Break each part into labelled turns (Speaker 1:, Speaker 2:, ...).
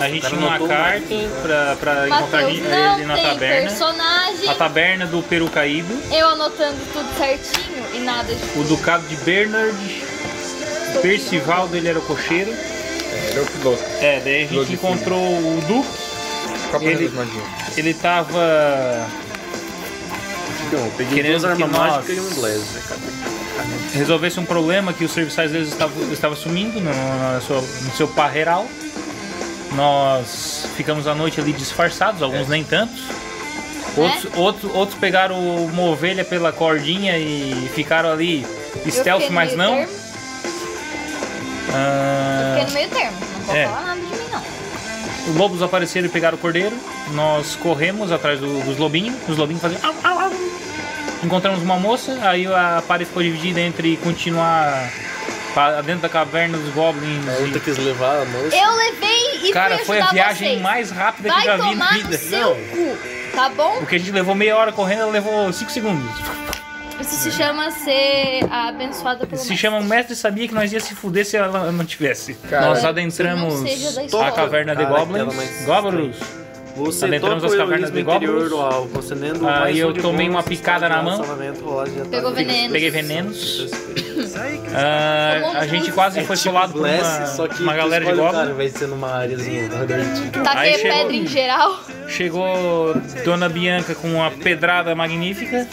Speaker 1: A gente tinha uma
Speaker 2: né?
Speaker 1: carta pra, pra encontrar
Speaker 3: Mateus,
Speaker 1: ele
Speaker 3: não
Speaker 1: na
Speaker 3: tem
Speaker 1: taberna.
Speaker 3: personagem.
Speaker 1: A taberna do Peru Caído,
Speaker 3: Eu anotando tudo certinho e nada de
Speaker 1: o Ducado de Bernard, Percival dele era o cocheiro.
Speaker 2: É, ele é o piloto.
Speaker 1: É, daí a gente
Speaker 2: Lodi
Speaker 1: encontrou o Duque,
Speaker 2: Calma aí,
Speaker 1: Ele-
Speaker 2: Osmadinho.
Speaker 1: ele tava
Speaker 2: Então, eu peguei
Speaker 1: Querendo
Speaker 2: duas armas
Speaker 1: que nós-
Speaker 2: mágicas e um
Speaker 4: né?
Speaker 2: blazer. Cadê?
Speaker 1: resolvesse um problema que os serviçais deles estavam, estavam sumindo no, na sua- no seu parreiral. Nós ficamos a noite ali disfarçados,
Speaker 3: É.
Speaker 1: alguns nem tantos. Outros, outros, outros pegaram uma ovelha pela cordinha e ficaram ali
Speaker 3: Eu
Speaker 1: stealth,
Speaker 3: fiquei no
Speaker 1: mas
Speaker 3: meio
Speaker 1: não.
Speaker 3: termo,
Speaker 1: Ah,
Speaker 3: Fiquei no meio termo. Não vou
Speaker 1: É.
Speaker 3: falar nada de mim, não.
Speaker 1: os lobos apareceram e pegaram o cordeiro. Nós corremos atrás do- dos lobinhos. Os lobinhos faziam. au, au, au. Encontramos uma moça, aí a parede ficou dividida entre continuar pra- dentro da caverna dos
Speaker 4: É
Speaker 1: goblins.
Speaker 2: A
Speaker 1: e-
Speaker 2: outra quis levar a moça.
Speaker 3: Eu levei e
Speaker 1: Cara,
Speaker 3: fui
Speaker 1: foi a
Speaker 3: ajudar
Speaker 1: viagem
Speaker 3: vocês.
Speaker 1: mais rápida
Speaker 3: Vai
Speaker 1: que eu já vi
Speaker 3: tomar
Speaker 1: na vida.
Speaker 3: no seu
Speaker 2: Não.
Speaker 3: cu, tá bom?
Speaker 1: Porque a gente levou meia hora correndo, ela levou 5 segundos.
Speaker 3: Isso se chama ser abençoada pelo
Speaker 1: Se
Speaker 3: mestre.
Speaker 1: chama o mestre sabia que nós ia se fuder se ela não tivesse.
Speaker 2: Cara,
Speaker 1: nós
Speaker 3: não seja da
Speaker 1: adentramos
Speaker 3: escola.
Speaker 1: a caverna de
Speaker 2: Cara, que
Speaker 1: Goblins.
Speaker 2: tela mais
Speaker 1: Goblins.
Speaker 5: Você
Speaker 1: Adentramos
Speaker 5: toca
Speaker 1: as
Speaker 5: o
Speaker 1: cavernas de
Speaker 5: heroísmo interior
Speaker 1: Goblins.
Speaker 5: do alvo, concedendo
Speaker 1: Aí
Speaker 5: mais um
Speaker 1: eu
Speaker 5: de
Speaker 1: tomei
Speaker 5: bônus,
Speaker 1: uma picada
Speaker 5: estado
Speaker 1: na
Speaker 5: de
Speaker 1: mão.
Speaker 5: lançamento, rolagem de ataque.
Speaker 3: Pegou veneno.
Speaker 1: Peguei venenos.
Speaker 5: Isso aí, cara.
Speaker 1: Ah,
Speaker 3: Tomou
Speaker 1: a
Speaker 3: muito.
Speaker 1: gente quase
Speaker 2: tipo
Speaker 1: foi solado por uma,
Speaker 2: Bless, só que
Speaker 1: uma
Speaker 2: tu
Speaker 1: galera de
Speaker 2: escolhe o cara,
Speaker 1: Goblins.
Speaker 2: Vai ser numa né? areazinha ao redor de ti.
Speaker 3: Taquei
Speaker 1: Aí chegou-
Speaker 3: pedra em geral.
Speaker 1: Chegou Dona Bianca com uma pedrada magnífica.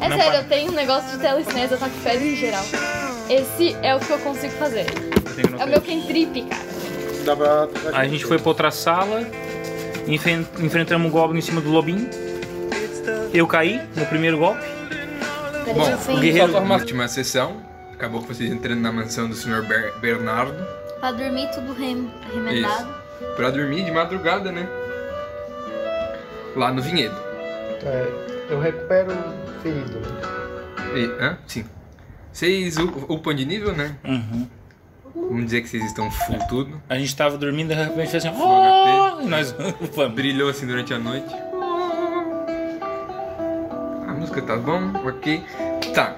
Speaker 3: É
Speaker 1: Não
Speaker 3: sério,
Speaker 1: para.
Speaker 3: eu tenho um negócio de telecinese, eu taquei pedra em geral. Esse é o que eu consigo fazer. É o meu cantrip, cara.
Speaker 2: Dá pra...
Speaker 1: A gente foi pra outra sala, enfen- enfrentamos um goblin em cima do lobinho. Eu caí no primeiro golpe.
Speaker 3: Peraí,
Speaker 4: Bom,
Speaker 3: eu fui-
Speaker 1: guerreiro-
Speaker 4: só uma última sessão. Acabou que vocês entrando na mansão do Sr. Ber- Bernardo.
Speaker 3: Pra dormir tudo rem- remendado.
Speaker 4: Isso. Pra dormir de madrugada, né? Lá no vinhedo.
Speaker 6: É, eu recupero o ferido.
Speaker 4: E, hã? Sim. Vocês u- upam de nível, né? Vamos dizer que vocês estão full tudo.
Speaker 1: A gente tava dormindo e de repente fez assim.
Speaker 4: Fogo,
Speaker 1: "Oh!" E nós vamos.
Speaker 4: Brilhou assim durante a noite. A música tá bom, ok. Tá.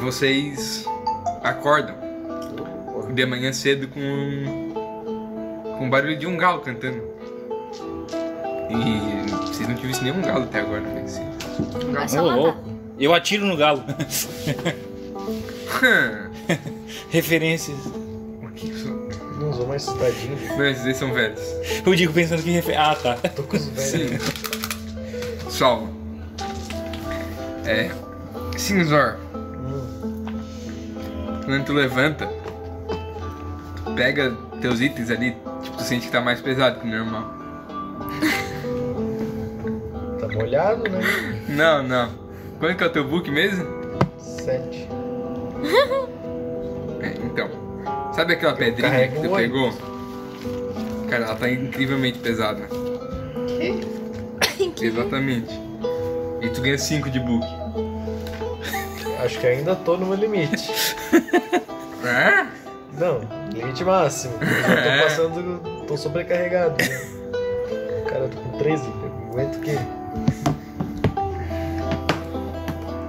Speaker 4: Vocês acordam de manhã cedo com um, com o barulho de um galo cantando. E vocês não tiveram nenhum galo até agora, né? Assim.
Speaker 3: Vai
Speaker 1: Ô,
Speaker 3: só matar.
Speaker 1: louco. Eu atiro no galo. Referências.
Speaker 4: O que isso?
Speaker 6: Não usou mais estadinho.
Speaker 4: Não, esses aí são velhos.
Speaker 1: Eu digo pensando que refer... Ah, tá.
Speaker 6: Tô com os velhos.
Speaker 4: Sim. Salva. É. Cinzor. Quando tu levanta, tu pega teus itens ali, tipo, tu sente que tá mais pesado que o normal.
Speaker 6: Tá molhado, né?
Speaker 4: Não, não. Quanto que é o teu book mesmo?
Speaker 6: Sete.
Speaker 4: É, então. Sabe aquela pedrinha
Speaker 6: carrego
Speaker 4: que tu
Speaker 6: oito.
Speaker 4: pegou? Cara, ela tá incrivelmente pesada. Que? Exatamente. E tu ganha 5 de book.
Speaker 6: Acho que ainda tô no meu limite.
Speaker 4: Ah?
Speaker 6: Não, limite máximo. Eu já
Speaker 1: É.
Speaker 6: tô passando. tô sobrecarregado. Né? Cara, eu tô com 13. Eu aguento o quê?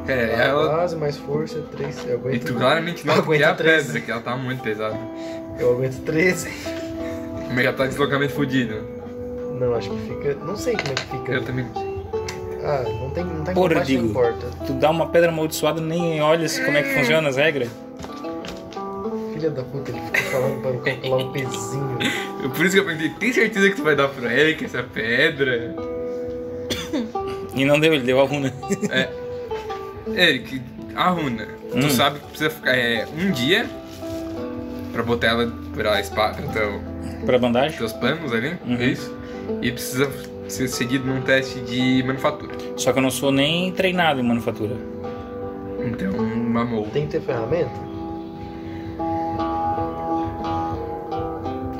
Speaker 4: É, ela
Speaker 6: Base, mais força, 3. Eu
Speaker 4: E
Speaker 6: aguento.
Speaker 4: tu claramente nota que
Speaker 6: Aguenta
Speaker 4: é a
Speaker 6: três.
Speaker 4: pedra, que ela tá muito pesada.
Speaker 6: Eu aguento 13.
Speaker 4: Mas já tá deslocamento fodido.
Speaker 6: Não, acho que fica. Não sei como é que fica.
Speaker 4: Eu também.
Speaker 6: Ah, não tem, não tem
Speaker 1: Porra,
Speaker 6: combate, não
Speaker 1: digo.
Speaker 6: importa.
Speaker 1: Tu dá uma pedra amaldiçoada nem olha se- como é que funciona as regras.
Speaker 6: Filha da puta, ele ficou falando para eu calcular um pezinho.
Speaker 4: Eu- Por isso que eu aprendi, tem certeza que tu vai dar pra Eric essa pedra?
Speaker 1: E não deu, ele deu a runa.
Speaker 4: Eric, a runa.
Speaker 1: Hum.
Speaker 4: Tu sabe que precisa ficar é, um dia pra botar ela pra espada, então,
Speaker 1: pra bandagem.
Speaker 4: teus panos ali,
Speaker 1: Uhum.
Speaker 4: é isso. E precisa ser seguido num teste de manufatura.
Speaker 1: Só que eu não sou nem treinado em manufatura.
Speaker 4: Então, mamou.
Speaker 6: Tem que ter ferramenta?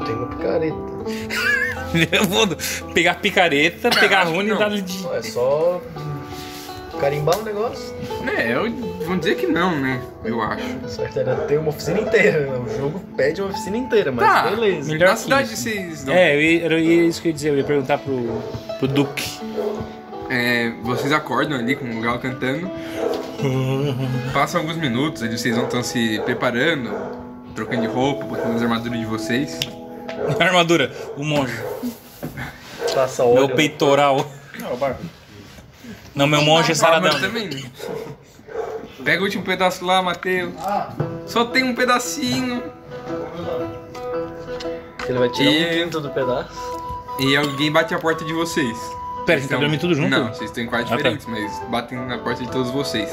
Speaker 6: Tem uma picareta.
Speaker 1: Eu vou pegar picareta, pegar a
Speaker 4: acho que
Speaker 1: runa e
Speaker 4: não.
Speaker 1: dar de.
Speaker 6: Ó, É só carimbar o negócio.
Speaker 4: É, eu, vão dizer que não, né? Eu acho.
Speaker 6: O certo era ter uma oficina inteira. né? O jogo pede uma oficina inteira, mas
Speaker 4: Tá.
Speaker 6: beleza.
Speaker 1: Melhor
Speaker 4: Na
Speaker 1: que
Speaker 4: cidade
Speaker 1: isso.
Speaker 4: vocês não
Speaker 1: É, eu ia- era isso que eu ia dizer, eu ia perguntar pro, pro Duque.
Speaker 4: É, vocês acordam ali com o galo cantando. Passam alguns minutos, ali vocês vão estão se preparando, trocando de roupa, botando as armaduras de vocês.
Speaker 1: A armadura, o monge.
Speaker 6: Passa
Speaker 1: Meu
Speaker 6: óleo.
Speaker 1: peitoral.
Speaker 7: Não, barba.
Speaker 1: Não,
Speaker 4: Um
Speaker 1: meu monge é saradão.
Speaker 4: Arma também. né? Pega o último pedaço lá, Mateus. Só tem um pedacinho.
Speaker 6: Ele vai tirar
Speaker 4: E-
Speaker 6: um quinto do pedaço.
Speaker 4: E alguém bate a porta de vocês.
Speaker 1: Pera,
Speaker 4: Vocês
Speaker 1: a gente
Speaker 4: estão-
Speaker 1: tá dormindo tudo junto?
Speaker 4: Não, vocês estão em quartos
Speaker 1: Ah, tá.
Speaker 4: diferentes, mas batem na porta de todos vocês.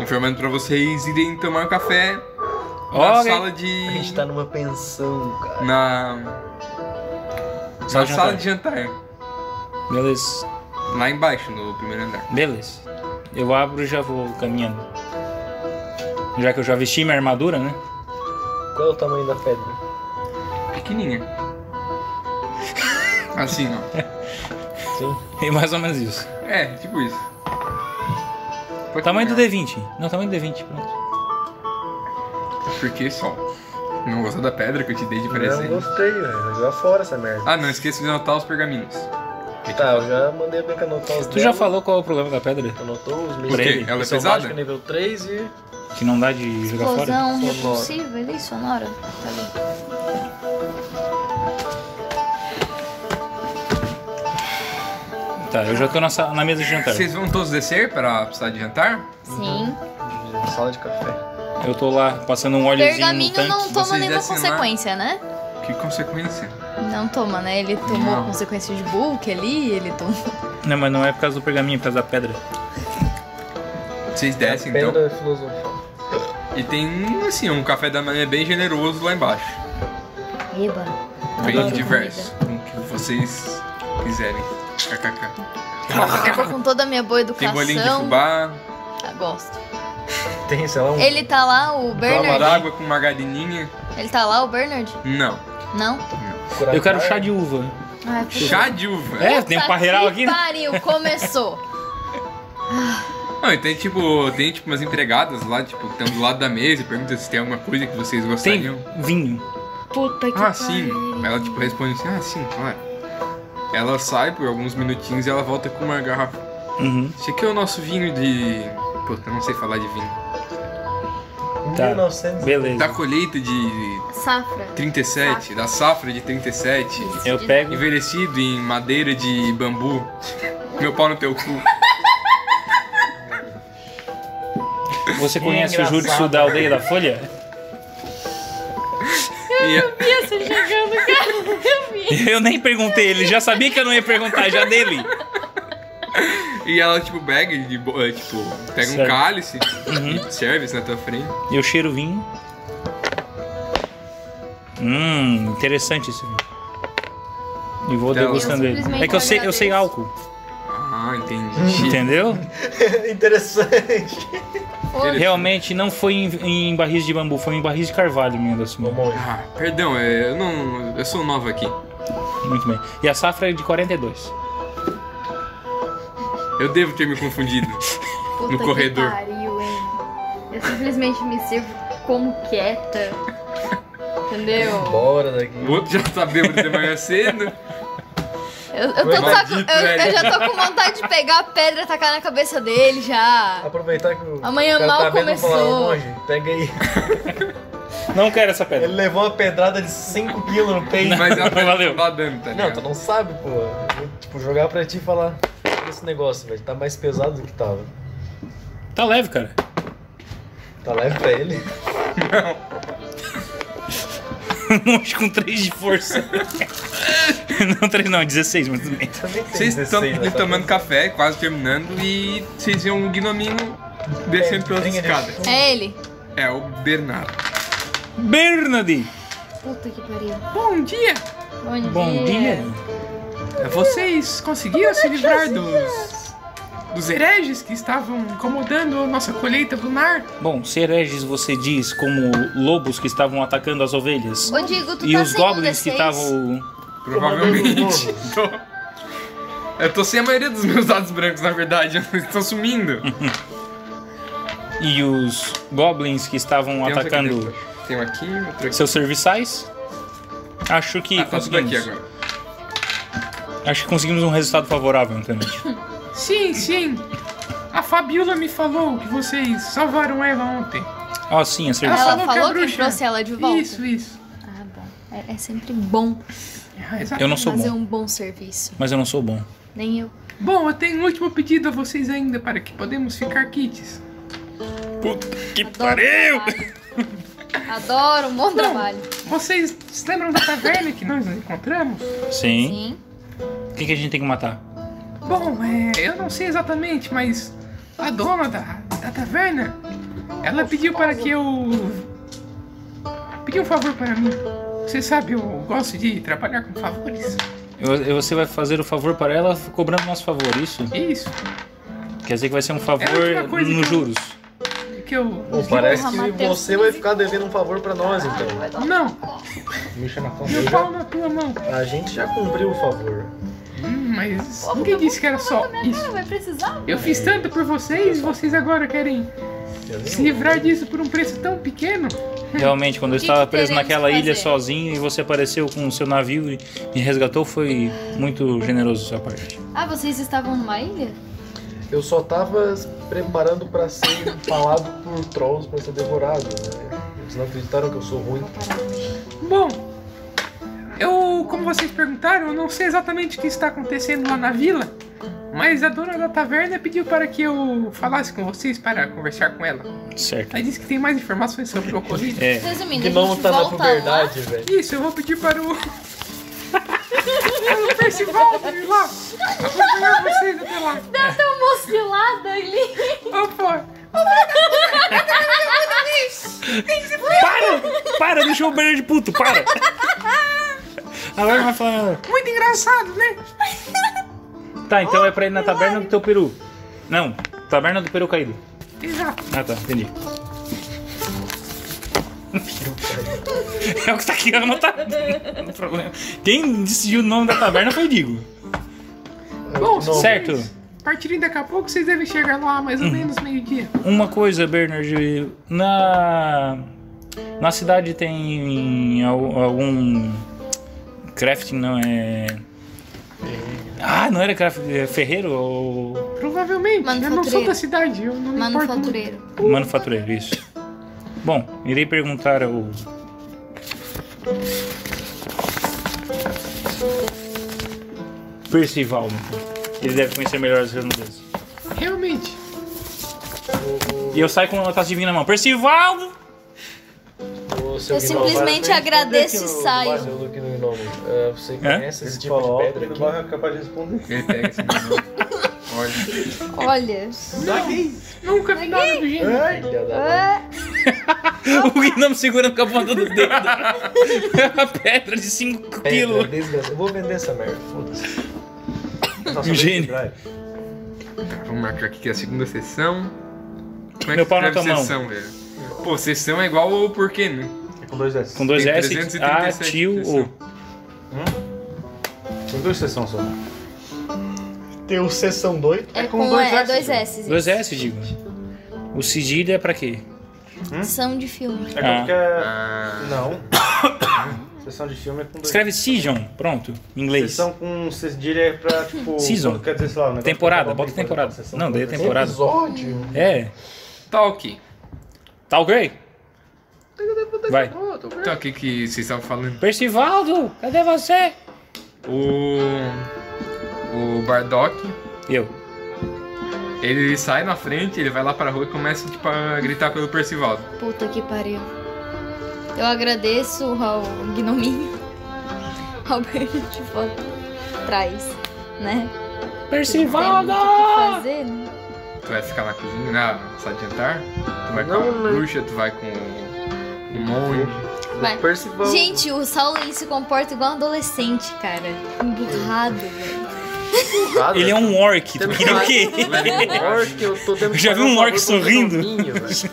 Speaker 4: Informando pra vocês irem tomar um café na
Speaker 1: Ok.
Speaker 4: sala
Speaker 6: A gente
Speaker 4: de.
Speaker 6: tá numa pensão, cara.
Speaker 4: Na.
Speaker 1: Sala
Speaker 4: na
Speaker 1: de
Speaker 4: sala de jantar. é.
Speaker 1: Beleza.
Speaker 4: Lá embaixo, no primeiro andar.
Speaker 1: Beleza. Eu abro e já vou caminhando. Já que eu já vesti minha armadura, né?
Speaker 6: Qual é o tamanho da pedra?
Speaker 4: Pequenininha. Assim, ó.
Speaker 1: É mais ou menos isso.
Speaker 4: É, tipo isso. Pode
Speaker 1: Tamanho do
Speaker 4: pegar.
Speaker 1: D20. Não, tamanho do D20, pronto.
Speaker 4: Porque só. Não gostou da pedra que eu te dei de presente?
Speaker 6: Não gostei, velho. Joga fora essa merda.
Speaker 4: Ah, não, esqueci de anotar os pergaminhos.
Speaker 6: Tá, eu já mandei a Bianca anotar os
Speaker 1: Tu já
Speaker 6: dela,
Speaker 1: falou qual é o problema da pedra?
Speaker 6: Anotou os
Speaker 1: Por
Speaker 4: Porque
Speaker 1: ele.
Speaker 4: ela é
Speaker 6: Missão
Speaker 4: pesada?
Speaker 6: mágica nível 3 e...
Speaker 1: Que não dá de jogar fora?
Speaker 3: Explosão
Speaker 6: Sonora.
Speaker 3: repulsiva ali, sonora. Tá ali.
Speaker 1: Tá, eu já tô na, sa- na mesa de jantar.
Speaker 4: Vocês vão todos descer pra precisar de jantar?
Speaker 3: Sim.
Speaker 6: Sala de café.
Speaker 1: Eu tô lá passando um óleozinho no
Speaker 3: Pergaminho
Speaker 1: tanque.
Speaker 3: não toma
Speaker 4: vocês
Speaker 3: nenhuma
Speaker 4: descem lá.
Speaker 3: consequência, né?
Speaker 4: Que consequência?
Speaker 3: Não toma, né? Ele tomou
Speaker 4: Não.
Speaker 3: consequência de Bulk ali, ele tomou.
Speaker 1: Não, mas não é por causa do pergaminho, é por causa da pedra.
Speaker 4: Vocês
Speaker 1: É
Speaker 4: descem então.
Speaker 6: Pedra filosofal.
Speaker 4: E tem, assim, um café da manhã bem generoso lá embaixo.
Speaker 3: Eba.
Speaker 4: Bem
Speaker 3: Adoro
Speaker 4: diverso. Com o que vocês quiserem. KKK.
Speaker 3: comida. Eu vou com toda a minha boa
Speaker 4: Tem bolinho de
Speaker 3: educação.
Speaker 4: fubá,
Speaker 3: Ah, gosto.
Speaker 6: Tem, sei lá, um...
Speaker 3: Ele tá lá, o
Speaker 4: água
Speaker 3: Bernard.
Speaker 4: d'água com margarininha.
Speaker 3: Ele tá lá, o Bernard?
Speaker 4: Não.
Speaker 3: Não?
Speaker 1: Eu quero chá de uva.
Speaker 3: Ai, puta
Speaker 4: Chá de uva.
Speaker 1: É, tem um parreiral
Speaker 3: que
Speaker 1: aqui, né?
Speaker 3: Pariu, começou.
Speaker 4: Não, e tem tipo, tem tipo umas empregadas lá, tipo, que estão do lado da mesa e perguntam se tem alguma coisa que vocês
Speaker 1: Tem
Speaker 4: gostariam.
Speaker 1: vinho.
Speaker 3: Puta que
Speaker 4: Ah,
Speaker 3: pariu.
Speaker 4: sim. Ela tipo responde assim, ah, sim, claro. Ela sai por alguns minutinhos e ela volta com uma garrafa.
Speaker 1: Uhum.
Speaker 4: Esse aqui é o nosso vinho de. Puta, eu não sei falar de vinho.
Speaker 1: Tá.
Speaker 6: 1900.
Speaker 4: Da
Speaker 1: Beleza.
Speaker 4: colheita de
Speaker 3: Safra.
Speaker 4: 37, da safra de 37,
Speaker 1: Eu pego.
Speaker 4: envelhecido em madeira de bambu. Meu pau no teu cu.
Speaker 1: Você conhece o
Speaker 7: engraçado.
Speaker 1: Júlio da aldeia da Folha?
Speaker 4: E,
Speaker 3: Essa jogando, cara. Eu vi.
Speaker 1: Eu nem perguntei ele, já sabia que eu não ia perguntar, já dele.
Speaker 4: e ela, tipo, pega de bo- eh, tipo, pega um
Speaker 1: Serve. Uhum.
Speaker 4: cálice e serve isso na tua frente.
Speaker 1: Eu cheiro o vinho. Hum, interessante esse vinho. E vou
Speaker 4: Então-
Speaker 1: degustando
Speaker 3: Eu
Speaker 1: ele.
Speaker 3: simplesmente
Speaker 1: É que eu sei, eu sei
Speaker 3: agradeço.
Speaker 1: álcool,
Speaker 4: Ah, entendi.
Speaker 1: Uhum. entendeu?
Speaker 6: Interessante.
Speaker 1: Realmente não foi em, em barris de bambu, foi em barris de carvalho mesmo, assim.
Speaker 6: Vamos lá.
Speaker 4: Ah, perdão, eh, eu não. Eu sou nova aqui.
Speaker 1: Muito bem. E a safra é de 42.
Speaker 4: Eu devo ter me confundido.
Speaker 8: Puta
Speaker 4: No
Speaker 8: que
Speaker 4: corredor.
Speaker 8: pariu, hein? Eu simplesmente me sirvo como quieta. Entendeu?
Speaker 6: Bora daqui.
Speaker 4: O outro já tá bêbado de manhã cedo.
Speaker 3: Eu, eu tô
Speaker 4: Maldito,
Speaker 3: só com- eu- eu
Speaker 4: velho.
Speaker 3: já tô com vontade de pegar a pedra e tacar na cabeça dele já.
Speaker 6: Aproveitar que o
Speaker 3: Amanhã
Speaker 6: cara
Speaker 3: mal
Speaker 6: tá vendo e falar,
Speaker 3: começou.
Speaker 6: "Ô, monge, pega aí.
Speaker 1: Não quero essa
Speaker 6: Ele
Speaker 1: pedra.
Speaker 6: levou uma pedrada de 5 quilos no peito.
Speaker 4: Mas ela tá
Speaker 1: Valeu.
Speaker 4: lá dando, tá
Speaker 6: Não,
Speaker 4: ligado?
Speaker 6: tu não sabe, pô. Eu, tipo, jogar pra ti e falar... Esse negócio, velho, tá mais pesado do que tava.
Speaker 1: Tá leve, cara.
Speaker 6: Tá
Speaker 9: é
Speaker 6: leve pra ele.
Speaker 1: Monge Um com 3 de força. não 3 não, 16, mas tudo bem.
Speaker 6: Também tem
Speaker 4: Vocês estão
Speaker 6: 16 nessa
Speaker 4: tomando café, quase terminando, e vocês veem um gnominho descendo pelas
Speaker 6: Tem ele.
Speaker 4: escadas.
Speaker 3: É ele.
Speaker 4: É o Bernardo.
Speaker 1: Bernardi,
Speaker 8: Puta que pariu.
Speaker 4: Bom dia!
Speaker 8: Bom,
Speaker 3: É.
Speaker 1: bom dia.
Speaker 4: É, Vocês conseguiram se livrar dos. dos hereges que estavam incomodando a nossa colheita lunar?
Speaker 1: Bom, se hereges você diz como lobos que estavam atacando as ovelhas.
Speaker 3: Ô, Digo, tu
Speaker 1: E
Speaker 3: tá
Speaker 1: os
Speaker 3: sem um
Speaker 1: goblins que
Speaker 3: D6?
Speaker 1: estavam.
Speaker 4: Provavelmente.
Speaker 6: Novo.
Speaker 4: Tô. Eu tô sem a maioria dos meus dados brancos, na verdade. Eles estão sumindo.
Speaker 1: E os goblins que estavam
Speaker 4: Tem uns aqui
Speaker 1: atacando
Speaker 4: dentro. Tem um aqui, outro aqui.
Speaker 1: seus serviçais. Acho que
Speaker 4: Ah, tá tudo
Speaker 1: conseguimos.
Speaker 4: aqui agora.
Speaker 1: Acho que conseguimos um resultado favorável, entendeu?
Speaker 4: Sim, sim. A Fabiola me falou que vocês salvaram ela ontem.
Speaker 1: Ah, sim, a serviçal.
Speaker 3: Ela
Speaker 4: Ela falou que é
Speaker 3: falou que
Speaker 4: bruxa.
Speaker 3: trouxe ela de volta.
Speaker 4: Isso, isso.
Speaker 3: Ah, bom. É, é sempre bom
Speaker 10: Ah, exato.
Speaker 1: Eu não sou
Speaker 3: fazer
Speaker 1: bom,
Speaker 3: um bom serviço.
Speaker 1: mas eu não sou bom.
Speaker 3: Nem eu.
Speaker 10: Bom, eu tenho um último pedido a vocês ainda para que podemos ficar kits.
Speaker 1: Puta que
Speaker 3: Adoro
Speaker 1: pariu!
Speaker 3: trabalho. Adoro, um bom trabalho.
Speaker 10: Vocês se lembram da taverna que nós encontramos?
Speaker 1: Sim.
Speaker 3: Sim.
Speaker 1: Quem que a gente tem que matar?
Speaker 10: Bom, é, eu não sei exatamente, mas a dona da, da taverna, ela pediu para que eu... Pediu um favor para mim. Você sabe, eu gosto de trabalhar com favores.
Speaker 1: Eu- eu- você vai fazer o favor para ela cobrando nosso favor, isso?
Speaker 10: É isso
Speaker 1: Quer dizer que vai ser um
Speaker 10: É a
Speaker 1: favor
Speaker 10: última coisa que eu-
Speaker 1: nos juros.
Speaker 10: que eu...
Speaker 9: Bom, parece que
Speaker 3: Mateus.
Speaker 9: você vai ficar devendo um favor pra nós, então.
Speaker 10: Não,
Speaker 9: Me chama com
Speaker 10: meu pau na tua mão.
Speaker 9: A gente já cumpriu o favor.
Speaker 10: Hum, mas ninguém disse que era só isso.
Speaker 11: Não vai precisar?
Speaker 10: Eu fiz tanto por vocês, vocês agora querem
Speaker 9: entendeu?
Speaker 10: se livrar disso por um preço tão pequeno?
Speaker 1: Realmente, quando eu
Speaker 3: que
Speaker 1: estava
Speaker 3: que
Speaker 1: preso
Speaker 3: teremos
Speaker 1: naquela
Speaker 3: que
Speaker 1: ilha
Speaker 3: fazer?
Speaker 1: sozinho e você apareceu com o seu navio e me resgatou, foi muito generoso da sua parte.
Speaker 3: Ah, vocês estavam numa ilha?
Speaker 9: Eu só tava preparando pra ser falado por trolls pra ser devorado. né? Eles não acreditaram que eu sou ruim.
Speaker 10: Bom, eu, como vocês perguntaram, eu não sei exatamente o que está acontecendo lá na vila, mas a dona da taverna pediu para que eu falasse com vocês para conversar com ela.
Speaker 1: Certo.
Speaker 10: Ela disse que tem mais informações sobre o ocorrido.
Speaker 1: É,
Speaker 3: Resumindo,
Speaker 9: Que
Speaker 3: a
Speaker 9: não
Speaker 3: gente
Speaker 9: tá na
Speaker 3: volta lá.
Speaker 9: puberdade, velho.
Speaker 10: Isso, eu vou pedir para o. para o Percival ir lá acompanhar vocês até lá.
Speaker 11: Dá tão mocilada ali.
Speaker 10: Opa!
Speaker 1: Para! Para, deixa eu banheiro de puto, para! Agora vai falar.
Speaker 10: Muito engraçado, né?
Speaker 1: Tá, então é pra ir na taberna do teu peru. Não, taberna do peru caído.
Speaker 10: Exato.
Speaker 1: Ah tá, entendi. É o que tá aqui, eu não tá. Não problema. Quem decidiu o nome da taverna foi o Digo.
Speaker 10: Bom,
Speaker 9: Não.
Speaker 1: Certo.
Speaker 10: A partir daqui a pouco vocês devem chegar lá mais ou menos meio-dia.
Speaker 1: Uma coisa, Bernard, na. Na cidade tem al- algum. Crafting não é. Ah, não era crafting, é ferreiro ou.
Speaker 10: Provavelmente. Eu não sou
Speaker 3: Manufatureiro.
Speaker 10: da cidade, eu não me importo. muito.
Speaker 3: Manufatureiro.
Speaker 1: Manufatureiro, isso. Bom, irei perguntar ao. Percival. Ele deve conhecer melhor as redondezas.
Speaker 10: Realmente.
Speaker 1: E eu saio com uma taça de vinho na mão. Percival!
Speaker 9: Ô, seu
Speaker 3: Eu
Speaker 9: Gnome,
Speaker 3: simplesmente
Speaker 9: vai-
Speaker 3: agradeço e
Speaker 9: Tudo aqui no-
Speaker 3: saio.
Speaker 9: no barulho aqui no Gnome. Ah, Você conhece esse tipo de
Speaker 2: Falou,
Speaker 9: pedra
Speaker 2: não
Speaker 9: aqui?
Speaker 2: vai capaz de responder.
Speaker 4: Ele pega esse menino. Olha.
Speaker 3: Olha.
Speaker 10: Nunca vi nada do gênero.
Speaker 9: Filha da
Speaker 1: o Guinamo segurando com a ponta do dedo. É uma pedra de 5
Speaker 9: pedra,
Speaker 1: quilos.
Speaker 9: desgraça. Eu vou vender essa merda, foda-se.
Speaker 1: Um gênio.
Speaker 4: Tá, vamos marcar aqui que é a segunda sessão. Como é
Speaker 1: Meu
Speaker 4: que
Speaker 1: pau na
Speaker 4: escreve
Speaker 1: tua mão.
Speaker 4: sessão, velho? Pô, sessão é igual ao porquê, né?
Speaker 2: Com dois S.
Speaker 1: Com dois
Speaker 4: Tem
Speaker 1: S, A,
Speaker 4: 337
Speaker 1: tio,
Speaker 4: sessão.
Speaker 1: O.
Speaker 2: São duas sessões só. né?
Speaker 9: Tem o sessão 2.
Speaker 3: É com dois, é, dois S.
Speaker 1: Dois S, digo. O sigilo é pra quê?
Speaker 3: São de filme.
Speaker 2: É
Speaker 1: Ah.
Speaker 2: qualquer.
Speaker 4: Ah,
Speaker 2: Não. Sessão de filme é com dois
Speaker 1: Escreve Sijon, pronto, em inglês.
Speaker 2: Sessão com cedilha é pra, tipo...
Speaker 1: Season.
Speaker 2: quando Quer dizer, sei lá, um negócio
Speaker 1: Temporada,
Speaker 2: que acaba
Speaker 1: bota
Speaker 2: bem,
Speaker 1: temporada.
Speaker 2: por exemplo,
Speaker 1: Não, daí é
Speaker 2: sessão-
Speaker 1: temporada.
Speaker 9: Episódio.
Speaker 1: É.
Speaker 4: talk.
Speaker 1: Tá ok? Vai.
Speaker 4: Talk Então, que vocês estavam falando.
Speaker 1: Percivaldo, cadê você?
Speaker 4: O. O Bardock,
Speaker 1: Eu.
Speaker 4: ele sai na frente, ele vai lá pra rua e começa, tipo, a gritar pelo Percival.
Speaker 3: Puta que pariu. Eu agradeço ao Gnominho. Ao Bernard por trás, né? Tem muito o que
Speaker 1: Percivaldo!
Speaker 3: fazer, né?
Speaker 4: Tu vai ficar na cozinha, na sala de jantar? Tu vai com a bruxa, tu vai com o, o monge.
Speaker 3: Vai.
Speaker 4: Percival.
Speaker 3: Gente, o Saulo ele se comporta igual um adolescente, cara. Emburrado, velho.
Speaker 2: Nada.
Speaker 1: Ele é um orc, tu
Speaker 2: Temos
Speaker 1: queria o
Speaker 2: mais-
Speaker 1: quê?
Speaker 9: né?
Speaker 4: Lembra?
Speaker 2: orc, eu tô tendo que
Speaker 1: Já
Speaker 2: fazer
Speaker 1: viu um
Speaker 2: favor
Speaker 1: orc
Speaker 2: pro
Speaker 1: sorrindo?
Speaker 2: Joãozinho, velho.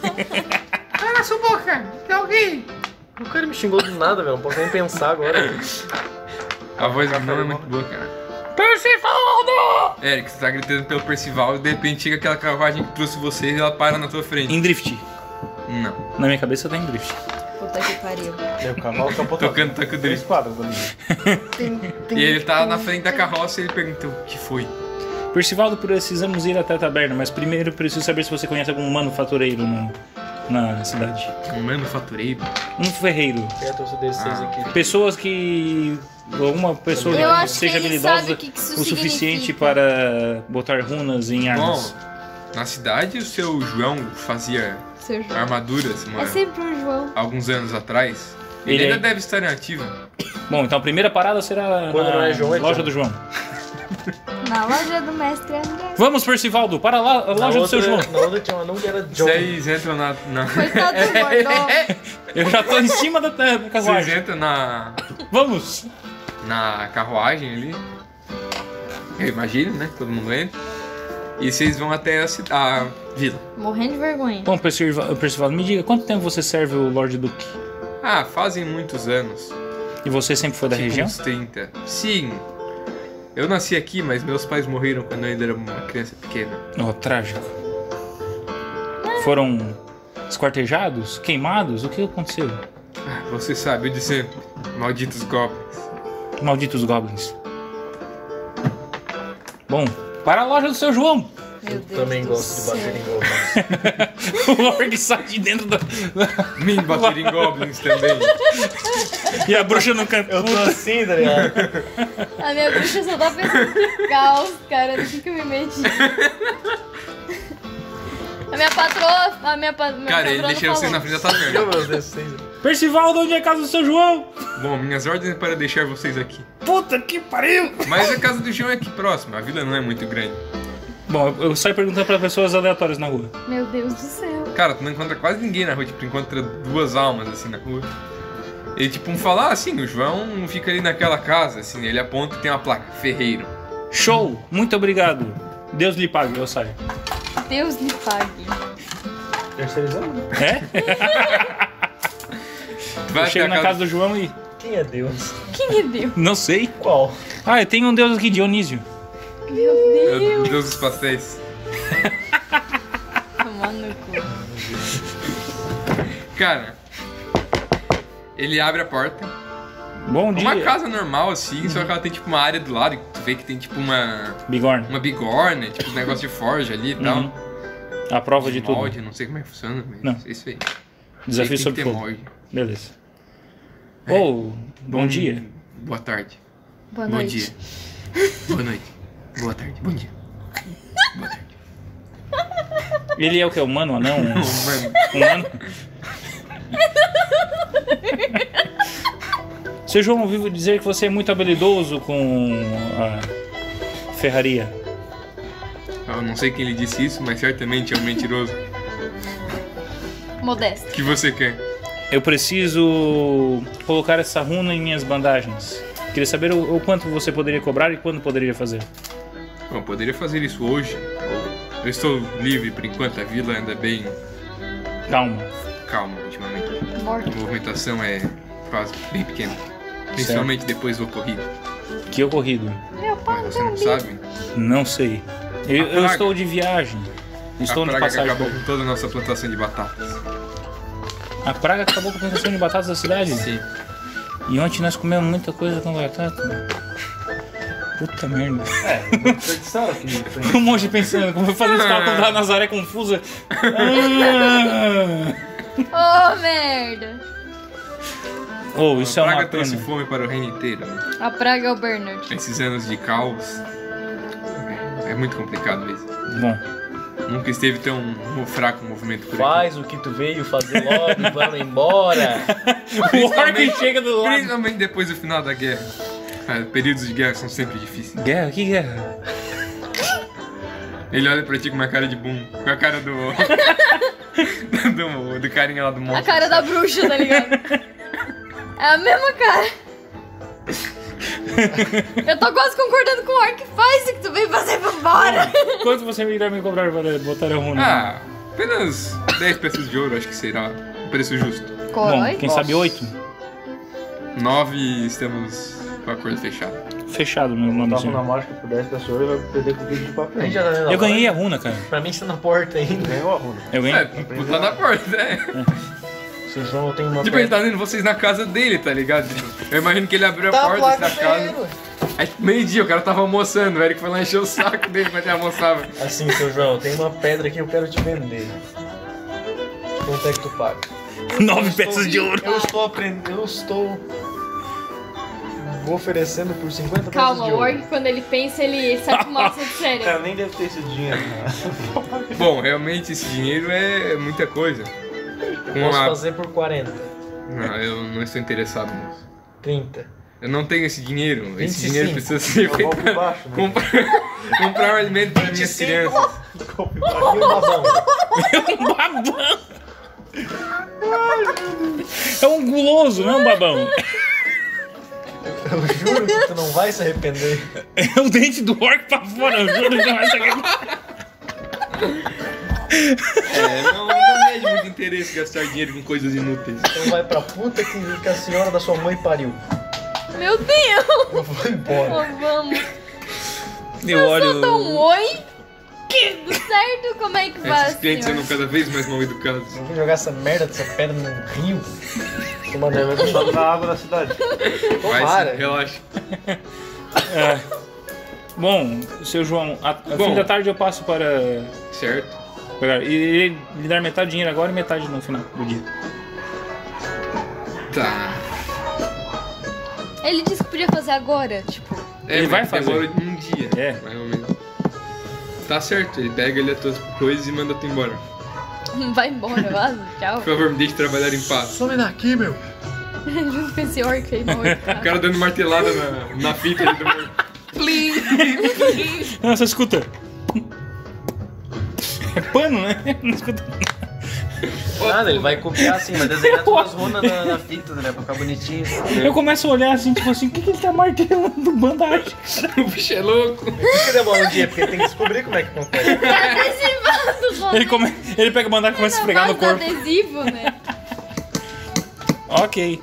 Speaker 10: Cala sua boca! Tem alguém!
Speaker 9: O cara me xingou do nada, velho. Não posso nem pensar agora.
Speaker 4: A voz do não é muito boa, cara.
Speaker 10: Percivaldo!
Speaker 4: Eric, você tá gritando pelo Percival e de repente chega aquela carruagem que trouxe vocês e ela para na tua frente.
Speaker 1: Em drift.
Speaker 4: Não.
Speaker 1: Na minha cabeça tá em drift.
Speaker 3: Puta que pariu.
Speaker 2: Meu cavalo capotado.
Speaker 4: Tocando taco
Speaker 2: Três
Speaker 4: dele.
Speaker 2: quadros ali.
Speaker 4: E ele tá na frente da carroça e ele pergunta o que foi.
Speaker 1: Percivaldo, precisamos ir até a taberna, mas primeiro preciso saber se você conhece algum manufatureiro no, na cidade.
Speaker 4: Um manufaturei.
Speaker 1: Um ferreiro.
Speaker 9: Perto você desses seis
Speaker 4: Ah.
Speaker 9: aqui.
Speaker 1: Pessoas que. Alguma pessoa
Speaker 3: Eu acho que
Speaker 1: seja
Speaker 3: ele sabe
Speaker 1: habilidosa
Speaker 3: o que, que isso
Speaker 1: o suficiente
Speaker 3: significa.
Speaker 1: para botar runas em
Speaker 4: Bom,
Speaker 1: armas.
Speaker 4: na cidade o seu João fazia
Speaker 3: Seu João.
Speaker 4: armaduras, mano,
Speaker 3: É sempre o João.
Speaker 4: alguns anos atrás. Ele,
Speaker 1: Ele
Speaker 4: ainda
Speaker 1: é-
Speaker 4: deve estar em ativa.
Speaker 1: Bom, então a primeira parada será
Speaker 9: Quando não
Speaker 1: na
Speaker 9: é João, é
Speaker 1: loja
Speaker 9: João.
Speaker 1: do João.
Speaker 3: Na loja do mestre André.
Speaker 1: Vamos, Percivaldo, para lá, a
Speaker 9: Na
Speaker 1: loja do seu João.
Speaker 9: outra- Na outra tinha uma não que era John.
Speaker 4: Vocês entram na. na...
Speaker 3: Coitado do mordomo.
Speaker 1: Eu já tô em cima da da
Speaker 4: Vocês
Speaker 1: carruagem.
Speaker 4: entram na.
Speaker 1: Vamos!
Speaker 4: na carruagem ali. Eu imagino, né? Todo mundo entra. E vocês vão até a, cida- a vila.
Speaker 3: Morrendo de vergonha.
Speaker 1: Bom, Percival- Percivaldo, me diga, quanto tempo você serve o Lorde Duque?
Speaker 4: Ah, fazem muitos anos.
Speaker 1: E você sempre foi da
Speaker 4: tipo
Speaker 1: região?
Speaker 4: Uns 30. Sim. Eu nasci aqui, mas meus pais morreram quando eu ainda era uma criança pequena.
Speaker 1: Oh, trágico. Foram esquartejados? Queimados? O que aconteceu?
Speaker 4: Ah, você sabe de sempre. Malditos goblins.
Speaker 1: Malditos goblins. Bom, para a loja do seu João!
Speaker 3: Meu Deus.
Speaker 9: Também
Speaker 3: do
Speaker 9: gosto de
Speaker 3: céu.
Speaker 9: bater em golpe.
Speaker 1: O Lorde sai de dentro da.
Speaker 4: Me bater em goblins também.
Speaker 1: E a bruxa no canto.
Speaker 9: Eu tô assim, tá ligado?
Speaker 3: A minha bruxa só tá pensando. Caos, cara, do que, que eu me meti? A minha patroa. A minha, pa, minha
Speaker 4: Cara,
Speaker 3: patroa
Speaker 4: ele
Speaker 3: não
Speaker 4: deixou vocês na
Speaker 3: falou.
Speaker 4: frente da taverna.
Speaker 9: Meu Deus, seis.
Speaker 1: Percivaldo, onde é a casa do seu João?
Speaker 4: Bom, minhas ordens é para deixar vocês aqui.
Speaker 1: Puta que pariu!
Speaker 4: Mas a casa do João é aqui próxima, a vila não é muito grande.
Speaker 1: Bom, eu- eu saio perguntando pra pessoas aleatórias na rua.
Speaker 3: Meu Deus do céu.
Speaker 4: Cara, tu não encontra quase ninguém na rua, tipo, encontra duas almas assim na rua. E tipo, um fala ah, assim, o João fica ali naquela casa, assim, ele aponta e tem uma placa, ferreiro.
Speaker 1: Show! Muito obrigado! Deus lhe pague, eu saio.
Speaker 3: Deus me pague.
Speaker 2: "Ah,
Speaker 9: Terceirizando?
Speaker 1: É?
Speaker 4: Tu
Speaker 1: Eu
Speaker 4: vai até
Speaker 1: chego
Speaker 4: a
Speaker 1: na casa do João e.
Speaker 9: Quem é Deus?
Speaker 3: Quem é Deus?
Speaker 1: Não sei.
Speaker 9: Qual?
Speaker 1: Ah, eu tenho um deus aqui, Dionísio.
Speaker 3: Meu Deus.
Speaker 4: Meu Deus dos pastéis.
Speaker 3: Tomar no cu.
Speaker 4: Cara, ele abre a porta.
Speaker 1: Bom
Speaker 4: É
Speaker 1: Um dia.
Speaker 4: Uma casa normal, assim, só que ela tem tipo uma área do lado, que tu vê que tem tipo uma.
Speaker 1: Bigorna.
Speaker 4: Uma bigorna, tipo um negócio de forja ali e tal.
Speaker 1: Uhum. A prova de tudo.
Speaker 4: molde, não sei como é que funciona, mas
Speaker 1: Não.
Speaker 4: é isso aí.
Speaker 1: Desafio
Speaker 4: Tem que
Speaker 1: sobre
Speaker 4: ter É.
Speaker 1: fogo.
Speaker 4: molde. Hum,
Speaker 1: Beleza. Ou, bom, dia.
Speaker 4: Boa tarde.
Speaker 3: Boa
Speaker 4: Bom
Speaker 3: noite.
Speaker 4: dia. Boa noite. Boa tarde. Bom dia. Boa tarde.
Speaker 1: Ele é o que? Humano, anão?
Speaker 4: Ô, mano,
Speaker 1: Humano? Seu João, ouviu dizer que você é muito habilidoso com a ferraria.
Speaker 4: eu não sei quem lhe disse isso, mas certamente é um mentiroso.
Speaker 3: Modesto.
Speaker 4: O que você quer?
Speaker 1: Eu preciso colocar essa runa em minhas bandagens. Queria saber o, o quanto você poderia cobrar e quando poderia fazer.
Speaker 4: Bom, eu poderia fazer isso hoje. ou- Eu estou livre por enquanto, a vila anda bem
Speaker 1: Calma.
Speaker 4: calma ultimamente.
Speaker 3: Morto.
Speaker 4: A movimentação é quase bem pequena. Principalmente depois do ocorrido.
Speaker 1: Que ocorrido?
Speaker 4: Mas você
Speaker 3: é
Speaker 4: não sabe?
Speaker 1: Não sei. Eu,
Speaker 4: A
Speaker 1: eu
Speaker 4: praga.
Speaker 1: estou de viagem. Estou
Speaker 4: a
Speaker 1: de
Speaker 4: praga que
Speaker 1: passagem.
Speaker 4: acabou com toda a nossa plantação de batatas.
Speaker 1: A praga acabou com a plantação de batatas da cidade?
Speaker 4: Sim.
Speaker 1: E ontem nós comemos muita coisa com batata. Puta merda.
Speaker 9: Tradição aqui.
Speaker 1: Um monte pensando, como eu fazer esse cara contra a Nazaré confusa. Ah.
Speaker 3: Ô, merda.
Speaker 1: Oh, isso é
Speaker 4: a praga
Speaker 1: uma
Speaker 4: trouxe
Speaker 1: pena.
Speaker 4: fome para o reino inteiro.
Speaker 3: A praga é o Bernard.
Speaker 4: Esses anos de caos. é- É muito complicado mesmo.
Speaker 1: Bom,
Speaker 4: Nunca esteve tão mo- fraco o movimento por aqui.
Speaker 9: Faz o que tu veio fazer logo, vamos embora.
Speaker 1: o Orc chega do lado.
Speaker 4: Principalmente depois do final da guerra. Ah, períodos de guerra são sempre difíceis.
Speaker 1: Guerra? Que guerra?
Speaker 4: Ele olha pra ti com uma cara de bum. Com a cara do. do, do carinha lá do monstro.
Speaker 3: A cara da bruxa, tá ligado? É a mesma cara. Eu tô quase concordando com o Orc. Faz o que tu veio fazer, vambora.
Speaker 1: Quanto você irá me cobrar para botar a runa?
Speaker 4: Ah, apenas 10 peças de ouro, acho que será. Um preço justo.
Speaker 1: Bom,
Speaker 3: Corói?
Speaker 1: quem sabe oito?
Speaker 4: 9 estamos com a cor fechada.
Speaker 1: Fechado, meu nome.
Speaker 12: Tava na mágica por 10 pessoas, ele vai perder com 20 pra
Speaker 9: A gente
Speaker 12: frente.
Speaker 9: já tá vendo a
Speaker 1: Eu ganhei
Speaker 9: hora.
Speaker 1: a runa, cara.
Speaker 9: Pra mim você tá na porta ainda.
Speaker 12: Ganhou a runa.
Speaker 1: Eu
Speaker 4: É,
Speaker 1: ganhei.
Speaker 4: tipo, tá na porta, é.
Speaker 9: Vocês vão, eu tenho uma
Speaker 4: Tipo, ele tá vendo vocês na casa dele, tá ligado? Tipo, Eu imagino que ele abriu a
Speaker 6: Tá
Speaker 4: porta da casa. Aí, tipo, meio-dia, o cara tava almoçando, o Eric foi lá encher o saco dele quando ele almoçava.
Speaker 9: Assim, seu João, tem uma pedra que eu quero te vender.
Speaker 6: Quanto é que tu paga?
Speaker 1: Nove peças de ouro.
Speaker 6: Eu estou aprendendo. Eu estou. Vou oferecendo por 50
Speaker 3: Calma,
Speaker 6: peças de
Speaker 3: o
Speaker 6: ouro.
Speaker 3: Orc, quando ele pensa, ele, ele sai com uma ação de sério.
Speaker 6: Cara, nem deve ter esse dinheiro. né?
Speaker 4: Bom, realmente esse dinheiro é muita coisa.
Speaker 6: Posso
Speaker 4: Uma...
Speaker 6: fazer por 40,
Speaker 4: Não, eu não estou interessado nisso.
Speaker 6: 30.
Speaker 4: Eu não tenho esse dinheiro. Esse
Speaker 6: 25.
Speaker 4: dinheiro precisa ser
Speaker 6: Eu vou
Speaker 4: feito.
Speaker 6: por baixo, né?
Speaker 4: Comprar, comprar um alimento para minhas
Speaker 6: 25.
Speaker 4: crianças.
Speaker 6: Compre pra mim uma banda.
Speaker 1: Um babão. É um guloso, não é um babão.
Speaker 6: Eu juro que tu não vai se arrepender.
Speaker 1: É o dente do orc pra fora, eu juro. que não vai sair.
Speaker 4: É, não, não vejo muito interesse gastar dinheiro com coisas inúteis.
Speaker 6: Então vai pra puta que, que a senhora da sua mãe pariu.
Speaker 3: Meu Deus!
Speaker 6: Eu vou embora.
Speaker 3: Vamos!
Speaker 1: Eu
Speaker 3: Eu dou um
Speaker 1: olho.
Speaker 3: oi! Que tudo certo? Como é que vai?
Speaker 4: Esses clientes
Speaker 3: senhor?
Speaker 4: andam cada vez mais mal educados.
Speaker 6: Eu vou jogar essa merda dessa pedra no rio. Tomando
Speaker 12: Vai passar na água da cidade.
Speaker 4: Vai,
Speaker 6: Tomara.
Speaker 4: sim, relaxa.
Speaker 1: Bom, seu João, a, a
Speaker 4: Bom.
Speaker 1: fim Assim, da tarde eu passo para
Speaker 4: Certo.
Speaker 1: pegar. E ele me dar metade do dinheiro agora e metade no final do dia.
Speaker 4: Tá.
Speaker 13: Ele disse que podia fazer agora, tipo.
Speaker 4: É,
Speaker 1: Ele
Speaker 4: mas
Speaker 1: vai fazer.
Speaker 4: Demora um dia.
Speaker 1: É.
Speaker 4: Mais ou menos. Tá certo, ele pega ali as tuas coisas e manda tu embora.
Speaker 13: Vai embora, vaza, tchau.
Speaker 4: Por favor, me deixe trabalhar em paz.
Speaker 6: Some daqui, meu.
Speaker 3: Junto com esse orc aí, morto.
Speaker 4: O cara dando martelada na, na fita ali do meu.
Speaker 1: Não, só Ah, escuta. É pano, né? Não escuta.
Speaker 14: Nada, ele vai copiar assim, vai desenhar todas as runas na, na fita, né? Pra ficar bonitinho.
Speaker 1: Eu começo a olhar assim, tipo assim, o que, que ele tá martelando bandagem?
Speaker 4: O bicho é louco.
Speaker 6: Por que demora um dia? Porque tem que descobrir como é que acontece.
Speaker 1: Ele, come... ele pega a bandagem e começa a esfregar no
Speaker 3: Faz
Speaker 1: corpo.
Speaker 3: adesivo, né?
Speaker 1: Ok,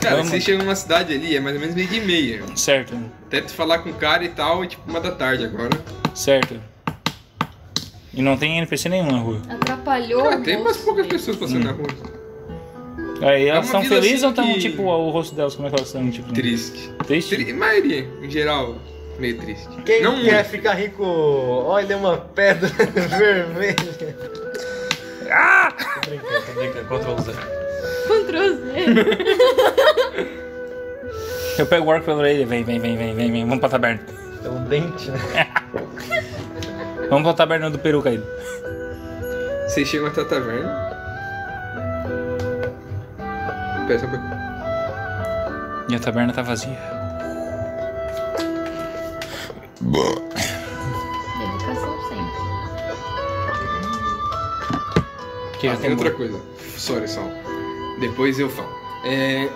Speaker 4: Cara,
Speaker 1: Vamos.
Speaker 4: você chega numa cidade ali, é mais ou menos meio de meia.
Speaker 1: certo,
Speaker 4: Até tu falar com o cara e tal, é tipo uma da tarde agora.
Speaker 1: certo. E não tem NPC nenhum na rua.
Speaker 3: Atrapalhou
Speaker 4: Cara,
Speaker 3: o
Speaker 4: tem umas
Speaker 3: rosto
Speaker 4: poucas
Speaker 3: dele.
Speaker 4: pessoas passando na rua.
Speaker 1: Aí elas
Speaker 4: uma
Speaker 1: estão
Speaker 4: vida
Speaker 1: felizes
Speaker 4: assim
Speaker 1: ou estão,
Speaker 4: que-
Speaker 1: tipo, o rosto delas, como é que elas estão? Tipo,
Speaker 4: Triste.
Speaker 1: triste?
Speaker 4: Tri... Maioria, em geral, meio triste.
Speaker 6: Quem
Speaker 4: Não
Speaker 6: quer
Speaker 4: muito.
Speaker 6: ficar rico? Olha uma pedra vermelha. Ah! Tô brincando, tô brincando. Ctrl Z.
Speaker 3: Ctrl Z.
Speaker 1: Eu pego o orc pela orelha, vem, vem, vem, vem, vem, vem, vamos pra taberna.
Speaker 6: É um dente, né?
Speaker 1: Vamos pra taberna do peru caído.
Speaker 4: Vocês chegam até a taverna. Peça uma coisa.
Speaker 1: E a taberna tá vazia.
Speaker 3: Educação sempre.
Speaker 1: Que
Speaker 4: Ah,
Speaker 1: já
Speaker 4: tem
Speaker 1: tem
Speaker 4: outra coisa. Sorry, Sal. Depois eu falo. É,
Speaker 1: Eu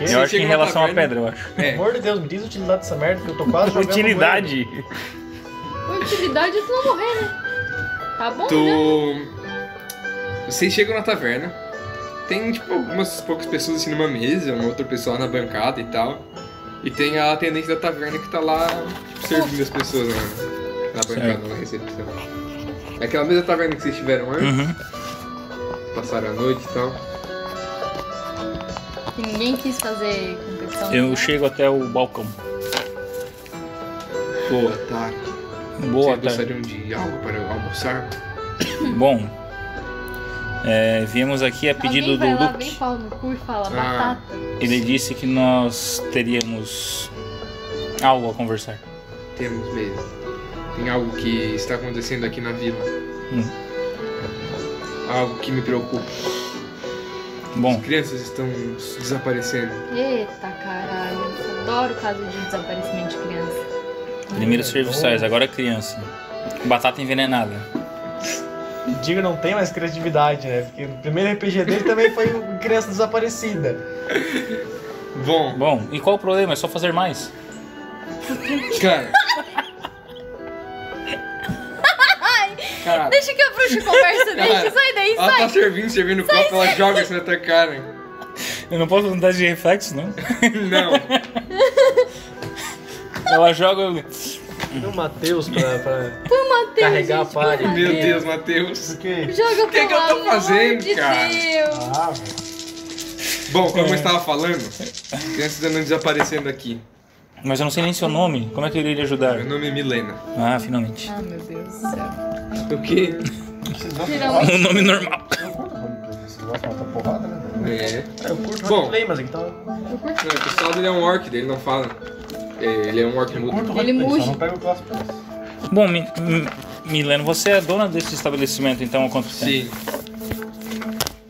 Speaker 1: acho
Speaker 4: Você
Speaker 1: que em
Speaker 4: chega
Speaker 1: relação
Speaker 4: numa
Speaker 1: à pedra, eu acho.
Speaker 6: Pelo amor de Deus, me diz a utilidade dessa merda que eu tô
Speaker 4: tá
Speaker 6: quase jogando.
Speaker 1: Utilidade.
Speaker 3: Com utilidade, tu não morrer, né? Tá bom, né?
Speaker 4: Tu. Vocês chegam na taverna. Tem, tipo, algumas poucas pessoas assim numa mesa, uma outra pessoa lá na bancada e tal. E tem a atendente da taverna que tá lá, tipo, servindo as pessoas né? na, na bancada, na recepção. É aquela mesma taverna que vocês tiveram antes,
Speaker 1: Uhum.
Speaker 4: passaram a noite e tal.
Speaker 3: Que Ninguém quis fazer competição.
Speaker 1: Eu
Speaker 3: né?
Speaker 1: chego até o balcão.
Speaker 4: Boa tarde.
Speaker 1: Boa
Speaker 4: vocês
Speaker 1: tarde.
Speaker 4: gostariam de algo para eu almoçar?
Speaker 1: Bom, é, viemos aqui a pedido
Speaker 3: Alguém
Speaker 1: do
Speaker 3: vai lá,
Speaker 1: Lucas.
Speaker 3: vem pau no cu e fala
Speaker 4: Ah.
Speaker 3: batata.
Speaker 1: Ele disse que nós teríamos algo a conversar.
Speaker 4: Temos mesmo. Tem algo que está acontecendo aqui na vila. Algo que me preocupa.
Speaker 1: Bom,
Speaker 4: Crianças estão desaparecendo.
Speaker 3: Eita caralho. Adoro caso de desaparecimento de criança.
Speaker 1: primeiro serviçais, agora criança. Batata envenenada.
Speaker 6: Diga, um não tem mais criatividade, né? Porque o primeiro RPG dele também foi um criança desaparecida.
Speaker 4: Bom,
Speaker 1: Bom, e qual o problema? É só fazer mais.
Speaker 4: cara. cara.
Speaker 13: Deixa que a bruxa conversa, deixa, sai daí,
Speaker 4: Ela tá
Speaker 13: sai.
Speaker 4: servindo, servindo o copo, ela joga assim na tua cara.
Speaker 1: Eu não posso perguntar de reflexo, não?
Speaker 4: Não.
Speaker 1: Ela joga. eu-
Speaker 6: E o Matheus pra, pra carregar a pare.
Speaker 4: Meu Deus, Matheus.
Speaker 12: O que?
Speaker 3: Joga o
Speaker 4: que que eu tô fazendo, cara?
Speaker 3: Deus.
Speaker 4: Bom, como eu estava falando, crianças andam desaparecendo aqui.
Speaker 1: Mas eu não sei nem seu nome. Como é que eu iria lhe ajudar?
Speaker 4: Meu nome é Milena.
Speaker 1: Ah, finalmente.
Speaker 13: Ah, meu Deus do céu.
Speaker 4: O quê?
Speaker 3: Geralmente.
Speaker 1: Um nome normal.
Speaker 2: né,
Speaker 4: É.
Speaker 15: Eu curto
Speaker 4: Bom.
Speaker 15: roleplay, mas então.
Speaker 4: Não, o pessoal dele é um orc, dele não fala. É, Ele é um orc mudo.
Speaker 3: Ele muge.
Speaker 12: Não pega o clássico.
Speaker 1: Bom, Mi- Mi- Milena, você é dona desse estabelecimento então há quanto tempo?
Speaker 4: Sim.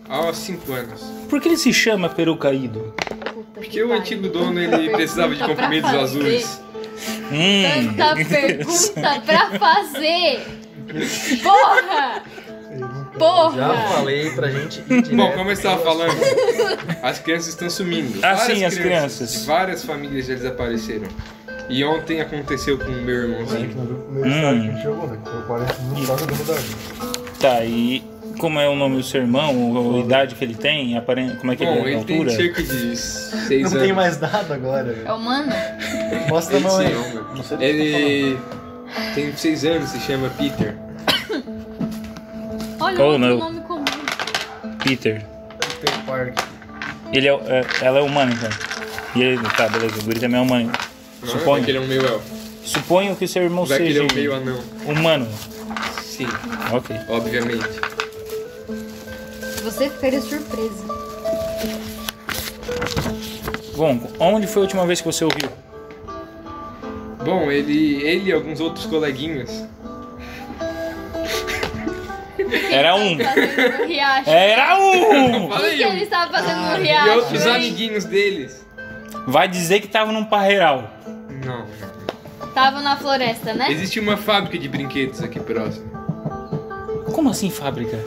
Speaker 4: Há 5 anos.
Speaker 1: Por que ele se chama Peru Caído?
Speaker 4: Porque o antigo dono ele precisava de
Speaker 3: Tá pra
Speaker 4: comprimidos
Speaker 3: fazer.
Speaker 4: azuis.
Speaker 1: Hum,
Speaker 3: Tanta pergunta pra fazer! Porra!
Speaker 15: Já
Speaker 3: Porra!
Speaker 15: falei pra gente ir direto.
Speaker 6: Né?
Speaker 4: Bom, como eu estava falando, as crianças estão sumindo.
Speaker 1: Ah,
Speaker 4: Várias
Speaker 1: sim, as crianças.
Speaker 4: de Várias famílias já desapareceram. E ontem aconteceu com o meu irmãozinho.
Speaker 12: Que não viu o primeiro
Speaker 1: Hum.
Speaker 12: estágio que ele chegou, né? Que foi 40 minutos lá dentro
Speaker 6: um
Speaker 12: da água.
Speaker 1: tá, e como é o nome do seu irmão, ou a idade que ele tem, aparen- como é que
Speaker 4: Bom,
Speaker 1: ele é
Speaker 4: ele
Speaker 1: de
Speaker 4: tem
Speaker 1: altura?
Speaker 4: cerca de 6
Speaker 6: Não
Speaker 4: anos. É,
Speaker 6: tem mais nada agora.
Speaker 3: É
Speaker 6: velho.
Speaker 3: humano?
Speaker 1: tá
Speaker 6: Mostra a
Speaker 4: Ele,
Speaker 6: mão aí.
Speaker 4: sim,
Speaker 1: é.
Speaker 4: não,
Speaker 6: Não sei do que
Speaker 4: um. né? ele tem 6 anos, se chama Peter.
Speaker 3: Olha,
Speaker 1: Oh,
Speaker 3: outro
Speaker 1: não.
Speaker 3: nome comum.
Speaker 4: Tá
Speaker 1: Peter.
Speaker 6: Peter Park.
Speaker 1: Ele é, é- ela é humana então. E ele, tá, beleza, o Guri também é humano.
Speaker 4: Não é
Speaker 1: Suponho.
Speaker 4: que ele é um meio elfo.
Speaker 1: Suponho que o seu irmão
Speaker 4: Vai que ele
Speaker 1: seja
Speaker 4: é um meio anão.
Speaker 1: humano.
Speaker 4: Sim,
Speaker 1: Ok.
Speaker 4: obviamente.
Speaker 16: Você ficaria surpreso.
Speaker 1: Bom, onde foi a última vez que você ouviu?
Speaker 4: Bom, ele, ele e alguns outros coleguinhas.
Speaker 1: Era um.
Speaker 3: Fazendo no riacho.
Speaker 1: Era um!
Speaker 3: O que
Speaker 4: Falei,
Speaker 3: que ele estava fazendo no
Speaker 4: É. Ah, e
Speaker 3: riacho?
Speaker 4: outros
Speaker 3: hein?
Speaker 4: amiguinhos deles.
Speaker 1: Vai dizer que tava num parreiral.
Speaker 4: Não.
Speaker 3: Tava na floresta, né?
Speaker 4: Existe uma fábrica de brinquedos aqui próximo.
Speaker 1: Como assim fábrica?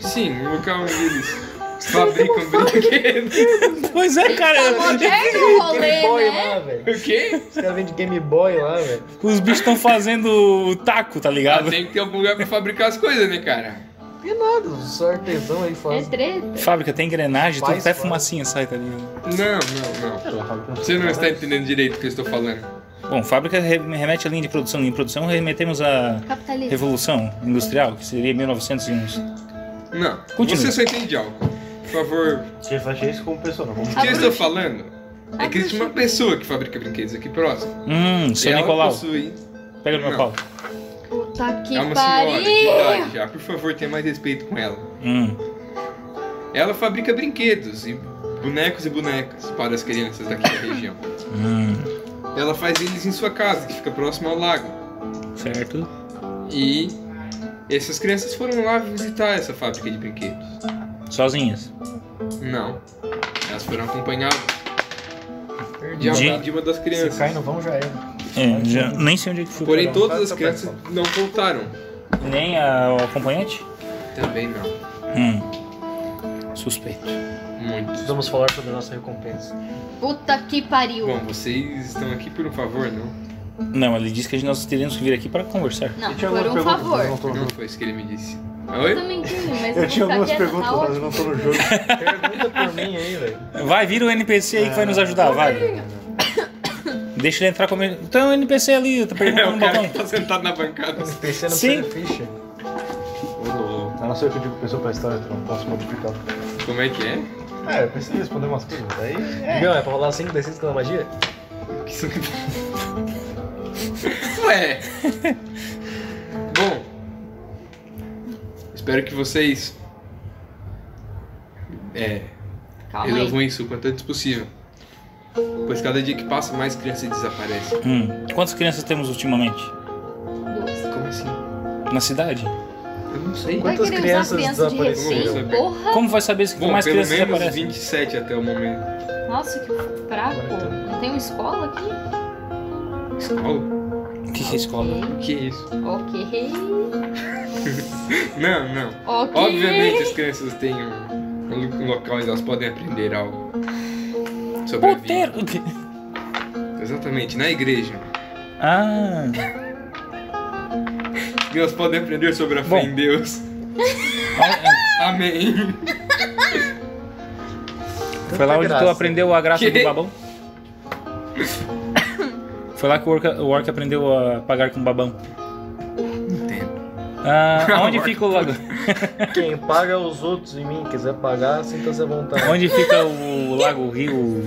Speaker 4: Sim, um local onde eles fabricam brinquedos.
Speaker 1: Pois é, cara.
Speaker 3: Moderno
Speaker 6: Game
Speaker 3: rolê,
Speaker 6: Boy
Speaker 3: né?
Speaker 6: lá, velho.
Speaker 4: O quê?
Speaker 6: Os caras vendem Game Boy lá, velho.
Speaker 1: Os bichos estão fazendo o taco, tá
Speaker 4: Ah,
Speaker 1: ligado?
Speaker 4: tem que ter algum lugar pra fabricar as coisas, né, cara?
Speaker 6: E é nada, só artesão aí faz.
Speaker 3: É treta.
Speaker 1: Fábrica tem engrenagem, tudo
Speaker 6: Faz,
Speaker 1: até
Speaker 6: faz.
Speaker 1: fumacinha sai, tá ligado?
Speaker 4: Não, não,
Speaker 12: Então,
Speaker 4: não. Você não está entendendo direito o que eu estou falando.
Speaker 1: Bom, fábrica re- remete à linha de produção. Em produção remetemos à
Speaker 3: Capitalismo.
Speaker 1: Revolução Industrial, que seria 1900 e uns.
Speaker 4: Não.
Speaker 1: Continue.
Speaker 4: Você só entende algo. Por favor,
Speaker 12: Você faz isso como pessoa, não. Vamos
Speaker 4: o que eu
Speaker 3: bruxa.
Speaker 4: estou falando é
Speaker 3: A
Speaker 4: que existe
Speaker 3: bruxa.
Speaker 4: uma pessoa que fabrica brinquedos aqui próximo.
Speaker 1: Hum,
Speaker 4: E
Speaker 1: seu
Speaker 4: ela
Speaker 1: Nicolau.
Speaker 4: possui
Speaker 1: Pega no meu
Speaker 4: Não.
Speaker 1: pau.
Speaker 3: Puta que
Speaker 4: é uma senhora de
Speaker 3: pariu!
Speaker 4: idade já. Por favor, tenha mais respeito com ela.
Speaker 1: Hum.
Speaker 4: Ela fabrica brinquedos e bonecos e bonecas para as crianças daqui da região.
Speaker 1: Hum.
Speaker 4: Ela faz eles em sua casa, que fica próximo ao lago.
Speaker 1: Certo.
Speaker 4: E essas crianças foram lá visitar essa fábrica de brinquedos.
Speaker 1: Sozinhas.
Speaker 4: Não. Elas foram acompanhadas de
Speaker 6: Perdi.
Speaker 4: alguém de uma das
Speaker 6: Se cai
Speaker 4: crianças.
Speaker 6: no vão já era.
Speaker 1: É, já, nem sei onde é que foi.
Speaker 4: Porém,
Speaker 1: parar.
Speaker 4: todas as crianças não voltaram.
Speaker 1: Nem a- o acompanhante?
Speaker 4: Também não.
Speaker 1: Hum. Suspeito.
Speaker 4: Muitos.
Speaker 6: Vamos falar sobre a nossa recompensa.
Speaker 3: Puta que pariu!
Speaker 4: Bom, vocês estão aqui por um favor, não?
Speaker 1: Não, ele disse que nós teríamos que vir aqui para conversar.
Speaker 3: Não,
Speaker 12: Eu tinha
Speaker 3: por
Speaker 12: algumas
Speaker 3: um
Speaker 12: perguntas,
Speaker 3: favor.
Speaker 12: mas eu não tô no
Speaker 4: Não
Speaker 12: jogo.
Speaker 4: foi isso que ele me disse.
Speaker 3: Eu
Speaker 4: Oi?
Speaker 3: também tenho, mas
Speaker 12: Eu tinha
Speaker 3: vou
Speaker 12: algumas
Speaker 3: ficar quieta,
Speaker 12: perguntas,
Speaker 3: tá
Speaker 12: mas
Speaker 3: ótimo.
Speaker 12: eu não tô no jogo.
Speaker 6: Pergunta por mim aí, velho.
Speaker 1: Vai, vira o NPC aí que vai nos ajudar, vai. Deixa ele entrar como ele. Então, o NPC ali, tá
Speaker 4: É
Speaker 1: perguntando
Speaker 4: o
Speaker 1: no
Speaker 4: cara
Speaker 1: balcão.
Speaker 4: que tá sentado na bancada.
Speaker 6: Esse PC não
Speaker 1: Sim.
Speaker 6: precisa de ficha. Ah,
Speaker 12: A não ser que eu diga pessoa pra história, então não posso modificar.
Speaker 4: Como é que é?
Speaker 12: Ah, eu pensei em responder umas coisas, mas aí.
Speaker 6: Não, é pra rolar 5 d 6 com a magia?
Speaker 4: Que isso- Ué. Bom. Espero que vocês. É.
Speaker 3: Calma aí.
Speaker 4: Resolvam isso o quanto antes possível. Pois cada dia que passa, mais crianças desaparecem.
Speaker 1: Hum. Quantas crianças temos ultimamente?
Speaker 4: Como assim?
Speaker 1: Na cidade?
Speaker 4: Eu não sei.
Speaker 3: Vai
Speaker 6: Quantas
Speaker 3: querer
Speaker 6: crianças
Speaker 3: usar criança de
Speaker 6: desapareceram?
Speaker 3: refém? Porra!
Speaker 1: Como vai saber se
Speaker 4: Bom,
Speaker 1: mais
Speaker 4: pelo
Speaker 1: crianças
Speaker 4: menos
Speaker 1: aparecem?
Speaker 4: 27 até o momento.
Speaker 3: Nossa, que fraco! Não tem uma escola aqui?
Speaker 4: Escola?
Speaker 1: O que, que é escola?
Speaker 4: O que é isso?
Speaker 3: Ok.
Speaker 4: Não, não.
Speaker 3: Ok.
Speaker 4: Obviamente as crianças têm um, um lu- um local onde elas podem aprender algo. Sobre a vida.
Speaker 1: Puteiro!
Speaker 4: Exatamente, na igreja.
Speaker 1: Ah,
Speaker 4: E elas podem aprender sobre a fé
Speaker 1: Bom.
Speaker 4: em Deus. Amém.
Speaker 1: foi lá onde tu
Speaker 6: graça.
Speaker 1: aprendeu a graça
Speaker 4: Que?
Speaker 1: do babão? Foi lá que o orc, o orc aprendeu a pagar com babão. Ah, onde
Speaker 4: Orc.
Speaker 1: fica o lago?
Speaker 6: Quem paga é os outros e mim quiser pagar, sinta-se à vontade.
Speaker 1: Onde fica o lago, o rio?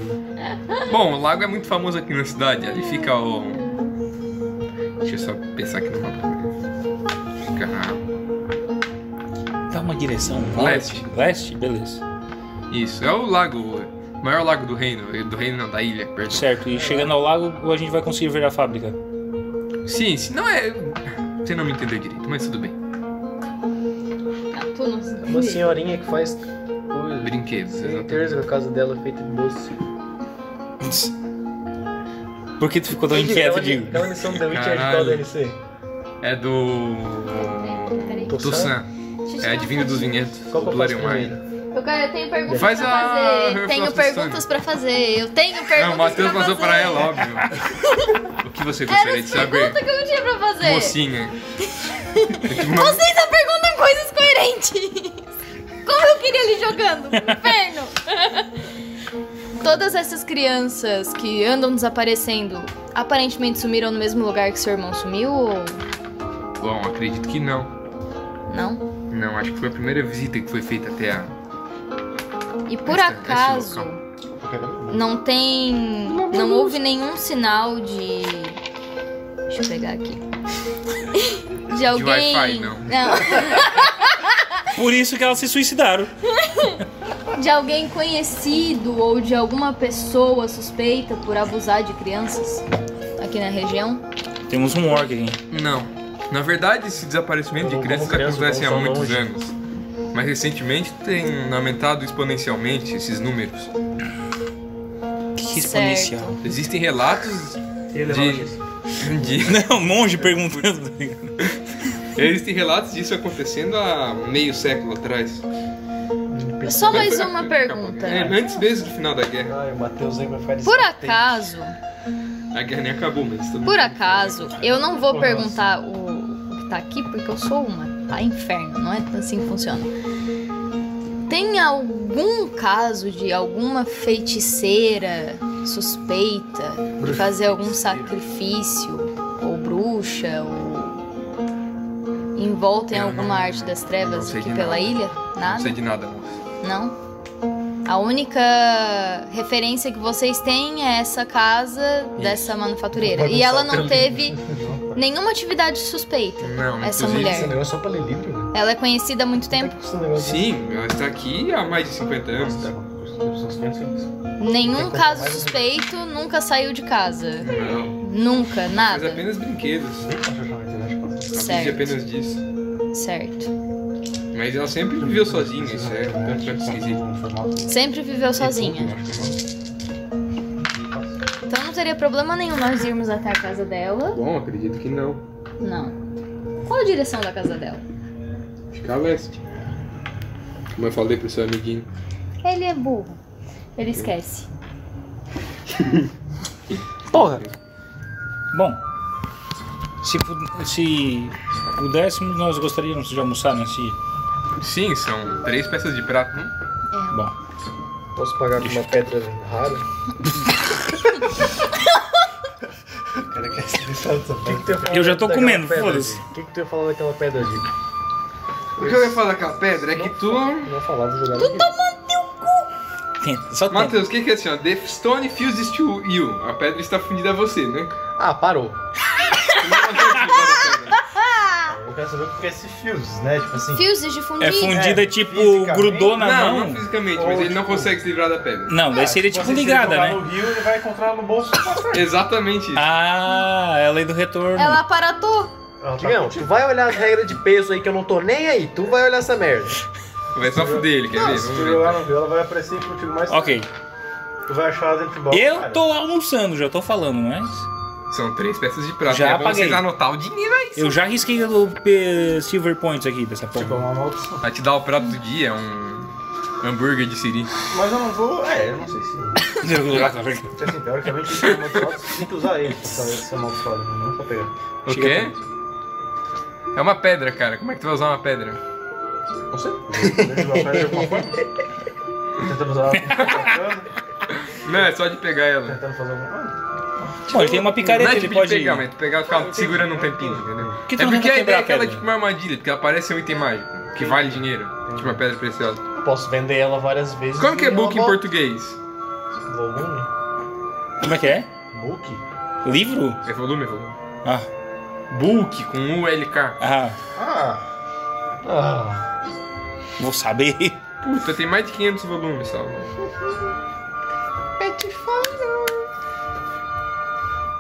Speaker 4: Bom, o lago é muito famoso aqui na cidade. Ali fica um- o. Deixa eu só pensar aqui no mapa. Fica.
Speaker 1: uma direção. um
Speaker 4: Leste.
Speaker 1: Leste? Beleza.
Speaker 4: Isso, é o lago, o maior lago do reino, do reino não, da ilha, perdão.
Speaker 1: Certo, e chegando ao lago, a gente vai conseguir ver a fábrica.
Speaker 4: Sim, sim, não é... Você não me entendeu direito, mas tudo bem.
Speaker 3: Tá,
Speaker 11: Ah, tu não se
Speaker 9: Uma senhorinha que faz coisas.
Speaker 4: Brinquedos, exatamente.
Speaker 9: Terça, a casa dela é feita de doce.
Speaker 1: Por que tu ficou tão inquieto,
Speaker 9: Aquela-
Speaker 1: Digo?
Speaker 9: Aquela missão do The Witch é de
Speaker 4: Caralho.
Speaker 9: qual DLC?
Speaker 4: É do...
Speaker 11: Peraí.
Speaker 4: Tossan. É adivinho dos vinhedos.
Speaker 9: Qual que eu
Speaker 4: do
Speaker 9: faço
Speaker 4: Larian Wine.
Speaker 9: primeiro?
Speaker 11: Eu, quero, eu tenho perguntas
Speaker 4: Faz
Speaker 11: pra
Speaker 4: a
Speaker 11: fazer.
Speaker 4: Herb
Speaker 3: Tenho
Speaker 4: of the
Speaker 3: perguntas
Speaker 4: Stone.
Speaker 3: pra fazer. Eu tenho perguntas
Speaker 4: Não, o Matheus
Speaker 3: pra
Speaker 4: passou
Speaker 3: fazer.
Speaker 4: pra ela, óbvio. o que você
Speaker 3: Era
Speaker 4: gostaria de
Speaker 3: as
Speaker 4: saber,
Speaker 3: perguntas que eu tinha pra fazer.
Speaker 4: mocinha? É tipo uma-
Speaker 3: Vocês só perguntam coisas coerentes. Como eu queria ele jogando? Inferno! Todas essas crianças que andam desaparecendo aparentemente sumiram no mesmo lugar que seu irmão sumiu ou
Speaker 4: Bom, acredito que não.
Speaker 3: não?
Speaker 4: Não, acho que foi a primeira visita que foi feita até a...
Speaker 3: E por
Speaker 4: Essa- esse
Speaker 3: acaso
Speaker 4: local.
Speaker 3: não tem. Não houve nenhum sinal de. Deixa eu pegar aqui. De alguém.
Speaker 4: Wi-Fi, não.
Speaker 1: Por isso que elas se suicidaram.
Speaker 3: De alguém conhecido ou de alguma pessoa suspeita por abusar de crianças aqui na região?
Speaker 1: Temos um orc aqui.
Speaker 4: Não. Na verdade, esse desaparecimento de
Speaker 9: Como-
Speaker 4: crianças
Speaker 9: como crianças
Speaker 4: acontece há
Speaker 9: não são
Speaker 4: muitos
Speaker 9: longe.
Speaker 4: anos. Mas recentemente tem aumentado exponencialmente esses números.
Speaker 1: Que exponencial.
Speaker 4: Existem relatos
Speaker 9: Ele
Speaker 4: De-
Speaker 9: é disso.
Speaker 4: de.
Speaker 1: Não, um monge perguntando.
Speaker 4: Existem relatos disso acontecendo há meio século atrás.
Speaker 3: Só mais uma pergunta.
Speaker 4: É, antes mesmo do final da guerra.
Speaker 9: Ai, o Matheus aí vai ficar
Speaker 3: Por
Speaker 9: descontente.
Speaker 3: acaso,
Speaker 4: A guerra nem acabou, mas tudo
Speaker 3: por
Speaker 4: bem.
Speaker 3: acaso, eu não vou perguntar o, o que tá aqui porque eu sou uma, tá? Inferno, não é assim que funciona. Tem algum caso de alguma feiticeira suspeita de fazer algum sacrifício ou bruxa ou envolta em
Speaker 4: Eu
Speaker 3: alguma
Speaker 4: não-
Speaker 3: arte das
Speaker 4: não
Speaker 3: trevas
Speaker 4: sei
Speaker 3: aqui
Speaker 4: de
Speaker 3: pela
Speaker 4: nada.
Speaker 3: ilha?
Speaker 4: Não
Speaker 3: Nada?
Speaker 4: sei de nada, moço.
Speaker 3: Não? A única referência que vocês têm é essa casa dessa manufatureira. E ela não teve nenhuma atividade suspeita.
Speaker 4: Não,
Speaker 3: Essa
Speaker 4: inclusive-
Speaker 3: mulher.
Speaker 9: Esse negócio é só pra ler livro, né?
Speaker 3: Ela é conhecida há muito tempo.
Speaker 9: Esse um negócio
Speaker 4: Sim, ela está aqui há mais de 50 anos.
Speaker 3: Nenhum caso suspeito, nunca saiu de casa.
Speaker 4: Não.
Speaker 3: Nunca,
Speaker 4: Mas é
Speaker 3: nada.
Speaker 4: apenas brinquedos. Vive
Speaker 3: Certo,
Speaker 4: apenas disso.
Speaker 3: certo.
Speaker 4: Mas ela sempre viveu sozinha, isso é um ponto que eu esqueci.
Speaker 3: Sempre viveu
Speaker 12: né?
Speaker 3: sozinha. Então não teria problema nenhum nós irmos até a casa dela.
Speaker 4: Bom, acredito que não.
Speaker 3: Não. Qual a direção da casa dela?
Speaker 4: Fica a leste. Como eu falei pro seu amiguinho.
Speaker 3: Ele é burro. Ele esquece.
Speaker 1: Porra. Bom, se, pu- se pudéssemos, nós gostaríamos de almoçar nesse.
Speaker 4: Sim, são três peças de prata. Hum?
Speaker 1: Bom,
Speaker 9: Posso pagar com uma pedra rara? O cara quer se deixar dessa pedra. Que que tu ia falar
Speaker 1: Eu já tô
Speaker 9: daquela
Speaker 1: comendo,
Speaker 9: pedra,
Speaker 1: foda-se.
Speaker 9: Dico? O que, que tu ia falar daquela pedra, Dico?
Speaker 4: O que eu ia falar daquela pedra é que tu.
Speaker 9: Não falava jogar Tu tá
Speaker 1: tenta, só tenta.
Speaker 4: Matheus, o que, que é assim, ó? The Stone fuses to you. A pedra está fundida a você, né?
Speaker 9: Ah, parou.
Speaker 4: Como é que você faz a pedra?
Speaker 9: Eu quero saber o que é esse fios, né? Tipo assim.
Speaker 3: Fios de fundir.
Speaker 1: É fundida,
Speaker 9: É,
Speaker 1: tipo,
Speaker 9: fisicamente?
Speaker 1: grudou na
Speaker 4: Não,
Speaker 1: mão.
Speaker 4: não fisicamente, mas
Speaker 9: Ou,
Speaker 4: ele não
Speaker 9: tipo-
Speaker 4: consegue se livrar da pedra.
Speaker 1: Não, daí seria tipo ligada,
Speaker 12: jogar
Speaker 1: né?
Speaker 12: no rio, ele vai encontrar no bolso.
Speaker 4: Exatamente isso.
Speaker 1: Ah, é a lei do retorno.
Speaker 3: Ela aparatou.
Speaker 12: tá
Speaker 9: Digão, tu vai olhar as regras de peso aí que eu não tô nem aí. Tu vai olhar essa merda.
Speaker 4: Vai só fuder ele, quer ver?
Speaker 12: Se
Speaker 4: Vamos
Speaker 12: tu
Speaker 4: ver.
Speaker 12: jogar no rio, ela vai aparecer contigo mais
Speaker 1: Ok.
Speaker 12: Tu vai achar ela dentro do balcão.
Speaker 1: Eu
Speaker 12: cara.
Speaker 1: tô almoçando, já tô falando, mas.
Speaker 4: São três peças de prata.
Speaker 1: Já
Speaker 4: é bom
Speaker 1: apaguei.
Speaker 4: vocês anotar o dinheiro aí.
Speaker 1: Eu já risquei o P- Silver Points aqui dessa
Speaker 12: Tipo, é
Speaker 1: forma.
Speaker 12: uma maldição.
Speaker 4: Vai te dar o prato do dia, um hambúrguer de siri.
Speaker 12: Mas eu não vou. É, eu não sei se. Porque, assim, teoricamente, se é amaldiçoado, você tem que usar ele pra ser amaldiçoado, né? não só pegar.
Speaker 4: O
Speaker 1: Chega
Speaker 4: quê? É uma pedra, cara. Como é que tu vai usar uma pedra?
Speaker 12: Não sei. Deixa eu achar de alguma forma. Tentando usar ela.
Speaker 4: Não, é só de pegar ela.
Speaker 12: Tentando fazer alguma coisa.
Speaker 1: Bom, ele tem uma
Speaker 4: Não
Speaker 1: picareta,
Speaker 4: é
Speaker 1: ele
Speaker 4: tipo de
Speaker 1: pode.
Speaker 4: pegar, mas tu pegar e ficar segurando um tempinho, entendeu?
Speaker 1: Por que tu
Speaker 4: é
Speaker 1: não
Speaker 4: porque
Speaker 1: tenta
Speaker 4: a ideia
Speaker 1: quebrar
Speaker 4: é
Speaker 1: a
Speaker 4: aquela
Speaker 1: pedra?
Speaker 4: tipo uma armadilha, porque ela parece um item mágico, que vale dinheiro. Tipo uma pedra preciosa.
Speaker 9: Eu posso vender ela várias vezes.
Speaker 4: Como que é
Speaker 9: e ela
Speaker 4: book em
Speaker 9: volta.
Speaker 4: português?
Speaker 9: Volume?
Speaker 4: tipo-
Speaker 1: Como é que é?
Speaker 9: Book?
Speaker 1: Livro?
Speaker 4: É volume, é volume.
Speaker 1: Ah,
Speaker 4: Book com ULK.
Speaker 1: ah.
Speaker 9: Ah. Ah.
Speaker 1: Vou saber.
Speaker 4: Puta, tem mais de 500 volumes, Salva. É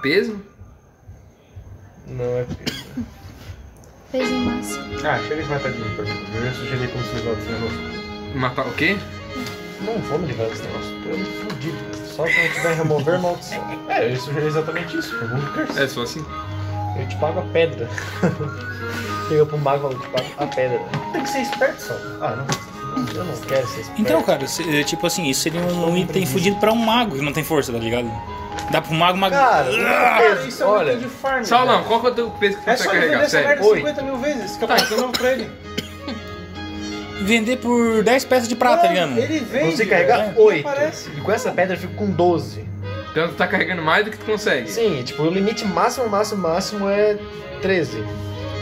Speaker 4: Peso?
Speaker 6: Não é peso.
Speaker 3: Fez em massa.
Speaker 12: Ah, chega de matar de mim, por favor. Eu já sugeri como se livrar desse negócio.
Speaker 4: Matar o quê?
Speaker 6: Não vou me livrar desse negócio.
Speaker 12: Eu tô fudido.
Speaker 6: Só quando tiver remover a maldição.
Speaker 12: É, eu sugeri exatamente isso. Remove curse.
Speaker 4: É só assim.
Speaker 6: Eu te pago a pedra. Chega pro mago e fala, eu te pago a pedra.
Speaker 12: Tem que ser esperto só. Ah, não.
Speaker 6: Eu não quero ser esperto.
Speaker 1: Então, cara, se- é, tipo assim, isso seria um, um item fudido pra um mago que não tem força, tá ligado? Dá pro mago, mago.
Speaker 6: Cara,
Speaker 12: Cara, isso é um
Speaker 6: Ah, olha,
Speaker 12: item de farm.
Speaker 4: Saulão,
Speaker 12: cara.
Speaker 4: qual que é o teu peso que
Speaker 12: É
Speaker 4: você
Speaker 12: só
Speaker 4: vai
Speaker 12: ele vender
Speaker 4: carregar?
Speaker 12: essa
Speaker 4: Sério.
Speaker 12: merda
Speaker 6: Oi.
Speaker 12: 50 mil vezes, que eu passo novo pra ele.
Speaker 1: Vender por 10 peças de prata, tá ligado?
Speaker 12: Ele vende.
Speaker 6: você carregar
Speaker 12: velho.
Speaker 6: 8.
Speaker 12: né? Parece.
Speaker 6: E com essa pedra eu fico com 12.
Speaker 4: Então tu tá carregando mais do que tu consegue.
Speaker 6: Sim, tipo, o limite máximo, máximo, máximo é 13.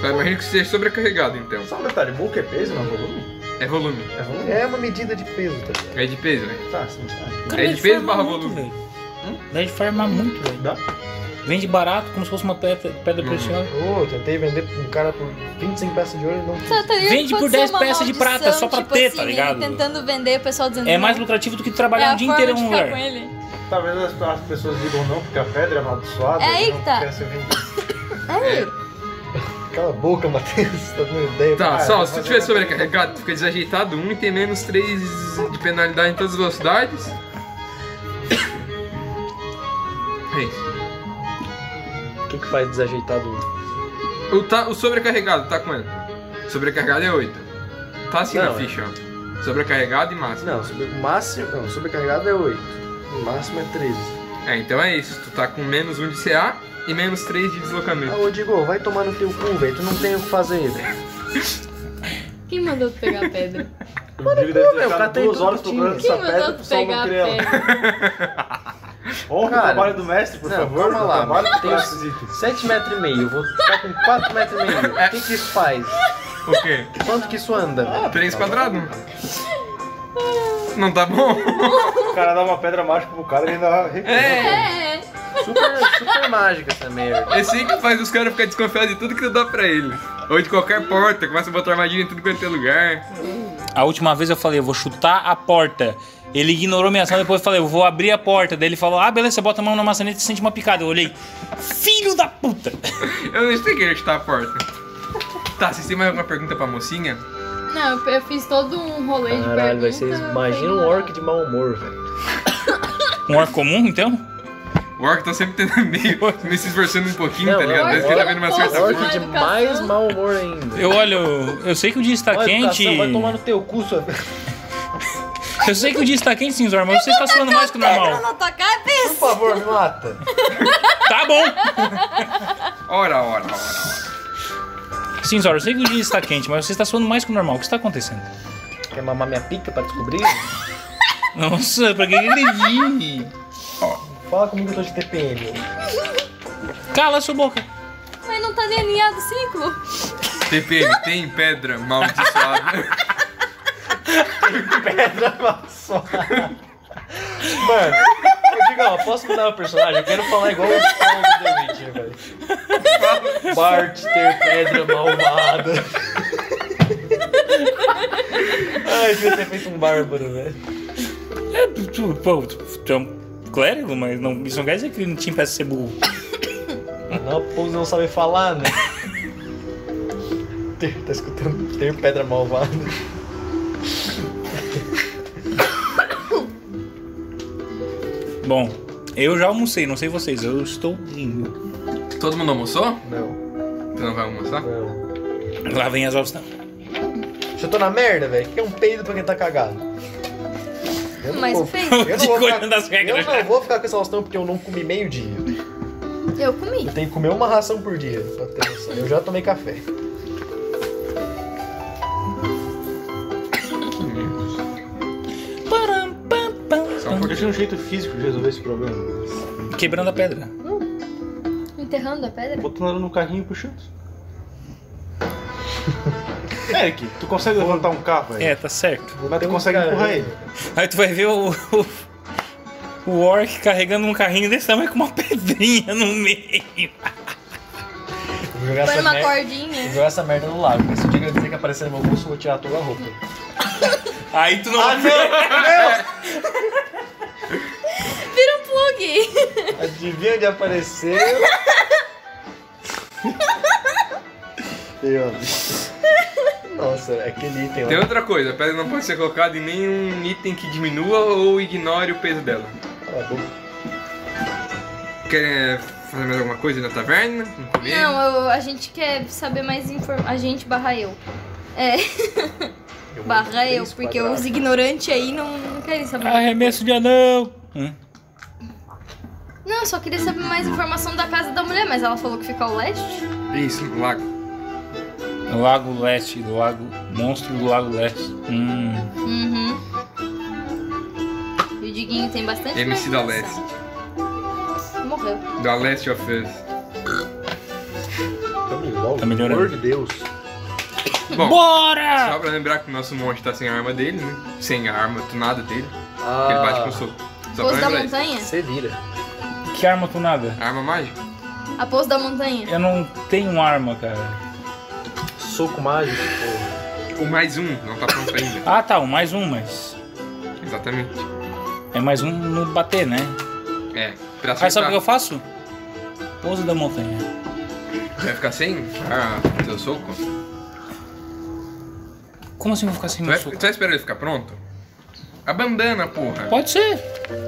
Speaker 4: Tá, imagina que você seja sobrecarregado, então.
Speaker 12: Só um detalhe, bulk é peso, não é volume?
Speaker 4: É volume.
Speaker 12: É volume?
Speaker 6: É uma medida de peso, tá assim, ah, ligado?
Speaker 4: É de peso, né?
Speaker 12: Tá, sim. tá.
Speaker 1: Cara,
Speaker 4: É
Speaker 1: dá
Speaker 4: de peso
Speaker 1: farmar
Speaker 4: barra
Speaker 1: muito,
Speaker 4: volume.
Speaker 1: velho. Hum? Dá de farmar muito, velho.
Speaker 12: Dá?
Speaker 1: Vende barato, como se fosse uma pedra, pedra
Speaker 4: Uhum.
Speaker 1: preciosa.
Speaker 6: Ô, eu tentei vender pra um cara por 25 peças de ouro e não quis.
Speaker 3: Tá, tá ligado?
Speaker 1: Vende
Speaker 3: Pode
Speaker 1: por
Speaker 3: ser
Speaker 1: 10
Speaker 3: uma
Speaker 1: peças de
Speaker 3: maldição,
Speaker 1: prata, só pra
Speaker 3: tipo
Speaker 1: ter,
Speaker 3: assim,
Speaker 1: tá
Speaker 3: ele
Speaker 1: ligado?
Speaker 3: Tentando vender, o pessoal dizendo
Speaker 1: É
Speaker 3: não.
Speaker 1: mais lucrativo do que trabalhar
Speaker 3: É
Speaker 1: um
Speaker 3: a
Speaker 1: dia
Speaker 3: forma
Speaker 1: inteiro em
Speaker 3: de
Speaker 1: um
Speaker 3: ficar
Speaker 1: lugar.
Speaker 3: com ele.
Speaker 12: Talvez Tá as, as pessoas digam não, porque a pedra é amaldiçoada.
Speaker 3: É aí
Speaker 12: e
Speaker 3: que
Speaker 12: não
Speaker 3: tá.
Speaker 12: quer ser vendida.
Speaker 6: Cala a boca, Matheus, tá dando ideia.
Speaker 4: Tá,
Speaker 12: Ah,
Speaker 4: Sal,
Speaker 12: vou
Speaker 4: se tu
Speaker 12: fazer
Speaker 4: tiver
Speaker 12: uma-
Speaker 4: sobrecarregado, tu fica desajeitado um e tem menos 3 de penalidade em todas as velocidades. É isso.
Speaker 6: O que, que faz desajeitado? um?
Speaker 4: O, tá, o sobrecarregado tá quanto? Sobrecarregado é 8. Tá assim na
Speaker 6: Não, é.
Speaker 4: ficha, ó. Sobrecarregado e máximo.
Speaker 6: Não, sobre, o máximo. Não, sobrecarregado é 8. O máximo é 13.
Speaker 4: É, então é isso. Tu tá com menos 1 de CA e menos 3 de
Speaker 6: Ah,
Speaker 4: deslocamento.
Speaker 6: ô Digo, vai tomar no teu cu, velho. Tu não tem o que fazer, velho.
Speaker 17: Quem mandou tu pegar a pedra?
Speaker 12: O Diego deve ter
Speaker 6: meu,
Speaker 12: ficado
Speaker 6: catei
Speaker 12: duas
Speaker 6: tudo
Speaker 12: horas
Speaker 6: que
Speaker 12: procurando
Speaker 17: Quem
Speaker 12: essa pedra
Speaker 17: mandou
Speaker 12: pro
Speaker 17: tu
Speaker 12: Sal
Speaker 17: pegar
Speaker 12: não
Speaker 17: a
Speaker 12: criar. ela.
Speaker 17: pedra?
Speaker 12: Honra o
Speaker 6: Cara,
Speaker 12: trabalho do mestre, por
Speaker 6: não,
Speaker 12: favor.
Speaker 6: calma lá,
Speaker 12: Trabalho
Speaker 6: mano.
Speaker 12: do mestre.
Speaker 6: 7 metros e meio, eu vou ficar com 4 metros e meio.
Speaker 4: É.
Speaker 6: O que, que isso faz?
Speaker 4: O quê?
Speaker 6: Quanto que isso anda?
Speaker 4: 3 quadrado? Não tá bom?
Speaker 12: O cara dá uma pedra mágica pro cara e ainda recusa.
Speaker 17: É,
Speaker 6: Super, super mágica essa merda.
Speaker 4: Esse aí É assim que faz os caras ficar desconfiados de tudo que tu dá pra ele. Ou de qualquer porta, começa a botar armadilha em tudo quanto é lugar.
Speaker 1: A última vez eu falei, eu vou chutar a porta. Ele ignorou minha ação, depois eu falei, eu vou abrir a porta. Daí ele falou, ah, beleza, você bota a mão na maçaneta e sente uma picada. Eu olhei, filho da puta!
Speaker 4: Eu não sei quem é está a porta. Tá, vocês têm mais alguma pergunta pra mocinha?
Speaker 17: Não, eu- eu fiz todo um rolê de perguntas.
Speaker 6: Caralho, vai ser. Imagina um orc de mau humor, velho.
Speaker 1: Um orc comum, então?
Speaker 4: O Orc tá sempre tentando meio, me se esforçando um pouquinho,
Speaker 6: Não,
Speaker 4: tá ligado?
Speaker 6: o
Speaker 4: Parece que ele tá vendo umas
Speaker 17: Orc-
Speaker 4: cartas
Speaker 17: Orc-
Speaker 4: boas.
Speaker 6: Orc de mais mau humor ainda.
Speaker 1: Eu olho, eu sei que o dia está
Speaker 6: Ó, educação,
Speaker 1: quente.
Speaker 6: Vai tomar no teu cu, sua.
Speaker 1: Eu sei que o dia está quente, sim, Zor, mas você está suando mais que o
Speaker 3: Pedra
Speaker 1: normal.
Speaker 3: na tua cabeça!
Speaker 6: Por favor, me mata.
Speaker 1: Tá bom!
Speaker 4: Ora, ora, ora, ora.
Speaker 1: Sim, Zor, eu sei que o dia está quente, mas você está suando mais que o normal. O que está acontecendo?
Speaker 6: Quer mamar minha pica pra descobrir?
Speaker 1: Nossa, pra que agredir?
Speaker 6: Fala comigo que eu tô de TPM.
Speaker 1: Cala sua boca.
Speaker 3: Mas não tá nem alinhado o ciclo.
Speaker 4: TPM, tem pedra maldiçoada.
Speaker 6: Pedra vassoura. Mano, eu digo, ó, posso mudar o personagem? Eu quero falar igual o Paulo do The Witcher, velho. Bart ter pedra malvada. Ai, eu devia ter feito um bárbaro, velho.
Speaker 1: É, tu, pô, tu, tu é um clérigo, mas não, isso não quer dizer que não te impeça de ser burro.
Speaker 6: Não, o povo não sabe falar, né? Ter- tá escutando? Ter pedra malvada.
Speaker 1: Bom, eu já almocei, não sei vocês, eu estou indo.
Speaker 4: Todo mundo almoçou?
Speaker 6: Não,
Speaker 4: Tu não vai almoçar?
Speaker 6: não.
Speaker 1: Lá vem as ovos.
Speaker 6: Se eu tô na merda, velho, que é um peido pra quem tá cagado. Eu não
Speaker 3: Mas
Speaker 6: vou-
Speaker 3: o peito,
Speaker 6: Eu não,
Speaker 1: De
Speaker 6: vou
Speaker 1: olhando as
Speaker 6: ficar, eu
Speaker 1: regras.
Speaker 6: não vou ficar com essa noção porque eu não comi meio dia.
Speaker 3: eu comi.
Speaker 6: Eu tenho que comer uma ração por dia. pra ter noção. Eu já tomei café.
Speaker 1: Param, pam, pam.
Speaker 4: Só um pouquinho.
Speaker 12: Eu tinha um jeito físico de resolver esse problema.
Speaker 1: Quebrando a pedra.
Speaker 3: Enterrando a pedra?
Speaker 12: Botando ela no carrinho e puxando. Eric, tu consegue levantar um carro, velho?
Speaker 1: É, tá certo.
Speaker 12: Mas
Speaker 6: um
Speaker 12: tu consegue empurrar ele.
Speaker 1: Aí tu vai ver o. o... O orc carregando um carrinho desse tamanho com uma pedrinha no meio.
Speaker 6: Vou jogar,
Speaker 3: Põe
Speaker 6: essa
Speaker 3: uma
Speaker 6: merda,
Speaker 3: cordinha.
Speaker 6: vou jogar essa merda no lago. Se o Diego dizer que aparecer no meu bolso, eu vou tirar toda a roupa.
Speaker 1: Aí tu não. Ah,
Speaker 3: Vira um plug.
Speaker 6: Adivinha onde apareceu? Meu Deus. Nossa, é aquele item
Speaker 4: Tem
Speaker 6: lá.
Speaker 4: outra coisa, a pedra não pode ser colocada em nenhum item que diminua ou ignore o peso dela.
Speaker 6: Cala a boca.
Speaker 4: Quer fazer mais alguma coisa na taverna? Não comer?
Speaker 3: Não, eu- a gente quer saber mais informações. A gente barra eu. É,
Speaker 6: Eu
Speaker 3: barra
Speaker 6: mandei
Speaker 3: eu,
Speaker 6: três
Speaker 3: porque
Speaker 6: quadrados.
Speaker 3: os ignorantes aí não, não querem saber.
Speaker 1: Arremesso de anão. Hum.
Speaker 3: Não, eu só queria saber mais informação da casa da mulher, mas ela falou que fica ao leste.
Speaker 4: Isso, no lago.
Speaker 1: Lago Leste, Lago. Monstro do Lago Leste. Hum.
Speaker 3: Uhum. E o Diguinho tem bastante
Speaker 4: MC da
Speaker 3: imaginação. Morreu.
Speaker 4: Da Last of Us.
Speaker 6: Tá melhor,
Speaker 1: Tá melhorando.
Speaker 6: Pelo amor de Deus.
Speaker 4: Bom,
Speaker 1: Bora!
Speaker 4: só pra lembrar que o nosso monge tá sem a arma dele, né? Sem a arma tunada dele.
Speaker 6: Ah,
Speaker 4: que ele bate com soco. Só
Speaker 3: Pouso
Speaker 4: pra
Speaker 3: da
Speaker 4: lembrar isso.
Speaker 3: montanha?
Speaker 6: Você vira.
Speaker 1: Que arma tunada?
Speaker 4: Arma mágica?
Speaker 3: A pouso da montanha?
Speaker 1: Eu não tenho arma, cara.
Speaker 6: Soco mágico. pô.
Speaker 4: O mais um, não tá pronto ainda.
Speaker 1: Ah, tá, um mais um, mas.
Speaker 4: Exatamente.
Speaker 1: É mais um no bater, né?
Speaker 4: É, pra
Speaker 1: Aí sabe o
Speaker 4: acertar.
Speaker 6: tá.
Speaker 1: que eu faço? Pouso da montanha.
Speaker 4: Vai ficar sem ah, seu soco?
Speaker 1: Como assim eu vou ficar sem
Speaker 4: Tu
Speaker 1: meu
Speaker 4: vai,
Speaker 1: soco?
Speaker 4: tu vai esperar ele ficar pronto? A bandana, porra.
Speaker 1: Pode ser.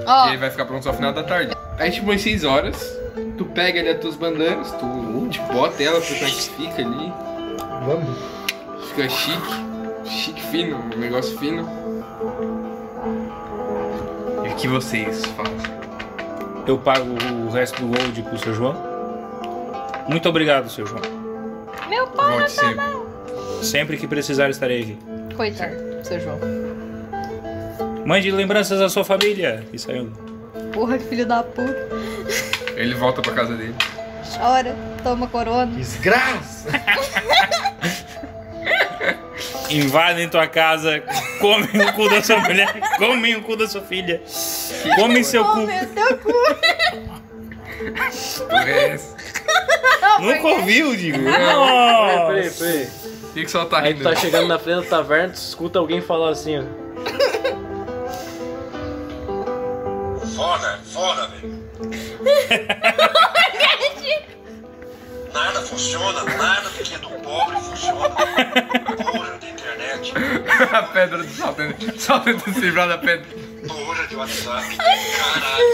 Speaker 3: Ó,
Speaker 4: Ele vai ficar pronto só no final da tarde. Aí, tipo, em 6 horas, tu pega ali as tuas bandanas, tu te bota ela, tu tá fica ali,
Speaker 6: Vamos.
Speaker 4: fica é chique, chique fino, um negócio fino. E o que vocês fazem?
Speaker 1: Eu pago o resto do gold pro seu João. Muito obrigado, seu João.
Speaker 3: meu pai.
Speaker 4: Volte sempre.
Speaker 1: Sempre que precisar, estarei aqui.
Speaker 3: Coitado, seu João.
Speaker 1: Mande lembranças à sua família. E saiu.
Speaker 3: Porra, que filho da puta.
Speaker 4: Ele volta pra casa dele.
Speaker 3: Chora, toma corona.
Speaker 6: Desgraça!
Speaker 1: Invadem tua casa, comem o cu da sua mulher, comem o cu da sua filha, comem seu cu.
Speaker 3: Oh, Deus,
Speaker 4: Porra, é essa?
Speaker 1: Nunca ouviu, digo. Nossa.
Speaker 6: Peraí, peraí.
Speaker 4: Por que que só tá
Speaker 6: Aí
Speaker 4: rindo?
Speaker 6: tu tá chegando na frente da taverna, tu escuta alguém falar assim, ó.
Speaker 12: Foda, foda, velho. Nada funciona, nada do que é do pobre funciona. Porra de internet,
Speaker 4: A pedra do saltando, saltando se livrar da pedra.
Speaker 12: porra de WhatsApp. Caralho,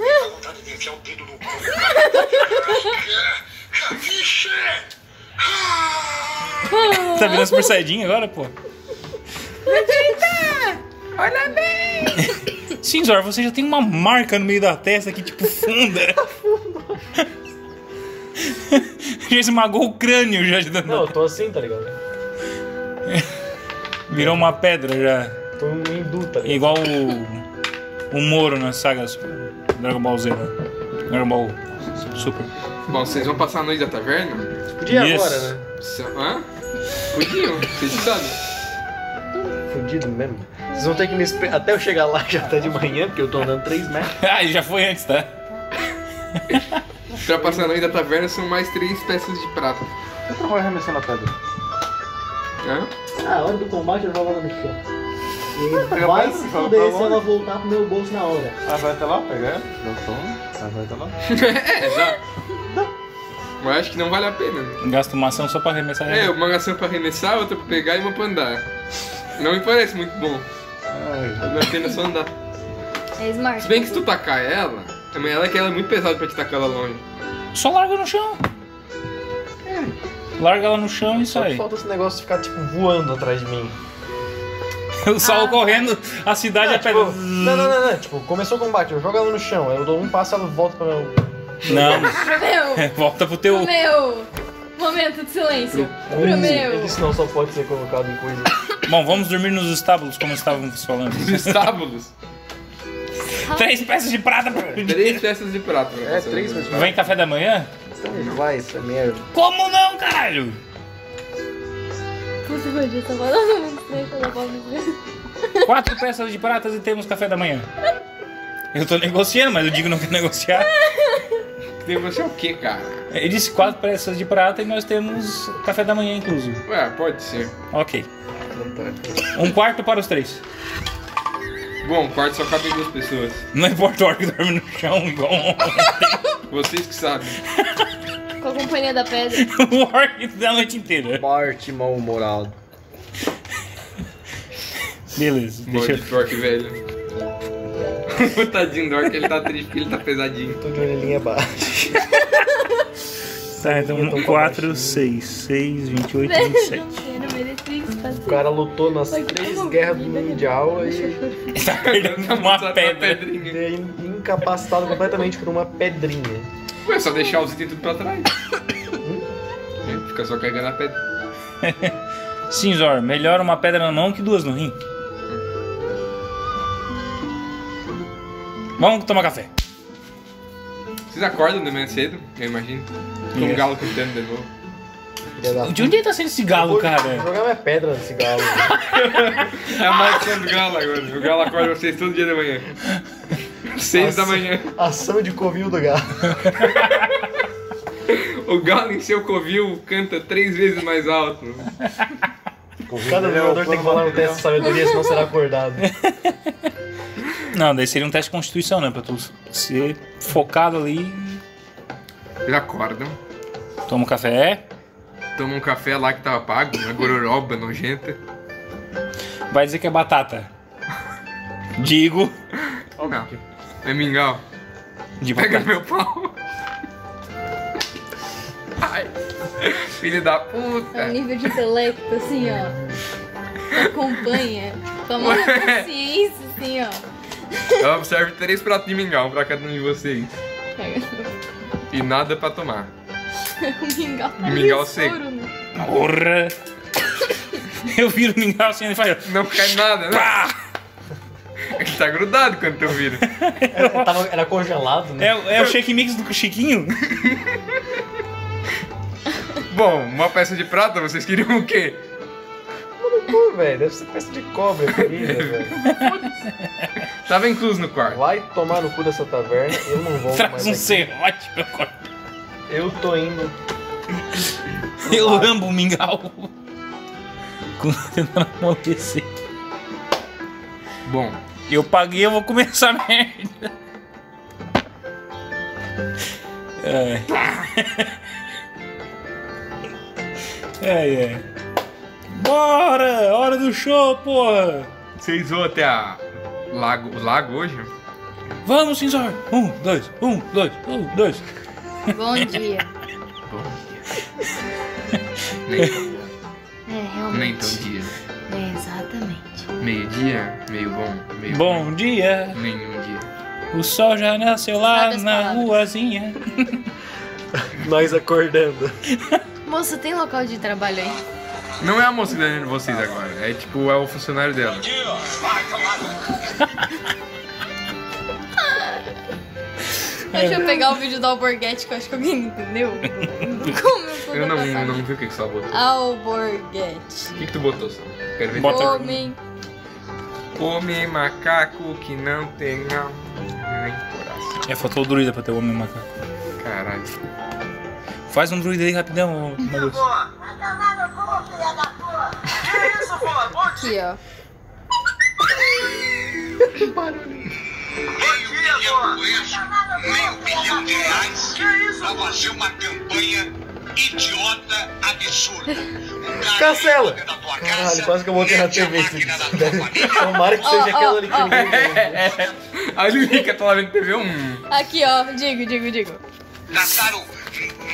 Speaker 12: dá vontade de enfiar o dedo no cu. Vixe!
Speaker 1: Tá virando super saidinho agora, pô? Olha bem! Sim, Zora, você já tem uma marca no meio da testa que, tipo, funda. já esmagou o crânio, já. de-
Speaker 6: Não, eu tô assim, tá ligado?
Speaker 1: Virou uma pedra já. É
Speaker 6: Tô um hindu, tá ligado?
Speaker 1: Igual o, o Moro nas sagas Dragon Ball Z, né? Dragon Ball Super.
Speaker 4: Bom, vocês vão passar a noite da taverna?
Speaker 6: Podia
Speaker 1: Yes.
Speaker 6: agora, né?
Speaker 4: Cê- Hã? Podiam, vocês sabem.
Speaker 6: Fudido mesmo. Vocês vão ter que me esperar. Até eu chegar lá já tá de manhã, porque eu tô andando 3 metros.
Speaker 1: ah, e já foi antes, tá?
Speaker 4: Pra passar a noite da taverna são mais três peças de prata.
Speaker 18: Eu
Speaker 12: é
Speaker 18: não vou arremessando a pedra.
Speaker 4: Hã?
Speaker 19: Ah, a hora do combate eu jogo ela no chão.
Speaker 18: Pega
Speaker 19: E
Speaker 18: a
Speaker 19: vai
Speaker 18: pedra,
Speaker 19: se
Speaker 18: joga
Speaker 19: fuder
Speaker 18: pra
Speaker 19: se ela
Speaker 18: longe.
Speaker 19: voltar pro meu bolso na hora.
Speaker 12: Ah,
Speaker 18: Ela vai até lá, pega ela. Dá o som. Ela vai até lá.
Speaker 4: É, dá. Mas acho que não vale a pena. né?
Speaker 1: Gasta uma ação só pra arremessar
Speaker 4: É,
Speaker 1: ela.
Speaker 4: uma ação pra arremessar, outra pra pegar e uma pra andar. Não me parece muito bom. Vale a pena só andar.
Speaker 3: É smart.
Speaker 4: Se bem que se tu tacar ela, também ela é que ela é muito pesada pra te tacar ela longe.
Speaker 1: Só larga no chão. Larga ela no chão e
Speaker 6: Só que
Speaker 1: sai.
Speaker 6: falta esse negócio de ficar, tipo, voando atrás de mim.
Speaker 1: O sol correndo, a cidade é
Speaker 6: tipo,
Speaker 1: pedra.
Speaker 6: não, não, não, não. Tipo, começou o combate, eu jogo ela no chão, aí eu dou um passo, ela volta pra meu.
Speaker 1: Não, é,
Speaker 20: Pro meu,
Speaker 1: volta pro
Speaker 20: pro
Speaker 1: teu.
Speaker 20: meu. Momento de silêncio. Pro
Speaker 6: Ele
Speaker 20: meu.
Speaker 6: disse não, só pode ser colocado em coisa.
Speaker 1: Bom, vamos dormir nos estábulos, como estávamos falando.
Speaker 4: Os estábulos.
Speaker 1: Três peças de prata.
Speaker 4: três peças de prata. né,
Speaker 6: É,
Speaker 4: pessoal?
Speaker 6: três, mas
Speaker 1: Vem café da manhã?
Speaker 6: vai, é essa merda.
Speaker 1: Como não, caralho?
Speaker 20: Puta, meu Deus, tá falando muito bem pela voz do Zé.
Speaker 1: Quatro peças de pratas e temos café da manhã. Eu tô negociando, mas eu digo não quer negociar.
Speaker 4: Tem você é o quê, cara?
Speaker 1: Ele disse quatro peças de prata e nós temos café da manhã incluso.
Speaker 4: Ué, pode ser.
Speaker 1: Ok. Um quarto para os três.
Speaker 4: Bom, o quarto só cabe duas pessoas.
Speaker 1: Não importa o orc que dorme no chão, igual um.
Speaker 4: Vocês que sabem.
Speaker 3: Com a companhia da pedra.
Speaker 1: o orc da noite inteira.
Speaker 6: Morte mal-humorado.
Speaker 1: Beleza, deixa
Speaker 4: Deixa
Speaker 1: eu...
Speaker 4: de Dork, velho. O Tadinho do Orc, ele tá triste porque ele tá pesadinho.
Speaker 6: Tô de orelhinha baixa.
Speaker 1: Tá, então
Speaker 6: Eu tô com
Speaker 1: 4, 6, 6, 28,
Speaker 3: Velho,
Speaker 1: 27.
Speaker 3: eu mereci isso, tá
Speaker 6: O cara lutou nas três guerras do Mundial e
Speaker 1: Tá perdendo uma pedra.
Speaker 4: Pedrinha.
Speaker 6: é in- incapacitado completamente por uma pedrinha.
Speaker 4: Ué, só deixar os itens tudo pra trás. É, Fica só carregando a pedra.
Speaker 1: Cinzor, melhor uma pedra na mão que duas no rim. Vamos tomar café.
Speaker 4: Vocês acordam de manhã cedo, eu imagino. Com
Speaker 1: Yes.
Speaker 4: um galo cantando de novo.
Speaker 6: Filha da
Speaker 1: De onde ele tá sendo esse galo,
Speaker 6: Vou
Speaker 1: cara?
Speaker 6: jogar minha pedra nesse galo.
Speaker 4: É a maldição do galo agora. O galo acorda vocês todo dia de manhã. Seis da manhã.
Speaker 6: Ação de covil do galo.
Speaker 4: O galo em seu covil canta três vezes mais alto.
Speaker 6: Cada
Speaker 12: é
Speaker 6: jogador tem que falar um teste de sabedoria, senão será acordado.
Speaker 1: Não, daí seria um teste de constituição, né? Pra tu ser focado ali.
Speaker 4: Eles acordam,
Speaker 1: Toma um café.
Speaker 4: tomam um café lá que tava pago, uma gororoba nojenta.
Speaker 1: Vai dizer que é batata. Digo.
Speaker 4: Não, é mingau.
Speaker 1: De
Speaker 4: Pega
Speaker 1: batata.
Speaker 4: meu pau. Ai, filho da puta.
Speaker 3: É um nível de intelecto, assim, ó. Acompanha. Toma consciência, assim, ó.
Speaker 4: Ela serve três pratos de mingau pra cada um de vocês.
Speaker 3: Pega.
Speaker 4: E nada pra tomar.
Speaker 3: O mingau tá
Speaker 4: O Um mingau
Speaker 3: tesouro,
Speaker 4: seco.
Speaker 3: né?
Speaker 1: Porra! Eu viro o mingau assim e faz.
Speaker 4: Não cai nada, né? É que tá grudado quando tu vira.
Speaker 6: Era, tava- era congelado, né?
Speaker 1: É, é o shake mix do Chiquinho?
Speaker 4: Bom, uma peça de prata, vocês queriam o quê?
Speaker 6: Pô, velho, deve ser peça de cobra, querida, velho.
Speaker 4: Tava incluso no quarto.
Speaker 6: Vai tomar no cu dessa taverna, eu não volto
Speaker 1: Traz
Speaker 6: mais
Speaker 1: um
Speaker 6: aqui.
Speaker 1: serrote pra cortar.
Speaker 6: Eu tô indo.
Speaker 1: Eu lambo o mingau. Com- Tentando amortecer.
Speaker 4: Bom,
Speaker 1: Eu paguei, eu vou comer essa merda. Ai. Ai, ai. Bora! Hora do show, porra!
Speaker 4: vocês vão até a lago, o lago hoje?
Speaker 1: Vamos, Cinzor! Um, dois, um, dois, um, dois.
Speaker 21: Bom dia.
Speaker 4: Nem,
Speaker 21: É,
Speaker 4: nem
Speaker 21: realmente.
Speaker 4: tão dia.
Speaker 21: É, exatamente.
Speaker 4: Meio dia, meio bom, meio
Speaker 1: Bom dia!
Speaker 4: ruim, nenhum dia.
Speaker 1: O sol já nasceu lá
Speaker 21: Sabe as
Speaker 1: na
Speaker 21: palavras.
Speaker 1: ruazinha.
Speaker 6: Nós acordando.
Speaker 21: Moça, tem local de trabalho aí?
Speaker 4: Não é a moça que tá olhando vocês agora, é tipo, é o funcionário dela.
Speaker 3: Deixa
Speaker 4: É.
Speaker 3: eu pegar o vídeo do Alborguete, que eu acho que alguém entendeu. Como eu tô
Speaker 4: Eu não,
Speaker 3: passada.
Speaker 4: não vi o que que você botou.
Speaker 3: Alborguete.
Speaker 4: O que que tu botou, Sam? Quero ver.
Speaker 1: Bota-
Speaker 3: Homem.
Speaker 4: Homem macaco que não tem alma nem coração.
Speaker 1: É, faltou o druida pra ter o homem macaco.
Speaker 4: Caralho.
Speaker 1: Faz um druida aí rapidão, ô, Magus.
Speaker 3: Aqui, ó.
Speaker 22: Eu doeço meio bilhão de reais pra fazer uma campanha idiota, absurda. Um cara
Speaker 6: Cancela!
Speaker 22: entra na tua casa,
Speaker 6: Caralho, quase que eu botei na
Speaker 22: mete a
Speaker 6: TV esse
Speaker 22: máquina da tua
Speaker 6: vídeo.
Speaker 22: família,
Speaker 6: Tomara
Speaker 12: Ah,
Speaker 6: que seja aquela ali que eu vi.
Speaker 4: Aí ele fica, tá lá vendo TV, um...
Speaker 3: Aqui, ó. Digo, digo, digo.
Speaker 22: gastaram um,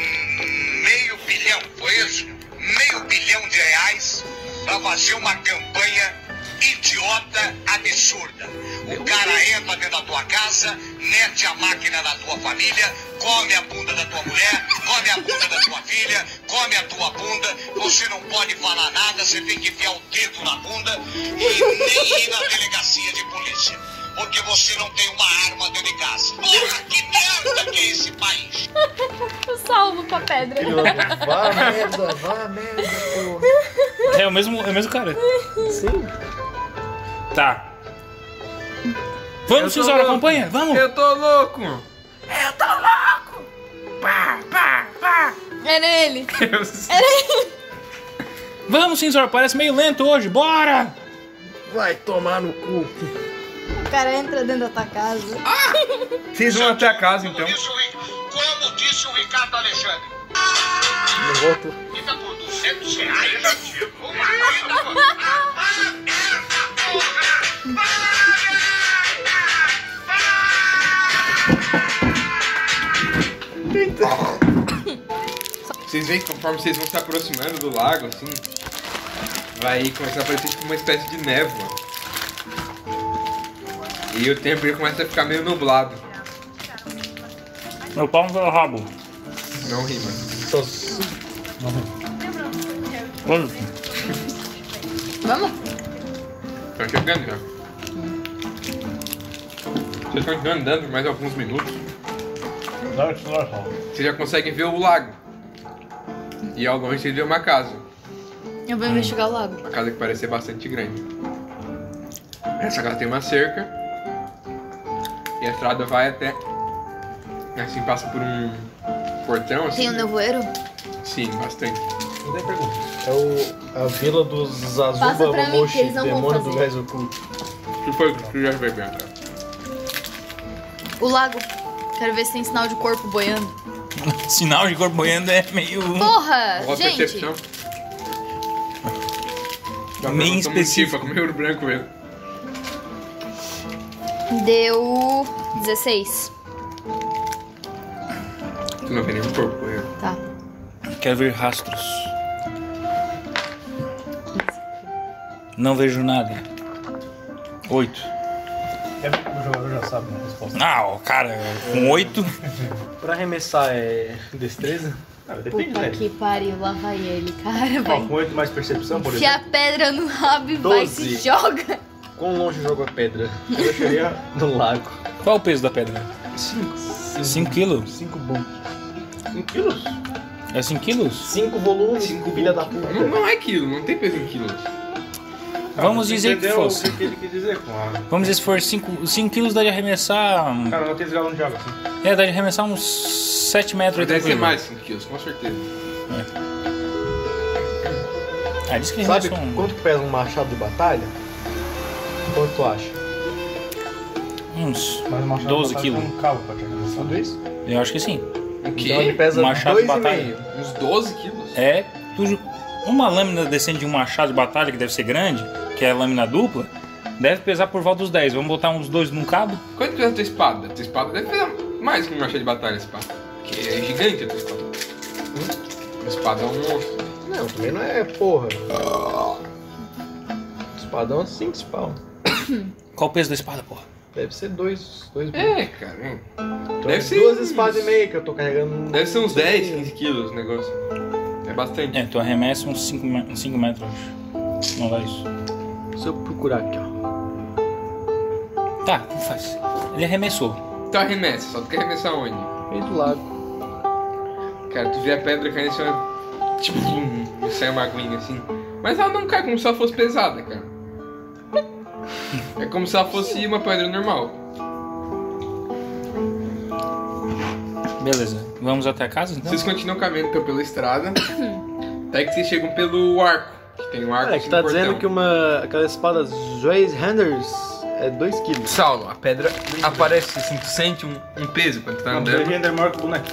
Speaker 22: meio bilhão, foi isso? Meio bilhão de reais pra fazer uma campanha idiota, absurda. O cara entra dentro da tua casa, mete a máquina da tua família, come a bunda da tua mulher, come a bunda da tua filha, come a tua bunda, você não pode falar nada, você tem que enfiar o dedo na bunda e nem ir na delegacia de polícia. Porque você não tem uma arma dentro de casa. Porra, que merda que é esse país!
Speaker 3: Eu salvo pra pedra.
Speaker 6: Filho da- né? Vá merda, vá merda, porra.
Speaker 1: É o mesmo, é o mesmo cara.
Speaker 6: Sim.
Speaker 1: Tá. Vamos,
Speaker 4: Eu tô
Speaker 1: Cinzor,
Speaker 4: louco.
Speaker 1: acompanha! Vamos!
Speaker 4: Eu tô louco!
Speaker 3: É Era ele.
Speaker 4: Eu-
Speaker 1: Vamos, senhor, parece meio lento hoje, bora!
Speaker 6: Vai tomar no cu.
Speaker 3: O cara entra dentro da tua casa.
Speaker 4: Vocês vão até a casa então.
Speaker 22: Como disse o Ricardo Alexandre,
Speaker 6: Não volto.
Speaker 22: fica por 200 reais. Uma vida por... Ah, ah, merda, porra!
Speaker 4: Vocês veem que conforme vocês vão se aproximando do lago, assim, vai começar a aparecer tipo uma espécie de névoa. E o tempo ele começa a ficar meio nublado.
Speaker 1: Meu pau no teu rabo.
Speaker 4: Não rima.
Speaker 1: Olha,
Speaker 3: Vamos?
Speaker 4: Tá chegando já. Vocês continuam andando por mais alguns minutos. Vocês já conseguem ver o lago. E ao longe vocês vê uma casa.
Speaker 3: Eu vou investigar o lago.
Speaker 4: Uma casa que parece ser bastante grande. Essa casa tem uma cerca. E a estrada vai até. Assim, passa por um portão assim.
Speaker 3: Tem um nevoeiro?
Speaker 4: Sim, bastante.
Speaker 12: Não tem pergunta. É o, a vila dos Azuba
Speaker 3: Passa pra mim, que
Speaker 12: Momoshi,
Speaker 3: eles não vão
Speaker 12: demônio
Speaker 3: fazer.
Speaker 12: do gás oculto.
Speaker 4: O que foi que tu já bebeu? cara?
Speaker 3: O lago. Quero ver se tem sinal de corpo boiando.
Speaker 1: Sinal de corpo boiando é meio.
Speaker 12: Hum.
Speaker 3: Porra!
Speaker 4: Rola
Speaker 3: Ah, gente!
Speaker 4: percepção.
Speaker 1: Nem
Speaker 4: Toma um
Speaker 1: específico.
Speaker 4: tipo, comer ouro branco mesmo.
Speaker 3: Deu 16.
Speaker 4: Tu não vê nenhum corpo, né? eu.
Speaker 3: Tá.
Speaker 1: Quero ver rastros. Não vejo nada. Oito.
Speaker 12: É, o jogador já sabe a resposta.
Speaker 1: Não, Ah, cara, com oito.
Speaker 12: Pra arremessar é destreza? Ah, depende,
Speaker 3: Puta
Speaker 12: né?
Speaker 3: que pariu, lá vai ele, cara.
Speaker 12: Ó,
Speaker 3: Vai.
Speaker 12: com 8 mais percepção, por
Speaker 3: Enfia
Speaker 12: exemplo.
Speaker 3: a pedra no rabo e vai se
Speaker 12: Doze.
Speaker 3: joga.
Speaker 12: Quão longe jogo a pedra? Eu cheguei no lago.
Speaker 1: Qual o peso da pedra?
Speaker 12: 5.
Speaker 1: 5 quilos?
Speaker 12: 5 bom. 5 quilos?
Speaker 1: É 5 quilos?
Speaker 12: 5 volumes, 5 filha da
Speaker 4: Não,
Speaker 12: puta.
Speaker 4: não é quilo, não tem peso em quilos.
Speaker 1: Vamos
Speaker 12: Ah, Você
Speaker 1: dizer que
Speaker 12: entendeu
Speaker 1: fosse.
Speaker 12: O que que ele quis dizer com a...
Speaker 1: Vamos dizer se for 5 quilos, dá de arremessar. hum,
Speaker 12: Cara, não tem esse galão de água assim.
Speaker 1: É, dá de arremessar uns 7 metros
Speaker 4: Deve ser
Speaker 1: tranquilo.
Speaker 4: mais 5 quilos, com certeza.
Speaker 1: Ah, diz que
Speaker 12: Sabe
Speaker 1: arremessa um.
Speaker 12: quanto que pesa um machado de batalha? Quanto tu acha?
Speaker 1: Uns.
Speaker 6: Mas o machado
Speaker 1: 12
Speaker 6: tá
Speaker 1: quilos.
Speaker 6: com um cabo pra te arremessar.
Speaker 12: Tudo isso?
Speaker 1: Eu acho que sim.
Speaker 4: O
Speaker 12: Então ele
Speaker 4: Um quê?
Speaker 12: pesa
Speaker 1: Machado Um de batalha.
Speaker 12: 2,5.
Speaker 4: Uns 12 quilos?
Speaker 1: É, tu- uma lâmina descendo de um machado de batalha, que deve ser grande, que é lâmina dupla, deve pesar por volta dos 10. Vamos botar uns dois num cabo?
Speaker 4: Quanto pesa a tua espada? A tua espada deve pesar mais que um machado de batalha, a espada. Porque é gigante a tua espada. A espada é um monstro.
Speaker 12: Não, também não é porra. Espadão é 5 spawn.
Speaker 1: Qual o peso da espada, porra?
Speaker 12: Deve ser 2. Dois,
Speaker 4: É, cara. hein?
Speaker 12: então,
Speaker 4: deve ser
Speaker 12: duas
Speaker 4: uns-
Speaker 12: espadas e meia que eu tô carregando.
Speaker 4: Deve ser uns 10, 15 quilos o negócio. É bastante.
Speaker 1: É, tu arremessa uns 5 metros, eu acho. Não dá isso.
Speaker 12: Se eu procurar aqui, ó.
Speaker 1: Tá, como faz? Ele arremessou.
Speaker 4: Então arremessa, só tu quer arremessar onde?
Speaker 12: Meio do lago.
Speaker 4: Cara, tu vê a pedra caindo assim, ó, tipo, pum, sai uma aguinha assim. Mas ela não cai como se ela fosse pesada, cara. É como se ela fosse uma pedra normal.
Speaker 1: Beleza. Vamos até a casa então?
Speaker 4: Vocês continuam caminhando então, pela estrada. Até que vocês chegam pelo arco. Que tem um arco
Speaker 6: É,
Speaker 12: Cara,
Speaker 4: assim,
Speaker 12: que tá
Speaker 4: no portão.
Speaker 12: dizendo que uma. aquela espada Joyce Handers é 2 quilos.
Speaker 4: Saulo, a pedra aparece assim, tu sente um, um peso quando tu tá
Speaker 6: Não, mas
Speaker 4: andando.
Speaker 6: ele ainda é maior que o boneco.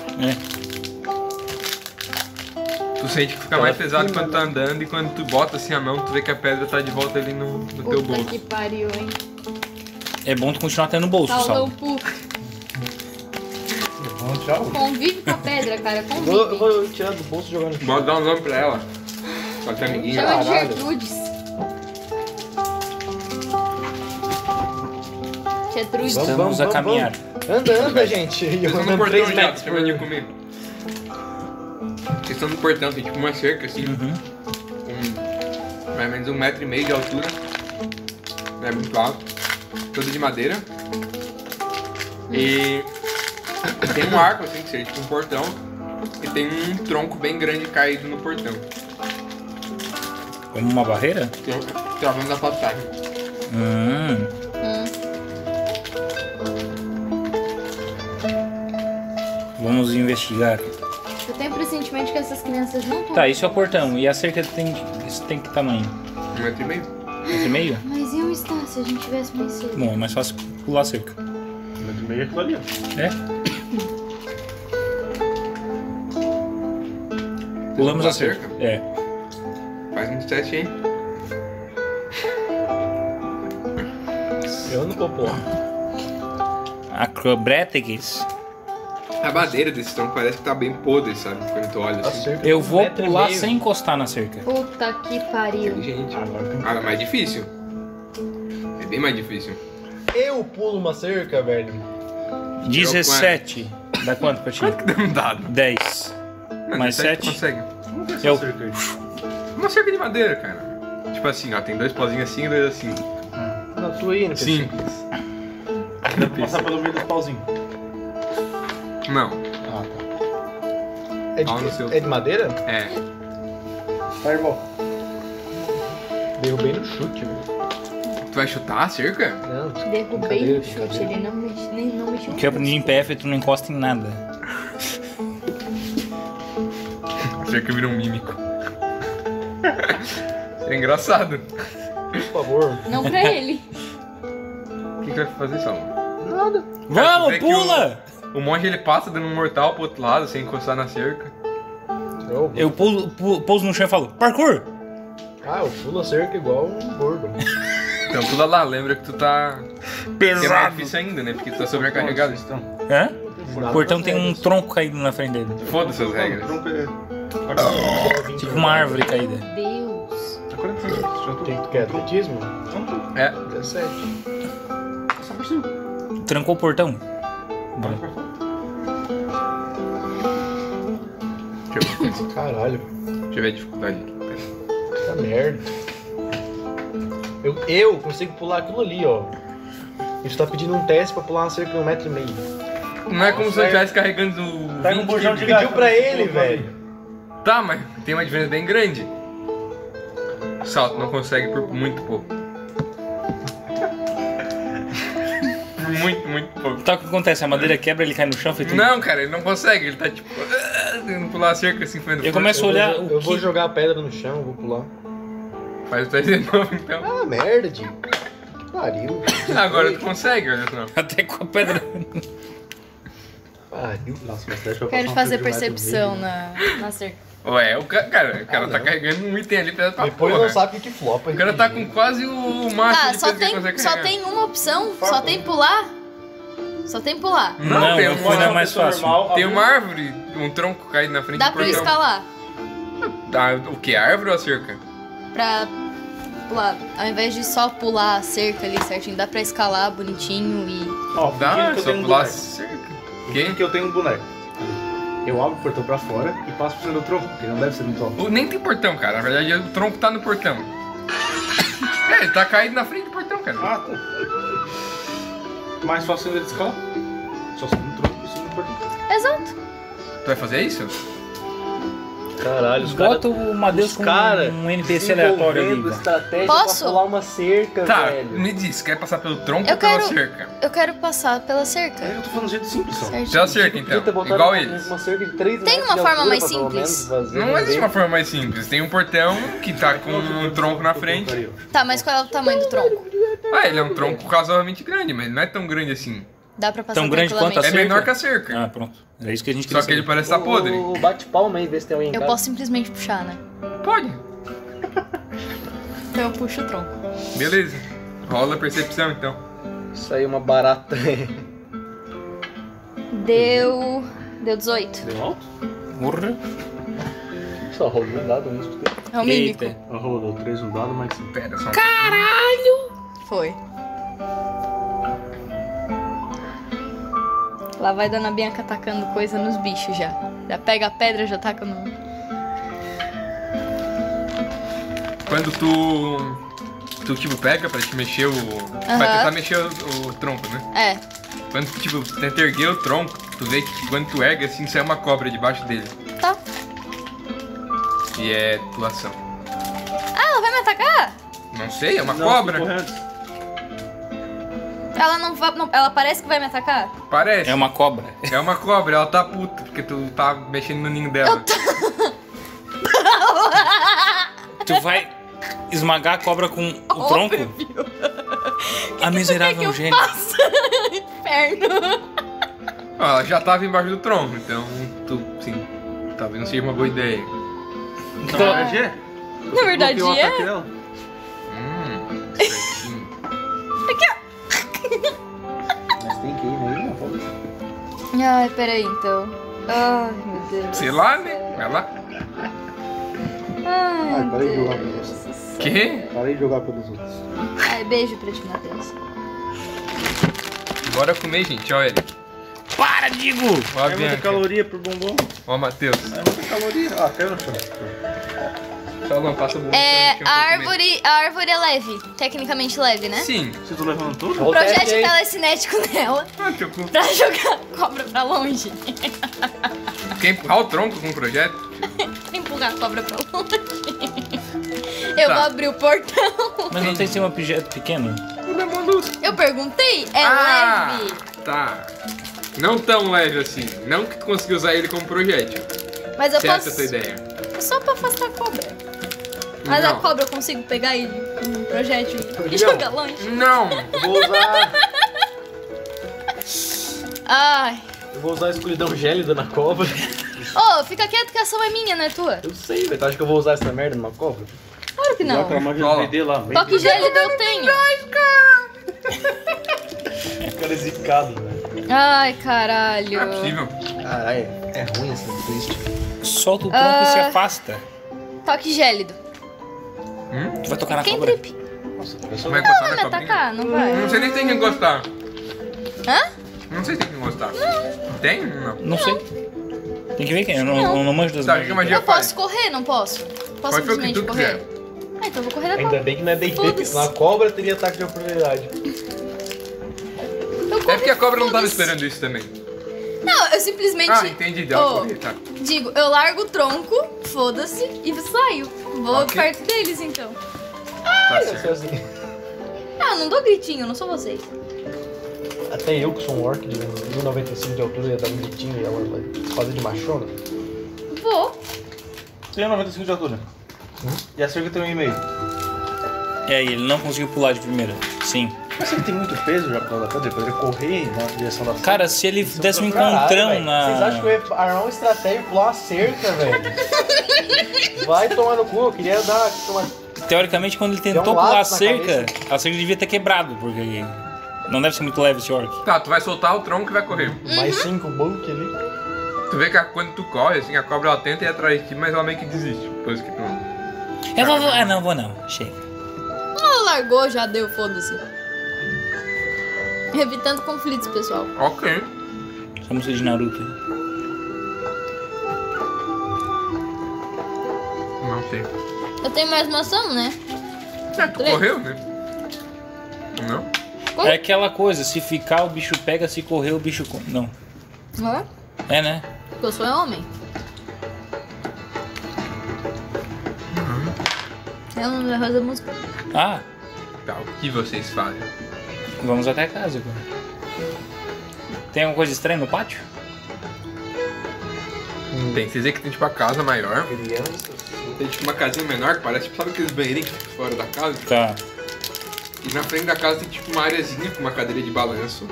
Speaker 4: Tu sente que fica
Speaker 12: Ela
Speaker 4: mais pesado
Speaker 12: fica,
Speaker 4: quando tu tá andando e quando tu bota assim a mão, tu vê que a pedra tá de volta ali no, no teu
Speaker 11: Puta
Speaker 4: bolso.
Speaker 11: que pariu, hein?
Speaker 1: É bom tu continuar tendo
Speaker 3: Tá
Speaker 1: bolso,
Speaker 11: Paulão
Speaker 1: Saulo.
Speaker 11: puto.
Speaker 6: Bom, tchau.
Speaker 11: Convive com a pedra, cara.
Speaker 12: Vou,
Speaker 11: Convive.
Speaker 12: eu vou tirar do bolso e jogar no chão.
Speaker 4: Bota dar um nome pra ela. Pra tua amiguinha.
Speaker 11: Chama de
Speaker 12: Caralho.
Speaker 11: Gertrudes. Gertrudes.
Speaker 12: Vamos,
Speaker 1: Estamos a
Speaker 12: vamos,
Speaker 1: caminhar.
Speaker 12: Anda, anda, gente.
Speaker 1: um
Speaker 12: Eu
Speaker 4: Vocês estão no
Speaker 12: andando três
Speaker 4: portão já,
Speaker 12: metros
Speaker 4: você vai de comer. Vocês estão no portão, tem tipo uma cerca assim,
Speaker 1: Uhum.
Speaker 4: com mais ou menos um metro e meio de altura. Não é muito alto. Toda de madeira. E tem um arco assim, que seria tipo um portão. E tem um tronco bem grande caído no portão.
Speaker 1: Como uma barreira?
Speaker 4: Tem- Travando a passagem.
Speaker 1: Hum. Vamos Hum. investigar.
Speaker 3: Eu tenho pressentimento que essas crianças não estão.
Speaker 1: Tá, isso é o portão. E a cerca tem, isso tem que tamanho?
Speaker 4: Um metro e meio.
Speaker 1: Um metro e meio?
Speaker 3: Mas e um estar se a gente tivesse pensado?
Speaker 1: Bom, é mais fácil pular a cerca.
Speaker 12: Um metro e meio é aquilo ali. ó.
Speaker 1: É? Pulamos a cerca. É.
Speaker 4: Faz um teste, hein?
Speaker 9: Eu não vou pôr.
Speaker 1: Acrobatics.
Speaker 4: A madeira desse tronco parece que tá bem podre, sabe? Quando tu olha assim.
Speaker 1: Eu
Speaker 6: um
Speaker 1: vou pular sem encostar na cerca.
Speaker 3: Puta que pariu.
Speaker 4: Gente, ah, é mais difícil. É bem mais difícil.
Speaker 9: Eu pulo uma cerca, velho.
Speaker 1: 17. Dá quanto pra ti? Quanto
Speaker 4: que dá um dado?
Speaker 1: 10. Mais
Speaker 4: Até que
Speaker 1: 7.
Speaker 4: Consegue.
Speaker 1: Eu.
Speaker 4: Uma cerca de madeira, cara. Tipo assim, ó, tem dois pozinhos assim e dois assim.
Speaker 6: Não, tu aí, né?
Speaker 4: Sim.
Speaker 6: Dá pra passar pelo meio dos pauzinhos.
Speaker 4: Não.
Speaker 6: Ah, tá. É
Speaker 4: Pau no
Speaker 6: de,
Speaker 4: seu-
Speaker 6: é de madeira?
Speaker 4: É.
Speaker 6: Tá, irmão. Derrubei no chute, velho.
Speaker 4: Tu vai chutar a cerca?
Speaker 6: Não,
Speaker 3: Derrubei o chute, ele não mexe, nem não mexeu.
Speaker 1: Que é eu aprendi em PF, tu não encosta em nada.
Speaker 4: A cerca vira um mímico. é engraçado.
Speaker 6: por favor.
Speaker 11: Não pra ele.
Speaker 4: O que, que vai fazer, Salomão?
Speaker 6: Nada.
Speaker 1: Vamos,
Speaker 4: tu vê que o-
Speaker 1: pula!
Speaker 4: O monge ele passa dando um mortal pro outro lado sem encostar na cerca.
Speaker 6: Eu,
Speaker 1: Eu pulo, pu- pouso no chão e falo, parkour!
Speaker 6: Ah, eu pulo a cerca igual um gordo.
Speaker 4: Então pula lá, lembra que tu tá. Que é mais difícil ainda, né? Porque tu tá sobrecarregado.
Speaker 1: Hã?
Speaker 6: Nada
Speaker 1: O portão
Speaker 6: pra
Speaker 1: tem um
Speaker 6: regras.
Speaker 1: tronco caído na frente dele.
Speaker 4: Foda-se as regras.
Speaker 12: Tronco é.
Speaker 1: Tipo uma árvore caída.
Speaker 3: Deus.
Speaker 12: Agora que
Speaker 1: um-
Speaker 6: Tem que quer atletismo?
Speaker 4: É.
Speaker 6: 17.
Speaker 12: Só por cima.
Speaker 1: Trancou o portão.
Speaker 4: Deixa eu ver uma coisa.
Speaker 6: Caralho,
Speaker 4: Deixa eu ver a dificuldade aqui.
Speaker 6: que merda. Eu, eu consigo pular aquilo ali, ó. A gente tá pedindo um teste pra pular uma cerca de um metro e meio.
Speaker 4: Não é como se eu estivesse carregando
Speaker 12: Pega um
Speaker 4: 20
Speaker 12: bujão de
Speaker 4: quilos.
Speaker 12: gás.
Speaker 6: Pediu pra ele, velho.
Speaker 4: Tá, mas tem uma diferença bem grande. Salto não consegue por muito pouco. Muito, muito pouco.
Speaker 1: Tá o que acontece? A madeira quebra, ele cai no chão, feito. um-
Speaker 4: Não, cara, ele não consegue. Ele tá tipo. ah, Tentando pular a cerca assim, fazendo
Speaker 1: Eu
Speaker 4: força.
Speaker 1: começo a olhar
Speaker 6: eu
Speaker 1: o
Speaker 6: vou, eu vou
Speaker 1: que.
Speaker 6: jogar a pedra no chão, eu vou pular.
Speaker 4: Faz o teste de novo então.
Speaker 6: Ah, merda, Di. Que Pariu.
Speaker 4: Agora tu consegue, olha só.
Speaker 1: Até com a pedra.
Speaker 6: Pariu.
Speaker 12: Nossa, mas deixa eu
Speaker 3: Quero
Speaker 12: passar um
Speaker 3: fazer
Speaker 12: filtro mais
Speaker 3: percepção
Speaker 12: do
Speaker 3: na, na cerca.
Speaker 4: Ué, o ca- cara, o cara
Speaker 6: Ah,
Speaker 4: tá
Speaker 6: não.
Speaker 4: carregando um item ali pra pra
Speaker 6: Depois
Speaker 4: porra.
Speaker 6: não sabe o que que flopa.
Speaker 4: O cara tá com quase o máximo
Speaker 3: Tá,
Speaker 4: de
Speaker 3: só
Speaker 4: peso que ele
Speaker 3: tem,
Speaker 4: consegue
Speaker 3: só
Speaker 4: carregar.
Speaker 3: tem uma opção? Só tem pular? Só tem pular.
Speaker 4: Não,
Speaker 1: Não,
Speaker 4: tem,
Speaker 1: eu
Speaker 4: uma,
Speaker 1: fui na né, mais
Speaker 12: vídeo.
Speaker 1: fácil.
Speaker 12: um Normal,
Speaker 4: tem
Speaker 12: abre-
Speaker 4: uma árvore, um tronco caído na frente
Speaker 3: Dá
Speaker 4: do
Speaker 3: pra eu
Speaker 4: portão.
Speaker 3: escalar.
Speaker 4: Dá- o que? A árvore ou a cerca?
Speaker 3: Pra pular. Ao invés de só pular a cerca ali certinho, dá pra escalar bonitinho e.
Speaker 12: Ó, fingindo
Speaker 4: Dá,
Speaker 12: que eu
Speaker 4: só
Speaker 12: tenho um
Speaker 4: pular a
Speaker 12: boneco.
Speaker 4: cerca.
Speaker 12: Fingindo
Speaker 4: Quem?
Speaker 12: que eu tenho um boneco. Eu abro o portão pra fora e passo por cima do tronco, porque não deve ser muito alto.
Speaker 4: O- Nem tem portão, cara. Na verdade, o tronco tá no portão. É, ele tá caído na frente do portão, cara.
Speaker 12: Ah, tá. Mais fácil ainda de escalar. Só se no tronco e se no portão.
Speaker 3: Exato.
Speaker 4: Tu vai fazer isso?
Speaker 6: Caralho, os caras.
Speaker 1: Bota o Madeus
Speaker 6: os
Speaker 1: com
Speaker 6: cara
Speaker 1: um NPC aleatório ali. cara.
Speaker 6: estratégia
Speaker 3: Posso?
Speaker 6: pra pular uma
Speaker 1: É
Speaker 6: cerca,
Speaker 4: tá,
Speaker 6: velho.
Speaker 4: me diz, quer passar pelo tronco
Speaker 3: Eu
Speaker 4: ou pela
Speaker 3: quero-
Speaker 4: cerca?
Speaker 3: Eu quero passar pela cerca.
Speaker 12: É, Eu tô falando de jeito simples, só.
Speaker 3: Certinho.
Speaker 4: Pela cerca, então.
Speaker 6: Tenta botar
Speaker 4: Igual
Speaker 6: uma,
Speaker 4: eles.
Speaker 6: uma cerca de três
Speaker 3: Tem
Speaker 6: metros
Speaker 3: uma
Speaker 6: de
Speaker 3: forma
Speaker 6: altura
Speaker 3: mais
Speaker 6: pra pelo
Speaker 3: simples?
Speaker 6: menos fazer
Speaker 4: Não existe
Speaker 6: um
Speaker 4: uma forma mais simples. Tem um portão que tá com um tronco na frente.
Speaker 3: Tá, mas qual é o tamanho do tronco?
Speaker 4: Ah, ele é um tronco razoavelmente grande, mas não é tão grande assim.
Speaker 3: Dá pra passar
Speaker 1: Tão grande quanto a
Speaker 4: É
Speaker 3: tranquilamente?
Speaker 1: Tá cerca?
Speaker 4: menor que a cerca.
Speaker 1: Ah, pronto. É isso que a gente queria
Speaker 4: Só que ele
Speaker 1: saber.
Speaker 4: parece estar podre.
Speaker 6: O bate palma aí, vê se tem alguém em
Speaker 3: Eu
Speaker 6: casa.
Speaker 3: posso simplesmente puxar, né?
Speaker 4: Pode.
Speaker 3: Então eu puxo o tronco.
Speaker 4: Beleza. Rola a percepção então.
Speaker 6: Isso aí é uma barata.
Speaker 3: Deu. Deu 18.
Speaker 12: Deu alto?
Speaker 1: Urra.
Speaker 6: Só rolou um dado mesmo.
Speaker 3: É o mímico.
Speaker 1: Eita.
Speaker 12: Ah, rolou 3 um dado, mais 5.
Speaker 4: Pera só.
Speaker 3: Foi. Lá vai Dona Bianca atacando coisa nos bichos já. Já pega a pedra, já taca no.
Speaker 4: Quando tu. Tu tipo pega pra te mexer o. Pra
Speaker 3: Aham.
Speaker 4: tentar mexer o, o tronco, né?
Speaker 3: É,
Speaker 4: Quando tu tipo, tenta erguer o tronco, tu vê que quando tu ergue assim sai uma cobra debaixo dele.
Speaker 3: tá.
Speaker 4: E é tua ação.
Speaker 3: Ah, ela vai me atacar?
Speaker 12: tipo,
Speaker 4: Não sei, é uma cobra.
Speaker 12: Correndo.
Speaker 3: Ela não, va- não- Ela parece que vai me atacar?
Speaker 4: Parece.
Speaker 1: É uma cobra.
Speaker 4: É uma cobra, ela tá puta, porque tu tá mexendo no ninho dela.
Speaker 1: Tu vai esmagar a cobra com o tronco? A miserável gênio.
Speaker 3: Nossa, inferno.
Speaker 4: Ó, Ela já tava embaixo do tronco, então tu, sim, talvez não seja uma boa ideia.
Speaker 12: Então, Ah. é G?
Speaker 3: Na verdade
Speaker 12: Bloqueou o
Speaker 3: é.
Speaker 12: ataque dela.
Speaker 4: Hum,
Speaker 23: Mas tem que ir, né?
Speaker 3: Ai, peraí então. Ai, meu Deus.
Speaker 4: Sei lá, né? Vai lá.
Speaker 3: Ai,
Speaker 23: Ai, parei de
Speaker 3: Deus.
Speaker 23: jogar pelos outros.
Speaker 4: Que?
Speaker 23: Parei de jogar pelos outros.
Speaker 3: Ai, beijo pra ti, Matheus.
Speaker 4: Bora comer, gente, olha ele. Para, digo! Ó, a
Speaker 12: É muita
Speaker 4: Bianca.
Speaker 12: caloria pro bombom.
Speaker 4: Ó, Matheus.
Speaker 12: É muita caloria. Ah, caiu no chão.
Speaker 4: Salão, passa o bombom.
Speaker 3: É, a árvore, a árvore é leve, tecnicamente leve, né?
Speaker 4: Sim.
Speaker 12: Você tá levando tudo?
Speaker 3: O projeto tá- telecinético nela pra jogar a cobra pra longe.
Speaker 4: Quer empurrar o tronco com o projeto?
Speaker 3: Empurrar a cobra pra longe. Eu
Speaker 1: Tá.
Speaker 3: vou abrir o portão.
Speaker 1: Mas não tem que ser um objeto pequeno?
Speaker 3: Eu perguntei, é
Speaker 4: Ah!
Speaker 3: leve.
Speaker 4: Tá. Não tão leve assim. Não que tu consiga usar ele como projétil.
Speaker 3: Mas eu
Speaker 4: Certo
Speaker 3: posso.
Speaker 4: essa ideia.
Speaker 3: Só pra afastar a cobra. Mas a
Speaker 4: Não.
Speaker 3: cobra eu consigo pegar ele com um projétil e
Speaker 4: Não.
Speaker 3: jogar longe.
Speaker 4: Não!
Speaker 12: Vou usar.
Speaker 3: Ai.
Speaker 6: Eu vou usar a escuridão gélida na cobra.
Speaker 3: Ô, fica quieto que a ação é minha, não é tua.
Speaker 6: Eu sei, velho. Tu acha que eu vou usar essa merda numa cobra?
Speaker 3: Claro que não.
Speaker 6: Joga
Speaker 12: Mas eu vender lá. vem.
Speaker 3: Toque gélido eu tenho.
Speaker 6: O cara é zicado, velho.
Speaker 3: Ai, caralho.
Speaker 4: é
Speaker 6: Caralho, é ruim assim, triste.
Speaker 1: Solta o tronco
Speaker 3: Ah.
Speaker 1: e se afasta.
Speaker 3: Toque gélido.
Speaker 1: Tu vai tocar na
Speaker 3: Quem
Speaker 1: cobra?
Speaker 3: trip?
Speaker 4: Vai
Speaker 3: Não, tá
Speaker 4: encostar na
Speaker 3: vai me
Speaker 4: cobrinha?
Speaker 3: atacar, não vai.
Speaker 4: Não sei nem se tem quem gostar.
Speaker 3: Hã?
Speaker 4: Não sei se tem quem gostar. Tem? Não.
Speaker 1: Não sei. Tem que ver quem é. Eu não, não. não manjo das
Speaker 4: Tá, o que a magia
Speaker 3: Eu
Speaker 4: faz?
Speaker 3: posso correr, não posso? Posso
Speaker 4: Pode ver o que
Speaker 3: simplesmente
Speaker 4: tu
Speaker 3: correr?
Speaker 4: quiser.
Speaker 3: Ah, então eu vou correr da
Speaker 6: Ainda
Speaker 3: cobra.
Speaker 6: bem que não é DT, porque
Speaker 3: Foda-se.
Speaker 6: senão a cobra teria ataque de oportunidade.
Speaker 4: É porque a cobra não tava esperando isso também.
Speaker 3: Não, eu simplesmente.
Speaker 4: Ah, entendi. Deu
Speaker 3: Ô,
Speaker 4: uma corrida, tá.
Speaker 3: Digo, eu largo o tronco, foda-se, e saio. Vou
Speaker 4: Ok.
Speaker 3: perto deles então.
Speaker 4: Tá
Speaker 6: Eu sou
Speaker 4: certo.
Speaker 6: assim.
Speaker 3: Ah, eu não dou gritinho, eu não sou vocês.
Speaker 6: Até eu, que sou um orc de 1,95 de altura, ia dar um gritinho e ela vai fazer de machona.
Speaker 3: Vou.
Speaker 12: Tem 95 de altura. E a cerca tem um e meio.
Speaker 1: É, e ele não conseguiu pular de primeira. Sim.
Speaker 12: Mas ele tem muito peso já pra pedra, pra ele correr na direção da tá
Speaker 1: Cara, se ele desse um
Speaker 6: é Caralho,
Speaker 1: encontrão
Speaker 6: velho.
Speaker 1: na.
Speaker 6: Vocês acham que eu ia armar uma estratégia e pular uma cerca, velho? Vai tomar no cu, eu queria dar. Tomar...
Speaker 1: Teoricamente, quando ele tentou
Speaker 6: um
Speaker 1: pular a
Speaker 6: laço na
Speaker 1: cerca, a cerca devia ter quebrado, porque não deve ser muito leve esse orc.
Speaker 4: Tá, tu vai soltar o tronco e vai correr.
Speaker 3: Uhum.
Speaker 6: Mais cinco bulk ali.
Speaker 4: Tu vê que a- quando tu corre, assim, a cobra ela tenta ir atrás de ti, mas ela meio que desiste. Depois que tu.
Speaker 1: Eu vou, vou- Ah, não, vou não. Chega.
Speaker 3: Ela largou, já deu, foda-se. Evitando conflitos, pessoal.
Speaker 4: Ok.
Speaker 1: Essa música de Naruto.
Speaker 4: Não sei.
Speaker 3: Eu tenho mais uma ação, né? Três.
Speaker 4: Correu, né? Não?
Speaker 3: Como?
Speaker 1: É aquela coisa, se ficar o bicho pega, se correr o bicho. co- Não.
Speaker 3: Hã?
Speaker 1: É, né?
Speaker 3: Porque eu sou homem.
Speaker 4: Uhum.
Speaker 3: Eu não vou fazer música.
Speaker 1: Ah,
Speaker 4: Tá, o que vocês fazem?
Speaker 1: vamos até casa agora. Tem alguma coisa estranha no pátio?
Speaker 4: Tem, vocês veem que tem tipo a casa maior. Tem tipo uma casinha menor que parece, tipo, sabe aqueles banheirinhos que ficam fora da casa?
Speaker 1: Tá.
Speaker 4: E na frente da casa tem tipo uma areazinha com uma cadeira de balanço.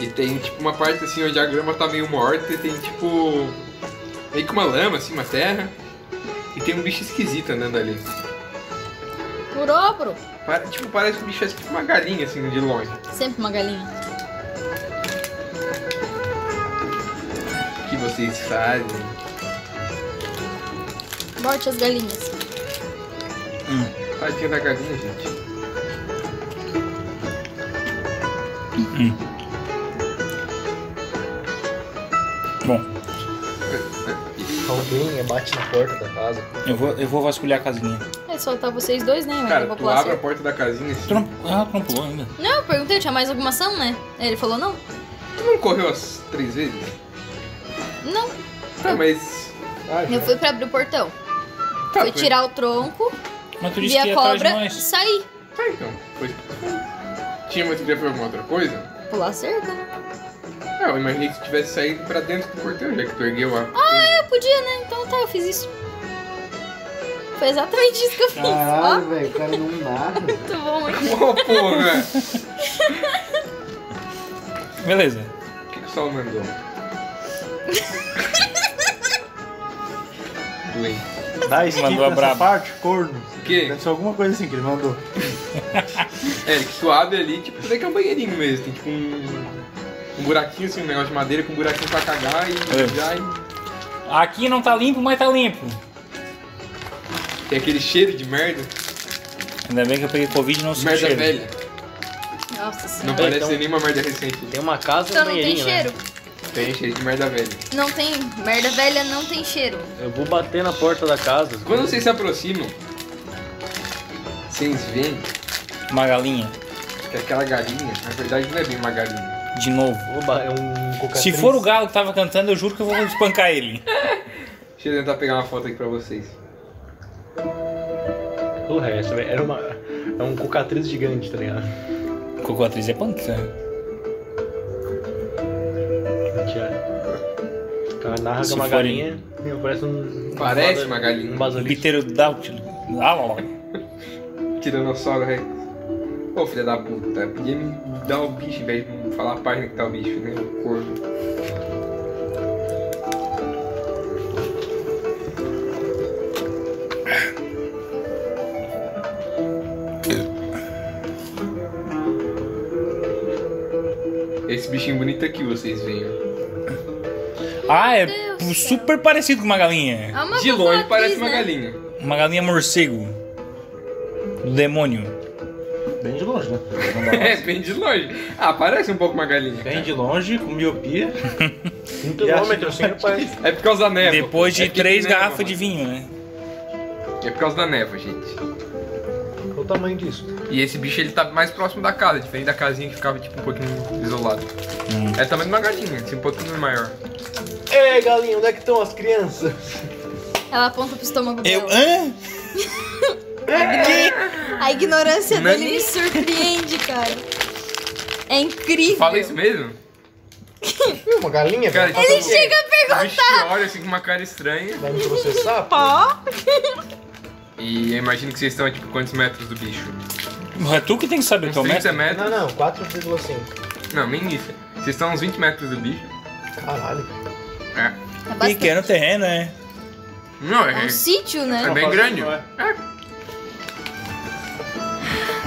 Speaker 4: E tem tipo uma parte assim onde a grama tá meio morta e tem tipo. meio que uma lama, assim, uma terra. E tem um bicho esquisito andando ali.
Speaker 3: Curobro.
Speaker 4: Pare- tipo, parece um bicho é tipo uma galinha assim de longe.
Speaker 3: Sempre uma galinha.
Speaker 4: O que vocês fazem?
Speaker 3: Morte as galinhas.
Speaker 4: Tadinha da galinha, gente.
Speaker 1: Bom,
Speaker 6: Alguém bate na porta da casa.
Speaker 1: eu vou, eu vou vasculhar a casinha.
Speaker 3: É soltar vocês dois, né? Eu ainda
Speaker 4: Cara,
Speaker 3: vou
Speaker 4: tu
Speaker 3: pular
Speaker 4: abre a
Speaker 3: cerca.
Speaker 4: porta da casinha assim.
Speaker 1: Tu não, ah, tu não pulou ainda.
Speaker 3: Não, eu perguntei, tinha mais alguma ação, né? Aí Ele falou não.
Speaker 4: Tu não correu as três vezes?
Speaker 3: Não.
Speaker 4: Tá, mas.
Speaker 3: Eu fui pra abrir o portão.
Speaker 4: Tá,
Speaker 3: fui
Speaker 4: foi.
Speaker 3: tirar o tronco,
Speaker 1: Mas tu disse
Speaker 3: vi
Speaker 1: que
Speaker 3: a
Speaker 1: ia atrás de
Speaker 3: cobra e
Speaker 1: nós.
Speaker 3: saí.
Speaker 4: Tá então. Foi. Tinha motivo pra alguma outra coisa?
Speaker 3: Pular cerca, né?
Speaker 4: Não, eu imaginei que tu tivesse saído pra dentro do portão, já que tu ergueu a.
Speaker 3: Ah, eu podia, né? Então tá, eu fiz isso. Foi exatamente isso que eu fiz. ó.
Speaker 23: Caralho, velho, o cara não narra.
Speaker 3: Muito bom, hein?
Speaker 4: Ô, porra!
Speaker 1: Beleza.
Speaker 4: O que, que o Saulo mandou? Doente.
Speaker 12: Dá skip
Speaker 1: Mandou a
Speaker 12: nessa
Speaker 1: braba.
Speaker 12: parte, corno.
Speaker 4: Que?
Speaker 12: Deve ser alguma coisa assim que ele mandou.
Speaker 4: É, que tu abre ali, tipo, tu vê que é um banheirinho mesmo. Tem tipo um. Um buraquinho assim, um negócio de madeira com um buraquinho pra cagar e
Speaker 1: É.
Speaker 4: já.
Speaker 1: Aqui não tá limpo, mas tá limpo.
Speaker 4: e Tem aquele cheiro de merda.
Speaker 1: Ainda bem que eu peguei Covid e não senti
Speaker 4: merda
Speaker 1: cheiro.
Speaker 4: velha.
Speaker 3: Nossa
Speaker 4: Não
Speaker 3: senhora.
Speaker 9: É,
Speaker 4: parece
Speaker 9: então-
Speaker 4: ser nenhuma merda recente.
Speaker 9: Tem uma casa e um
Speaker 3: Então não tem
Speaker 9: banheirinho, né?
Speaker 3: cheiro.
Speaker 4: Tem cheiro de merda velha.
Speaker 3: Não tem. Merda velha não tem cheiro.
Speaker 9: Eu vou bater na porta da casa.
Speaker 4: Quando vocês se aproximam, vocês veem
Speaker 1: Uma galinha.
Speaker 4: que aquela galinha, na verdade, não é bem uma galinha.
Speaker 1: De novo.
Speaker 9: Oba, é um cocatriz.
Speaker 1: Se for o galo que tava cantando, eu juro que eu vou espancar ele.
Speaker 4: Deixa eu tentar pegar uma foto aqui pra vocês.
Speaker 9: O resto, velho. Era uma... É um cocatriz gigante, tá ligado?
Speaker 1: Cocoatriz é punk, cara.
Speaker 9: Mentira. Cara, narra
Speaker 1: Se
Speaker 9: que é uma
Speaker 1: forem-
Speaker 9: galinha. meu, Parece um... um
Speaker 4: Parece
Speaker 9: vaso-
Speaker 4: uma galinha.
Speaker 9: Um basilisco.
Speaker 1: Pterodáutilo. Ah, lá, lá.
Speaker 4: Tiranossauro Rex. né? Ô filha da puta, podia me dar o bicho em vez de me falar a página que tá o bicho, né? O corno. Esse bichinho bonito aqui vocês veem. ó.
Speaker 1: Ah, é
Speaker 3: Deus
Speaker 1: p-
Speaker 3: do céu.
Speaker 1: super parecido com uma galinha.
Speaker 3: É uma
Speaker 4: De longe
Speaker 3: cocatriz,
Speaker 4: parece uma
Speaker 3: né?
Speaker 4: galinha.
Speaker 1: Uma galinha morcego. Do demônio.
Speaker 12: Bem de longe, né?
Speaker 4: É, bem de longe. Ah, parece um pouco uma galinha.
Speaker 12: Bem de longe, com miopia.
Speaker 9: Um quilômetro, assim, parece.
Speaker 4: É por causa da névoa.
Speaker 1: Depois
Speaker 4: É
Speaker 1: de
Speaker 4: porque
Speaker 1: três
Speaker 4: tem névoa,
Speaker 1: garrafas
Speaker 4: mano.
Speaker 1: de vinho, né?
Speaker 4: É por causa da névoa, gente.
Speaker 9: Qual o tamanho disso?
Speaker 4: E esse bicho ele tá mais próximo da casa, diferente da casinha que ficava tipo um pouquinho isolado.
Speaker 12: Hum.
Speaker 4: É também uma galinha, assim, um pouquinho maior.
Speaker 6: Ei, galinha, onde é que estão as crianças?
Speaker 3: Ela aponta pro estômago
Speaker 1: Eu.
Speaker 3: dela.
Speaker 1: Hã?
Speaker 3: A ignorância
Speaker 4: Não é
Speaker 3: dele
Speaker 4: nem-
Speaker 3: me surpreende, cara. É incrível.
Speaker 4: Fala isso mesmo?
Speaker 6: Viu, uma galinha,
Speaker 4: Cara,
Speaker 6: velho?
Speaker 4: tipo,
Speaker 3: Ele chega a
Speaker 4: o
Speaker 3: perguntar.
Speaker 4: bicho te olha assim com uma cara estranha.
Speaker 6: Vai me processar? pô?
Speaker 3: Ó, é
Speaker 4: E eu imagino que vocês estão a tipo quantos metros do bicho?
Speaker 1: É tu que tem que saber o
Speaker 4: Uns
Speaker 12: Então,
Speaker 1: teu
Speaker 4: 30
Speaker 1: método.
Speaker 4: metros?
Speaker 6: Não, não, 4,5.
Speaker 4: Não, nem isso. Vocês estão a uns 20 metros do bicho.
Speaker 6: Caralho.
Speaker 4: É.
Speaker 3: É bastante.
Speaker 1: Pequeno terreno, né?
Speaker 4: Não,
Speaker 3: É
Speaker 4: é.
Speaker 3: um sítio,
Speaker 4: É
Speaker 3: né?
Speaker 4: bem grande.
Speaker 12: Não é.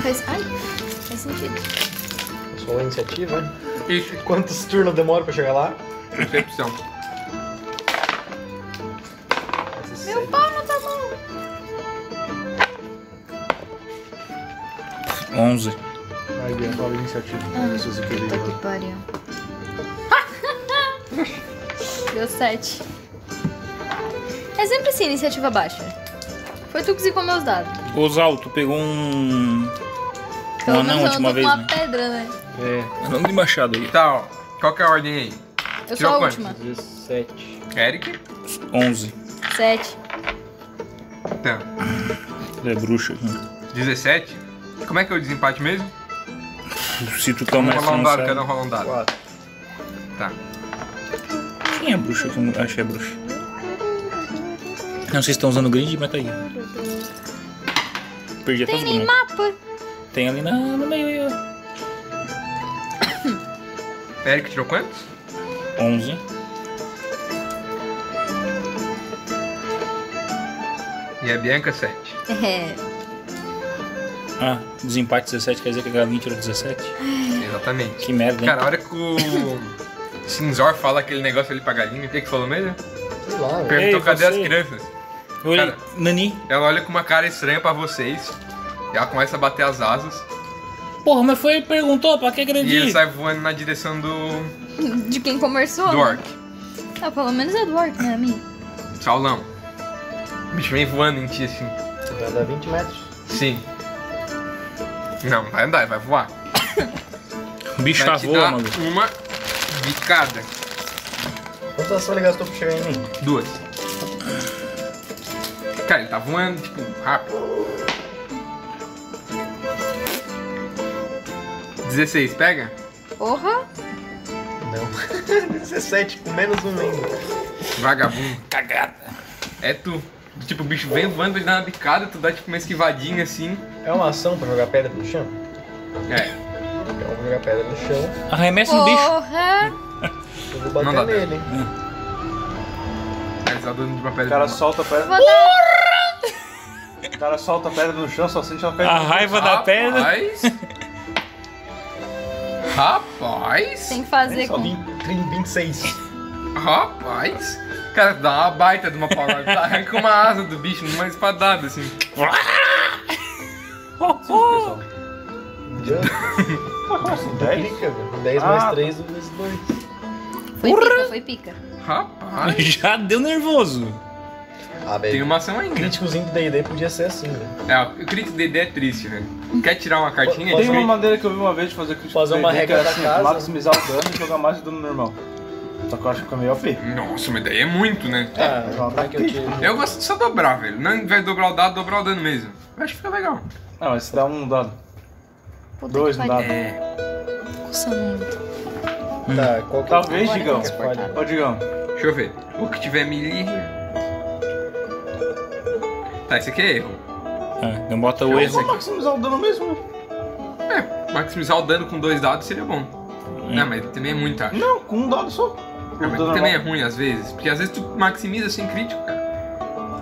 Speaker 3: Faz... Ai, faz sentido.
Speaker 6: Só a iniciativa, né?
Speaker 4: Isso,
Speaker 6: Quantos turnos demora pra chegar lá?
Speaker 4: percepção.
Speaker 3: Meu pau não tá bom.
Speaker 1: 11.
Speaker 12: Aí, Bia, fala a iniciativa. Se você quer
Speaker 3: Puta
Speaker 12: ver.
Speaker 3: que pariu. Deu 7. É sempre assim, iniciativa baixa. Foi tu que zicou meus dados.
Speaker 1: Osal, tu pegou um. Um anão a
Speaker 3: eu não
Speaker 1: última
Speaker 3: tô
Speaker 1: vez,
Speaker 3: com uma
Speaker 1: né?
Speaker 3: pedra, né?
Speaker 6: É,
Speaker 1: Anão de machado aí.
Speaker 4: Tá, ó. Qual que é a ordem aí?
Speaker 3: Eu sou
Speaker 4: Tirou
Speaker 3: a
Speaker 4: quanto?
Speaker 3: última.
Speaker 6: 17.
Speaker 4: Eric?
Speaker 1: 11.
Speaker 3: 7.
Speaker 4: Tá.
Speaker 1: É bruxa.
Speaker 4: 17? Como é que é o desempate mesmo?
Speaker 1: Se tu
Speaker 4: Vamos
Speaker 1: começa
Speaker 12: assim,
Speaker 4: rolar um
Speaker 1: não
Speaker 4: dado,
Speaker 1: sabe.
Speaker 4: cada um rolar um dado.
Speaker 6: 4.
Speaker 4: Tá.
Speaker 1: Quem é bruxa? que eu não- Acho que é bruxa. Não sei se estão usando grid, mas tá aí. Perdi até
Speaker 3: Tem
Speaker 1: os
Speaker 3: nem
Speaker 1: bonecos.
Speaker 3: mapa.
Speaker 1: Tem ali na, no meio aí, ó.
Speaker 4: Eric tirou quantos?
Speaker 1: 11.
Speaker 4: E a Bianca, 7.
Speaker 3: É.
Speaker 1: Ah, desempate 17 quer dizer que a galinha tirou 17?
Speaker 4: Exatamente.
Speaker 1: Que merda, hein?
Speaker 4: Cara, a hora que o Cinzor fala aquele negócio ali pra galinha, o que que falou mesmo?
Speaker 6: Sei lá, velho.
Speaker 4: Perguntou
Speaker 1: Ei,
Speaker 4: cadê
Speaker 1: você?
Speaker 4: as crianças.
Speaker 1: Eu olhei,
Speaker 4: cara.
Speaker 1: Nani.
Speaker 4: Ela olha com uma cara estranha pra vocês, e ela começa a bater as asas,
Speaker 1: Porra, mas foi ele que perguntou, pra que
Speaker 4: e ele
Speaker 1: agredir?
Speaker 4: sai voando na direção do,
Speaker 3: De quem conversou? né?
Speaker 4: do orc.
Speaker 3: Ah, pelo menos é do Orc, né, amigo?
Speaker 4: Saulão. O bicho vem voando em ti assim.
Speaker 6: Vai dar 20 metros.
Speaker 4: Sim. Não, vai andar, vai voar.
Speaker 1: O bicho
Speaker 4: Vai
Speaker 1: tá
Speaker 4: te
Speaker 1: voando,
Speaker 4: dar
Speaker 1: maluco.
Speaker 4: uma bicada.
Speaker 6: Quantas ações ele gastou pra chegar em mim?
Speaker 4: Duas. Cara, ele tá voando, tipo, rápido. 16, pega?
Speaker 11: Porra!
Speaker 6: Não. 17, com menos um ainda.
Speaker 4: Vagabundo. Cagada. É tu. Tipo, o bicho vem voando, vai te dar uma bicada, tu dá tipo uma esquivadinha assim.
Speaker 6: É uma ação pra jogar pedra no chão?
Speaker 4: É.
Speaker 6: Então eu vou jogar pedra no chão.
Speaker 1: Arremessa
Speaker 4: um
Speaker 1: no bicho.
Speaker 11: Porra!
Speaker 6: Eu vou
Speaker 4: Não dá
Speaker 6: bater nele. hein?
Speaker 4: Mas tá dando de uma pedra.
Speaker 12: O cara solta a pedra.
Speaker 11: Porra!
Speaker 12: O cara solta a pedra no chão, só sente ela cair.
Speaker 1: A raiva da pedra.
Speaker 4: Rapaz. Rapaz.
Speaker 11: Tem que fazer
Speaker 6: Só
Speaker 11: com.
Speaker 6: 20, 30, 26.
Speaker 4: Rapaz. Cara, dá uma baita de uma paulada. Arranca uma asa do bicho numa espadada assim.
Speaker 12: Nossa, 10?
Speaker 6: Fica, velho. 10
Speaker 12: É Ah,
Speaker 6: mais 3, 2 mais 2.
Speaker 11: Foi pica, foi pica.
Speaker 4: Rapaz.
Speaker 1: Já deu nervoso.
Speaker 6: Ah,
Speaker 4: Tem
Speaker 6: velho.
Speaker 4: uma ação ainda.
Speaker 6: Críticozinho do D&D podia ser assim, velho.
Speaker 4: É, o crítico DD é triste, né? Quer tirar uma cartinha?
Speaker 12: Tem
Speaker 4: Crítico-
Speaker 12: uma maneira que eu vi uma vez de fazer crítico
Speaker 6: Fazer uma
Speaker 12: 3D, que
Speaker 6: regra
Speaker 12: era
Speaker 6: da casa.
Speaker 12: maximizar o dano e jogar mais de dano normal. Só que eu acho que fica meio OP.
Speaker 4: Nossa, mas daí é muito, né?
Speaker 6: Ah, como é que eu tiro?
Speaker 4: Eu gosto de só dobrar, velho. Não, ao invés de dobrar o dado, dobrar o dano mesmo. Eu acho que fica legal.
Speaker 12: Não, esse dá um dado.
Speaker 11: Puta
Speaker 12: Dois
Speaker 11: que
Speaker 12: no
Speaker 11: pariu.
Speaker 12: dado.
Speaker 4: É.
Speaker 3: Coçando muito.
Speaker 6: Tá, qual que
Speaker 12: Talvez,
Speaker 6: eu-
Speaker 12: Digão.
Speaker 6: Pode.
Speaker 12: Ô, Digão.
Speaker 4: Deixa eu ver. O que tiver melee. Tá, esse aqui é erro.
Speaker 1: Ah, Então bota o
Speaker 4: Deixa eu ver
Speaker 1: erro.
Speaker 4: esse aqui.
Speaker 12: Maximizar o dano mesmo, né?
Speaker 4: É, maximizar o dano com dois dados seria bom. Não, mas também é muito, acho.
Speaker 12: Não, com um dado só.
Speaker 4: Ah, mas
Speaker 12: dano É,
Speaker 4: também é
Speaker 12: normal.
Speaker 4: ruim às vezes. Porque às vezes tu maximiza sem crítico, cara.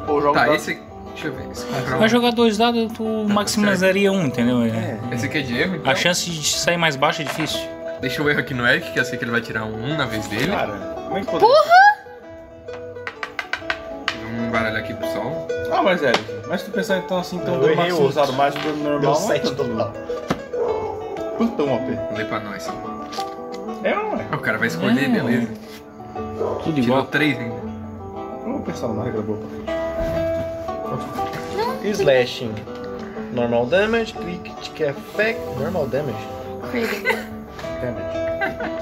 Speaker 12: Ou joga um
Speaker 4: Tá,
Speaker 12: dado.
Speaker 4: esse aqui. Deixa eu ver. Esse aqui, é pra um-
Speaker 1: Vai
Speaker 4: lá.
Speaker 1: jogar dois dados, tu maximizaria um, entendeu? É.
Speaker 4: esse aqui é de erro, então.
Speaker 1: A chance de sair mais baixa é difícil.
Speaker 4: Deixa o erro aqui no Eric, que eu sei que ele vai tirar um 1 na vez dele.
Speaker 12: Cara, como é que pode? Porra!
Speaker 4: Vamos baralhar aqui pro sol.
Speaker 12: Ah, mas é, mas se tu pensar então assim, então
Speaker 6: Eu
Speaker 12: o dano
Speaker 6: errei
Speaker 12: maximizado
Speaker 6: outro.
Speaker 12: mais o dano normal.
Speaker 6: Deu
Speaker 12: não é
Speaker 6: 7
Speaker 12: tanto
Speaker 6: total.
Speaker 12: Puta um OP.
Speaker 4: Lê pra nós.
Speaker 12: É ou não é?
Speaker 4: O cara vai escolher,
Speaker 1: É.
Speaker 4: beleza.
Speaker 1: Tudo
Speaker 4: Tirou
Speaker 1: igual.
Speaker 4: 3 ainda.
Speaker 12: Vamos pensar numa regra boa pra frente.
Speaker 6: Slashing. Normal damage, critic effect, normal damage.
Speaker 11: Critical.
Speaker 6: Damage.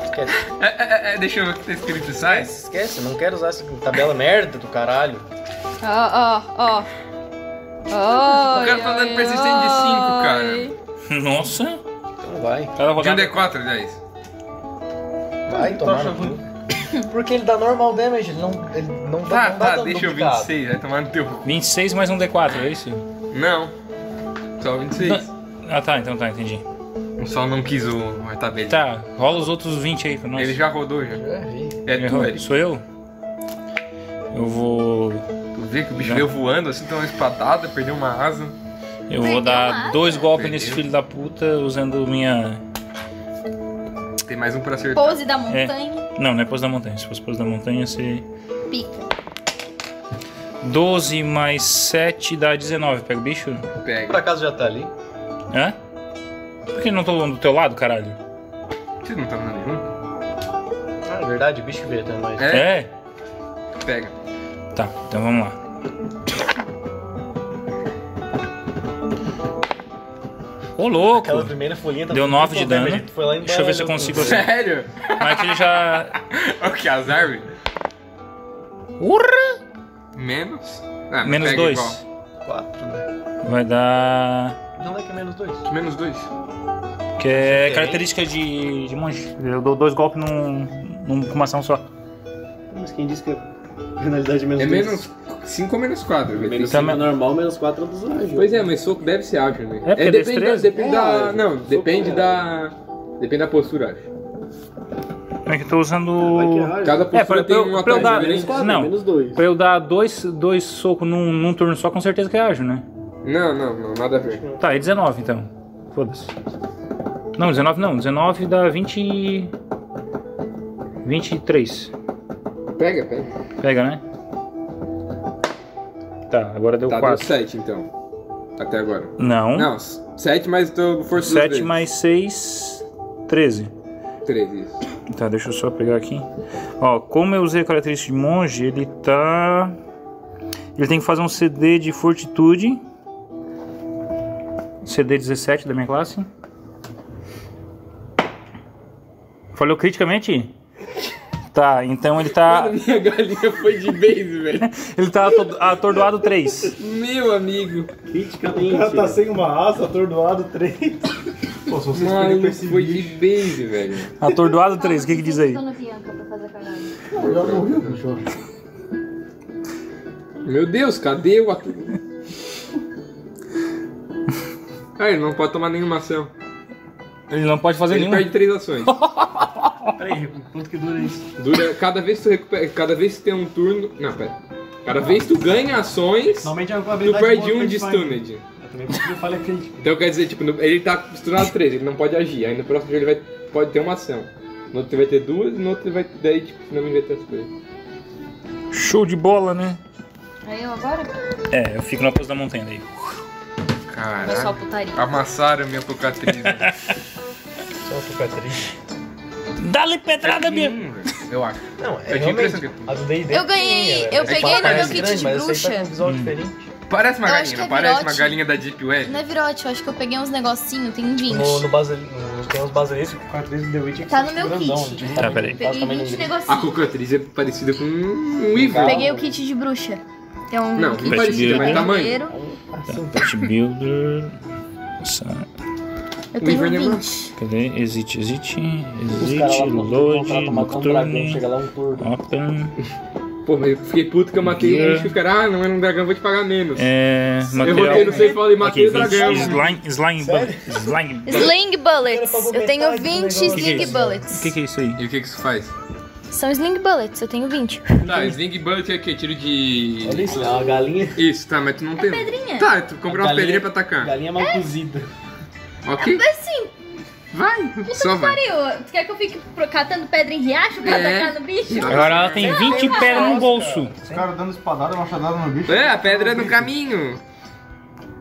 Speaker 6: Esquece,
Speaker 4: É, é, é, deixa eu ver o que tá escrito size.
Speaker 6: esquece, não quero usar essa tabela merda do caralho.
Speaker 11: Ó, ó, ó.
Speaker 4: O cara tá dando persistente de cinco, cara.
Speaker 1: Nossa.
Speaker 6: Então vai.
Speaker 1: Cada
Speaker 4: De um
Speaker 1: rodada.
Speaker 4: D4, aliás. Tá
Speaker 6: Vai tomar no
Speaker 12: achando
Speaker 6: cu. Porque ele dá normal damage, ele não, ele não
Speaker 4: Tá,
Speaker 6: dá não dá
Speaker 4: tá,
Speaker 6: dano
Speaker 4: deixa eu
Speaker 6: um duplicado.
Speaker 4: 26, vai tomar no teu. cu.
Speaker 1: 26 mais um D4, é isso?
Speaker 4: Não. Só 26.
Speaker 1: Ah tá, então tá, entendi.
Speaker 4: O sol não quis o a tabela.
Speaker 1: Tá, rola os outros 20 aí pra nós.
Speaker 4: Ele já rodou já.
Speaker 6: Já vi.
Speaker 4: É tu,
Speaker 1: Errou.
Speaker 4: Eric.
Speaker 1: Sou eu? Eu vou.
Speaker 4: Tu vê que o bicho
Speaker 1: Já.
Speaker 4: veio voando assim, deu uma espadada, perdeu uma asa.
Speaker 1: Eu
Speaker 11: Perdeu
Speaker 1: vou
Speaker 11: uma
Speaker 1: dar
Speaker 11: asa.
Speaker 1: dois golpes
Speaker 4: Perdeu.
Speaker 1: nesse filho da puta usando minha.
Speaker 4: Tem mais um pra acertar.
Speaker 11: Pose da montanha,
Speaker 1: Não, não é pose da montanha. Se fosse pose da montanha, você.
Speaker 11: pica.
Speaker 1: 12 mais 7 dá 19. Pega o bicho?
Speaker 6: Por
Speaker 4: Pega.
Speaker 6: acaso já tá ali?
Speaker 1: Hã? Por que não tô do teu lado, caralho?
Speaker 4: Você não tá dando nenhum?
Speaker 6: Ah, é verdade, o bicho que veio até nós.
Speaker 4: É?
Speaker 1: É?
Speaker 4: Pega.
Speaker 1: Tá, então vamos lá. Ô louco!
Speaker 6: Aquela primeira folhinha tava
Speaker 1: Deu
Speaker 6: com
Speaker 1: nove de
Speaker 6: triple damage,
Speaker 1: dano.
Speaker 6: tu Foi lá
Speaker 1: Deixa eu ver se eu
Speaker 6: embaralhou
Speaker 1: consigo
Speaker 6: tudo.
Speaker 1: acertar.
Speaker 4: Sério?
Speaker 1: Mas ele já.
Speaker 4: Olha que azar, velho.
Speaker 1: Urra!
Speaker 4: Menos. Ah, mas
Speaker 1: Menos
Speaker 4: pega
Speaker 1: 2.
Speaker 4: igual.
Speaker 6: Quatro, né?
Speaker 1: Vai dar.
Speaker 6: Não é que é menos dois.
Speaker 4: Que Menos dois.
Speaker 1: Que é
Speaker 6: Tem.
Speaker 1: característica de, de monge. Eu dou dois golpes num, num, com uma ação só.
Speaker 23: Mas quem disse que é penalidade menos
Speaker 4: É
Speaker 23: dois?
Speaker 4: menos 5 ou menos 4, velho.
Speaker 23: Menos
Speaker 1: Tá
Speaker 23: cinco
Speaker 1: me-
Speaker 23: é normal, menos 4 é dos anjos.
Speaker 4: Pois é, mas soco deve ser ágil, né?
Speaker 1: É, porque
Speaker 4: depende, da,
Speaker 1: destreza.
Speaker 4: depende da.
Speaker 23: É,
Speaker 4: Não,
Speaker 23: soco
Speaker 4: depende
Speaker 23: é.
Speaker 4: da. Depende da postura, acho.
Speaker 1: É que eu tô usando.
Speaker 23: Vai que é raio.
Speaker 4: Cada postura
Speaker 1: pra-
Speaker 4: tem
Speaker 1: pra-
Speaker 4: um
Speaker 1: pra eu
Speaker 4: ataque
Speaker 1: dar-
Speaker 23: menos
Speaker 4: diferente.
Speaker 23: 4,
Speaker 1: Não.
Speaker 23: menos 2.
Speaker 1: Pra eu dar dois, dois socos num, num turno só, com certeza que é ágil, né?
Speaker 4: Não, não, não, nada a ver.
Speaker 1: Tá, é 19 então. Foda-se. Não, 19 não. 19 dá 20. e- 23.
Speaker 4: Pega, pega.
Speaker 1: Pega, né? Tá, agora deu
Speaker 4: Tá, deu
Speaker 1: 4.
Speaker 4: 7 então. Até agora.
Speaker 1: Não.
Speaker 4: Não, 7 mais teu força
Speaker 1: 7 mais 6, 13.
Speaker 4: 3, isso.
Speaker 1: Tá, deixa eu só pegar aqui. Ó, como eu usei a característica de monge, ele tá. Ele tem que fazer um CD de fortitude. CD 17 da minha classe. Falhou criticamente? Tá, então ele tá.
Speaker 4: Minha galinha foi de base, velho.
Speaker 1: Ele tá ato- atordoado 3.
Speaker 4: Meu amigo.
Speaker 23: O cara tá sem uma asa, atordoado, três.
Speaker 12: Pô, se
Speaker 23: vocês
Speaker 4: Maluco,
Speaker 23: forem
Speaker 4: foi de base, velho.
Speaker 1: Atordoado 3, o que que diz aí?
Speaker 23: Já morreu, cachorro.
Speaker 4: Meu Deus, cadê o ator? Ah, ele não pode tomar nenhuma ação.
Speaker 1: Ele não pode fazer
Speaker 4: ele
Speaker 1: nenhuma.
Speaker 4: perde três ações.
Speaker 12: Peraí, quanto que dura isso?
Speaker 4: Dura, cada vez que tu recupera, cada vez que tem um turno. Não, pera. Cada vez que tu ganha ações,
Speaker 12: Normalmente a
Speaker 4: tu
Speaker 12: habilidade
Speaker 4: perde
Speaker 12: boa
Speaker 4: um
Speaker 12: que
Speaker 4: de
Speaker 12: faz.
Speaker 4: stunned.
Speaker 12: Eu também consigo falha crítica.
Speaker 4: Então quer dizer, tipo, no- ele tá stunado três, ele não pode agir. Aí no próximo jogo ele vai, pode ter uma ação. No outro ele vai ter duas, no outro ele vai. Daí, tipo, finalmente vai ter as coisas.
Speaker 1: Show de bola, né?
Speaker 11: Aí eu agora?
Speaker 1: É, eu fico na pose da montanha daí.
Speaker 11: Foi só
Speaker 4: Caralho.
Speaker 11: putaria.
Speaker 4: Amassaram minha Pocatriz.
Speaker 9: Só cicatriz.
Speaker 1: Dá-lhe pedrada, minha!
Speaker 4: Eu acho.
Speaker 9: Não, é
Speaker 4: Eu tinha
Speaker 9: realmente,
Speaker 4: impressão
Speaker 9: as do D&D
Speaker 3: Eu ganhei-
Speaker 9: tinha,
Speaker 3: eu
Speaker 9: velho. É que
Speaker 3: peguei no
Speaker 9: parece
Speaker 3: meu kit
Speaker 9: grande,
Speaker 3: de
Speaker 9: mas eu sei que
Speaker 3: bruxa.
Speaker 9: tá com um
Speaker 1: Hum.
Speaker 9: visual diferente.
Speaker 4: Parece uma
Speaker 3: Eu acho
Speaker 4: galinha,
Speaker 3: que
Speaker 4: não
Speaker 3: é
Speaker 4: parece uma
Speaker 3: virote.
Speaker 4: galinha da Deep Web.
Speaker 3: Não é virote, eu acho que eu peguei uns negocinhos, tem 20.
Speaker 9: No, no base, no, tem uns basiliscos.
Speaker 12: Quatro vezes The Witch é que
Speaker 3: Tá
Speaker 12: são
Speaker 3: no meu
Speaker 12: grandão,
Speaker 3: kit.
Speaker 12: tipo,
Speaker 1: Tá, peraí.
Speaker 3: Peguei
Speaker 12: basicamente
Speaker 3: 20
Speaker 12: um-
Speaker 4: A
Speaker 3: negocinhos.
Speaker 4: cocatriz é parecida com um Weaver.
Speaker 3: Peguei o kit de bruxa. Tem um
Speaker 4: Não,
Speaker 3: kit
Speaker 4: não parecia, mas tamanho.
Speaker 3: inteiro.
Speaker 1: Pet Builder. Nossa,
Speaker 3: Eu tenho
Speaker 4: Weaver nem
Speaker 3: 20.
Speaker 1: cadê? Exit, exit,
Speaker 12: Os caras lá
Speaker 1: exit,
Speaker 12: no
Speaker 1: load,
Speaker 12: contrato matam um dragão,
Speaker 1: nocturne,
Speaker 12: chega lá um turno.
Speaker 1: open.
Speaker 4: Pô, mas eu fiquei puto que eu matei
Speaker 1: Yeah.
Speaker 4: um bicho e o cara, ah, não era um dragão, vou te pagar menos.
Speaker 1: É.
Speaker 4: eu botei no
Speaker 1: Material.
Speaker 4: safe fala e matei
Speaker 1: Ok,
Speaker 4: o dragão.
Speaker 1: slime, slime, bullet, slime. bullet.
Speaker 3: Sling Bullets. Eu tenho 20
Speaker 1: Que que é
Speaker 3: Sling
Speaker 1: isso? O
Speaker 3: Bullets.
Speaker 1: que, que é isso aí?
Speaker 4: E o que que isso faz?
Speaker 3: São Sling Bullets, eu tenho 20.
Speaker 4: Tá, Sling Bullet é o quê? Tiro de...
Speaker 12: Olha isso, é uma galinha.
Speaker 4: Isso, tá, mas tu não tem...
Speaker 3: pedrinha.
Speaker 4: Tá, tu comprou uma
Speaker 12: Galinha-
Speaker 4: pedrinha pra atacar.
Speaker 12: Galinha mal cozida.
Speaker 4: Ok?
Speaker 3: Assim,
Speaker 4: Vai,
Speaker 3: puta
Speaker 4: só
Speaker 3: que
Speaker 4: vai.
Speaker 3: pariu. Tu quer que eu fique pro- catando pedra em riacho pra
Speaker 4: É.
Speaker 3: atacar no bicho?
Speaker 1: Agora ela tem 20 pedras no bolso.
Speaker 12: Cara,
Speaker 23: Os caras dando espadada, machadada no bicho.
Speaker 4: É, a pedra é no caminho.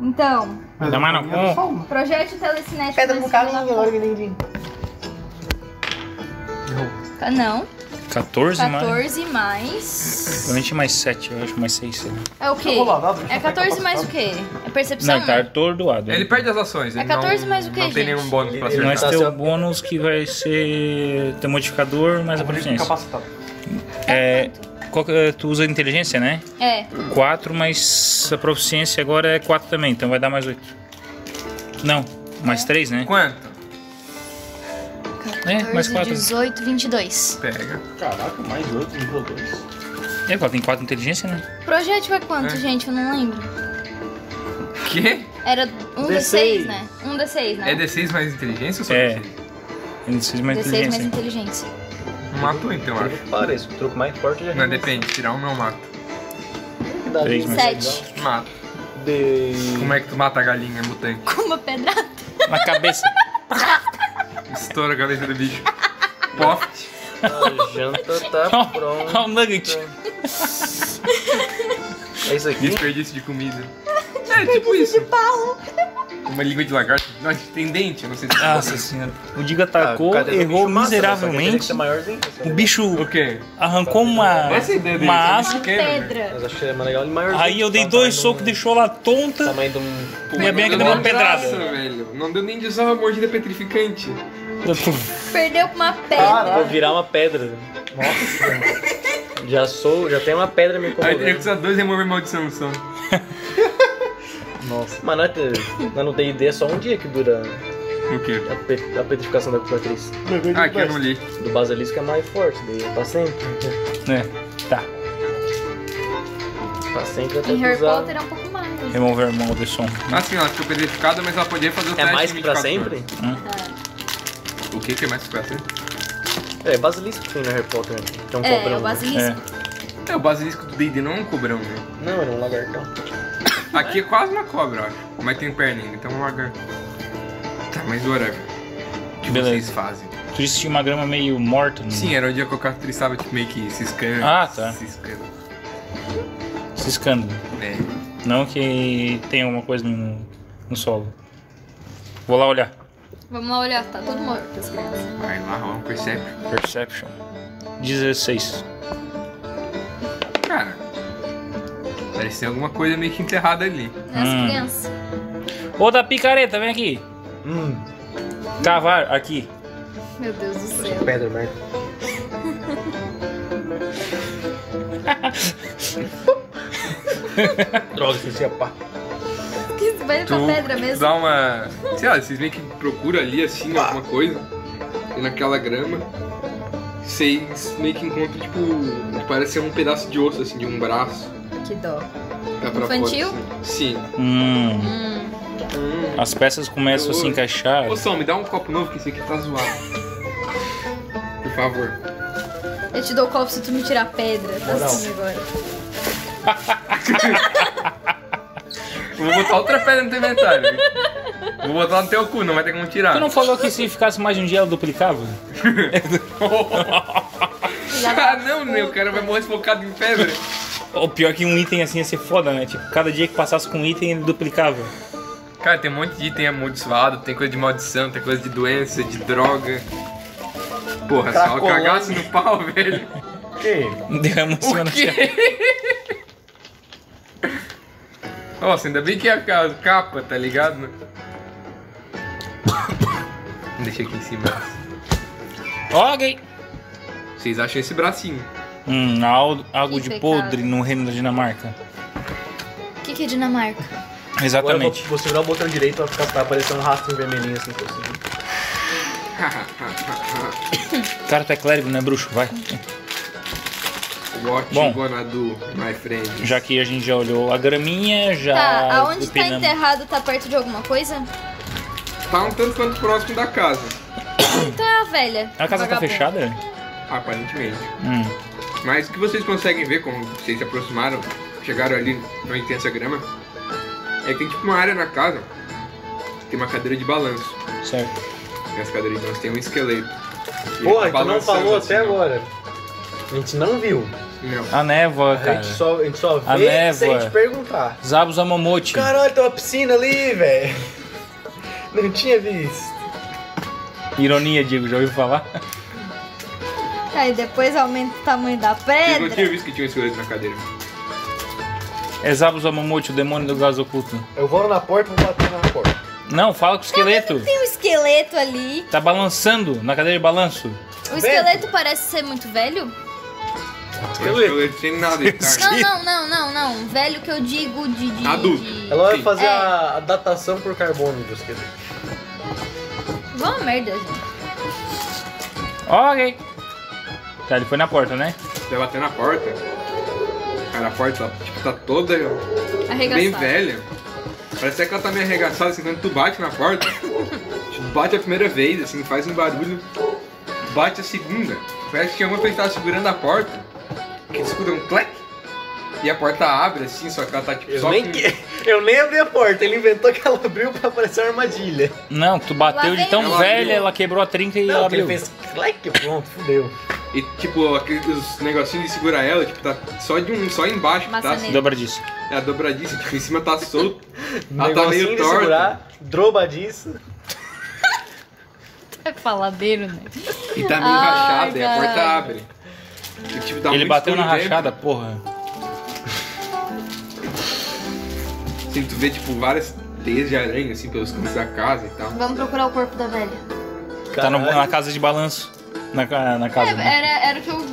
Speaker 3: Então,
Speaker 23: Pedra
Speaker 1: Dá mais
Speaker 23: no
Speaker 1: no
Speaker 23: caminho,
Speaker 1: cu.
Speaker 23: só- um.
Speaker 3: projétil telecinético.
Speaker 6: Pedra no
Speaker 3: desse
Speaker 6: caminho,
Speaker 3: filho
Speaker 6: olha que
Speaker 3: da puta. Ah, Não,
Speaker 1: 14 mais.
Speaker 3: 14 mais.
Speaker 1: Provavelmente mais 7, eu acho, mais 6. Sei lá.
Speaker 3: É o quê?
Speaker 12: Eu vou lá, dá-
Speaker 3: É 14 mais o quê? É percepção?
Speaker 1: Não, tá
Speaker 3: né?
Speaker 1: atordoado.
Speaker 4: Ele perde as ações.
Speaker 3: É
Speaker 4: ele não-
Speaker 3: 14 mais o quê,
Speaker 4: Não tem
Speaker 3: gente?
Speaker 4: nenhum bônus pra
Speaker 9: Ele- ele
Speaker 1: Mas
Speaker 4: acertar.
Speaker 9: tá-
Speaker 1: tem
Speaker 9: seu-
Speaker 1: o bônus que vai ser. Tem modificador mais a proficiência.
Speaker 12: Capacitado.
Speaker 1: É. qual que é- tu usa inteligência, né?
Speaker 3: É.
Speaker 1: 4, mas a proficiência agora é 4 também, então vai dar mais 8. Não, mais 3, né?
Speaker 4: Quanto?
Speaker 1: É, mais
Speaker 3: 14,
Speaker 1: quatro.
Speaker 3: 18, 22.
Speaker 4: Pega.
Speaker 12: Caraca, mais outro, nível 2.
Speaker 1: É, ela tem 4 inteligência, né?
Speaker 3: Projétil é quanto, gente? Eu não lembro.
Speaker 4: Quê?
Speaker 3: Era 1 d 6,
Speaker 12: D6.
Speaker 3: né? 1 d 6, né?
Speaker 4: É D6 mais inteligência ou só
Speaker 1: É.
Speaker 4: D6?
Speaker 1: Ele precisa de mais
Speaker 3: D6 mais
Speaker 1: inteligência.
Speaker 3: inteligência.
Speaker 4: Não matou então, acho.
Speaker 9: Parece, o truco mais forte já é
Speaker 4: Não, depende. Tirar um não mata.
Speaker 1: Três, mas-
Speaker 3: 7.
Speaker 4: Mata.
Speaker 9: De...
Speaker 4: Como é que tu mata a galinha mutante?
Speaker 3: Com uma pedrada.
Speaker 1: Na cabeça.
Speaker 4: Estoura a cabeça do bicho. Poft.
Speaker 9: A janta tá pronta.
Speaker 1: Olha o nugget.
Speaker 9: É isso aqui.
Speaker 4: Desperdício de comida. É, tipo isso. Uma língua de lagarto. Nossa, tem dente, eu não sei se...
Speaker 1: Nossa senhora. O Diga atacou,
Speaker 9: Cadê Ah, o
Speaker 1: errou
Speaker 9: bicho massa, né? só que teria que é
Speaker 1: miseravelmente.
Speaker 9: ser maiorzinho, sabe?
Speaker 1: O bicho
Speaker 4: O quê?
Speaker 1: arrancou uma.
Speaker 4: Essa é a ideia dele.
Speaker 1: Uma
Speaker 4: esse
Speaker 1: asa.
Speaker 4: bicho
Speaker 3: Uma
Speaker 4: quebra, né?
Speaker 3: pedra.
Speaker 9: Mas eu achei mais legal ele maiorzinho.
Speaker 1: Aí eu dei
Speaker 9: Tamanho
Speaker 1: dois
Speaker 9: de um-
Speaker 1: socos, deixou ela tonta.
Speaker 9: Tamanho de um...
Speaker 1: E a Bianca deu uma pedrada.
Speaker 4: Nossa, velho. Não deu nem de usar uma mordida petrificante.
Speaker 3: Perdeu pra uma pedra.
Speaker 9: Vou virar uma pedra.
Speaker 12: Nossa senhora.
Speaker 9: Já sou, já tem uma pedra me
Speaker 4: Aí teria que
Speaker 9: incomodando.
Speaker 4: usar dois e remover maldição só.
Speaker 12: Nossa.
Speaker 9: Mas não é que- mas no D&D é só um dia que dura
Speaker 4: O quê?
Speaker 9: a, pe- a petrificação da curatriz.
Speaker 4: Ah, aqui eu não li.
Speaker 9: Do basilisco é mais forte, daí é pra sempre.
Speaker 1: É, tá.
Speaker 9: Pra sempre até
Speaker 11: Em Harry
Speaker 9: usar.
Speaker 11: Potter é um pouco mais.
Speaker 1: Remover maldição.
Speaker 4: Assim, ela ficou petrificada, mas ela podia fazer o
Speaker 9: É
Speaker 4: teste
Speaker 9: mais
Speaker 4: em
Speaker 9: que pra
Speaker 4: 24
Speaker 9: sempre?
Speaker 4: horas. O que que é mais que pra sempre?
Speaker 9: É, basilisco que tem no Harry Potter. né? Que é um
Speaker 3: É,
Speaker 9: cobrão.
Speaker 3: o
Speaker 9: né?
Speaker 3: basilisco.
Speaker 4: É, o basilisco do D&D não é um cobrão, né?
Speaker 9: Não, era um lagartão.
Speaker 4: Aqui é quase uma cobra, eu acho. Mas tem perna ainda, então é um lagarto. Tá, mas whatever. O que vocês
Speaker 1: Beleza.
Speaker 4: fazem?
Speaker 1: Tu disse que tinha uma grama meio morta. não?
Speaker 4: Sim, era o dia que o Cactus estava tipo, meio que ciscando.
Speaker 1: Ah, tá.
Speaker 4: Ciscando.
Speaker 1: Ciscando.
Speaker 4: É.
Speaker 1: Não que tenha alguma coisa no, no solo. Vou lá olhar.
Speaker 3: Vamos lá olhar, tá todo morto as crianças.
Speaker 4: Vai lá, rola um perception.
Speaker 1: Perception. 16.
Speaker 4: Cara, parece ter alguma coisa meio que enterrada ali.
Speaker 3: As
Speaker 1: Hum.
Speaker 3: crianças.
Speaker 1: Ô, da picareta, vem aqui. Hum. Cavar, aqui.
Speaker 3: Meu Deus do céu.
Speaker 9: Pedra, merda. Droga, esqueci a pá.
Speaker 3: Que isso vai pra pedra mesmo.
Speaker 4: Então, dá uma. Sei lá, vocês meio que procuram ali assim alguma coisa. E naquela grama. Vocês meio que encontram, tipo. Parece ser um pedaço de osso, assim, de um braço.
Speaker 3: Que dó.
Speaker 4: Tá pra fora,
Speaker 3: Infantil?
Speaker 4: assim. Sim.
Speaker 1: Hum. As peças começam a se encaixar.
Speaker 4: Ô, Sal, me dá um copo novo que esse aqui tá zoado. Por favor.
Speaker 3: Eu te dou o copo se tu me tirar a pedra. Tá
Speaker 4: Moral.
Speaker 3: assim agora.
Speaker 4: Eu vou botar outra pedra no teu inventário. Vou botar no teu cu, não vai ter como tirar.
Speaker 1: Tu não falou que se ficasse mais de um dia ela duplicava?
Speaker 4: Ah, não, né? O cara vai morrer focado em pedra.
Speaker 1: O pior que um item assim ia ser foda, né? Tipo, cada dia que passasse com um item ele duplicava.
Speaker 4: Cara, tem um monte de item amaldiçoado, tem coisa de maldição, tem coisa de doença, de droga. Porra, só o
Speaker 1: Cracolândia.
Speaker 4: cagaço no pau, velho.
Speaker 1: Que? Derramou em cima da
Speaker 4: Nossa, ainda bem que é a ca- capa, tá ligado? Deixa aqui esse braço.
Speaker 1: Ok.
Speaker 4: Vocês acham esse bracinho?
Speaker 1: Hum, algo, algo de
Speaker 3: Impecável.
Speaker 1: podre no reino da Dinamarca.
Speaker 3: O que, que é Dinamarca?
Speaker 1: Exatamente.
Speaker 6: Agora eu vou, vou segurar o botão direito pra ficar pra aparecer um rastro vermelhinho assim por cima.
Speaker 1: Cara, tu é clérigo, né, bruxo? Vai.
Speaker 4: What
Speaker 1: Bom.
Speaker 4: Gonadu, my friend.
Speaker 1: Já que a gente já olhou a graminha, já.
Speaker 3: tá, aonde tá
Speaker 1: opinamos.
Speaker 3: enterrado tá perto de alguma coisa?
Speaker 4: Tá um tanto quanto próximo da casa.
Speaker 3: Então é a velha.
Speaker 1: A casa tá
Speaker 3: vagabunda.
Speaker 1: fechada?
Speaker 4: Aparentemente.
Speaker 1: Hum.
Speaker 4: Mas o que vocês conseguem ver como vocês se aproximaram, chegaram ali na intensa grama, é que tem tipo uma área na casa, que tem uma cadeira de balanço.
Speaker 1: Certo.
Speaker 4: E as cadeiras de balanço tem um esqueleto. E
Speaker 6: Porra,
Speaker 4: ele tá
Speaker 6: tu então não
Speaker 4: balançando,
Speaker 6: falou
Speaker 4: assim,
Speaker 6: até agora. A gente não viu.
Speaker 4: Não.
Speaker 1: A névoa,
Speaker 6: A
Speaker 1: cara.
Speaker 6: gente só, a gente só
Speaker 1: A
Speaker 6: vê se a
Speaker 1: névoa.
Speaker 6: gente perguntar.
Speaker 1: Zabos Amamote.
Speaker 6: Caralho, tem uma piscina ali, velho. Não tinha visto.
Speaker 1: Ironia, Diego, já ouviu falar?
Speaker 3: Aí depois aumenta o tamanho da
Speaker 4: Vocês não tinham
Speaker 3: pedra.
Speaker 4: visto que tinha um esqueleto na cadeira.
Speaker 1: É Zabos Amamote, o demônio do gás oculto.
Speaker 6: Eu vou na porta e vou bater na porta.
Speaker 1: Não, fala com o esqueleto.
Speaker 3: Tem um esqueleto ali.
Speaker 1: Tá balançando na cadeira de balanço.
Speaker 3: O esqueleto parece ser muito velho?
Speaker 4: Esqueleto sem nada tá? de carne.
Speaker 3: Não, não, não, não, não. Velho que eu digo de. de- de-
Speaker 6: Ela vai fazer
Speaker 3: É.
Speaker 6: a, a datação por carbono do esqueleto.
Speaker 3: Vão a merda, gente.
Speaker 1: Ok. Tá, ele foi na porta, né?
Speaker 4: Vai bater na porta. Cara, a porta tipo, tá toda
Speaker 3: Arregaçada.
Speaker 4: bem velha. Parece até que ela tá meio arregaçada, assim, quando tu bate na porta. tipo, bate a primeira vez, assim, faz um barulho. Bate a segunda. Parece que tinha uma pessoa que tava segurando a porta. Que escuta um clack. E a porta abre, assim, só que ela tá tipo
Speaker 6: Eu
Speaker 4: só
Speaker 6: nem,
Speaker 4: com-
Speaker 6: que- eu nem abri a porta, ele inventou que ela abriu pra aparecer uma armadilha.
Speaker 1: Não, tu bateu
Speaker 6: Lá
Speaker 1: de
Speaker 6: vem
Speaker 1: tão
Speaker 6: ela.
Speaker 1: velha,
Speaker 6: Ela abriu.
Speaker 1: ela quebrou a trinca e ela
Speaker 6: Não, que ele
Speaker 1: abriu.
Speaker 6: fez clack, pronto, fudeu.
Speaker 4: E tipo, aqueles os negocinhos de segurar ela, tipo, tá só de um. só embaixo que tá
Speaker 6: Maçaneta.
Speaker 4: assim.
Speaker 1: Dobradiça.
Speaker 4: É a dobradiça, tipo, em cima tá solto. ela tá
Speaker 6: Negocinho
Speaker 4: meio
Speaker 6: de
Speaker 4: torta.
Speaker 6: segurar, drobadiço.
Speaker 3: É faladeiro, né?
Speaker 4: E tá meio
Speaker 3: Ai,
Speaker 4: rachada, e a porta
Speaker 3: caralho.
Speaker 4: abre. E, tipo, tá
Speaker 1: ele
Speaker 4: muito
Speaker 1: bateu na
Speaker 4: escuro dentro.
Speaker 1: rachada, porra.
Speaker 4: Assim, tu vê, tipo, várias teias de aranha, assim, pelos cantos da casa e tal.
Speaker 3: Vamos procurar o corpo da velha.
Speaker 1: Tá no- na casa de balanço. Na, ca- na casa,
Speaker 3: É,
Speaker 1: né?
Speaker 3: era, era o que eu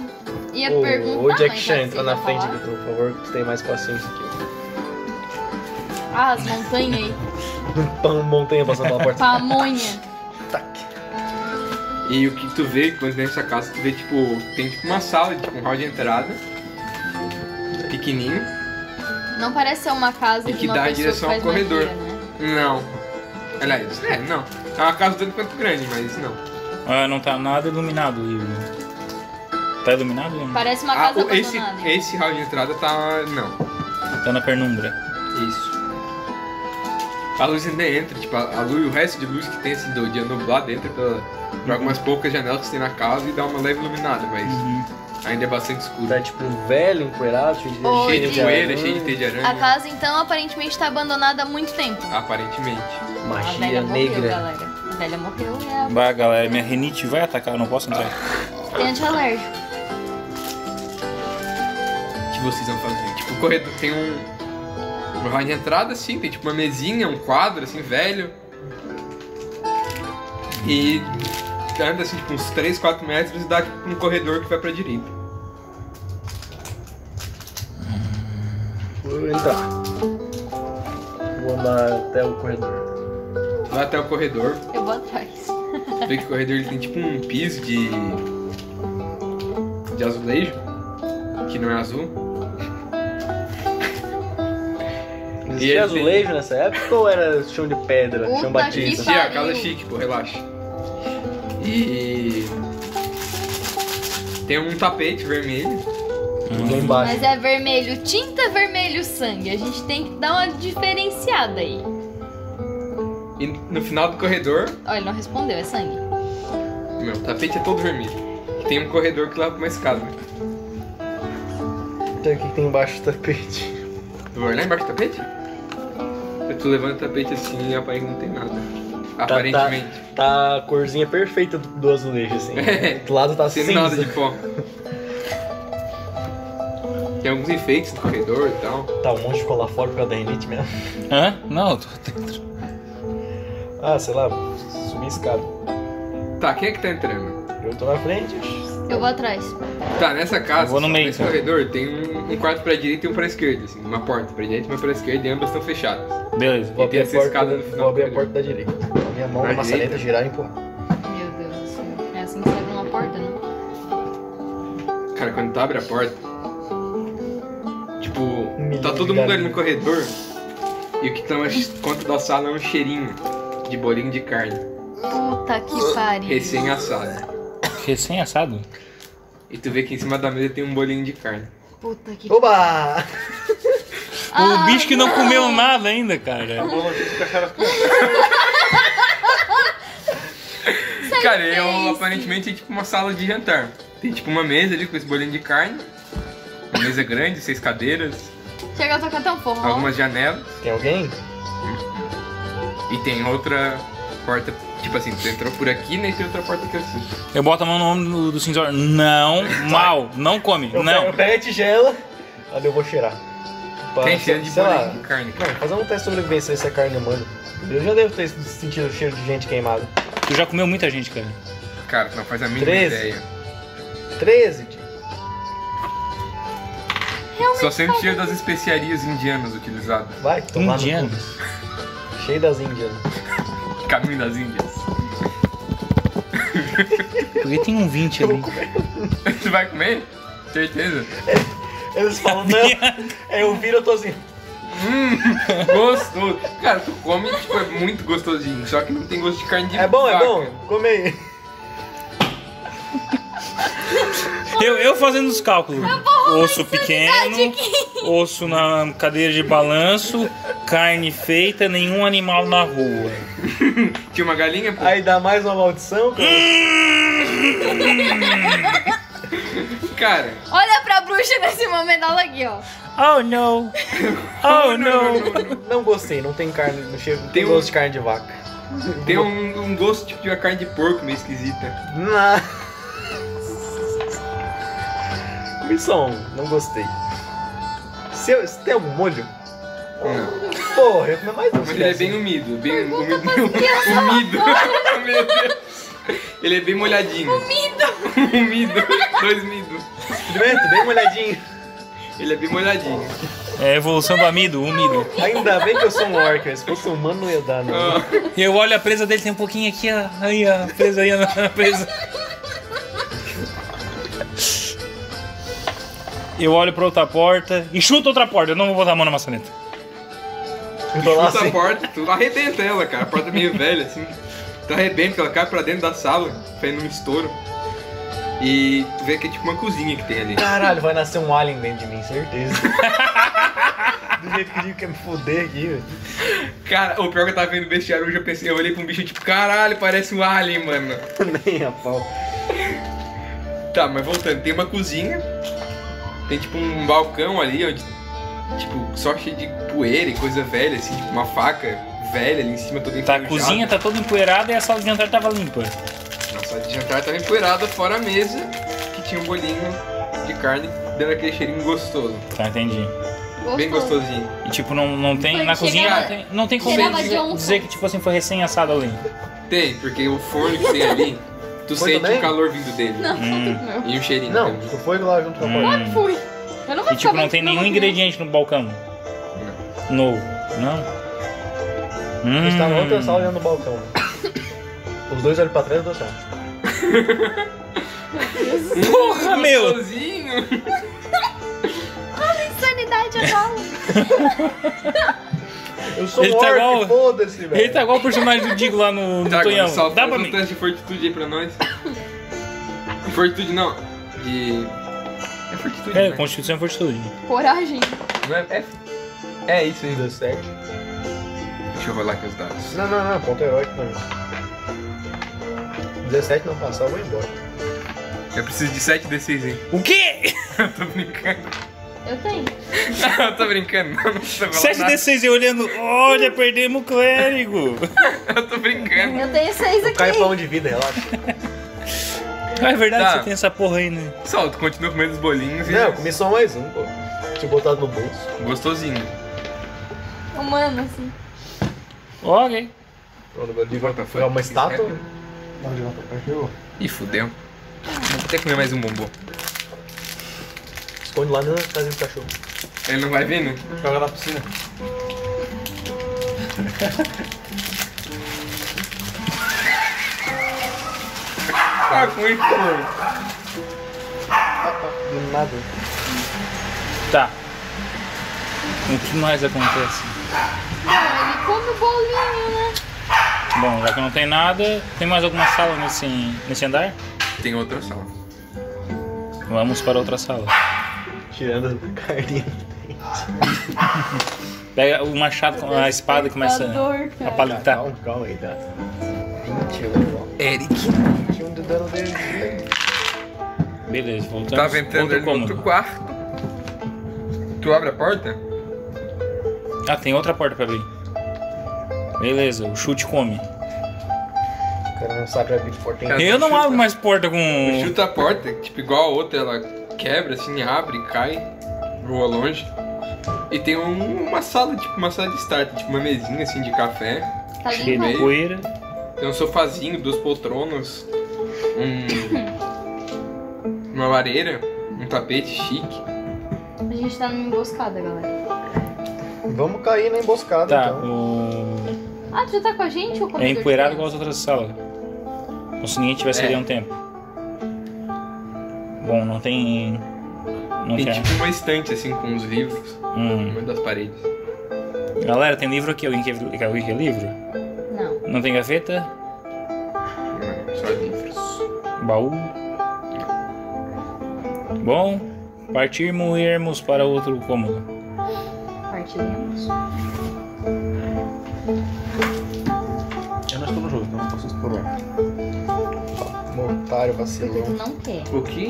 Speaker 3: ia perguntar.
Speaker 6: Ô, ô Jack
Speaker 3: mas
Speaker 6: Chan,
Speaker 3: já
Speaker 6: entra
Speaker 3: sei,
Speaker 6: na
Speaker 3: vou
Speaker 6: frente,
Speaker 3: falar.
Speaker 6: Vitor, por favor, que você tem mais paciência aqui.
Speaker 3: Ah, as montanhas aí.
Speaker 6: Pão, montanha passando pela porta.
Speaker 3: Pamonha.
Speaker 4: E o que tu vê, quando entra nessa casa, tu vê, tipo, tem tipo uma sala, tipo, um hall de entrada. Pequenininho.
Speaker 3: Não parece ser uma casa
Speaker 4: E
Speaker 3: de
Speaker 4: que
Speaker 3: uma
Speaker 4: dá em
Speaker 3: pessoa
Speaker 4: direção
Speaker 3: que
Speaker 4: ao
Speaker 3: faz
Speaker 4: corredor.
Speaker 3: magia, né?
Speaker 4: Não. Aliás, é, não. É uma casa tanto quanto grande, mas não.
Speaker 1: Ah, não tá nada iluminado. Igor. Tá iluminado? Igor?
Speaker 3: Parece uma
Speaker 4: Ah,
Speaker 3: casa
Speaker 4: o- esse,
Speaker 3: abandonada.
Speaker 4: esse hall de entrada tá. não.
Speaker 1: Tá na penumbra.
Speaker 4: Isso. A luz ainda entra, tipo, a a luz, o resto de luz que tem esse do dia nublado entra pela, por algumas poucas janelas que tem na casa e dá uma leve iluminada, mas
Speaker 1: Uhum.
Speaker 4: ainda é bastante escuro.
Speaker 6: Tá tipo velho, empoeirado, cheio de,
Speaker 3: Ô,
Speaker 4: cheio de né?
Speaker 3: Diego.
Speaker 4: poeira, cheio de teia de
Speaker 3: A
Speaker 4: aranha.
Speaker 3: casa, então, aparentemente tá abandonada há muito tempo.
Speaker 4: Aparentemente.
Speaker 3: a velha morreu, galera. A velha morreu e a
Speaker 1: Bah, galera, minha renite vai atacar, eu não posso entrar.
Speaker 3: tem antialérgico.
Speaker 4: O que vocês vão fazer? Tipo, o corredor tem um. Uma hall de entrada, assim, tem tipo uma mesinha, um quadro, assim, velho. E anda assim, tipo, uns 3, 4 metros e dá tipo, um corredor que vai pra direita.
Speaker 6: Vou entrar. Vou andar até o corredor.
Speaker 4: Vai até o corredor.
Speaker 11: Eu vou atrás.
Speaker 4: Vê que o corredor ele tem tipo um piso de. de azulejo. Que não é azul.
Speaker 6: Existia azulejo nessa época ou era chão de pedra,
Speaker 11: Puta
Speaker 6: chão
Speaker 11: que
Speaker 6: batido?
Speaker 4: Tia, casa é chique, pô, relaxa. E. Tem um tapete vermelho.
Speaker 6: Lá embaixo.
Speaker 11: Mas é vermelho tinta, vermelho sangue. A gente tem que dar uma diferenciada aí.
Speaker 4: E no final do corredor.
Speaker 11: Olha, ele não respondeu, é sangue.
Speaker 4: Meu, o tapete é todo vermelho. Tem um corredor que leva pra uma escada.
Speaker 11: é-
Speaker 6: Então, o que que tem embaixo do tapete?
Speaker 4: Tu vai lá embaixo do tapete? Eu tô levando o tapete assim e aparentemente não tem nada. Aparentemente.
Speaker 6: Tá, tá a corzinha perfeita do, do azulejo, assim.
Speaker 4: É.
Speaker 6: Do lado tá
Speaker 4: Sem
Speaker 6: cinza.
Speaker 4: nada de pó. Tem alguns enfeites no corredor e tal.
Speaker 6: Tá, um monte ficou lá fora por causa da renite mesmo.
Speaker 1: Hã? Não, tô dentro.
Speaker 6: Ah, sei lá, subi a escada.
Speaker 4: Tá, quem é que tá entrando?
Speaker 6: Eu tô na frente.
Speaker 11: Eu vou atrás.
Speaker 4: Tá, nessa casa,
Speaker 1: Eu vou no meio,
Speaker 4: nesse
Speaker 1: então.
Speaker 4: corredor, tem um, um quarto pra direita e um pra esquerda, assim. Uma porta pra direita e uma pra esquerda, e ambas estão fechadas.
Speaker 1: Beleza.
Speaker 6: Vou
Speaker 4: E tem essa
Speaker 6: abrir, a
Speaker 4: escada
Speaker 6: porta,
Speaker 4: no final.
Speaker 6: vou abrir a porta da direita. Minha mão
Speaker 4: Da
Speaker 6: na maçaneta,
Speaker 4: direita?
Speaker 6: girar e empurrar.
Speaker 11: Meu Deus do céu. É assim que você abre uma porta, né?
Speaker 4: Cara, quando tu abre a porta. Tipo,
Speaker 6: Me
Speaker 4: tá todo
Speaker 6: liga,
Speaker 4: mundo ali
Speaker 6: né?
Speaker 4: no corredor. E o que toma conta da sala é um cheirinho de bolinho de carne,
Speaker 11: Puta que pariu.
Speaker 4: recém-assado.
Speaker 1: Recém-assado?
Speaker 4: E tu vê que em cima da mesa tem um bolinho de carne.
Speaker 11: Puta que
Speaker 6: Oba!
Speaker 1: o bicho que Ah, não comeu nada ainda, cara.
Speaker 4: Cara, é um- aparentemente é tipo uma sala de jantar. Tem tipo uma mesa ali com esse bolinho de carne. Uma mesa grande, seis cadeiras,
Speaker 11: Chega a tocar até um forró.
Speaker 4: algumas janelas.
Speaker 6: Tem alguém?
Speaker 4: E tem outra porta, tipo assim, tu entrou por aqui, né? E tem outra porta aqui assim.
Speaker 1: Eu boto a mão no ombro do, do cinzeiro. Não, mal, não come,
Speaker 6: Eu pego-
Speaker 1: não.
Speaker 6: Eu pego a tigela, ali eu vou cheirar. Pra-
Speaker 4: tem cheiro de
Speaker 6: sei lá,
Speaker 4: bolinho de carne.
Speaker 6: Mano, fazer um teste de sobrevivência se é carne humana. Eu já devo ter sentido o cheiro de gente queimada.
Speaker 1: Tu já comeu muita gente, cara.
Speaker 4: Cara, tu não faz a mínima
Speaker 6: Treze.
Speaker 4: ideia.
Speaker 6: 13, tio.
Speaker 4: Só sempre cheiro das especiarias indianas utilizadas.
Speaker 6: Vai, tomar
Speaker 1: Indiano.
Speaker 6: no cu. Cheio das índias.
Speaker 4: Caminho das Índias.
Speaker 1: Porque tem um 20 ali.
Speaker 4: tu vai comer? Certeza?
Speaker 6: Eles falam, não. Aí eu viro, eu tô assim.
Speaker 4: Gostoso. Cara, tu come, tipo, é muito gostosinho. Só que não tem gosto de carne de
Speaker 6: É bom, é
Speaker 4: vaca.
Speaker 6: bom. Come aí.
Speaker 1: Eu, eu fazendo os cálculos. Osso pequeno, osso na cadeira de balanço, carne feita, nenhum animal na rua.
Speaker 4: Tinha uma galinha, pô.
Speaker 6: Aí dá mais uma maldição. Cara.
Speaker 4: Cara,
Speaker 11: Olha pra bruxa nesse momento, olha aqui, ó.
Speaker 1: Oh no! Oh no!
Speaker 6: Não gostei, não tem carne, não cheiro, não tem
Speaker 4: Tem um-
Speaker 6: gosto de carne de vaca.
Speaker 4: tem um, um gosto tipo de uma carne de porco meio esquisita.
Speaker 6: Não. Missão, não gostei. Se, eu- se tem algum molho?
Speaker 4: Não.
Speaker 6: Porra, eu comi mais um.
Speaker 4: Mas ele é bem úmido, bem úmido. Úmido. Meu Deus. Ele é bem molhadinho. Umido. Umido. Dois mido.
Speaker 6: Experimento, bem molhadinho.
Speaker 4: Ele é bem molhadinho.
Speaker 1: É a evolução do amido, úmido.
Speaker 6: Ainda bem que eu sou um orc, se fosse humano não ia dar, não.
Speaker 4: Ah,
Speaker 1: E eu olho a presa dele, tem um pouquinho aqui, ó. Aí, ó. a Presa aí, ó, na presa. Eu olho pra outra porta e chuto outra porta. Eu não vou botar a mão na maçaneta.
Speaker 6: Eu tô lá
Speaker 4: chuta a
Speaker 6: assim.
Speaker 4: porta, tu arrebenta ela, cara. A porta é meio velha, assim. Tu arrebenta, ela cai pra dentro da sala, fazendo um estouro. E tu vê que é tipo uma cozinha que tem ali.
Speaker 6: Caralho, vai nascer um alien dentro de mim, certeza. Do jeito que eu digo que é me foder aqui, velho.
Speaker 4: Cara, o pior é que eu tava vendo o bestiário hoje, eu pensei, eu olhei pra um bicho tipo, caralho, parece um alien, mano.
Speaker 6: Nem a pau.
Speaker 4: Tá, mas voltando, tem uma cozinha, tem tipo um balcão ali onde, tipo, só cheio de poeira e coisa velha, assim, tipo uma faca velha ali em cima toda
Speaker 1: Tá, a
Speaker 4: enferrujada.
Speaker 1: cozinha tá toda empoeirada e a sala de jantar tava limpa.
Speaker 4: A sala de jantar tava empoeirada, fora a mesa, que tinha um bolinho de carne dando aquele cheirinho gostoso,
Speaker 1: Tá, entendi.
Speaker 4: bem gostosinho.
Speaker 1: E tipo, não, não tem.
Speaker 11: Foi
Speaker 1: Na
Speaker 11: cheirava-
Speaker 1: cozinha não tem, não tem como
Speaker 11: cheirava
Speaker 1: dizer,
Speaker 11: Johnson.
Speaker 1: dizer que tipo assim foi recém-assado ali.
Speaker 4: Tem, porque o forno que tem ali, Tu
Speaker 6: Foi
Speaker 4: sente
Speaker 6: também?
Speaker 4: o calor vindo dele.
Speaker 3: Não, não.
Speaker 4: E o cheirinho.
Speaker 6: Não, tu foi lá junto com a
Speaker 1: Hum.
Speaker 6: porta.
Speaker 3: Claro que fui. Eu não vou
Speaker 1: E tipo,
Speaker 3: ficar
Speaker 1: não tem
Speaker 3: muito-
Speaker 1: nenhum ingrediente no balcão. Novo. Não? Hum.
Speaker 6: Eles estavam tá na outra sala olhando no balcão. né? Os dois olham pra trás e eu tô achando.
Speaker 1: Porra, meu!
Speaker 24: Olha a insanidade agora.
Speaker 6: Eu sou
Speaker 1: Ele
Speaker 6: um
Speaker 1: tá
Speaker 6: orc,
Speaker 1: igual-
Speaker 6: foda-se, velho.
Speaker 1: Ele tá igual o personagem do Digo lá no, no
Speaker 4: Tá, agora
Speaker 1: Tonhão.
Speaker 4: só
Speaker 1: Dá
Speaker 4: faz
Speaker 1: pra
Speaker 4: um
Speaker 1: mim.
Speaker 4: teste de fortitude aí pra nós. fortitude não. De. É fortitude.
Speaker 1: É,
Speaker 4: né?
Speaker 1: Constituição e Fortitude.
Speaker 3: Coragem.
Speaker 4: Não é, é, é isso aí. Deu certo. Deixa eu rolar aqui os dados.
Speaker 6: Não, não, não, ponto heróico não. 17 não passar, eu vou embora.
Speaker 4: Eu preciso de 7 D6 aí.
Speaker 1: O quê?
Speaker 4: tô brincando.
Speaker 3: Eu tenho.
Speaker 4: eu tô brincando. Não, não precisa rolar
Speaker 1: 7D6 e olhando, olha, perdemos o clérigo.
Speaker 24: Eu tenho seis aqui.
Speaker 6: é de vida, relaxa.
Speaker 1: Ah, é verdade,
Speaker 4: Tá.
Speaker 1: você tem essa porra aí, né?
Speaker 4: Só, tu continua comendo os bolinhos e.
Speaker 6: Não, eu comi só mais um, pô. Tinha botado no bolso.
Speaker 4: Gostosinho.
Speaker 3: Humano, assim.
Speaker 1: Ok.
Speaker 6: De volta foi É uma estátua?
Speaker 25: Não, de volta pra cá, chegou.
Speaker 4: É. Ih, fudeu. Vou até comer mais um bombom.
Speaker 6: Esconde lá na casa do cachorro.
Speaker 4: Ele não vai vir, né?
Speaker 6: Joga na piscina.
Speaker 4: Ah, com isso, pô.
Speaker 6: Do nada.
Speaker 1: Tá. O que mais acontece?
Speaker 3: Ah, ele come o bolinho, né?
Speaker 1: Bom, já que não tem nada, tem mais alguma sala nesse, nesse andar?
Speaker 4: Tem outra sala.
Speaker 1: Vamos para outra sala.
Speaker 6: Tirando a carninha.
Speaker 1: Pega o machado com a espada e começa
Speaker 11: Tá
Speaker 3: Despertador,
Speaker 1: a
Speaker 3: cara.
Speaker 1: palitar.
Speaker 6: Calma, calma aí, Ah, tá? 21.
Speaker 4: Eric.
Speaker 6: 21 de um dano dele.
Speaker 1: Beleza, voltamos.
Speaker 4: Tava entrando
Speaker 1: Outro
Speaker 4: Tá ali no
Speaker 1: cômodo.
Speaker 4: outro quarto. Tu abre a porta?
Speaker 1: Ah, tem outra porta pra abrir. Beleza, o chute come.
Speaker 6: O cara não sabe abrir de porta
Speaker 1: Eu não abro mais porta com.
Speaker 4: Chuta a porta, tipo igual a outra, ela quebra, assim, abre, cai, voa longe. E tem um- uma sala, tipo uma sala de start, tipo uma mesinha assim de café.
Speaker 3: Tá
Speaker 1: Cheio
Speaker 3: limpo
Speaker 1: de
Speaker 3: aí.
Speaker 1: poeira.
Speaker 4: Tem um sofazinho, duas poltronas, um. uma lareira, um tapete chique.
Speaker 3: A gente tá numa emboscada, galera.
Speaker 6: Vamos cair na emboscada,
Speaker 1: Tá,
Speaker 6: então.
Speaker 1: o.
Speaker 3: Ah, tu já tá com a gente ou com
Speaker 1: É empoeirado igual as outras salas. O seguinte vai ser
Speaker 4: É.
Speaker 1: ali há um tempo. Bom, não tem. Não
Speaker 4: Tem
Speaker 1: tem.
Speaker 4: tipo uma estante assim com uns livros,
Speaker 1: Hum.
Speaker 4: uma das paredes.
Speaker 1: Galera, tem livro aqui? Alguém quer, alguém quer livro?
Speaker 3: Não.
Speaker 1: Não tem gaveta?
Speaker 4: Não, só livros.
Speaker 1: Baú? Bom, partirmos e irmos para outro cômodo.
Speaker 3: Partilhamos.
Speaker 12: Eu não estou no jogo, então não posso explorar.
Speaker 6: Um otário vacilou.
Speaker 3: Tu não quer.
Speaker 4: O que?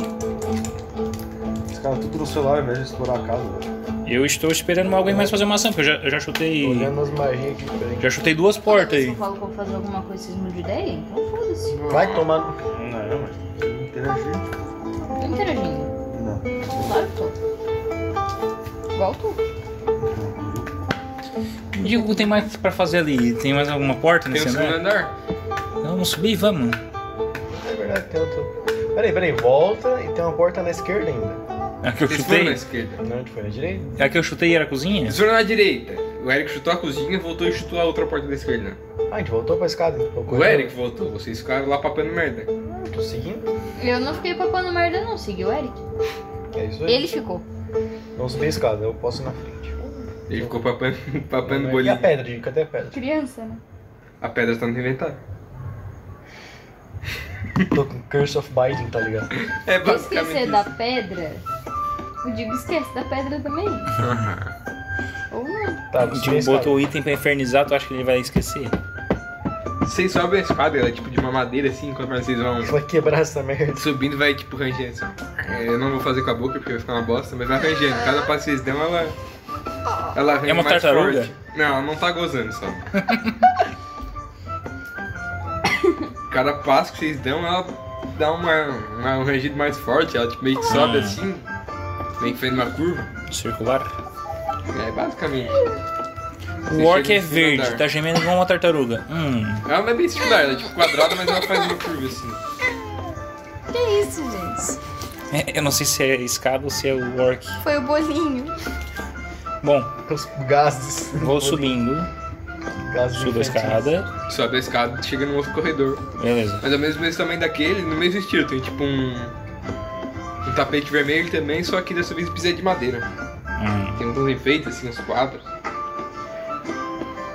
Speaker 12: Os caras tudo no celular ao invés de explorar a casa. né? velho.
Speaker 1: Eu estou esperando alguém mais fazer uma ação, porque eu já, eu já chutei.
Speaker 6: Olhando as magias aqui diferentes.
Speaker 1: Já chutei duas portas
Speaker 3: Eu
Speaker 1: aí.
Speaker 3: falo que eu vou fazer alguma coisa, vocês mudam de ideia? Então foda-se.
Speaker 6: Vai tomar no cu.
Speaker 12: Não, mas. Interagir?
Speaker 3: Tô interagindo.
Speaker 12: Não.
Speaker 3: Claro que tô. Igual tu.
Speaker 1: Digo, tem mais pra fazer ali? Tem mais alguma porta
Speaker 4: Tem um
Speaker 1: nesse
Speaker 4: segundo
Speaker 1: andar?
Speaker 4: andar?
Speaker 1: Então, Vamos subir, vamos.
Speaker 6: É verdade, tem outro. Peraí, peraí, volta e tem uma porta na esquerda ainda.
Speaker 1: A que eu
Speaker 4: Vocês foram um na
Speaker 1: chutei?
Speaker 4: esquerda.
Speaker 6: Não, onde foi? Na direita?
Speaker 1: A que eu chutei era a cozinha?
Speaker 4: Eles foram na direita. O Eric chutou a cozinha, voltou e chutou a outra porta da esquerda.
Speaker 6: Ah, a gente voltou pra escada.
Speaker 4: O Eric voltou, vocês ficaram lá papando merda.
Speaker 6: Tô seguindo.
Speaker 3: Eu não fiquei papando merda não, seguiu o Eric.
Speaker 6: É isso aí.
Speaker 3: Ele ficou.
Speaker 6: Não subi a escada, eu posso ir na frente.
Speaker 4: Ele ficou papando,
Speaker 1: Tá
Speaker 4: papando
Speaker 1: é
Speaker 6: E a
Speaker 4: bolinha.
Speaker 6: pedra, Diego? Cadê a pedra?
Speaker 3: Criança, né?
Speaker 4: A pedra tá no inventário.
Speaker 6: Tô com Curse of Binding, tá ligado?
Speaker 4: É
Speaker 3: Eu esquecer
Speaker 4: basicamente
Speaker 3: da
Speaker 4: isso.
Speaker 3: pedra, o Digo esquece da pedra também. Ou não.
Speaker 6: Tá,
Speaker 1: O
Speaker 6: subi a
Speaker 1: Digo
Speaker 6: escada.
Speaker 1: Tipo, botou o item pra infernizar, tu acha que ele vai esquecer?
Speaker 4: Vocês sobem a espada, ela é tipo de uma madeira assim, enquanto vocês vão
Speaker 6: Vai quebrar essa merda.
Speaker 4: subindo vai tipo rangendo assim. É, Eu não vou fazer com a boca porque vai ficar uma bosta, mas vai rangendo. Cada passo que vocês dão, ela. Ela arranha
Speaker 1: É uma
Speaker 4: mais
Speaker 1: tartaruga?
Speaker 4: forte. Não, ela não tá gozando só. Cada passo que vocês dão, ela dá uma, uma- um rangido mais forte, ela tipo meio que sobe
Speaker 1: Ah.
Speaker 4: assim, meio que fez uma curva.
Speaker 1: Circular?
Speaker 4: É, basicamente.
Speaker 1: O orc
Speaker 4: chega
Speaker 1: é
Speaker 4: nesse
Speaker 1: verde,
Speaker 4: andar.
Speaker 1: tá gemendo igual uma tartaruga. Hum.
Speaker 4: né? Ela não é bem circular, ela é tipo quadrada, mas ela faz uma curva assim.
Speaker 3: Que isso, gente?
Speaker 1: É, Eu não sei se é escada ou se é o orc.
Speaker 3: Foi o bolinho.
Speaker 1: Bom.
Speaker 6: Os gases.
Speaker 1: Vou subindo. Subo a escada.
Speaker 4: Sobe a escada e chega num outro corredor.
Speaker 1: Beleza.
Speaker 4: Mas ao mesmo mesmo tamanho daquele, no mesmo estilo, tem tipo um. Um tapete vermelho também, só que dessa vez pisa de madeira. Tem uns enfeites, assim, uns quadros.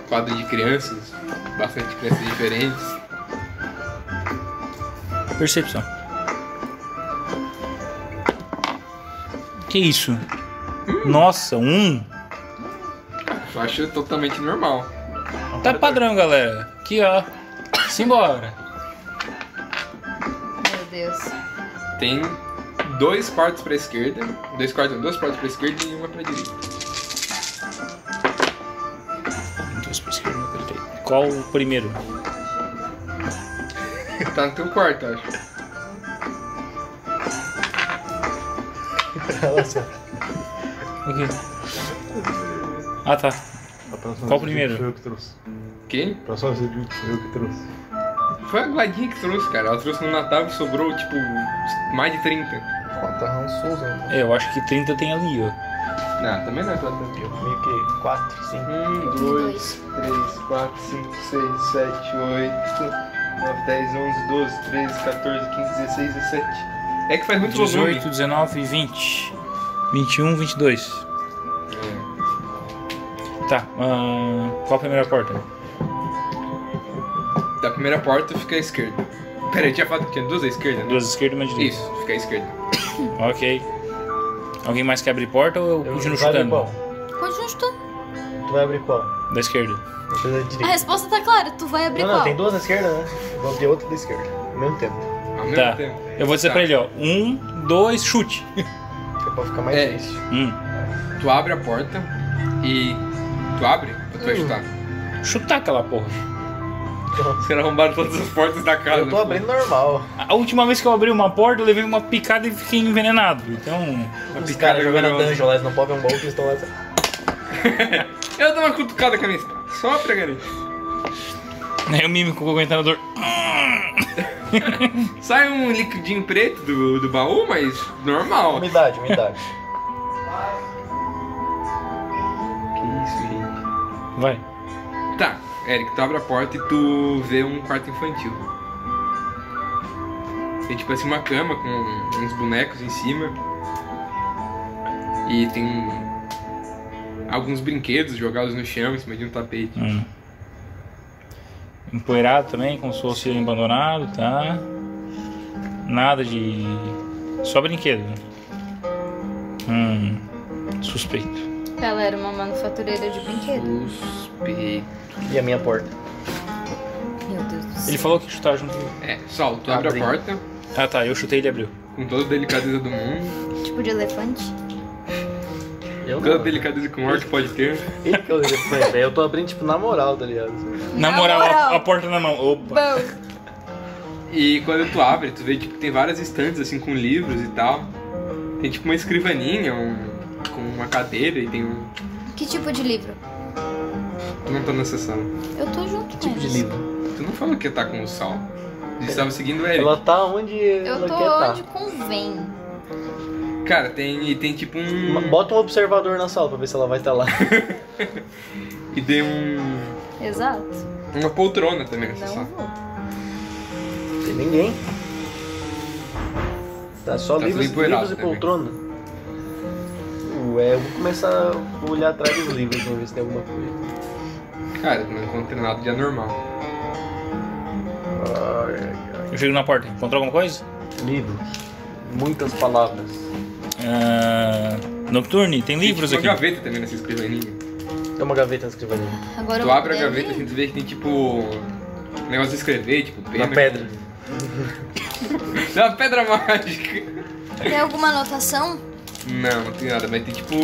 Speaker 4: Quadro de crianças, bastante crianças diferentes.
Speaker 1: Percepção. Que isso?
Speaker 4: Hum.
Speaker 1: Nossa, um?
Speaker 4: Eu acho totalmente normal.
Speaker 1: Tá padrão, galera. Aqui, ó. Simbora.
Speaker 3: Meu Deus.
Speaker 4: Tem dois quartos pra esquerda, dois quartos, não, duas portas pra esquerda e uma pra direita.
Speaker 1: Dois pra esquerda, uma pra direita. Qual o primeiro?
Speaker 4: Tá no teu quarto, acho.
Speaker 1: Aqui. Ah, tá. Qual o primeiro?
Speaker 23: Foi eu que trouxe.
Speaker 4: Quem?
Speaker 23: Pra só dizer que foi eu que trouxe.
Speaker 4: Foi a Gladinha que trouxe, cara. Ela trouxe no Natal e sobrou, tipo, mais de 30.
Speaker 6: Catarrão Souza.
Speaker 1: É, eu acho que 30 tem ali, ó.
Speaker 4: Não, também não é tanto. Meio
Speaker 6: que 4, 5.
Speaker 2: 1, 2, 3, 4, 5, 6, 7, 8, 9, 10, 11, 12, 13, 14, 15, 16, 17.
Speaker 4: É que faz muito
Speaker 1: 18,
Speaker 4: volume.
Speaker 1: 19, 20. 21, 22. Tá. ahn, qual a primeira porta?
Speaker 4: Da primeira porta fica à esquerda. Pera, eu tinha falado que tinha duas à esquerda, né?
Speaker 1: Duas à esquerda e uma direita.
Speaker 4: Isso, fica à esquerda.
Speaker 1: Ok. Alguém mais quer abrir porta ou eu continuo
Speaker 6: vai abrir
Speaker 1: chutando?
Speaker 3: Continua chutando.
Speaker 6: Tu vai abrir qual?
Speaker 1: Da esquerda.
Speaker 6: Você da direita.
Speaker 3: A resposta tá clara, tu vai abrir
Speaker 6: Não,
Speaker 3: qual?
Speaker 6: não, tem duas da esquerda, né? Vou abrir outra da esquerda. Ao mesmo tempo.
Speaker 1: Tá. Eu vou dizer pra ele, ó. Um, dois, chute.
Speaker 6: Você pode ficar mais
Speaker 4: É.
Speaker 6: difícil.
Speaker 1: Hum.
Speaker 4: Tu abre a porta e. Tu abre? Ou tu vai chutar?
Speaker 1: Chutar aquela porra.
Speaker 4: Os caras arrombaram todas as portas da casa.
Speaker 6: Eu tô abrindo normal.
Speaker 1: A última vez que eu abri uma porta, eu levei uma picada e fiquei envenenado. Então.
Speaker 6: Os
Speaker 4: picada
Speaker 6: caras jogando a
Speaker 4: venenosa.
Speaker 6: dungeon lá, eles não podem ver um baú que eles estão lá.
Speaker 4: Eu dou uma cutucada com a minha espada. Só pra garantir.
Speaker 1: Aí é o mímico com o aguentador.
Speaker 4: Sai um liquidinho preto do, do baú, mas normal. Que
Speaker 6: Umidade, umidade.
Speaker 4: isso, gente.
Speaker 1: Vai.
Speaker 4: Tá, Eric, tu abre a porta e tu vê um quarto infantil. Tem tipo assim uma cama com uns bonecos em cima. E tem alguns brinquedos jogados no chão em cima de um tapete.
Speaker 1: Hum. Empoeirado também, como se fosse abandonado, tá? Nada de. Só brinquedo. né? Hum. Suspeito.
Speaker 3: Ela era uma manufatureira de brinquedo.
Speaker 4: Suspeito.
Speaker 6: E a minha porta.
Speaker 3: Meu Deus do céu.
Speaker 1: Ele falou que chutar junto.
Speaker 4: É, Sol, tu abre a
Speaker 6: Abri.
Speaker 4: porta
Speaker 1: Ah tá, eu chutei e ele abriu.
Speaker 4: com toda a delicadeza do mundo.
Speaker 3: Tipo de elefante.
Speaker 6: Eu
Speaker 4: Toda a
Speaker 6: não.
Speaker 4: delicadeza que um orc pode ter.
Speaker 6: Ele que eu liguei pra ele, velho. Eu tô abrindo, tipo, na moral, tá ligado?
Speaker 1: Na
Speaker 3: Na
Speaker 1: moral,
Speaker 3: moral.
Speaker 1: A, a porta na mão. Opa.
Speaker 3: Bom.
Speaker 4: E quando tu abre, tu vê tipo, que tem várias estantes assim com livros e tal. Tem tipo uma escrivaninha, um- com uma cadeira e tem um.
Speaker 3: Que tipo de livro?
Speaker 4: Tu não tá nessa sala.
Speaker 3: Eu tô junto com eles.
Speaker 4: Tu não falou que ia tá com o Sal. A gente tava seguindo o Eric.
Speaker 6: Ela tá onde
Speaker 3: Eu
Speaker 6: ela
Speaker 3: tô
Speaker 6: quer
Speaker 3: onde
Speaker 6: tá.
Speaker 3: convém.
Speaker 4: Cara, tem, e tem tipo um.
Speaker 6: Bota um observador na sala pra ver se ela vai estar lá.
Speaker 4: E tem um.
Speaker 3: Exato.
Speaker 4: Uma poltrona também nessa
Speaker 3: Não
Speaker 4: sala.
Speaker 3: vou.
Speaker 6: Tem ninguém. Tá só
Speaker 4: Tá tudo
Speaker 6: livros,
Speaker 4: empoeirado
Speaker 6: livros e
Speaker 4: também.
Speaker 6: poltrona. Ué, eu vou começar a olhar atrás dos livros pra ver se tem alguma coisa.
Speaker 4: Cara, não encontrei nada de anormal.
Speaker 1: Eu chego na porta. Encontrou alguma coisa?
Speaker 6: Livros. Muitas palavras.
Speaker 1: Ah, Nocturne, tem livros
Speaker 4: tem
Speaker 1: aqui.
Speaker 4: tipo, uma gaveta também nessa escrivaninha.
Speaker 6: Tem uma gaveta na escrivaninha.
Speaker 3: Agora eu
Speaker 4: Tu
Speaker 3: vou
Speaker 4: abre a
Speaker 3: poder
Speaker 4: gaveta
Speaker 3: abrir.
Speaker 4: assim, tu vê que tem tipo. Um negócio de escrever, tipo, pena.
Speaker 6: Uma pedra.
Speaker 4: Tem uma pedra mágica.
Speaker 3: Tem alguma anotação?
Speaker 4: Não, não tem nada, mas tem tipo.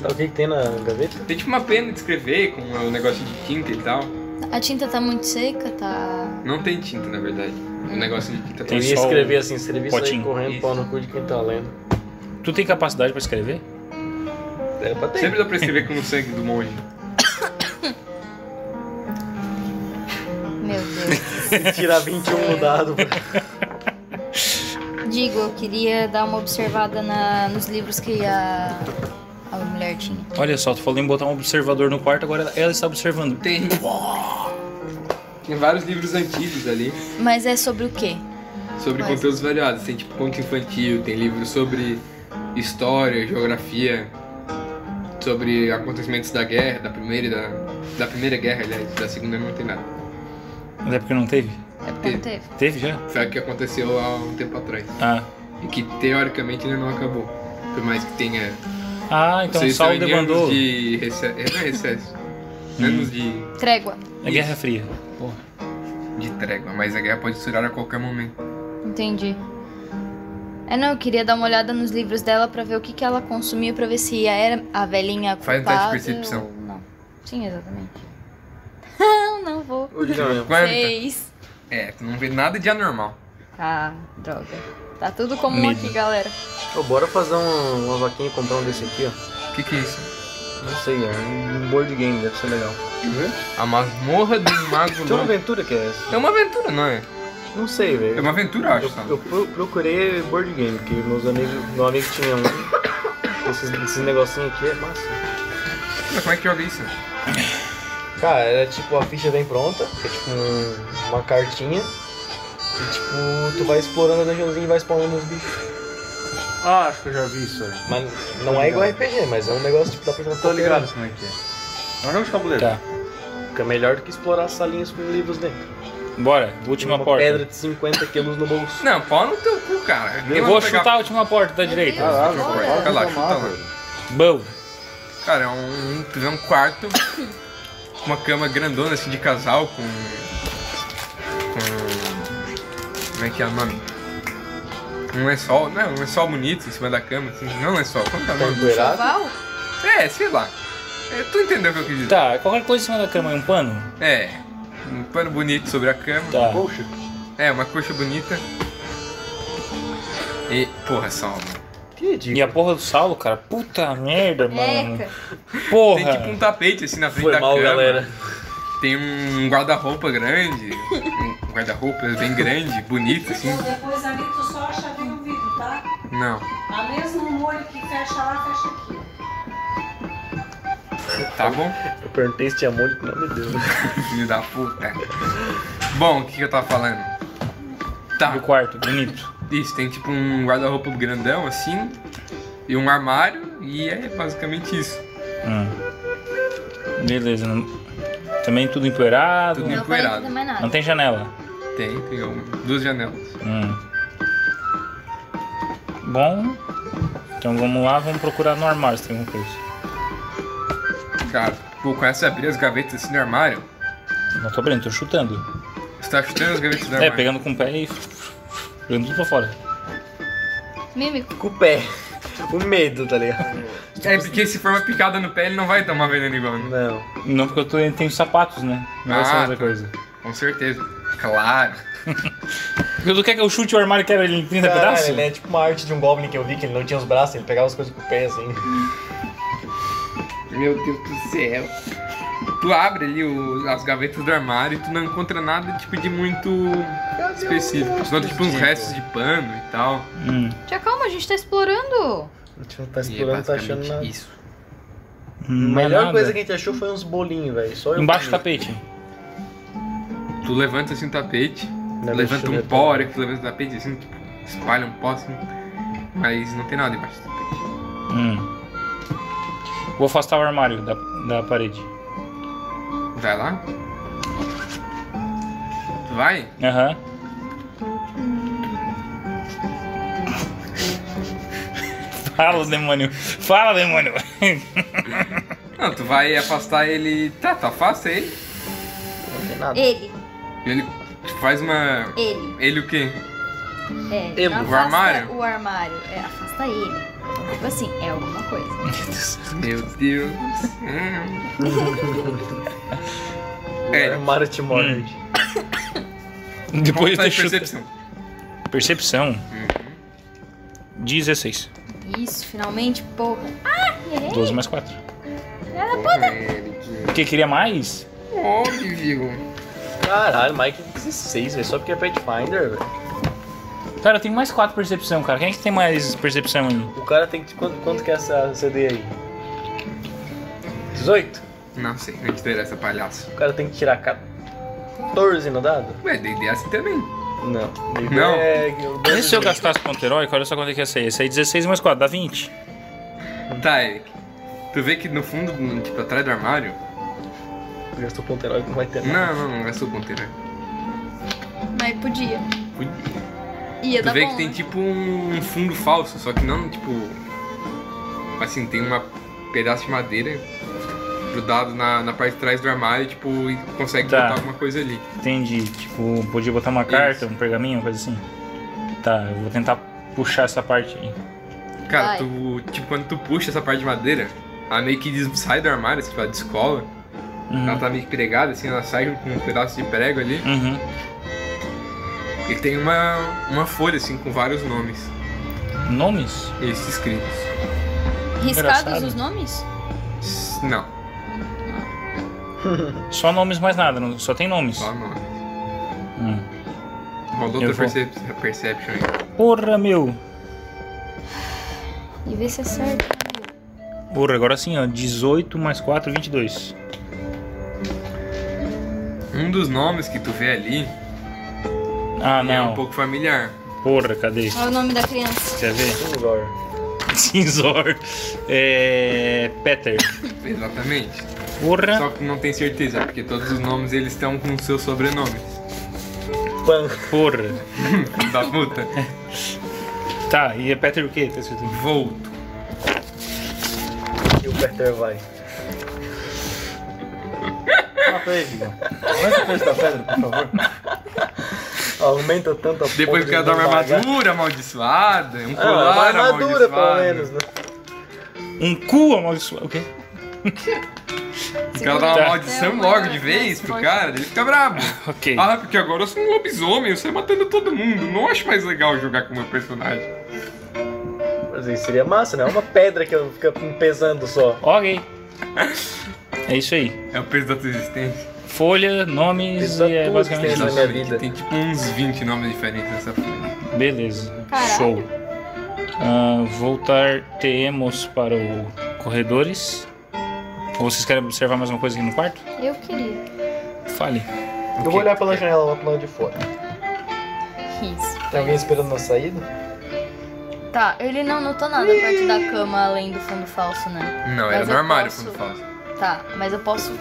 Speaker 6: Tá, o que, que tem na gaveta?
Speaker 4: Tem tipo uma pena de escrever com o negócio de tinta e tal.
Speaker 3: A tinta tá muito seca, tá.
Speaker 4: Não tem tinta, na verdade. O negócio de tinta
Speaker 1: Tem
Speaker 6: eu
Speaker 4: tá
Speaker 6: ia
Speaker 1: só
Speaker 6: escrever assim, escrevi isso aí
Speaker 1: potinho.
Speaker 6: correndo,
Speaker 4: Isso.
Speaker 6: pau no cu de quem tá lendo.
Speaker 1: Tu tem capacidade pra escrever?
Speaker 6: Era pra ter.
Speaker 4: Sempre dá pra escrever com o sangue do monge.
Speaker 3: Meu Deus.
Speaker 6: Tirar 21 no dado.
Speaker 3: De digo, eu queria dar uma observada na- nos livros que a, a mulher tinha.
Speaker 1: Olha só, tu falou em botar um observador no quarto, agora ela está observando.
Speaker 4: Tem. Tem vários livros antigos ali
Speaker 3: Mas é sobre o quê?
Speaker 4: sobre
Speaker 3: Quais?
Speaker 4: conteúdos variados. Tem tipo conto infantil, tem livros sobre história, geografia, sobre acontecimentos da guerra, da primeira e da, da primeira guerra, aliás, da segunda não tem nada.
Speaker 1: Mas é porque não teve?
Speaker 3: É porque não teve.
Speaker 1: Teve já?
Speaker 4: Foi o que aconteceu há um tempo atrás.
Speaker 1: Ah.
Speaker 4: E que teoricamente ainda não acabou. Por mais que tenha.
Speaker 1: Ah, então
Speaker 4: Vocês
Speaker 1: só
Speaker 4: estão
Speaker 1: o
Speaker 4: em
Speaker 1: demandou. Hum.
Speaker 4: anos de rece- é, não é recesso. Anos de.
Speaker 3: Trégua.
Speaker 1: É Guerra Fria.
Speaker 4: De trégua, mas a guerra pode estourar a qualquer momento.
Speaker 3: Entendi. É, não, eu queria dar uma olhada nos livros dela pra ver o que, que ela consumia, pra ver se era a velhinha
Speaker 4: Faz
Speaker 3: culpada.
Speaker 4: um teste de percepção.
Speaker 3: Sim, exatamente. Não, não vou.
Speaker 4: Quarenta.
Speaker 3: Seis.
Speaker 4: É, tu não vê nada de anormal.
Speaker 3: Ah, droga. Tá tudo comum
Speaker 4: Medo.
Speaker 3: aqui, galera.
Speaker 6: Ô, bora fazer um- uma vaquinha e comprar um desse aqui, ó.
Speaker 4: O que, que é isso?
Speaker 6: Não sei, é um board game, deve ser legal. Uhum.
Speaker 4: A masmorra do mago.
Speaker 6: Tem uma
Speaker 4: não.
Speaker 6: aventura que é essa?
Speaker 4: É uma aventura, não é?
Speaker 6: Não sei, velho.
Speaker 4: É uma aventura, acho,
Speaker 6: Eu,
Speaker 4: sabe?
Speaker 6: eu pro- procurei board game, porque meus amigos, meu amigo tinha um. Esses, esses negocinhos aqui é massa.
Speaker 4: Mas como é que joga isso?
Speaker 6: Cara, era tipo, a ficha vem pronta, é tipo um- uma cartinha. E tipo, tu vai explorando a dungeonzinha e vai spawnando os bichos.
Speaker 9: Ah, acho que eu já vi isso aí.
Speaker 6: Mas Não é igual RPG, mas é um negócio tipo, dá pra jogar
Speaker 9: Tô
Speaker 6: qualquer
Speaker 9: ligado
Speaker 6: um.
Speaker 9: como é que é. É um jogo de tabuleiro.
Speaker 6: Tá. Fica melhor do que explorar salinhas com livros dentro.
Speaker 1: Bora, última
Speaker 6: uma
Speaker 1: porta.
Speaker 6: pedra de 50 quilos no bolso.
Speaker 4: Não, pau no teu cu, cara.
Speaker 1: Eu vou chutar a última porta da direita.
Speaker 4: Caralho, Vai lá, chuta lá.
Speaker 1: Bom.
Speaker 4: Cara, é um, tu vê um quarto, uma cama grandona assim de casal com. com. como é que é o nome? Um lençol, não, um lençol bonito em cima da cama, assim, não lençol, como que é o nome?
Speaker 6: Empoeirado?
Speaker 4: É, sei lá. É, tu entendeu o que eu quis dizer?
Speaker 1: Tá, qualquer coisa em cima da cama, um pano?
Speaker 4: É, um pano bonito sobre a cama.
Speaker 1: Tá.
Speaker 4: Coxa? É, uma coxa bonita. E, porra, salva.
Speaker 1: E a porra do Saulo, cara, puta merda,
Speaker 3: tipo
Speaker 1: mano.
Speaker 4: Eca.
Speaker 1: Porra.
Speaker 4: Tem tipo um tapete assim na frente
Speaker 1: Foi
Speaker 4: da
Speaker 1: mal,
Speaker 4: cama.
Speaker 1: galera.
Speaker 4: Tem um guarda-roupa grande. Um guarda-roupa bem grande, bonito assim.
Speaker 26: Então, Depois ali tu só acha ali no vidro, tá?
Speaker 4: Não.
Speaker 26: A mesmo molho que
Speaker 1: Tá.
Speaker 26: fecha lá, fecha aqui.
Speaker 4: Tá bom?
Speaker 6: Eu perguntei se tinha molho, pelo amor de Deus.
Speaker 4: Filho da puta. Bom, o que, que eu tava falando? Tá. Do
Speaker 1: quarto, bonito.
Speaker 4: Isso, tem tipo um guarda-roupa grandão assim. E um armário. E é basicamente isso.
Speaker 1: Hum. Beleza. não- Também tudo empoeirado.
Speaker 4: Tudo Não vai empoeirado. ter mais nada.
Speaker 1: Não tem janela.
Speaker 4: Tem, tem um- duas janelas.
Speaker 1: Hum. Bom. Então vamos lá, vamos procurar no armário se tem alguma coisa.
Speaker 4: Cara, pô, começa a abrir as gavetas assim no armário.
Speaker 1: Não tô abrindo, tô chutando.
Speaker 4: Você tá chutando as gavetas do
Speaker 1: É,
Speaker 4: armário?
Speaker 1: pegando com o pé e. jogando tudo pra fora.
Speaker 3: Mímico.
Speaker 6: Com o pé. O medo, tá ligado?
Speaker 4: É, porque se for uma picada no pé, ele não vai tomar veneno igual. né?
Speaker 6: Não.
Speaker 1: Não, porque eu tô, tenho sapatos, né? Não vai ser
Speaker 4: Ah,
Speaker 1: outra coisa.
Speaker 4: Com certeza. Claro.
Speaker 1: Tu quer que eu chute o armário e quebra ele em 30
Speaker 6: Caralho,
Speaker 1: pedaços?
Speaker 6: ele é tipo uma arte de um Goblin que eu vi que ele não tinha os braços, ele pegava as coisas com o pé assim.
Speaker 4: Meu Deus do céu. Tu abre ali o- as gavetas do armário e tu não encontra nada tipo de muito específico. Tu encontra tipo uns restos de pano e tal.
Speaker 1: Hum,
Speaker 3: Tia, calma, a gente tá explorando.
Speaker 6: A gente não tá explorando, tá achando nada.
Speaker 4: é Isso.
Speaker 6: A
Speaker 1: Não é
Speaker 6: melhor
Speaker 1: nada.
Speaker 6: coisa que a gente achou foi uns bolinhos, velho. Só eu
Speaker 1: Embaixo do
Speaker 6: comi.
Speaker 1: tapete.
Speaker 4: Tu levanta assim o tapete,
Speaker 1: tá
Speaker 4: levanta
Speaker 6: deixa eu
Speaker 4: um
Speaker 6: ver
Speaker 4: pó, a hora que tu levanta o tapete assim, tipo, espalha um pó assim. Mas não tem nada embaixo do tapete.
Speaker 1: Hum. Vou afastar o armário da, da parede.
Speaker 4: Vai lá? Tu vai?
Speaker 1: Aham. Fala, demônio. Fala, demônio.
Speaker 4: Não, tu vai afastar ele. Tá, tu afasta ele.
Speaker 6: Não
Speaker 4: Tá.
Speaker 6: tem nada.
Speaker 3: Ele.
Speaker 4: Ele faz uma.
Speaker 3: Ele.
Speaker 4: Ele o quê?
Speaker 3: É,
Speaker 4: Ele.
Speaker 3: não
Speaker 4: O
Speaker 3: afasta
Speaker 4: armário?
Speaker 3: O armário. É, afasta ele. Tipo assim, é alguma coisa.
Speaker 4: Meu Deus. Hum.
Speaker 6: O armário te morde.
Speaker 1: Hum. Depois
Speaker 4: Volta
Speaker 1: eu
Speaker 4: aí,
Speaker 1: chuto.
Speaker 4: percepção.
Speaker 1: Percepção.
Speaker 4: Uhum.
Speaker 1: 16.
Speaker 3: Isso, finalmente, porra. Ah, errei.
Speaker 1: 12 mais 4.
Speaker 3: Filha da puta.
Speaker 1: Porque queria mais?
Speaker 4: Óbvio.
Speaker 6: Caralho, Mike 16, velho. Só porque é Pathfinder, velho.
Speaker 1: Cara, eu tenho mais 4 percepção, cara. Quem é que tem mais percepção aí?
Speaker 9: O cara tem que. Quanto, quanto que é essa CD aí? 18?
Speaker 4: Não sei, não te interessa, palhaço.
Speaker 9: O cara tem que tirar 14 no dado?
Speaker 4: Ué, D&D é assim também.
Speaker 9: Não.
Speaker 1: Não.
Speaker 9: É,
Speaker 1: E se eu gastasse ponto heróico, olha só quanto é que ia sair. Ia sair 16 mais 4, dá 20.
Speaker 4: Tá, Eric. Tu vê que no fundo, tipo, atrás do armário.
Speaker 9: Gastou
Speaker 6: um
Speaker 9: ponto heróico, não vai ter
Speaker 4: Não, não, não é gastou ponto herói.
Speaker 11: Mas podia.
Speaker 4: Podia.
Speaker 11: Ia
Speaker 4: Tu
Speaker 11: dar
Speaker 4: vê
Speaker 11: bom.
Speaker 4: que
Speaker 3: né?
Speaker 4: tem tipo um fundo falso, só que não tipo. Assim, tem uma pedaço de madeira grudado na, na parte de trás do armário, tipo, e consegue
Speaker 1: Tá.
Speaker 4: botar alguma coisa ali.
Speaker 1: Entendi. Tipo, podia botar uma carta, um pergaminho, uma coisa assim. Tá, eu vou tentar puxar essa parte aí.
Speaker 4: Cara,
Speaker 1: Vai.
Speaker 4: tu. Tipo, quando tu puxa essa parte de madeira, ela meio que des- sai do armário, assim, tipo, ela descola.
Speaker 1: Uhum.
Speaker 4: Ela tá meio que pregada, assim, ela sai com um pedaço de prego ali.
Speaker 1: Uhum.
Speaker 4: E tem uma, uma folha, assim, com vários nomes.
Speaker 1: Nomes?
Speaker 4: Esses escritos.
Speaker 3: Riscados
Speaker 1: Engraçado.
Speaker 3: os nomes?
Speaker 4: Não.
Speaker 1: Só nomes mais nada, não- só tem nomes. Só
Speaker 4: nomes.
Speaker 1: Hum.
Speaker 4: Rodou
Speaker 1: Eu
Speaker 4: tua
Speaker 1: vou.
Speaker 4: percep perception aí.
Speaker 1: Porra, meu!
Speaker 3: E vê se é acerta.
Speaker 1: Porra, agora sim, ó. 18 mais 4, 22.
Speaker 4: Um dos nomes que tu vê ali.
Speaker 1: Ah,
Speaker 4: É
Speaker 1: não.
Speaker 4: um pouco familiar.
Speaker 1: Porra, cadê?
Speaker 3: Olha é o nome da criança.
Speaker 1: Quer ver? Cinzor. Cinzor. É. Peter.
Speaker 4: Exatamente.
Speaker 1: Porra.
Speaker 4: Só que não tem certeza, porque todos os nomes eles estão com seus sobrenomes.
Speaker 1: Porra.
Speaker 4: da puta.
Speaker 1: Tá, e é Peter o quê? Tá escrito?
Speaker 4: Volto.
Speaker 6: E o Peter vai. Mata aí, Vigão. Aumenta o preço da pedra, por favor. Aumenta tanto a
Speaker 4: Depois que ela
Speaker 6: porra de
Speaker 4: dorme
Speaker 6: não pagar.
Speaker 4: armadura amaldiçoada, um
Speaker 6: Ah, uma
Speaker 4: colar
Speaker 6: armadura, pelo
Speaker 4: amaldiçoado.
Speaker 6: menos, né?
Speaker 1: Um cu amaldiçoado. O quê?
Speaker 4: Que ela dá uma
Speaker 1: Tá.
Speaker 4: maldição logo de vez pro cara, ele fica brabo.
Speaker 1: ok.
Speaker 4: Ah, porque agora eu sou um lobisomem, eu saio matando todo mundo. Não acho mais legal jogar com o meu personagem.
Speaker 6: Mas isso seria massa, né? Uma pedra que eu fica pesando só.
Speaker 1: Ok. É isso aí.
Speaker 4: É o peso da tua existência.
Speaker 1: Folha, nomes e é basicamente isso.
Speaker 4: Tem tipo uns 20 nomes diferentes nessa folha.
Speaker 1: né? Beleza.
Speaker 4: um
Speaker 1: Show. Ah, voltar temos para o corredores. Ou vocês querem observar mais uma coisa aqui no quarto?
Speaker 3: Eu queria.
Speaker 1: Fale.
Speaker 6: Eu vou olhar pela janela lá pro lado de fora.
Speaker 3: Isso.
Speaker 6: Tem alguém esperando na saída?
Speaker 3: Tá, ele não notou nada a parte da cama além do fundo falso, né?
Speaker 4: Não, era
Speaker 3: Mas
Speaker 4: no
Speaker 3: eu
Speaker 4: armário
Speaker 3: posso-
Speaker 4: quando fala.
Speaker 3: Tá, mas eu posso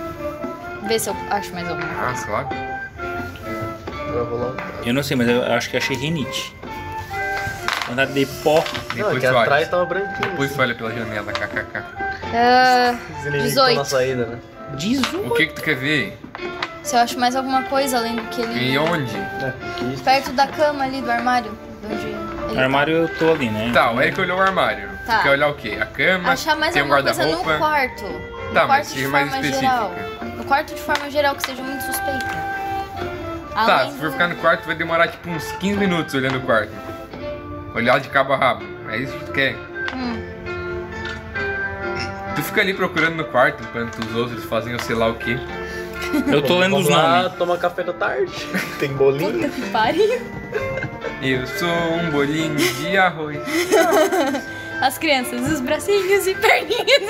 Speaker 3: ver se eu acho mais alguma.
Speaker 4: Ah, claro.
Speaker 6: Eu vou lá.
Speaker 1: Eu não sei, mas eu acho que achei rinite. Andar de pó.
Speaker 6: Não, é que atrás tava branquinho. assim.
Speaker 4: Depois tu olha pela janela, kkk.
Speaker 3: Ah,
Speaker 6: Os inimigos tão na
Speaker 3: 18.
Speaker 6: saída, né?
Speaker 4: O que que tu quer ver?
Speaker 3: Se eu acho mais alguma coisa além do que
Speaker 4: E
Speaker 3: ele.
Speaker 4: onde?
Speaker 3: Perto da cama ali do armário. de Onde ele...
Speaker 1: Armário eu tô ali, né?
Speaker 4: Tá, o Eric olhou o armário.
Speaker 3: Tá.
Speaker 4: Tu quer olhar o quê? A cama?
Speaker 3: Achar mais
Speaker 4: tem um
Speaker 3: alguma coisa no
Speaker 4: guarda-roupa?
Speaker 3: quarto. No
Speaker 4: Tá, mas
Speaker 3: quarto de
Speaker 4: seja
Speaker 3: forma
Speaker 4: mais específica.
Speaker 3: geral. No quarto de forma geral, que seja muito suspeito.
Speaker 4: Tá,
Speaker 3: Além
Speaker 4: se for ficar no quarto, vai demorar tipo uns 15 minutos olhando o quarto. Olhar de cabo a rabo. É isso que tu quer?
Speaker 3: Hum,
Speaker 4: Tu fica ali procurando no quarto enquanto os outros fazem o sei lá o quê.
Speaker 1: Eu tô lendo os
Speaker 6: Vamos lá,
Speaker 1: nomes.
Speaker 6: toma café da tarde. Tem bolinho.
Speaker 3: que pariu.
Speaker 4: Eu sou um bolinho de arroz.
Speaker 3: As crianças, os bracinhos e perninhas.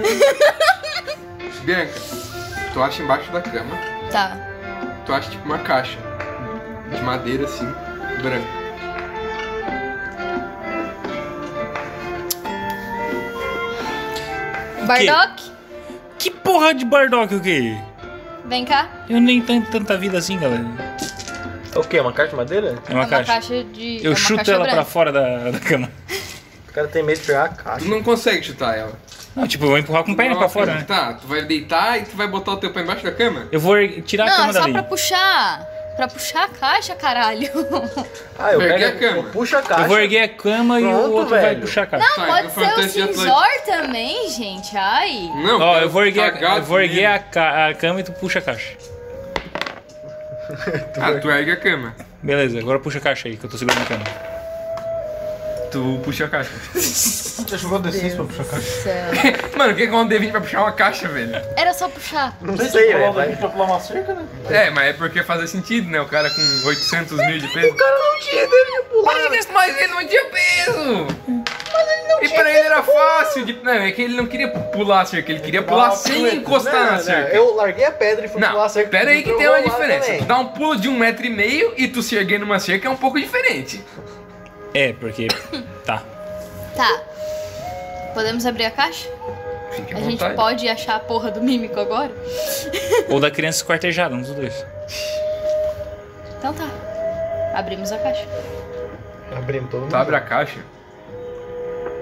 Speaker 3: e-
Speaker 4: Bianca, tu acha embaixo da cama,
Speaker 3: tá.
Speaker 4: tu acha tipo uma caixa de madeira assim, branca.
Speaker 3: Bardock,
Speaker 1: Que porra de Bardock o quê?
Speaker 3: vem cá.
Speaker 1: Eu nem tenho tanta vida assim, galera.
Speaker 6: O quê? Uma caixa de madeira?
Speaker 1: É uma
Speaker 3: é
Speaker 1: caixa.
Speaker 3: de. é
Speaker 1: Eu
Speaker 3: uma
Speaker 1: chuto
Speaker 3: caixa
Speaker 1: ela
Speaker 3: branca.
Speaker 1: pra fora da, da cama.
Speaker 6: O cara tem medo de pegar a caixa.
Speaker 4: Tu não consegue chutar ela.
Speaker 1: Não, tipo, eu vou empurrar com o perna pra
Speaker 4: Nossa,
Speaker 1: fora, né?
Speaker 4: Tá, tu vai deitar e tu vai botar o teu pé embaixo da cama?
Speaker 1: Eu vou er- tirar a
Speaker 3: Não,
Speaker 1: cama
Speaker 3: é só
Speaker 1: dali.
Speaker 3: pra puxar. Pra puxar a caixa, caralho.
Speaker 6: Ah, eu
Speaker 4: Erguei
Speaker 6: pego
Speaker 4: a cama.
Speaker 6: Puxa a caixa.
Speaker 1: Eu vou erguer a cama e o
Speaker 6: Pronto,
Speaker 1: outro vai
Speaker 6: velho.
Speaker 1: puxar a caixa.
Speaker 3: Não,
Speaker 4: Tá, então
Speaker 3: pode
Speaker 4: foi um
Speaker 3: ser o
Speaker 4: teste de atlético.
Speaker 3: cinzor também, gente. Ai.
Speaker 4: Não,
Speaker 1: Ó,
Speaker 4: cara,
Speaker 1: eu vou erguer, a,
Speaker 4: cagado
Speaker 1: eu vou erguer
Speaker 4: mesmo.
Speaker 1: a, ca- a cama e tu puxa a caixa.
Speaker 4: Ah, tu ergue a cama.
Speaker 1: Beleza, agora puxa a caixa aí que eu tô segurando a cama.
Speaker 4: Tu puxa a caixa.
Speaker 23: Já jogou D6 pra puxar a caixa?
Speaker 4: Mano, o que é um D20 pra puxar uma caixa, velho?
Speaker 3: Era só puxar.
Speaker 23: velho. Vai pra pular uma cerca, né?
Speaker 4: É, mas é porque fazia sentido, né? O cara com 800 mil de peso.
Speaker 23: cara não tinha dele pular.
Speaker 4: mas ele não tinha peso! E pra ele era fácil de. Não, é que ele não queria pular a cerca, ele queria pular sem encostar na cerca.
Speaker 6: Eu larguei a pedra e fui pular a
Speaker 4: Não,
Speaker 6: cerca.
Speaker 4: pera aí que
Speaker 6: Eu
Speaker 4: tem uma
Speaker 6: vou lá
Speaker 4: diferença. Tu
Speaker 6: também.
Speaker 4: dá um pulo de um metro e meio e tu se erguer numa cerca é um pouco diferente.
Speaker 1: É, porque. Tá.
Speaker 3: Tá. Podemos abrir a caixa?
Speaker 1: Fique
Speaker 3: a gente pode achar a porra do mímico agora?
Speaker 1: Ou da criança esquartejada, um dos dois.
Speaker 3: Então tá. Abrimos a caixa.
Speaker 6: Abrimos todo
Speaker 4: Tu abre a caixa.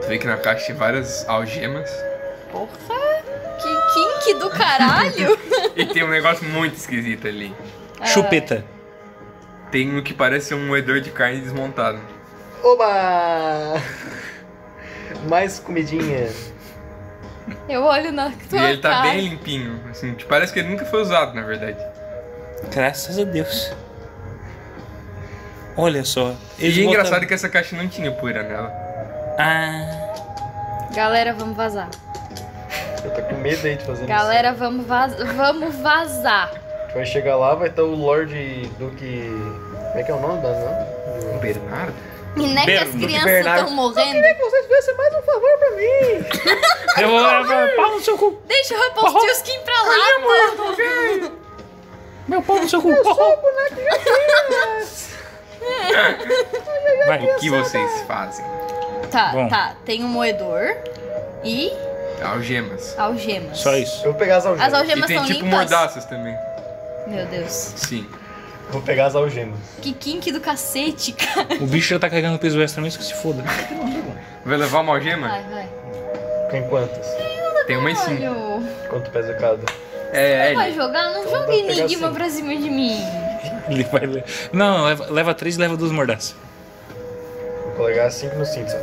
Speaker 4: Tu vê que na caixa tem várias algemas.
Speaker 3: Porra! Que kink do caralho!
Speaker 4: E tem um negócio muito esquisito ali.
Speaker 3: Ah. Chupeta.
Speaker 4: Tem o que parece um moedor de carne desmontado.
Speaker 6: Oba! Mais comidinha.
Speaker 3: É, Eu olho na
Speaker 4: E
Speaker 3: tua
Speaker 4: ele tá
Speaker 3: cara.
Speaker 4: bem limpinho, assim, te parece que ele nunca foi usado, na verdade.
Speaker 1: Graças a Deus. Olha só. eles
Speaker 4: e é
Speaker 1: botaram-
Speaker 4: engraçado que essa caixa não tinha poeira nela.
Speaker 1: Ah.
Speaker 3: Galera, vamos vazar.
Speaker 6: Eu tô com medo aí de fazer
Speaker 3: Galera, vamos, vaz... vamos vazar.
Speaker 6: isso. Tu vai chegar lá, vai estar o Lord Duque. Como é que é o nome da não?
Speaker 4: Bernardo?
Speaker 3: E nem que as
Speaker 6: Bernardo.
Speaker 3: crianças
Speaker 6: Bernardo.
Speaker 3: estão morrendo. Eu queria que vocês fizessem mais um favor pra mim.
Speaker 1: Eu vou levar pau no seu cu.
Speaker 3: Deixa eu repor os tios Kim pra lá, mano.
Speaker 1: Meu pau no seu cu.
Speaker 4: Vai, o que vocês fazem?
Speaker 3: Tá,
Speaker 4: Bom.
Speaker 3: tá. Tem um moedor e
Speaker 4: Algemas.
Speaker 3: algemas.
Speaker 1: Só isso.
Speaker 6: Eu vou pegar as algemas.
Speaker 3: As algemas
Speaker 4: e tem
Speaker 3: são
Speaker 4: tipo
Speaker 3: limpas?
Speaker 4: mordaças também.
Speaker 3: Meu Deus.
Speaker 4: Sim.
Speaker 6: Vou pegar as algemas.
Speaker 3: Que kink do cacete, cara.
Speaker 1: O bicho já tá carregando peso extra mesmo que se foda.
Speaker 4: Vai levar uma algema?
Speaker 3: Vai, vai.
Speaker 6: Tem quantas?
Speaker 4: Tem uma e cinco.
Speaker 3: Olha,
Speaker 6: Quanto pesa cada?
Speaker 4: É,
Speaker 3: vai jogar? Não joga
Speaker 1: dá pra pegar
Speaker 3: enigma
Speaker 1: assim.
Speaker 3: pra cima de mim.
Speaker 1: Ele vai le- Não, leva, leva três e leva duas mordaças.
Speaker 6: Vou colocar é cinco no cinto. só.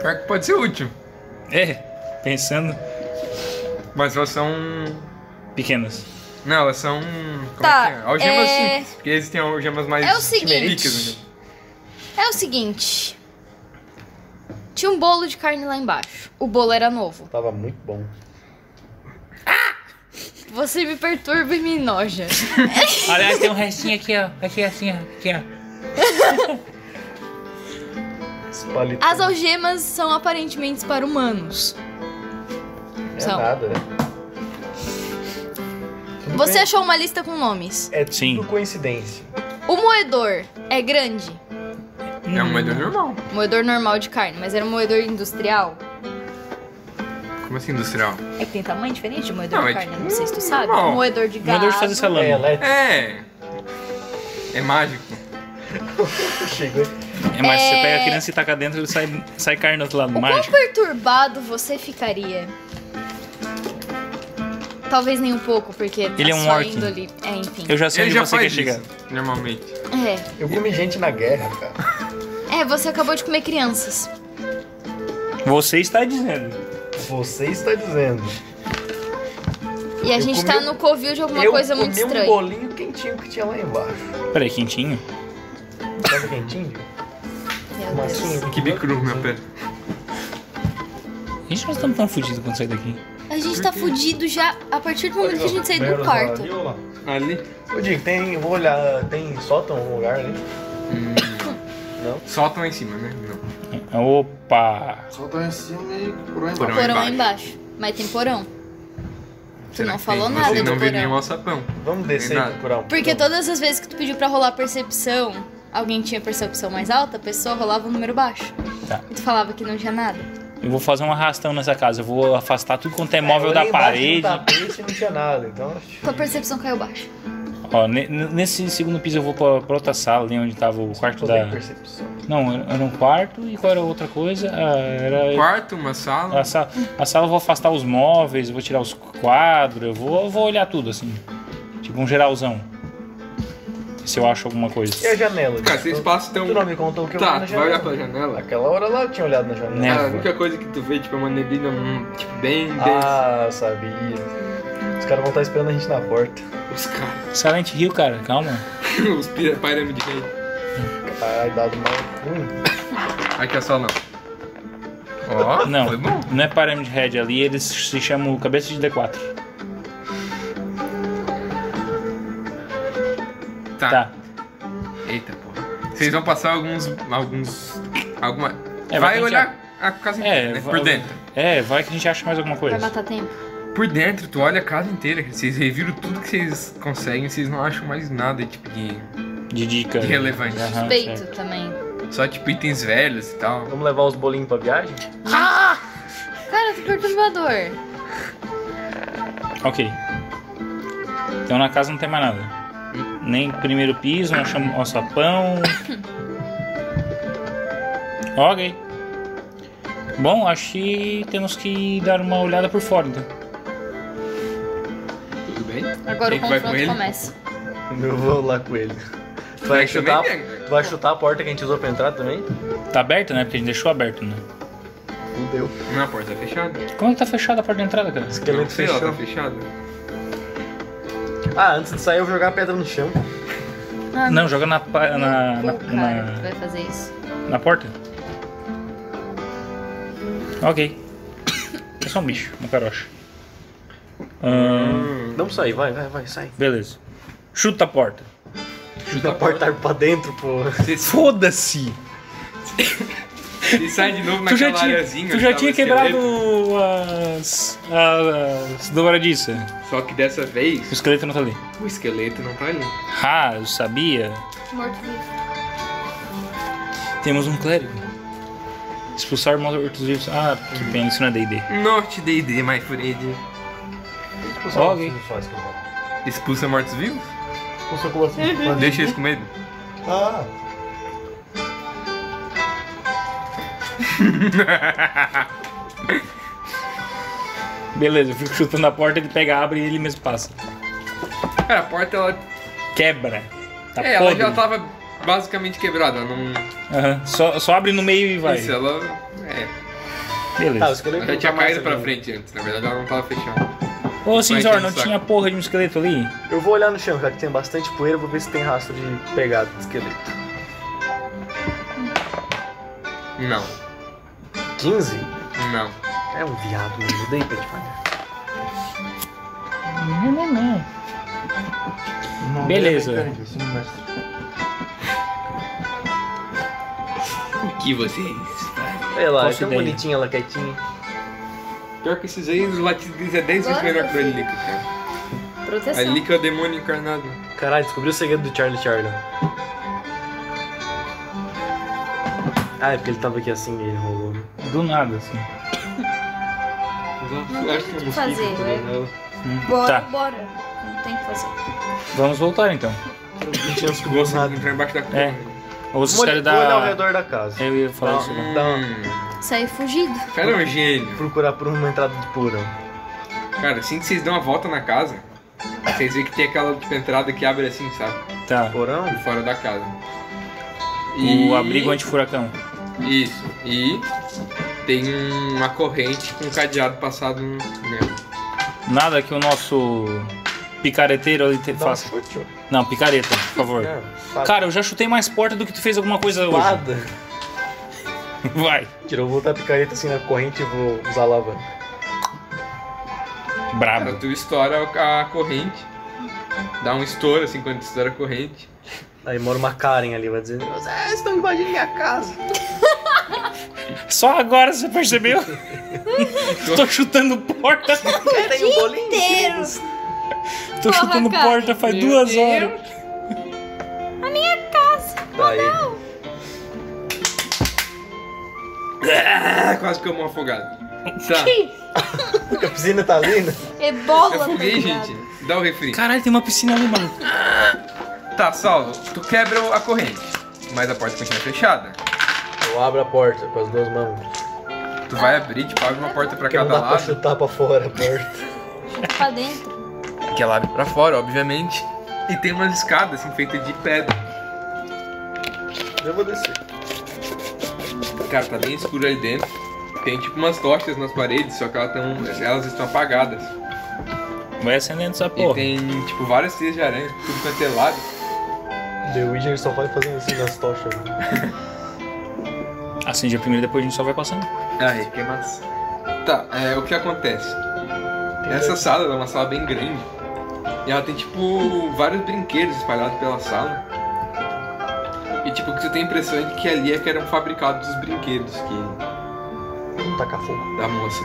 Speaker 4: Pior que pode ser útil.
Speaker 1: É, pensando.
Speaker 4: Mas elas são.
Speaker 1: Pequenas.
Speaker 4: Não, elas são. Como
Speaker 3: Tá,
Speaker 4: é que é? Algemas
Speaker 3: é-
Speaker 4: simples. Porque existem algemas mais.
Speaker 3: É o seguinte.
Speaker 4: líquidas, né?
Speaker 3: É o seguinte. Tinha um bolo de carne lá embaixo. O bolo era novo.
Speaker 6: Tava muito bom.
Speaker 3: Você me perturba e me enoja.
Speaker 1: Aliás, tem um restinho aqui, ó. Aqui assim, ó. Aqui, ó.
Speaker 6: Espalitão.
Speaker 3: As algemas são aparentemente para humanos.
Speaker 6: É
Speaker 3: são.
Speaker 6: nada. Tudo
Speaker 3: Você
Speaker 6: bem.
Speaker 3: achou uma lista com nomes.
Speaker 6: É tudo coincidência.
Speaker 3: O moedor é grande.
Speaker 4: É
Speaker 1: Hum.
Speaker 4: um moedor normal.
Speaker 3: Moedor normal de carne, mas era um moedor industrial.
Speaker 4: Como assim, industrial?
Speaker 3: É que tem tamanho diferente de moedor
Speaker 4: Não,
Speaker 3: de
Speaker 4: é
Speaker 3: carne,
Speaker 4: tipo
Speaker 3: não sei se tu sabe.
Speaker 4: normal.
Speaker 3: Moedor de gado.
Speaker 1: salame.
Speaker 4: É. É mágico.
Speaker 6: Chegou.
Speaker 1: É, mas
Speaker 3: É.
Speaker 1: você pega a criança e taca dentro e sai, sai carne do outro lado.
Speaker 3: Quão
Speaker 1: Mágico.
Speaker 3: perturbado você ficaria? Talvez nem um pouco, porque
Speaker 1: Ele é
Speaker 3: a
Speaker 1: um
Speaker 3: sua
Speaker 1: orc.
Speaker 3: índole... É, enfim.
Speaker 1: Eu já sei
Speaker 4: Ele
Speaker 1: onde
Speaker 4: já
Speaker 1: você quer
Speaker 4: faz
Speaker 1: chegar.
Speaker 4: isso, Normalmente.
Speaker 3: É.
Speaker 6: Eu comi gente na guerra, cara.
Speaker 3: É, você acabou de comer crianças.
Speaker 1: Você está dizendo.
Speaker 6: Você está dizendo.
Speaker 3: E a
Speaker 6: Eu
Speaker 3: gente
Speaker 6: comi
Speaker 3: tá
Speaker 6: um-
Speaker 3: no covil de alguma
Speaker 6: eu
Speaker 3: coisa muito
Speaker 6: comi um
Speaker 3: estranha.
Speaker 6: bolinho quentinho que tinha lá embaixo.
Speaker 1: Peraí, quentinho?
Speaker 6: Sabe quentinho? Um Massinho.
Speaker 4: Que bicru, meu pé.
Speaker 1: Gente, nós estamos tão fudidos quando sair daqui.
Speaker 3: A gente tá fudido já a partir do momento que a gente sair do quarto.
Speaker 4: Ali?
Speaker 6: Ô, Digo, tem. Vou olhar. Tem sótão um lugar ali? Não?
Speaker 4: Soltam lá em cima, né? Não.
Speaker 1: Opa!
Speaker 23: Solta lá em cima e por aí
Speaker 4: Porão
Speaker 23: embaixo.
Speaker 3: Porão
Speaker 4: embaixo.
Speaker 3: lá embaixo. Mas tem porão.
Speaker 4: Será
Speaker 3: não
Speaker 4: que
Speaker 3: falou
Speaker 4: tem?
Speaker 3: nada
Speaker 4: Vocês
Speaker 3: do
Speaker 4: não viram
Speaker 3: porão.
Speaker 4: nenhum alçapão.
Speaker 6: Vamos
Speaker 4: descer e
Speaker 6: procurar um.
Speaker 3: Porque todas as vezes que tu pediu pra rolar percepção, alguém tinha percepção mais alta, a pessoa rolava um número baixo.
Speaker 1: Tá.
Speaker 3: E tu falava que não tinha nada.
Speaker 1: Eu vou fazer um arrastão nessa casa. Eu vou afastar tudo quanto é móvel
Speaker 6: eu tá?
Speaker 1: da
Speaker 6: olhei embaixo do
Speaker 1: parede.
Speaker 6: tapete e não tinha nada, então.
Speaker 3: Tua percepção caiu baixo.
Speaker 1: Ó, ne- ne- nesse segundo piso eu vou pra, pra outra sala ali onde tava o quarto
Speaker 6: Tô
Speaker 1: da.
Speaker 6: sem percepção.
Speaker 1: Não, era era um quarto e qual era a outra coisa? Ah, era.
Speaker 4: Quarto, uma sala.
Speaker 1: A, sa- a sala eu vou afastar os móveis, vou tirar os quadros, eu vou, eu vou olhar tudo assim. Tipo um geralzão. Se eu acho alguma coisa.
Speaker 6: E a janela?
Speaker 4: Cara,
Speaker 6: Diego?
Speaker 4: vocês
Speaker 6: Tu-
Speaker 4: passam tão.
Speaker 6: Tu não me contou o que eu
Speaker 4: Tá,
Speaker 6: olhei na
Speaker 4: tu vai olhar
Speaker 6: janela.
Speaker 4: pela janela.
Speaker 6: Aquela hora lá eu tinha olhado na janela.
Speaker 4: Cara, a única coisa que tu vê, tipo, é uma neblina, hum, tipo, bem densa.
Speaker 6: É, Ah, eu sabia. Os caras vão estar esperando a gente na porta.
Speaker 4: Os caras.
Speaker 1: Silent Hill, cara, calma.
Speaker 4: Os pirâmides aí.
Speaker 6: Caralho, dado mal. Hum.
Speaker 4: A Aqui é só não. Ó,
Speaker 1: não,
Speaker 4: foi bom.
Speaker 1: não é Pyramid Head ali, eles se chamam Cabeça de D4.
Speaker 4: Tá. Eita, porra. Vocês vão passar alguns. alguns. alguma.
Speaker 1: É,
Speaker 4: vai
Speaker 1: vai
Speaker 4: olhar a casa inteira, né?
Speaker 1: vai-
Speaker 4: Por dentro.
Speaker 1: É, vai que a gente acha mais alguma coisa.
Speaker 3: Vai matar tempo.
Speaker 4: Por dentro, tu olha a casa inteira, cara. vocês reviram tudo que vocês conseguem, vocês não acham mais nada tipo, de,
Speaker 1: de dica é.
Speaker 4: de relevante.
Speaker 1: Ah,
Speaker 3: Peito também.
Speaker 4: Só tipo itens velhos e tal.
Speaker 9: Vamos levar os bolinhos pra viagem?
Speaker 3: Cara, que perturbador.
Speaker 1: Ok. Então na casa não tem mais nada. Nem primeiro piso, não achamos alçapão. ok. Bom, acho que temos que dar uma olhada por fora então.
Speaker 4: Tudo bem?
Speaker 3: Agora o confronto começa.
Speaker 6: Eu vou lá com ele. Tu vai, chutar, tu vai chutar a porta que a gente usou pra entrar também?
Speaker 1: Tá aberta, né? Porque a gente deixou aberto, né?
Speaker 6: Fudeu.
Speaker 4: Não, a porta é fechada.
Speaker 1: Como é que tá fechada a porta de entrada, cara?
Speaker 6: é
Speaker 4: Não sei, ela tá fechada.
Speaker 6: Ah, antes de sair eu vou jogar a pedra no chão.
Speaker 3: Ah,
Speaker 1: Não, joga na, pa- na, na,
Speaker 3: Cara,
Speaker 1: na,
Speaker 3: tu vai fazer isso.
Speaker 1: na porta. Ok. É só um bicho, um carocha. Ahn,
Speaker 6: Não sai, vai, vai, vai, sai.
Speaker 1: beleza. Chuta a porta.
Speaker 4: Tá
Speaker 6: Chuta a porta pra dentro, pô.
Speaker 1: Foda-se!
Speaker 4: E sai de novo
Speaker 1: Tu já
Speaker 4: naquela
Speaker 1: tinha,
Speaker 4: areazinha.
Speaker 1: tu
Speaker 4: onde
Speaker 1: já
Speaker 4: tava
Speaker 1: tinha
Speaker 4: o
Speaker 1: quebrado
Speaker 4: esqueleto.
Speaker 1: as, as dobradiças.
Speaker 4: Só que dessa vez.
Speaker 1: O esqueleto não tá ali.
Speaker 4: O esqueleto não tá ali.
Speaker 1: Ah, eu sabia.
Speaker 11: Morto-vivo.
Speaker 1: Temos um clérigo. Expulsar mortos-vivos. Ah,
Speaker 4: Hum.
Speaker 1: que pena, isso não é DD.
Speaker 4: Norte D&D, my friend.
Speaker 1: Ok.
Speaker 4: Expulsa mortos-vivos?
Speaker 6: Expulsa como assim?
Speaker 4: Deixa eles com medo.
Speaker 6: Ah.
Speaker 1: Beleza, eu fico chutando a porta, ele pega, abre e ele mesmo passa.
Speaker 4: Cara, a porta ela.
Speaker 1: Quebra. Tá
Speaker 4: é, ela
Speaker 1: podre.
Speaker 4: já tava basicamente quebrada. Ela não.
Speaker 1: Aham, Só, só abre no meio e vai.
Speaker 4: Isso, ela. É.
Speaker 6: Ah,
Speaker 1: Beleza.
Speaker 4: Ela já tinha caído pra frente antes, na verdade ela não tava fechada.
Speaker 1: Ô, Cinzor, não
Speaker 4: Tá, Vai,
Speaker 1: tinha porra de um esqueleto ali?
Speaker 6: Eu vou olhar no chão, já que tem bastante poeira, vou ver se tem rastro de pegada de esqueleto.
Speaker 4: Não.
Speaker 6: 15?
Speaker 4: Não.
Speaker 6: É um viado, eu mudei pra te pagar.
Speaker 1: Não, não, não. Beleza.
Speaker 4: O que vocês fazem?
Speaker 6: Olha lá, é
Speaker 4: Posso
Speaker 6: tão
Speaker 4: ideia.
Speaker 6: bonitinha ela quietinha.
Speaker 4: Pior que esses aí, os latidos deles é 10 vezes
Speaker 3: Agora
Speaker 4: melhor
Speaker 3: eu
Speaker 4: que o Elica, cara. A
Speaker 3: Proteção.
Speaker 4: Elica é o demônio encarnado.
Speaker 6: Caralho, descobri o segredo do Charlie Charlie. Ah, é porque ele tava aqui assim e ele rolou.
Speaker 1: Do nada, assim.
Speaker 4: Eu acho que
Speaker 11: o que fazer, né? Bora,
Speaker 1: Tá,
Speaker 11: bora. Não tem o que fazer.
Speaker 1: vamos voltar então.
Speaker 4: Você entrar embaixo da cama.
Speaker 1: É. Ou vocês
Speaker 6: Vou
Speaker 1: querem
Speaker 6: olhar- vou olhar ao
Speaker 1: dar.
Speaker 6: redor da casa.
Speaker 1: Eu ia falar
Speaker 6: Dá-
Speaker 1: isso. né?
Speaker 6: dá uma-
Speaker 3: Sair fugido.
Speaker 4: O Hum. cara é um gênio.
Speaker 6: Procurar por uma entrada de porão.
Speaker 4: Cara, assim que vocês dão a volta na casa, vocês veem que tem aquela tipo, entrada que abre assim, sabe?
Speaker 1: Tá.
Speaker 6: Porão?
Speaker 4: Por fora da casa.
Speaker 1: O abrigo anti-furacão.
Speaker 4: Isso. E tem uma corrente com um cadeado passado né? no- nela.
Speaker 1: Nada que o nosso picareteiro ali te...
Speaker 6: um
Speaker 1: faça. Não, picareta, por favor. É
Speaker 4: É,
Speaker 6: É,
Speaker 1: Cara, eu já chutei mais porta do que tu fez alguma coisa hoje.
Speaker 6: Espada.
Speaker 1: Vai.
Speaker 6: Tirou, vou botar a picareta assim na corrente e vou usar a alavanca.
Speaker 4: Cara,
Speaker 1: Brabo.
Speaker 4: tu estoura a corrente. Dá um estouro assim quando estoura a corrente.
Speaker 6: Aí mora uma Karen ali, vai dizer. "Ah, vocês estão invadindo minha casa.
Speaker 1: Só agora você percebeu? Tô chutando porta.
Speaker 6: Tem um bolinho?
Speaker 11: Deus!
Speaker 1: Tô
Speaker 11: Porra,
Speaker 1: chutando
Speaker 11: cara.
Speaker 1: porta faz
Speaker 11: Meu
Speaker 1: duas
Speaker 11: Deus.
Speaker 1: horas.
Speaker 11: A minha casa!
Speaker 6: Tá aí.
Speaker 4: Ah, quase que eu morro afogado. Tá.
Speaker 6: A piscina tá linda.
Speaker 3: É
Speaker 11: Ebola,
Speaker 4: Eu foguei,
Speaker 11: tá ligado?
Speaker 4: É gente. Dá o refri.
Speaker 1: Caralho, tem uma piscina ali, mano.
Speaker 4: Tá, salvo. Tu quebra a corrente. Mas a porta continua fechada.
Speaker 6: Eu abro a porta com as duas mãos.
Speaker 4: Tu vai abrir, tipo, abre uma porta pra
Speaker 6: Porque não
Speaker 4: cada
Speaker 6: dá pra
Speaker 4: lado.
Speaker 6: chutar pra fora a porta.
Speaker 3: Chuta Tá pra dentro.
Speaker 4: Que ela abre pra fora, obviamente. E tem umas escadas, assim, feitas de pedra.
Speaker 6: Eu vou descer.
Speaker 4: Cara, tá bem escuro ali dentro. Tem, tipo, umas tochas nas paredes, só que elas, tão, elas estão apagadas.
Speaker 1: Vai acendendo essa
Speaker 4: E
Speaker 1: porra.
Speaker 4: tem, tipo, várias teias de aranha, tudo quanto é lado.
Speaker 6: né? The Witcher só vai fazendo assim nas tochas.
Speaker 1: Acende a primeira, depois a gente só vai passando.
Speaker 4: Aí, que massa. Tá, é, o que acontece? Essa sala ela é uma sala bem grande. E ela tem, tipo, vários brinquedos espalhados pela sala. E, tipo, você tem a impressão de que ali é que eram fabricados os brinquedos que...
Speaker 6: Taca fogo.
Speaker 4: Da moça.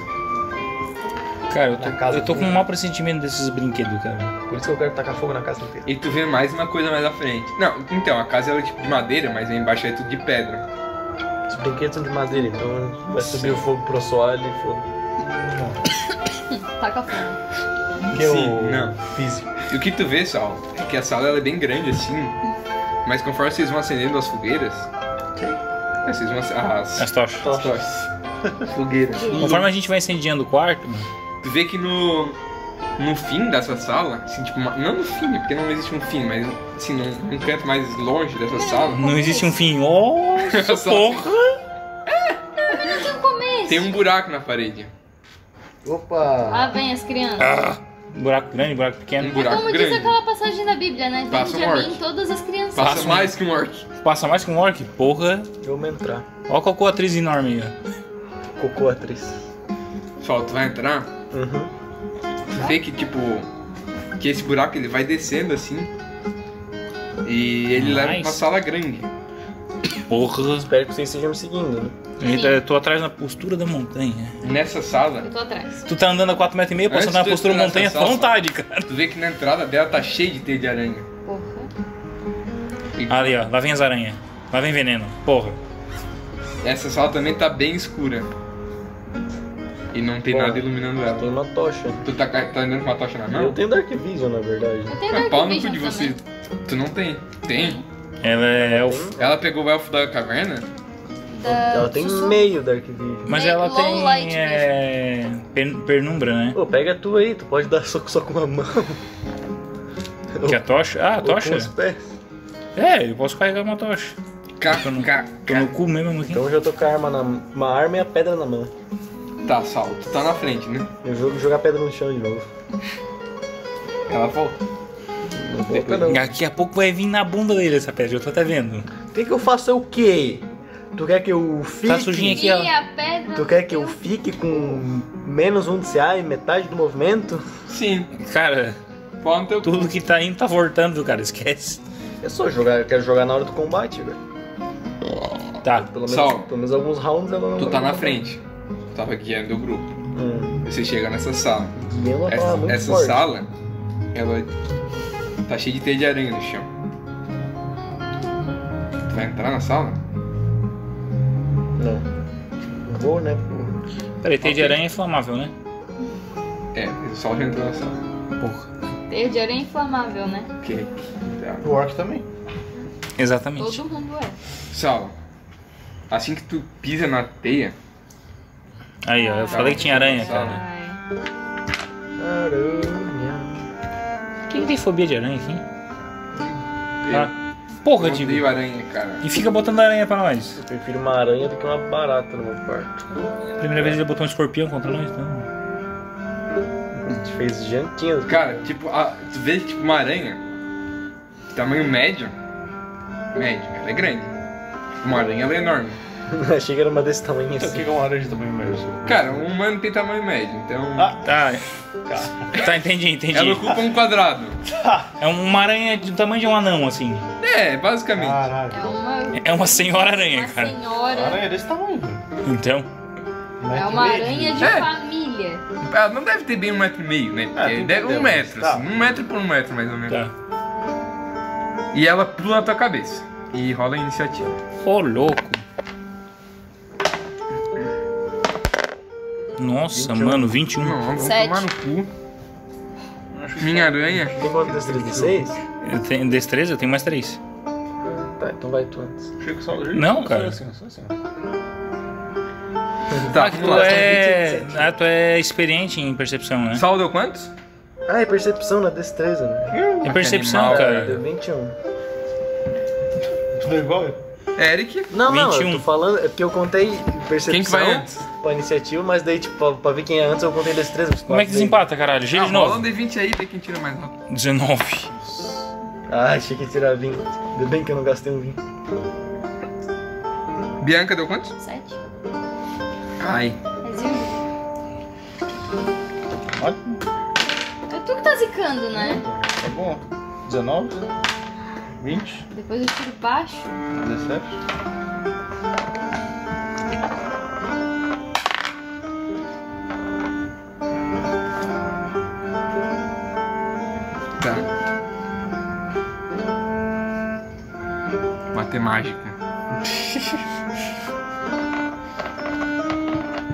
Speaker 1: Cara, eu tô,
Speaker 4: Na casa
Speaker 1: eu tô com
Speaker 4: do-
Speaker 1: um mau pressentimento desses brinquedos, cara.
Speaker 6: Por isso que eu quero tacar fogo na casa inteira.
Speaker 4: E tu vê mais uma coisa mais à frente. Não, então, a casa era tipo de madeira, mas aí embaixo é tudo de pedra.
Speaker 6: Os brinquedos são de madeira, então vai subir o fogo pro assoalho e foda.
Speaker 3: Taca fogo.
Speaker 6: Que é o
Speaker 4: não.
Speaker 6: físico.
Speaker 4: E o que tu vê, Sal, é que a sala ela é bem grande assim, mas conforme vocês vão acendendo as fogueiras, é, vocês vão ac- as,
Speaker 1: As tochas.
Speaker 4: As tochas. fogueiras.
Speaker 1: Conforme a gente vai incendiando o quarto, mano,
Speaker 4: Tu vê que no no fim dessa sala, assim, tipo, uma- não no fim, porque não existe um fim, mas assim, num, num canto mais longe dessa sala.
Speaker 1: não existe um fim. Oh,
Speaker 4: Só-
Speaker 3: Não tinha começo.
Speaker 4: Tem um buraco na parede.
Speaker 6: Opa!
Speaker 3: Lá vem as crianças. É
Speaker 1: Buraco grande, buraco pequeno.
Speaker 4: Um Ah, buraco
Speaker 3: Como diz
Speaker 4: grande.
Speaker 3: aquela passagem da Bíblia, né?
Speaker 1: Passa um
Speaker 3: Vinde a mim
Speaker 1: orc.
Speaker 3: todas as crianças.
Speaker 1: Passa mais
Speaker 4: que um orc.
Speaker 1: Passa mais que um orc? Porra.
Speaker 6: Eu vou entrar.
Speaker 1: Ó a cocô atriz enorme aí,
Speaker 6: Cocô atriz.
Speaker 4: Sol, tu vai entrar?
Speaker 6: Uhum.
Speaker 4: Tu vê que tipo. Que esse buraco ele vai descendo assim. E ele leva pra
Speaker 1: Nice.
Speaker 4: uma sala grande.
Speaker 1: Porra.
Speaker 6: Espero que vocês estejam me seguindo, né?
Speaker 1: Eita, eu tô atrás na postura da montanha.
Speaker 4: Nessa sala.
Speaker 3: Eu tô atrás.
Speaker 1: Tu tá andando a 4,5 metros e meio,
Speaker 4: Antes
Speaker 1: passando na
Speaker 4: de
Speaker 1: postura
Speaker 4: entrar
Speaker 1: montanha à
Speaker 4: nessa sala,
Speaker 1: vontade, cara.
Speaker 4: Tu vê que na entrada dela tá cheio de teia de aranha.
Speaker 1: Ali, ó, lá vem as aranhas. Lá vem veneno. Porra.
Speaker 4: Essa sala também tá bem escura. E não tem
Speaker 6: Bom,
Speaker 4: nada iluminando ela.
Speaker 6: Tem uma tocha.
Speaker 4: Tu tá, ca- tá andando com uma tocha na mão?
Speaker 6: Eu tenho Dark Vision, na verdade. Eu
Speaker 3: tenho
Speaker 4: Mas É pau no cu de você. Tu não tem. Tem.
Speaker 1: Ela é elfo.
Speaker 4: Ela pegou o elfo da caverna?
Speaker 3: Da-
Speaker 6: Ela tem meio Dark Vision.
Speaker 1: Mas ela
Speaker 3: Low
Speaker 1: tem
Speaker 3: light
Speaker 1: é, per- pernumbra, né?
Speaker 6: Pô, pega a tua aí, tu pode dar soco só com uma mão.
Speaker 1: Que a tocha? Ah, a
Speaker 6: Ou com
Speaker 1: tocha?
Speaker 6: os pés.
Speaker 1: É, eu posso carregar uma tocha.
Speaker 4: Tô
Speaker 1: no, tô no cu mesmo aqui.
Speaker 6: Então eu já tô com a arma na uma arma e a pedra na mão.
Speaker 4: Tá, Sal, tu tá na frente, né?
Speaker 6: Eu jogo jogar pedra no chão de novo.
Speaker 4: Ela volta.
Speaker 6: Não volta não.
Speaker 1: Daqui a pouco vai vir na bunda dele essa pedra, eu tô até vendo.
Speaker 6: Tem que eu faça o quê? Tu quer que eu fique?
Speaker 1: sujinha aqui,
Speaker 3: E a pedra.
Speaker 6: Tu quer que eu fique com menos um de CA e metade do movimento?
Speaker 4: Sim.
Speaker 1: Cara, tudo que tá indo tá voltando, cara, esquece.
Speaker 6: Eu É só jogar, eu quero jogar na hora do combate, velho.
Speaker 1: Tá,
Speaker 6: Pelo menos,
Speaker 4: Sal.
Speaker 6: pelo menos alguns rounds ela
Speaker 4: Tu tá na frente. Tu tava guiando o grupo.
Speaker 6: Hum.
Speaker 4: Você chega nessa sala.
Speaker 6: E ela tá
Speaker 4: Essa,
Speaker 6: muito
Speaker 4: essa
Speaker 6: forte.
Speaker 4: sala, ela tá cheia de teia de aranha no chão. Tu vai entrar na sala?
Speaker 6: Não. Vou, né? pô.
Speaker 1: Peraí, teia de aranha é inflamável, né?
Speaker 4: É, o Sol já entrou na sala.
Speaker 1: Porra.
Speaker 3: Teia de aranha inflamável, né?
Speaker 4: Ok. tá.
Speaker 23: O orc também.
Speaker 1: Exatamente.
Speaker 3: Todo mundo é.
Speaker 4: Sal, assim que tu pisa na teia,
Speaker 1: Aí, ó, eu falei que tinha aranha, cara.
Speaker 6: Caramba.
Speaker 1: Quem tem fobia de aranha aqui? Ah, porra,
Speaker 4: eu
Speaker 1: de.
Speaker 4: odeio aranha, cara.
Speaker 1: E fica botando aranha pra nós.
Speaker 6: Eu prefiro uma aranha do que uma barata no meu quarto.
Speaker 1: Primeira vez ele botou um escorpião contra nós, então.
Speaker 6: A gente fez jantinha.
Speaker 4: Cara, tipo, a- tu vê tipo uma aranha, de tamanho médio, médio, ela é grande. Uma aranha ela é enorme.
Speaker 6: Achei que era uma desse tamanho
Speaker 23: Então, o
Speaker 6: assim.
Speaker 23: que é uma aranha de tamanho médio?
Speaker 4: Cara, um humano tem tamanho médio, então.
Speaker 1: Tá. Tá, entendi, entendi.
Speaker 4: ela ocupa um quadrado.
Speaker 1: É uma aranha do tamanho de um anão, assim.
Speaker 4: É, basicamente.
Speaker 3: É
Speaker 23: Caralho.
Speaker 3: uma.
Speaker 1: É uma senhora aranha,
Speaker 3: Uma
Speaker 1: cara.
Speaker 23: Uma
Speaker 3: senhora.
Speaker 23: aranha desse tamanho, velho.
Speaker 1: Então,
Speaker 23: Um
Speaker 3: É
Speaker 23: metro
Speaker 3: uma
Speaker 23: e meio
Speaker 3: aranha de
Speaker 4: É.
Speaker 3: família.
Speaker 4: Ela não deve ter bem um metro e meio, né? Porque
Speaker 23: Ah, tu
Speaker 4: deve
Speaker 23: entendeu,
Speaker 4: um metro,
Speaker 23: tá.
Speaker 4: assim, um metro por um metro mais ou menos.
Speaker 1: tá.
Speaker 4: E ela pula na tua cabeça. E rola a iniciativa.
Speaker 1: Ô, louco. Nossa, mano, 21.
Speaker 4: Não, vamos
Speaker 3: Sete.
Speaker 4: tomar no cu. Minha aranha.
Speaker 9: Tá,
Speaker 6: Tem quanto das 36?
Speaker 1: Eu tenho destreza, eu tenho mais 3.
Speaker 6: Tá, então vai tu antes.
Speaker 23: Achei que só- achei que
Speaker 1: Não,
Speaker 23: só- só
Speaker 1: cara.
Speaker 23: assim, só assim.
Speaker 4: Tá,
Speaker 1: ah, que
Speaker 4: vamos
Speaker 1: tu
Speaker 4: lá.
Speaker 1: é... ah, tu é experiente em percepção, né?
Speaker 4: Sal deu quantos?
Speaker 6: Ah, é percepção na destreza, né?
Speaker 1: Em percepção,
Speaker 4: animal,
Speaker 1: cara.
Speaker 6: Deu 21.
Speaker 23: Tudo igual?
Speaker 4: É, Eric.
Speaker 6: Não, não, eu
Speaker 1: 21.
Speaker 6: tô falando, é porque eu contei percepção
Speaker 4: Quem que vai antes?
Speaker 6: pra iniciativa, mas daí, tipo, pra, pra ver quem é antes, eu contei destreza. porque
Speaker 1: Como é que
Speaker 6: quatro
Speaker 1: desempata, caralho? G de
Speaker 4: Ah, rola um
Speaker 1: novo.
Speaker 4: D20 aí, vê quem tira mais rápido.
Speaker 1: 19.
Speaker 6: daí- Ah, achei que ia tirar 20. Ainda bem que eu não gastei um 20.
Speaker 4: Bianca deu quantos?
Speaker 3: Sete.
Speaker 4: Ai.
Speaker 3: Olha.
Speaker 12: um
Speaker 3: É tu que tá zicando, né?
Speaker 12: Tá bom. 19, 20,
Speaker 3: Depois eu tiro baixo.
Speaker 12: 17.
Speaker 4: Tá. Matemática.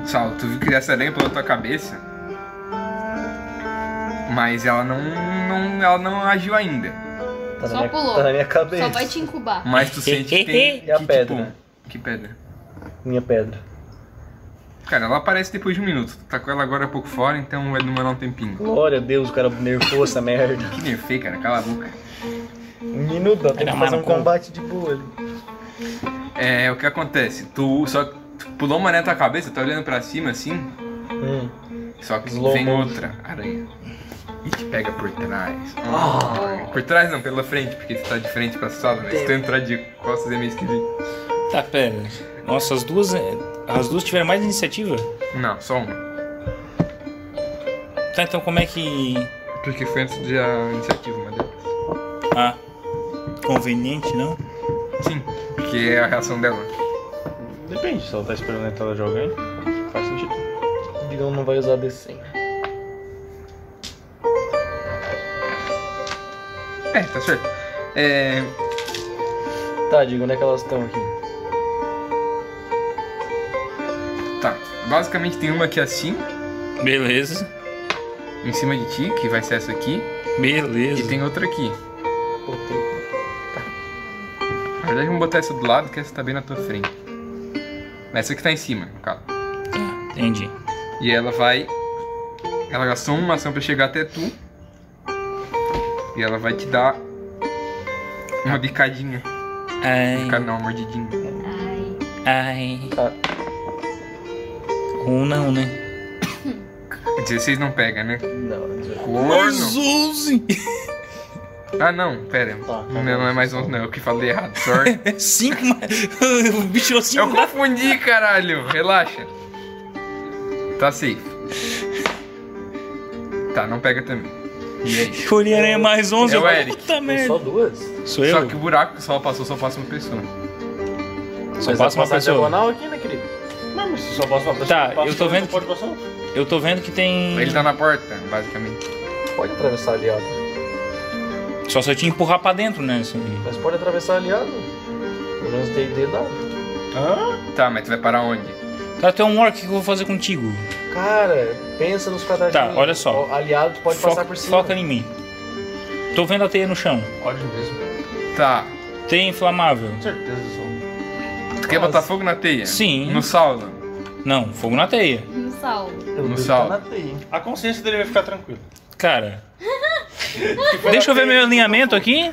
Speaker 4: Sal, tu viu que essa aranha pela tua cabeça? Mas ela não, não- ela não agiu ainda.
Speaker 6: Tá
Speaker 3: Só pulou.
Speaker 6: Tá na minha cabeça.
Speaker 3: Só vai te incubar.
Speaker 4: Mas tu sente que tem.
Speaker 6: E a
Speaker 4: que,
Speaker 6: pedra?
Speaker 4: tipo, que pedra?
Speaker 6: Minha pedra.
Speaker 4: Cara, ela aparece depois de um minuto. Tu tá com ela agora há pouco fora, então vai demorar um tempinho.
Speaker 6: Glória a Deus, o cara nerfou essa merda.
Speaker 4: Que nerfei, cara, cala a boca.
Speaker 6: Um minuto, tem
Speaker 4: Era
Speaker 6: que
Speaker 1: Tá
Speaker 6: fazer um
Speaker 4: maracujá.
Speaker 6: combate de boa ali.
Speaker 4: É, o que acontece? Tu só tu pulou uma na tua cabeça, tá olhando pra cima assim, só que
Speaker 6: Hum. Slow
Speaker 4: vem
Speaker 6: motion.
Speaker 4: outra aranha. E te pega por trás.
Speaker 6: Ah.
Speaker 4: Por trás não, pela frente, porque tu tá de frente pra sala, mas se tu entrar de costas é meio esquisito.
Speaker 1: Tá, pera. Nossa, as duas. eh, As duas tiveram mais iniciativa?
Speaker 4: Não, só uma.
Speaker 1: Tá, então como é que.
Speaker 4: Porque foi antes da iniciativa, uma delas.
Speaker 1: Ah. Conveniente, não?
Speaker 4: Sim. Porque é a reação dela.
Speaker 12: Depende, se ela tá esperando a entrada de alguém, faz sentido.
Speaker 6: O Digão não vai usar DC.
Speaker 4: É, tá certo. É.
Speaker 6: Tá, Digão, onde é que elas estão aqui?
Speaker 4: Tá. Basicamente tem uma aqui assim.
Speaker 1: Beleza.
Speaker 4: Em cima de ti, que vai ser essa aqui.
Speaker 1: Beleza.
Speaker 4: E tem outra aqui. Na verdade, vamos botar essa do lado, que essa tá bem na tua frente. Essa que tá em cima, no caso.
Speaker 1: Entendi.
Speaker 4: E ela vai. Ela gastou uma ação pra chegar até tu. E ela vai te dar. Uma bicadinha.
Speaker 1: Ai.
Speaker 4: Bicada não, uma mordidinha.
Speaker 1: Ai.
Speaker 4: Ah.
Speaker 1: Um não, né?
Speaker 4: 16 não pega, né? Não,
Speaker 1: Mais
Speaker 4: 11! Ah não, pera. não, não é mais 11 não, eu que falei errado, sorry.
Speaker 1: 5 mais... O bicho tirou 5
Speaker 4: Eu confundi, caralho, relaxa. Tá safe. Tá, não pega também. E é aí?
Speaker 1: Escolhi aranha mais 11.
Speaker 4: É o Eric.
Speaker 1: Puta merda. Só
Speaker 6: duas?
Speaker 1: Sou
Speaker 4: Só
Speaker 1: eu?
Speaker 4: que o buraco que só passou, só passa uma pessoa.
Speaker 1: Só passa uma pessoa.
Speaker 6: aqui, né, querido?
Speaker 12: Mas, mas só passa uma pessoa.
Speaker 1: Tá,
Speaker 12: passa,
Speaker 1: eu tô vendo
Speaker 12: Pode passar?
Speaker 1: Eu tô vendo que tem...
Speaker 4: Ele tá na porta, basicamente.
Speaker 6: Pode atravessar ali, ó.
Speaker 1: Só se eu te empurrar pra dentro, né? Assim.
Speaker 6: Mas pode atravessar ali, ó. Pelo menos tem dedo.
Speaker 4: Hã? Tá, mas tu vai parar onde?
Speaker 1: Cara, tem um orc que eu vou fazer contigo.
Speaker 6: Cara, pensa nos quadradinhos.
Speaker 1: Tá, olha só.
Speaker 6: O aliado tu pode
Speaker 1: Foca-
Speaker 6: passar por cima.
Speaker 1: Foca em mim. Tô vendo a teia no chão.
Speaker 12: Pode mesmo.
Speaker 4: Tá.
Speaker 1: Teia inflamável.
Speaker 12: Certeza, só.
Speaker 4: Tu quer botar fogo na teia?
Speaker 1: Sim.
Speaker 4: No Saulo?
Speaker 1: Não, fogo na teia.
Speaker 3: No sal.
Speaker 1: No sal.
Speaker 12: A consciência dele vai ficar tranquila.
Speaker 1: Cara. Deixa eu ver meu alinhamento aqui.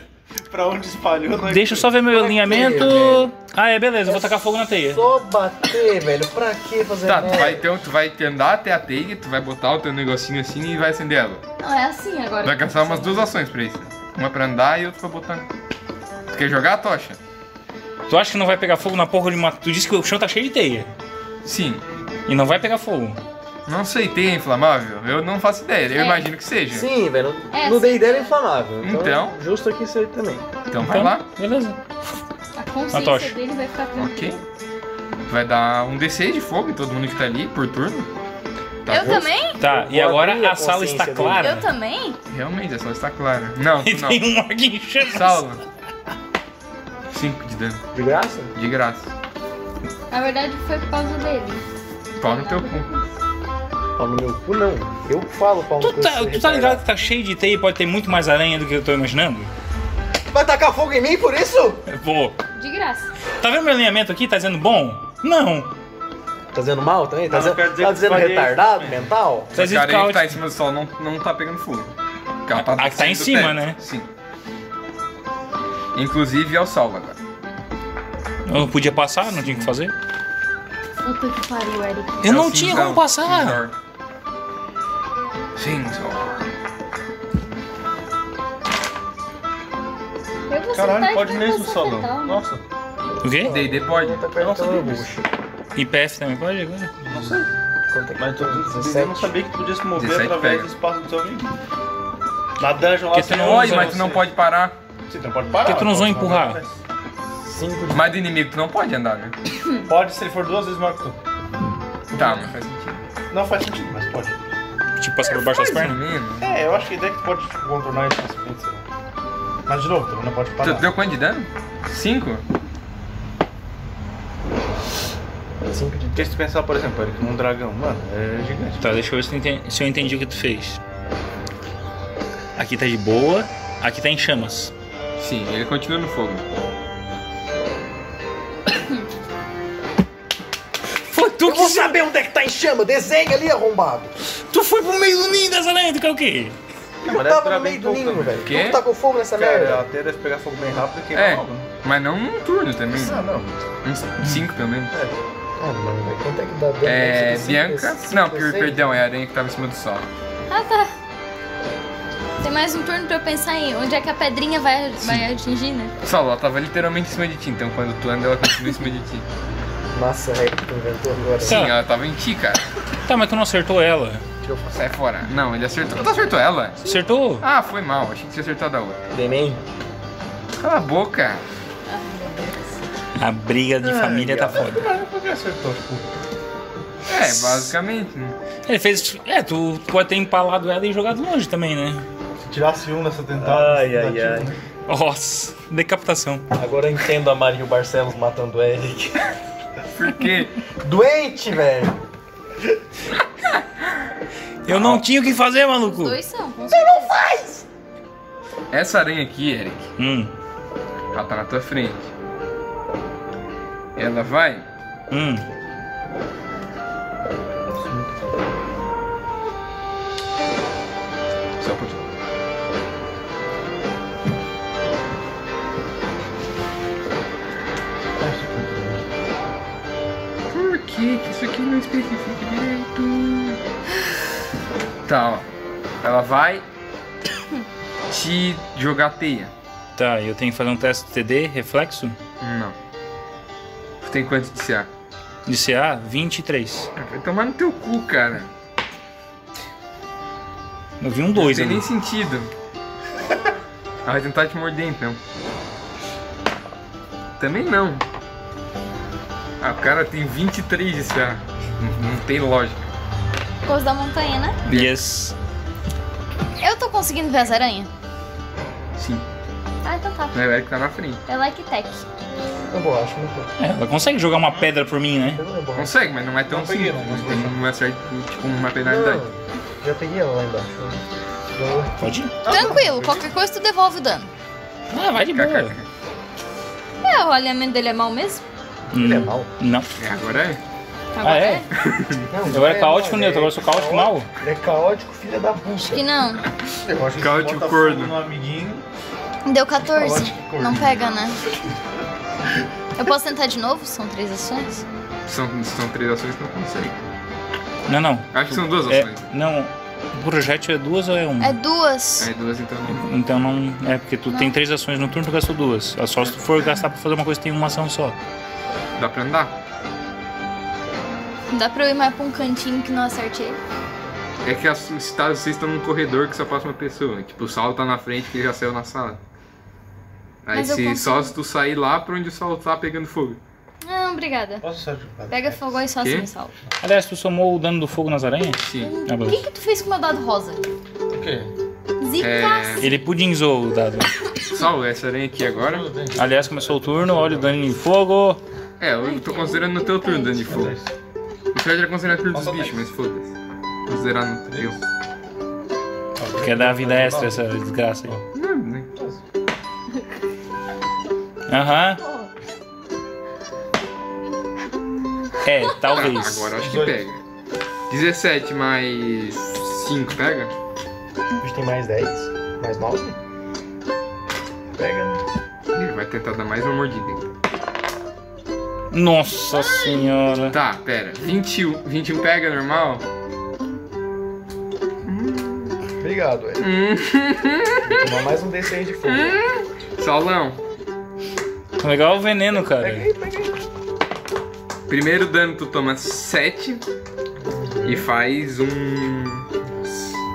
Speaker 12: Pra onde espalhou, não é
Speaker 1: Deixa eu só ver meu alinhamento. Ah, é, beleza, eu vou tacar fogo na teia.
Speaker 6: Só bater, velho. Pra que fazer
Speaker 4: Tá, tu
Speaker 6: merda?
Speaker 4: vai, então, tu vai te andar até a teia, tu vai botar o teu negocinho assim e vai acender ela.
Speaker 3: Não, é assim agora.
Speaker 4: Vai gastar umas duas ações pra isso. Uma pra andar e outra pra botar. Tu quer jogar a tocha?
Speaker 1: Tu acha que não vai pegar fogo na porra de uma. Tu disse que o chão tá cheio de teia.
Speaker 4: Sim.
Speaker 1: E não vai pegar fogo.
Speaker 4: Não sei, teia inflamável? Eu não faço ideia, eu
Speaker 1: É.
Speaker 4: imagino que seja.
Speaker 6: Sim, velho.
Speaker 3: É,
Speaker 6: no
Speaker 3: sim.
Speaker 6: D&D era inflamável.
Speaker 4: Então.
Speaker 6: Justo aqui isso aí também.
Speaker 4: Então vai lá.
Speaker 1: Beleza.
Speaker 3: A
Speaker 4: Uma tocha.
Speaker 3: consciência dele vai ficar
Speaker 4: Ok.
Speaker 3: tranquila.
Speaker 4: Vai dar um D6 de fogo em todo mundo que tá ali, por turno.
Speaker 3: Eu
Speaker 4: bom?
Speaker 3: também?
Speaker 1: Tá, e agora a sala está clara.
Speaker 3: Eu também?
Speaker 4: Realmente, é a sala está clara. Não,
Speaker 1: E
Speaker 4: tu não.
Speaker 1: tem um orc enchendo.
Speaker 4: Salva. 5 de dano.
Speaker 6: De graça?
Speaker 4: De graça.
Speaker 3: Na verdade foi por causa dele.
Speaker 4: Pau no teu cu.
Speaker 6: Pau no meu cu, não. Eu falo pau no
Speaker 1: Tu tá, tu tá ligado que tá cheio de teia e pode ter muito mais aranha do que eu tô imaginando?
Speaker 6: Vai tacar fogo em mim por isso?
Speaker 1: Pô,
Speaker 3: De graça.
Speaker 1: tá vendo meu alinhamento aqui? Tá dizendo bom? Não.
Speaker 6: Tá dizendo mal também? Tá
Speaker 1: Não,
Speaker 6: dizendo,
Speaker 1: quero dizer
Speaker 6: tá
Speaker 1: que
Speaker 6: dizendo
Speaker 1: falhei isso
Speaker 6: retardado
Speaker 1: também.
Speaker 6: mental?
Speaker 4: Essa cara aí que tá em cima do sol não, não tá pegando fogo. Porque ela
Speaker 1: A que tá em
Speaker 4: descendo do
Speaker 1: cima,
Speaker 4: teto.
Speaker 1: né?
Speaker 4: Sim. Inclusive é o salvo agora.
Speaker 1: Eu não podia passar, não tinha o que fazer.
Speaker 3: Puta que pariu, Eric.
Speaker 4: É
Speaker 1: Eu não tinha como passar.
Speaker 4: Sim,
Speaker 3: Eu vou
Speaker 12: Caralho,
Speaker 3: sentar e
Speaker 12: pode
Speaker 3: ficar com
Speaker 12: mesmo,
Speaker 3: essa
Speaker 26: tá
Speaker 12: Solão.
Speaker 26: né?
Speaker 3: fetal.
Speaker 12: Nossa.
Speaker 1: O quê?
Speaker 4: D&D pode.
Speaker 12: Eu não sabia disso.
Speaker 1: IPF também pode agora?
Speaker 12: Não sei. Mas é tu, eu não sabia que tu podia se mover
Speaker 4: 17
Speaker 12: através
Speaker 4: pega.
Speaker 12: do espaço do seu amigo. Na dungeon lá
Speaker 4: Porque tu não pode, mas tu não pode parar.
Speaker 12: Você assim. não pode parar. Pode parar.
Speaker 4: Mas do inimigo tu não pode andar, né?
Speaker 12: Pode, se ele for duas vezes maior que tu.
Speaker 4: Tá, mas faz sentido.
Speaker 12: Não faz sentido, mas pode.
Speaker 1: Tipo, passar por baixo das
Speaker 4: Mais ou
Speaker 6: né?
Speaker 1: pernas?
Speaker 4: menos.
Speaker 12: É, eu acho que a ideia é que tu pode tipo, contornar isso nas frente, sei lá. Mas de novo, tu não pode
Speaker 4: Tu
Speaker 12: parar.
Speaker 4: deu quanto de dano? 5?
Speaker 12: Porque se tu pensar, por exemplo, Eric, num dragão, mano, é gigante.
Speaker 1: Tá, deixa eu ver se eu, entendi, se eu entendi o que tu fez. Aqui tá de boa, aqui tá em chamas.
Speaker 4: Sim, ele continua no fogo.
Speaker 1: Foi tu
Speaker 27: Eu vou saber onde é que tá em chama, desenha ali, arrombado.
Speaker 1: Tu foi pro meio do ninho das elétricas, o quê?
Speaker 12: Mas
Speaker 27: Eu
Speaker 12: deve
Speaker 27: tava
Speaker 12: durar
Speaker 27: no
Speaker 12: bem
Speaker 27: meio do
Speaker 12: pouco
Speaker 27: ninho,
Speaker 12: também.
Speaker 27: velho.
Speaker 4: Quê?
Speaker 27: Vamos tá com fogo nessa
Speaker 12: Cara,
Speaker 27: merda.
Speaker 12: ela até deve pegar fogo bem rápido né? e queimar
Speaker 4: É,
Speaker 12: algo.
Speaker 4: mas não um turno também.
Speaker 27: Não, não.
Speaker 4: Uns 5 pelo menos.
Speaker 27: Ah, não, velho. Quanto é que dá dano?
Speaker 4: É,
Speaker 27: Cinco,
Speaker 4: Bianca.
Speaker 27: cinco,
Speaker 4: Não,
Speaker 27: seis?
Speaker 4: per- perdão, é a aranha que tava em cima do sol.
Speaker 3: Ah, tá. Tem mais um turno pra eu pensar em onde é que a pedrinha vai, vai atingir, né?
Speaker 4: Sol, ela tava literalmente em cima de ti, então quando tu anda ela continua em cima de ti.
Speaker 27: Nossa, velho, é, tu inventou agora.
Speaker 4: Sim, ela tava em ti, cara.
Speaker 1: Tá, mas tu não acertou ela.
Speaker 4: Sai fora. Não, ele acertou. Tu acertou ela?
Speaker 1: Acertou?
Speaker 4: Ah, foi mal. Achei que tinha acertado a outra.
Speaker 27: Demen?
Speaker 4: Cala a boca.
Speaker 1: A briga de família tá foda.
Speaker 12: Mas por que acertou?
Speaker 4: É, basicamente. né?
Speaker 1: Ele fez. É, tu pode ter empalado ela e jogado longe também, né?
Speaker 12: Se tirasse um nessa tentada.
Speaker 27: Ai, ai, ai.
Speaker 1: Nossa, decapitação.
Speaker 27: né? Agora eu entendo a Marinho Barcelos matando o Eric.
Speaker 4: Por quê?
Speaker 27: Doente, velho.
Speaker 1: Eu não tinha o que fazer, maluco.
Speaker 3: Dois são. Você não faz!
Speaker 4: Essa aranha aqui, Eric.
Speaker 1: Hum.
Speaker 4: Ela tá na tua frente. Ela vai.
Speaker 1: Hum.
Speaker 4: Só um pouquinho.
Speaker 10: Por que que isso aqui
Speaker 4: é
Speaker 10: não especifica direito?
Speaker 4: Tá, ó. Ela vai te jogar teia.
Speaker 1: Tá, eu tenho que fazer um teste de TD, reflexo?
Speaker 4: Não. Tu tem quanto de CA?
Speaker 1: De CA, 23.
Speaker 4: Vai tomar no teu cu, cara.
Speaker 1: Eu vi um 2
Speaker 4: Não tem
Speaker 1: ali.
Speaker 4: nem sentido. Ela vai tentar te morder então. Também não. Ah, o cara tem 23 de CA. Não, não tem lógica.
Speaker 3: Por causa da montanha, né?
Speaker 1: Yes.
Speaker 3: Eu tô conseguindo ver as aranhas.
Speaker 4: Sim.
Speaker 3: Ah, então tá.
Speaker 4: É o Eric que tá na frente.
Speaker 3: É like tech.
Speaker 27: Eu vou, acho muito bom.
Speaker 1: É, ela consegue jogar uma pedra por mim, né?
Speaker 4: Consegue, mas não é tão simples. Não, tem, não é certo, tipo, uma penalidade.
Speaker 27: Já peguei ela lá embaixo. Já-
Speaker 1: Pode ir.
Speaker 3: Tranquilo, qualquer coisa tu devolve o dano.
Speaker 1: Ah, vai de boa.
Speaker 3: É, o alinhamento dele é mau mesmo?
Speaker 1: Ele é mal? Não.
Speaker 4: agora é?
Speaker 1: Ah, é? Eu era caótico neutro, agora eu sou caótico mal?
Speaker 27: Ele é caótico, filha da puta.
Speaker 3: Acho que não.
Speaker 27: Eu acho que
Speaker 4: Caótico
Speaker 27: bota
Speaker 4: corno.
Speaker 27: fogo no amiguinho.
Speaker 3: Deu 14.
Speaker 27: Caótico corno.
Speaker 3: Não pega, né? Eu posso tentar de novo? São três ações?
Speaker 4: São, são três ações que não consegue.
Speaker 1: Não, não.
Speaker 4: Acho que são duas
Speaker 1: É,
Speaker 4: ações.
Speaker 1: não, o projétil é duas ou é uma?
Speaker 3: É duas.
Speaker 4: É duas então.
Speaker 1: Então não. É porque tu tem três ações no turno, tu gastou duas. É Só se tu for gastar pra fazer uma coisa, tem uma ação só.
Speaker 4: Dá pra andar?
Speaker 3: Dá pra eu ir mais pra um cantinho que não acertei?
Speaker 4: É que as, se tá- vocês estão num corredor que só passa uma pessoa. Tipo, o Saulo tá na frente que ele já saiu na sala. Aí
Speaker 3: Mas eu
Speaker 4: se,
Speaker 3: consigo.
Speaker 4: só se tu sair lá pra onde o Saulo tá pegando fogo.
Speaker 3: Não, obrigada. Pega fogo aí só
Speaker 4: Quê?
Speaker 3: assim, Sal.
Speaker 1: Aliás, tu somou o dano do fogo nas aranhas?
Speaker 4: Sim.
Speaker 1: Ah,
Speaker 3: O
Speaker 1: beleza.
Speaker 3: que que tu fez com o meu dado rosa?
Speaker 4: O quê? É,
Speaker 3: Zica!
Speaker 1: Ele pudinzou o dado.
Speaker 4: Saulo, essa aranha aqui agora.
Speaker 1: Aliás, começou o turno, olha o dano em fogo.
Speaker 4: É, eu tô considerando no teu turno, dano de fogo. O senhor já considera turno dos bichos, mas foda-se. Considerar no teu.
Speaker 1: Quer dar vida extra essa desgraça aí.
Speaker 4: Não, né?
Speaker 1: Aham. É, talvez.
Speaker 4: Tá, Agora acho que pega. 17 mais 5 pega?
Speaker 27: A gente tem mais 10, mais 9. Pega.
Speaker 1: né?
Speaker 4: Ele vai tentar dar mais uma mordida. então.
Speaker 1: Nossa senhora.
Speaker 4: Tá, pera. 21, 21 pega normal?
Speaker 27: Obrigado, velho.
Speaker 4: Hum.
Speaker 27: Vou tomar mais um desse aí de fogo.
Speaker 4: Saulão.
Speaker 1: Legal o veneno, cara.
Speaker 4: Primeiro dano tu toma 7 e faz um.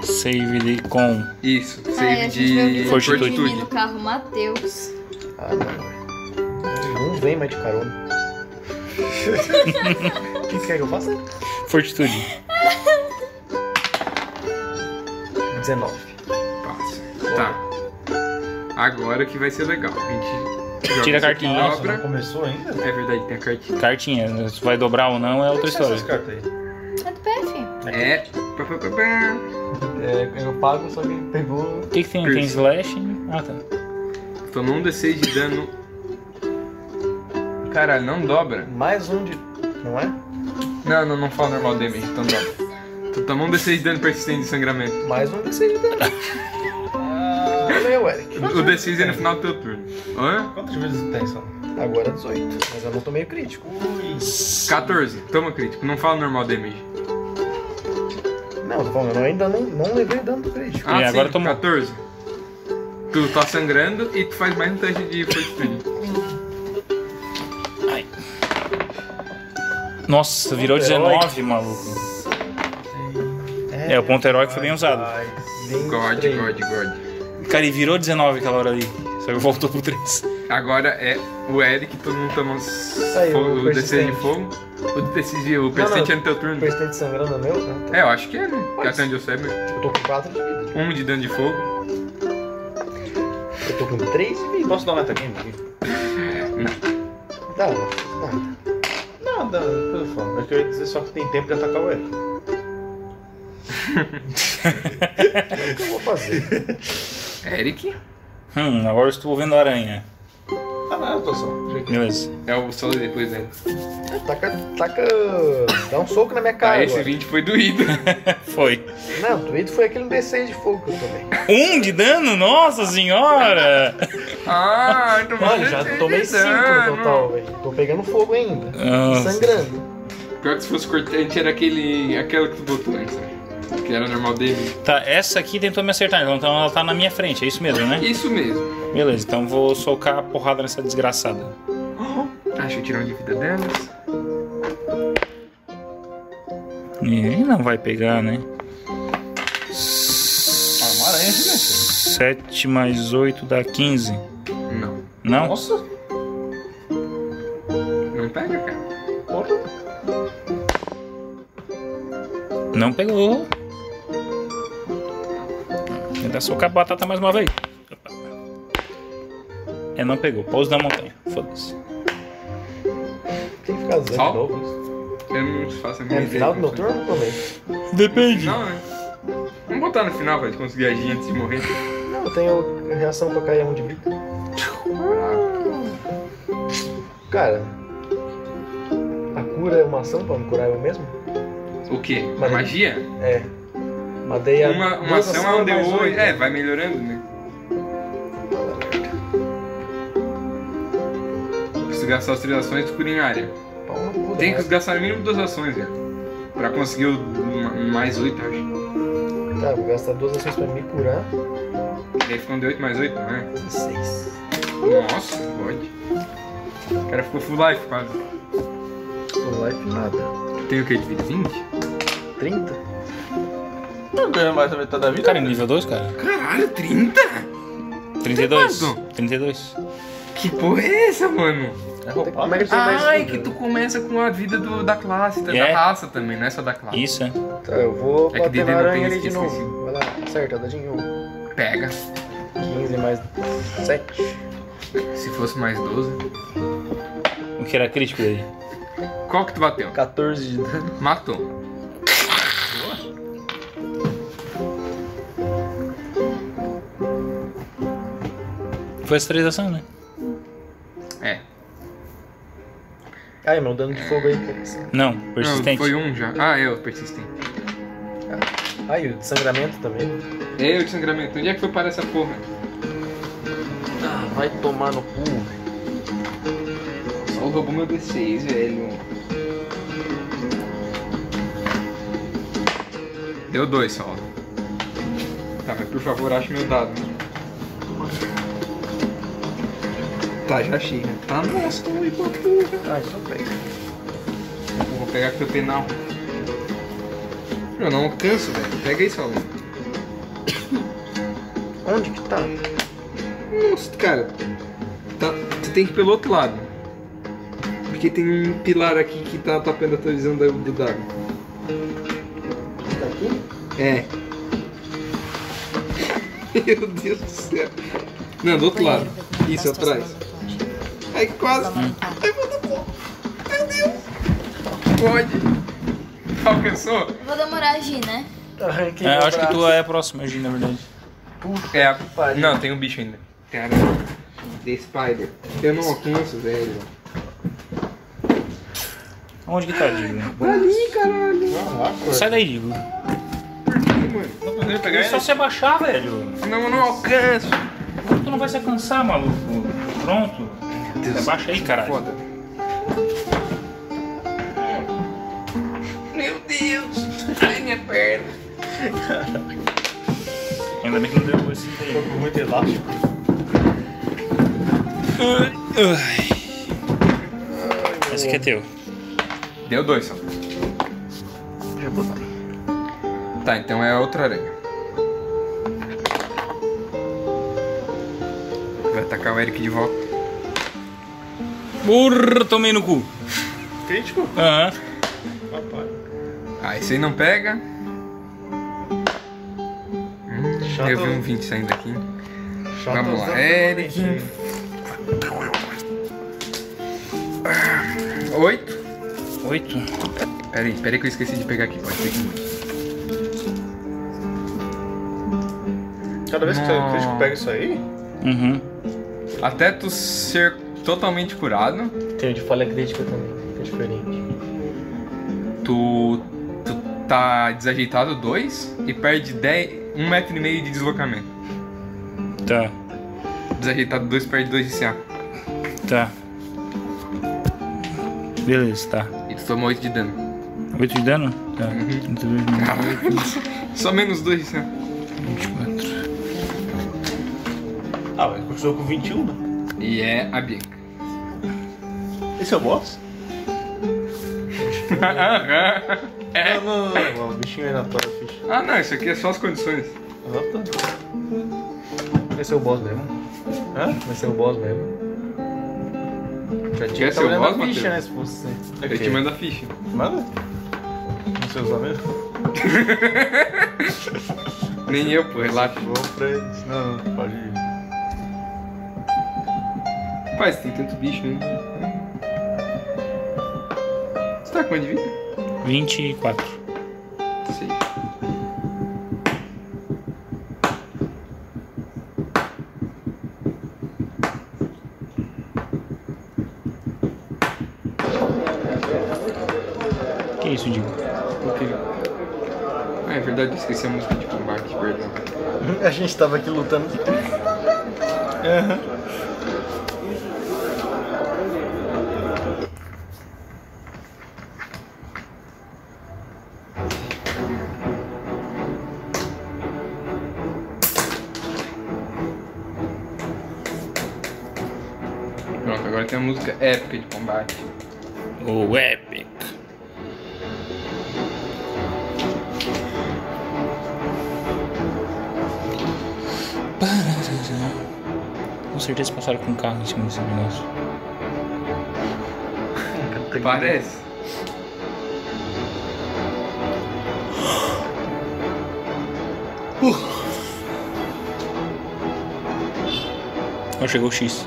Speaker 1: Save de com.
Speaker 4: Isso,
Speaker 3: Ai,
Speaker 4: save
Speaker 3: a gente vai
Speaker 4: de
Speaker 3: ouvir aquele
Speaker 4: fortitude.
Speaker 3: menino do carro, Matheus.
Speaker 6: Ah, não. Não vem mais de carona. O que você quer que eu faça?
Speaker 1: Fortitude.
Speaker 6: 19.
Speaker 4: Passa. Tá. Agora que vai ser legal. A gente joga
Speaker 1: Tira a
Speaker 4: isso aqui em
Speaker 1: cartinha.
Speaker 4: obra.
Speaker 1: começou ainda?
Speaker 4: É verdade, tem a cartinha.
Speaker 1: Cartinha, se vai dobrar ou não é outra história.
Speaker 3: É do PF.
Speaker 4: É. Pá, pá, pá, pá.
Speaker 6: É, eu pago, só que pegou.
Speaker 1: O que, que tem? Tem
Speaker 4: Piercing.
Speaker 1: slash? Ah, tá.
Speaker 4: Tomou um D6 de dano. Caralho, não dobra.
Speaker 6: Mais um de. Não é?
Speaker 4: Não, não, não fala normal damage, então dobra. Tu tomou um D6 de dano persistente de sangramento.
Speaker 6: Mais um D6 de dano. Ah, meu, Eric.
Speaker 4: O D6 é no final do teu turno. Hã?
Speaker 6: Quantas vezes tem só? Agora 18. Mas eu não tomei o crítico.
Speaker 4: 14. Toma crítico, não fala normal damage.
Speaker 6: Não, tô falando, eu ainda não, não levei dano do crítico.
Speaker 4: Ah, sim, 14. Tu tá sangrando e tu faz mais um teste de fortitude.
Speaker 1: Nossa, virou
Speaker 4: Ponto heróico.
Speaker 1: 19, maluco. É, o ponto heróico foi bem usado.
Speaker 4: God, God, God.
Speaker 1: Cara, e virou 19 aquela hora ali. Só que voltou pro 3.
Speaker 4: Agora é o Eric, todo mundo toma os-
Speaker 6: Saiu,
Speaker 4: fogo- o D6 de
Speaker 6: persistente.
Speaker 4: fogo. O D6 de... O persistente é no teu turno.
Speaker 6: Persistente sangrando é meu? Ah,
Speaker 4: É, eu acho que é, né? Porque até onde eu sei,
Speaker 6: tá. Eu tô com 4 de vida.
Speaker 4: um de dano de fogo.
Speaker 6: Eu tô com 3 de vida.
Speaker 12: Posso dar um metagame aqui?
Speaker 6: Dá uma. Nada.
Speaker 12: Não, dá, depois eu falo. É que eu ia dizer só que tem tempo de atacar o Eric.
Speaker 6: O que eu vou fazer?
Speaker 4: Eric?
Speaker 1: Hum, agora eu estou vendo a aranha.
Speaker 6: Ah, não, eu tô só.
Speaker 1: Beleza.
Speaker 4: É o solo depois, né?
Speaker 6: Taca, taca. Dá um soco na minha cara.
Speaker 4: Ah, esse
Speaker 6: agora.
Speaker 4: 20 foi doído.
Speaker 1: Foi.
Speaker 6: Não, doído foi aquele D6 de fogo que eu tomei.
Speaker 1: Um de dano? Nossa senhora!
Speaker 4: Ah, então
Speaker 6: Mano, já tomei 5 no total, velho. é Tô pegando fogo ainda. E sangrando.
Speaker 4: Pior que se fosse cortante era aquele. aquela que tu botou antes, né? Que era normal dele.
Speaker 1: Tá, essa aqui tentou me acertar, então então ela tá na minha frente, é isso mesmo, né?
Speaker 4: Isso mesmo.
Speaker 1: Beleza, então vou socar a porrada nessa desgraçada.
Speaker 4: Ah, deixa eu tirar um de vida delas.
Speaker 1: Ih, não vai pegar, né?
Speaker 6: Ah,
Speaker 1: 7 mais 8 dá 15.
Speaker 4: Não.
Speaker 1: Não?
Speaker 4: Nossa. Não pega, cara.
Speaker 1: Não pegou. Ainda socar a batata mais uma vez. Opa. É, não pegou. Pouso da montanha. Foda-se.
Speaker 6: Tem que ficar
Speaker 4: Só?
Speaker 6: usando de novo.
Speaker 4: Eu não faço a
Speaker 6: É
Speaker 4: minha
Speaker 6: no
Speaker 4: ideia
Speaker 6: final do meu
Speaker 4: como
Speaker 6: turno eu tomei.
Speaker 1: Depende.
Speaker 4: Não, né? Vamos botar no final, vai conseguir agir antes de morrer.
Speaker 6: Não, eu tenho reação pra cair a um de vida. Cara, a cura é uma ação pra me curar eu mesmo?
Speaker 4: O quê?
Speaker 6: Mas-
Speaker 4: Magia?
Speaker 6: É. Matei a.
Speaker 4: Uma, uma
Speaker 6: duas
Speaker 4: ação é um
Speaker 6: ações, mais
Speaker 4: D8.
Speaker 6: oito.
Speaker 4: É, vai melhorando, né? Se tu gastar as três ações, tu cura em área. Tem que gastar no mínimo duas ações, velho. Pra conseguir o ma- mais oito, eu acho.
Speaker 6: Tá, vou gastar duas ações pra me curar.
Speaker 4: E aí ficam de 8 mais 8, não é?
Speaker 6: 16.
Speaker 4: Nossa, pode. O cara ficou full life quase.
Speaker 6: Full life nada.
Speaker 4: Tem o que de vida? 20?
Speaker 6: 30?
Speaker 12: Não ganha mais da metade da vida.
Speaker 1: Cara, é nível 2, cara?
Speaker 4: Caralho, 30?
Speaker 1: 32. 32.
Speaker 4: Que porra é essa, mano?
Speaker 12: É roubado. Como é que
Speaker 4: Ai, que tu começa com a vida do- da classe, tá?
Speaker 1: É.
Speaker 4: da raça também, não é só da classe.
Speaker 1: Isso, é.
Speaker 6: Tá, eu vou
Speaker 4: É que
Speaker 6: bater
Speaker 4: DD
Speaker 6: na
Speaker 4: não tem
Speaker 6: aranha ali
Speaker 4: esse-
Speaker 6: de
Speaker 4: esse-
Speaker 6: novo. Vai lá, acerta, dadinho.
Speaker 4: Pega.
Speaker 6: 15 mais 7.
Speaker 4: Se fosse mais 12.
Speaker 1: O que era crítico daí?
Speaker 4: Qual que tu bateu?
Speaker 6: 14 de dano.
Speaker 4: Matou.
Speaker 1: Foi as três ações, né?
Speaker 4: É.
Speaker 6: Ai, meu dano de fogo aí, cara.
Speaker 1: Não, persistente.
Speaker 4: Não, foi um já. Ah, eu, persistente.
Speaker 6: Ai, o de sangramento também.
Speaker 4: Eu de sangramento. Onde é que foi parar essa porra?
Speaker 6: Ah, vai tomar no cu, velho.
Speaker 4: Só roubou meu D6, velho. Deu dois só. né? Tá, mas por favor, ache meu dado. Tá, já achei. Tá, nossa, tô aí, pô, Tá, só pega. Eu Vou pegar que eu penal. Eu não alcanço, velho. Pega isso, Alan.
Speaker 9: Onde que tá?
Speaker 4: Nossa, cara. Tá, tu tem que ir pelo outro lado. Porque tem um pilar aqui que tá tapando a tua visão da- do dado. Daqui? É. Meu Deus do céu. Não, do outro lado. Isso, é atrás. Ai, quase. Ai, meu Deus. Pode. Alcançou?
Speaker 3: Vou demorar a agir, né?
Speaker 1: É, eu acho que tu é a próxima, Gi, na verdade.
Speaker 4: É, a- não, tem um bicho ainda. Cara, The Spider. Eu não alcanço, velho.
Speaker 1: Onde que tá, Digo?
Speaker 4: Ali, caralho.
Speaker 1: Sai daí, Digo.
Speaker 4: pegar
Speaker 1: É só
Speaker 4: ele?
Speaker 1: se abaixar, velho.
Speaker 4: Não, eu não alcanço.
Speaker 1: Tu não vai se alcançar, maluco. Pronto. Se abaixa aí, caralho.
Speaker 4: Meu Deus. Ai, minha perna.
Speaker 1: Ainda bem que não deu esse daí. Tô com muito elástico. Esse aqui é teu.
Speaker 4: Deu dois só.
Speaker 9: Já botei.
Speaker 4: Tá, então é a outra aranha. Vai atacar o Eric de volta.
Speaker 1: Burra, tomei no cu.
Speaker 4: Crítico?
Speaker 1: Aham.
Speaker 4: Ah, esse aí não pega. Hum, eu vi um 20 saindo aqui. Vamos lá, Eric. Ah, Oito.
Speaker 1: Oito.
Speaker 4: Peraí, peraí que eu esqueci de pegar aqui, pode ser que mude.
Speaker 12: Cada vez que você
Speaker 4: Nossa.
Speaker 12: crítico pega isso aí,
Speaker 1: Uhum.
Speaker 4: Até tu ser totalmente curado. Tem de falha crítica também, é diferente. Tu, tu tá desajeitado 2 e perde 10, 1,5 metro e meio de deslocamento.
Speaker 1: Tá.
Speaker 4: Desajeitado 2 perde 2 de CA.
Speaker 1: Tá. Beleza, tá.
Speaker 4: E tu toma 8 de dano.
Speaker 1: 8 de dano? Tá. Muito bem.
Speaker 4: Só menos 2 de CA.
Speaker 1: 24.
Speaker 4: Ah, mas começou com 21, né? E é a Bianca.
Speaker 12: esse é o boss?
Speaker 4: é.
Speaker 12: Não, não, não, não, o bichinho é na tua ficha.
Speaker 4: Ah não, isso aqui é só as condições.
Speaker 27: Ah, tá.
Speaker 12: Vai ser o boss mesmo. Hã? Vai ser o boss mesmo. Já
Speaker 4: Quer
Speaker 12: que
Speaker 4: ser
Speaker 12: tá
Speaker 4: o
Speaker 12: olhando a
Speaker 4: boss,
Speaker 12: ficha,
Speaker 4: Matheus?
Speaker 12: né? Se fosse.
Speaker 4: Eu te mando a ficha.
Speaker 12: Manda? Não sei usar mesmo?
Speaker 4: Nem eu, pô, relaxa.
Speaker 12: Vou pra eles. Não, não, pode ir.
Speaker 4: Rapaz, tem tanto bicho, né? Você tá com onde vida?
Speaker 1: 24.
Speaker 4: Sei.
Speaker 1: Que isso, Digo?
Speaker 4: Ah, é verdade, eu esqueci a música de combate, perdão.
Speaker 12: A gente tava aqui lutando.
Speaker 4: Pronto, agora tem a música épica de combate.
Speaker 1: O Epic. Com certeza passaram com um carro em cima desse negócio.
Speaker 4: Parece.
Speaker 1: Ó, chegou o X.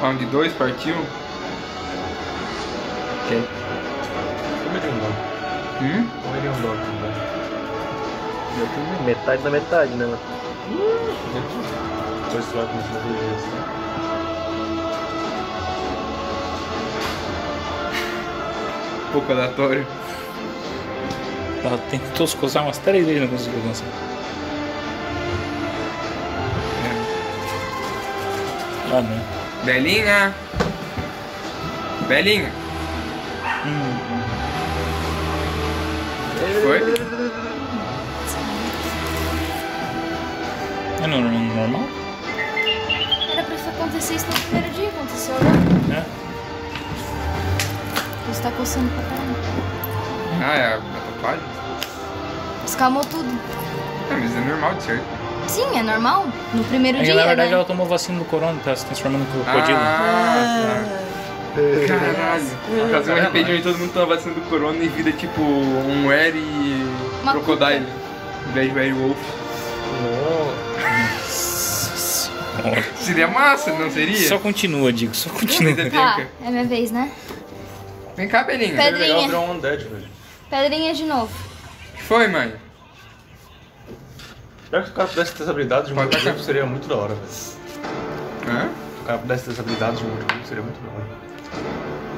Speaker 4: Round 2 partiu. Ok.
Speaker 12: Comeria um dog.
Speaker 4: Hum?
Speaker 12: Comeria um dog. não dá.
Speaker 9: Metade da metade, né? mano?
Speaker 12: Depois tu vai começar a fazer isso.
Speaker 4: Pouco aleatório.
Speaker 1: Ela tentou se coçar umas três vezes e não conseguiu alcançar. Ah, não.
Speaker 4: Belinha! Belinha! Foi?
Speaker 1: né? É no- no- normal?
Speaker 3: fosse acontecer isso no primeiro dia, aconteceu agora.
Speaker 1: É
Speaker 3: Você tá coçando pra caramba.
Speaker 4: Ah, é a, a tatuagem?
Speaker 3: Escalmou tudo.
Speaker 4: Ah, mas é normal de certo.
Speaker 3: Sim, é normal. No primeiro
Speaker 1: É que,
Speaker 3: dia,
Speaker 1: na verdade,
Speaker 3: né?
Speaker 1: ela tomou vacina do corona, tá se transformando em crocodilo.
Speaker 4: Ah,
Speaker 1: É.
Speaker 4: Caralho. Fazer um RPG onde todo mundo tava vacinando do corona e vida tipo um Eri e
Speaker 3: Uma
Speaker 4: Crocodile. Em vez de Werewolf. Seria massa, não seria?
Speaker 1: Só continua, Digo, só continua.
Speaker 3: Tá, é minha vez, né?
Speaker 4: Vem cá, Belinha.
Speaker 3: Pedrinha.
Speaker 4: um undead, velho.
Speaker 3: Pedrinha de novo.
Speaker 4: que foi, mãe?
Speaker 27: Pior que se o cara pudesse ter essa habilidade de um grupo, seria muito da hora, velho.
Speaker 4: Hã?
Speaker 27: Se o cara pudesse ter essa habilidade de um grupo, seria muito da hora.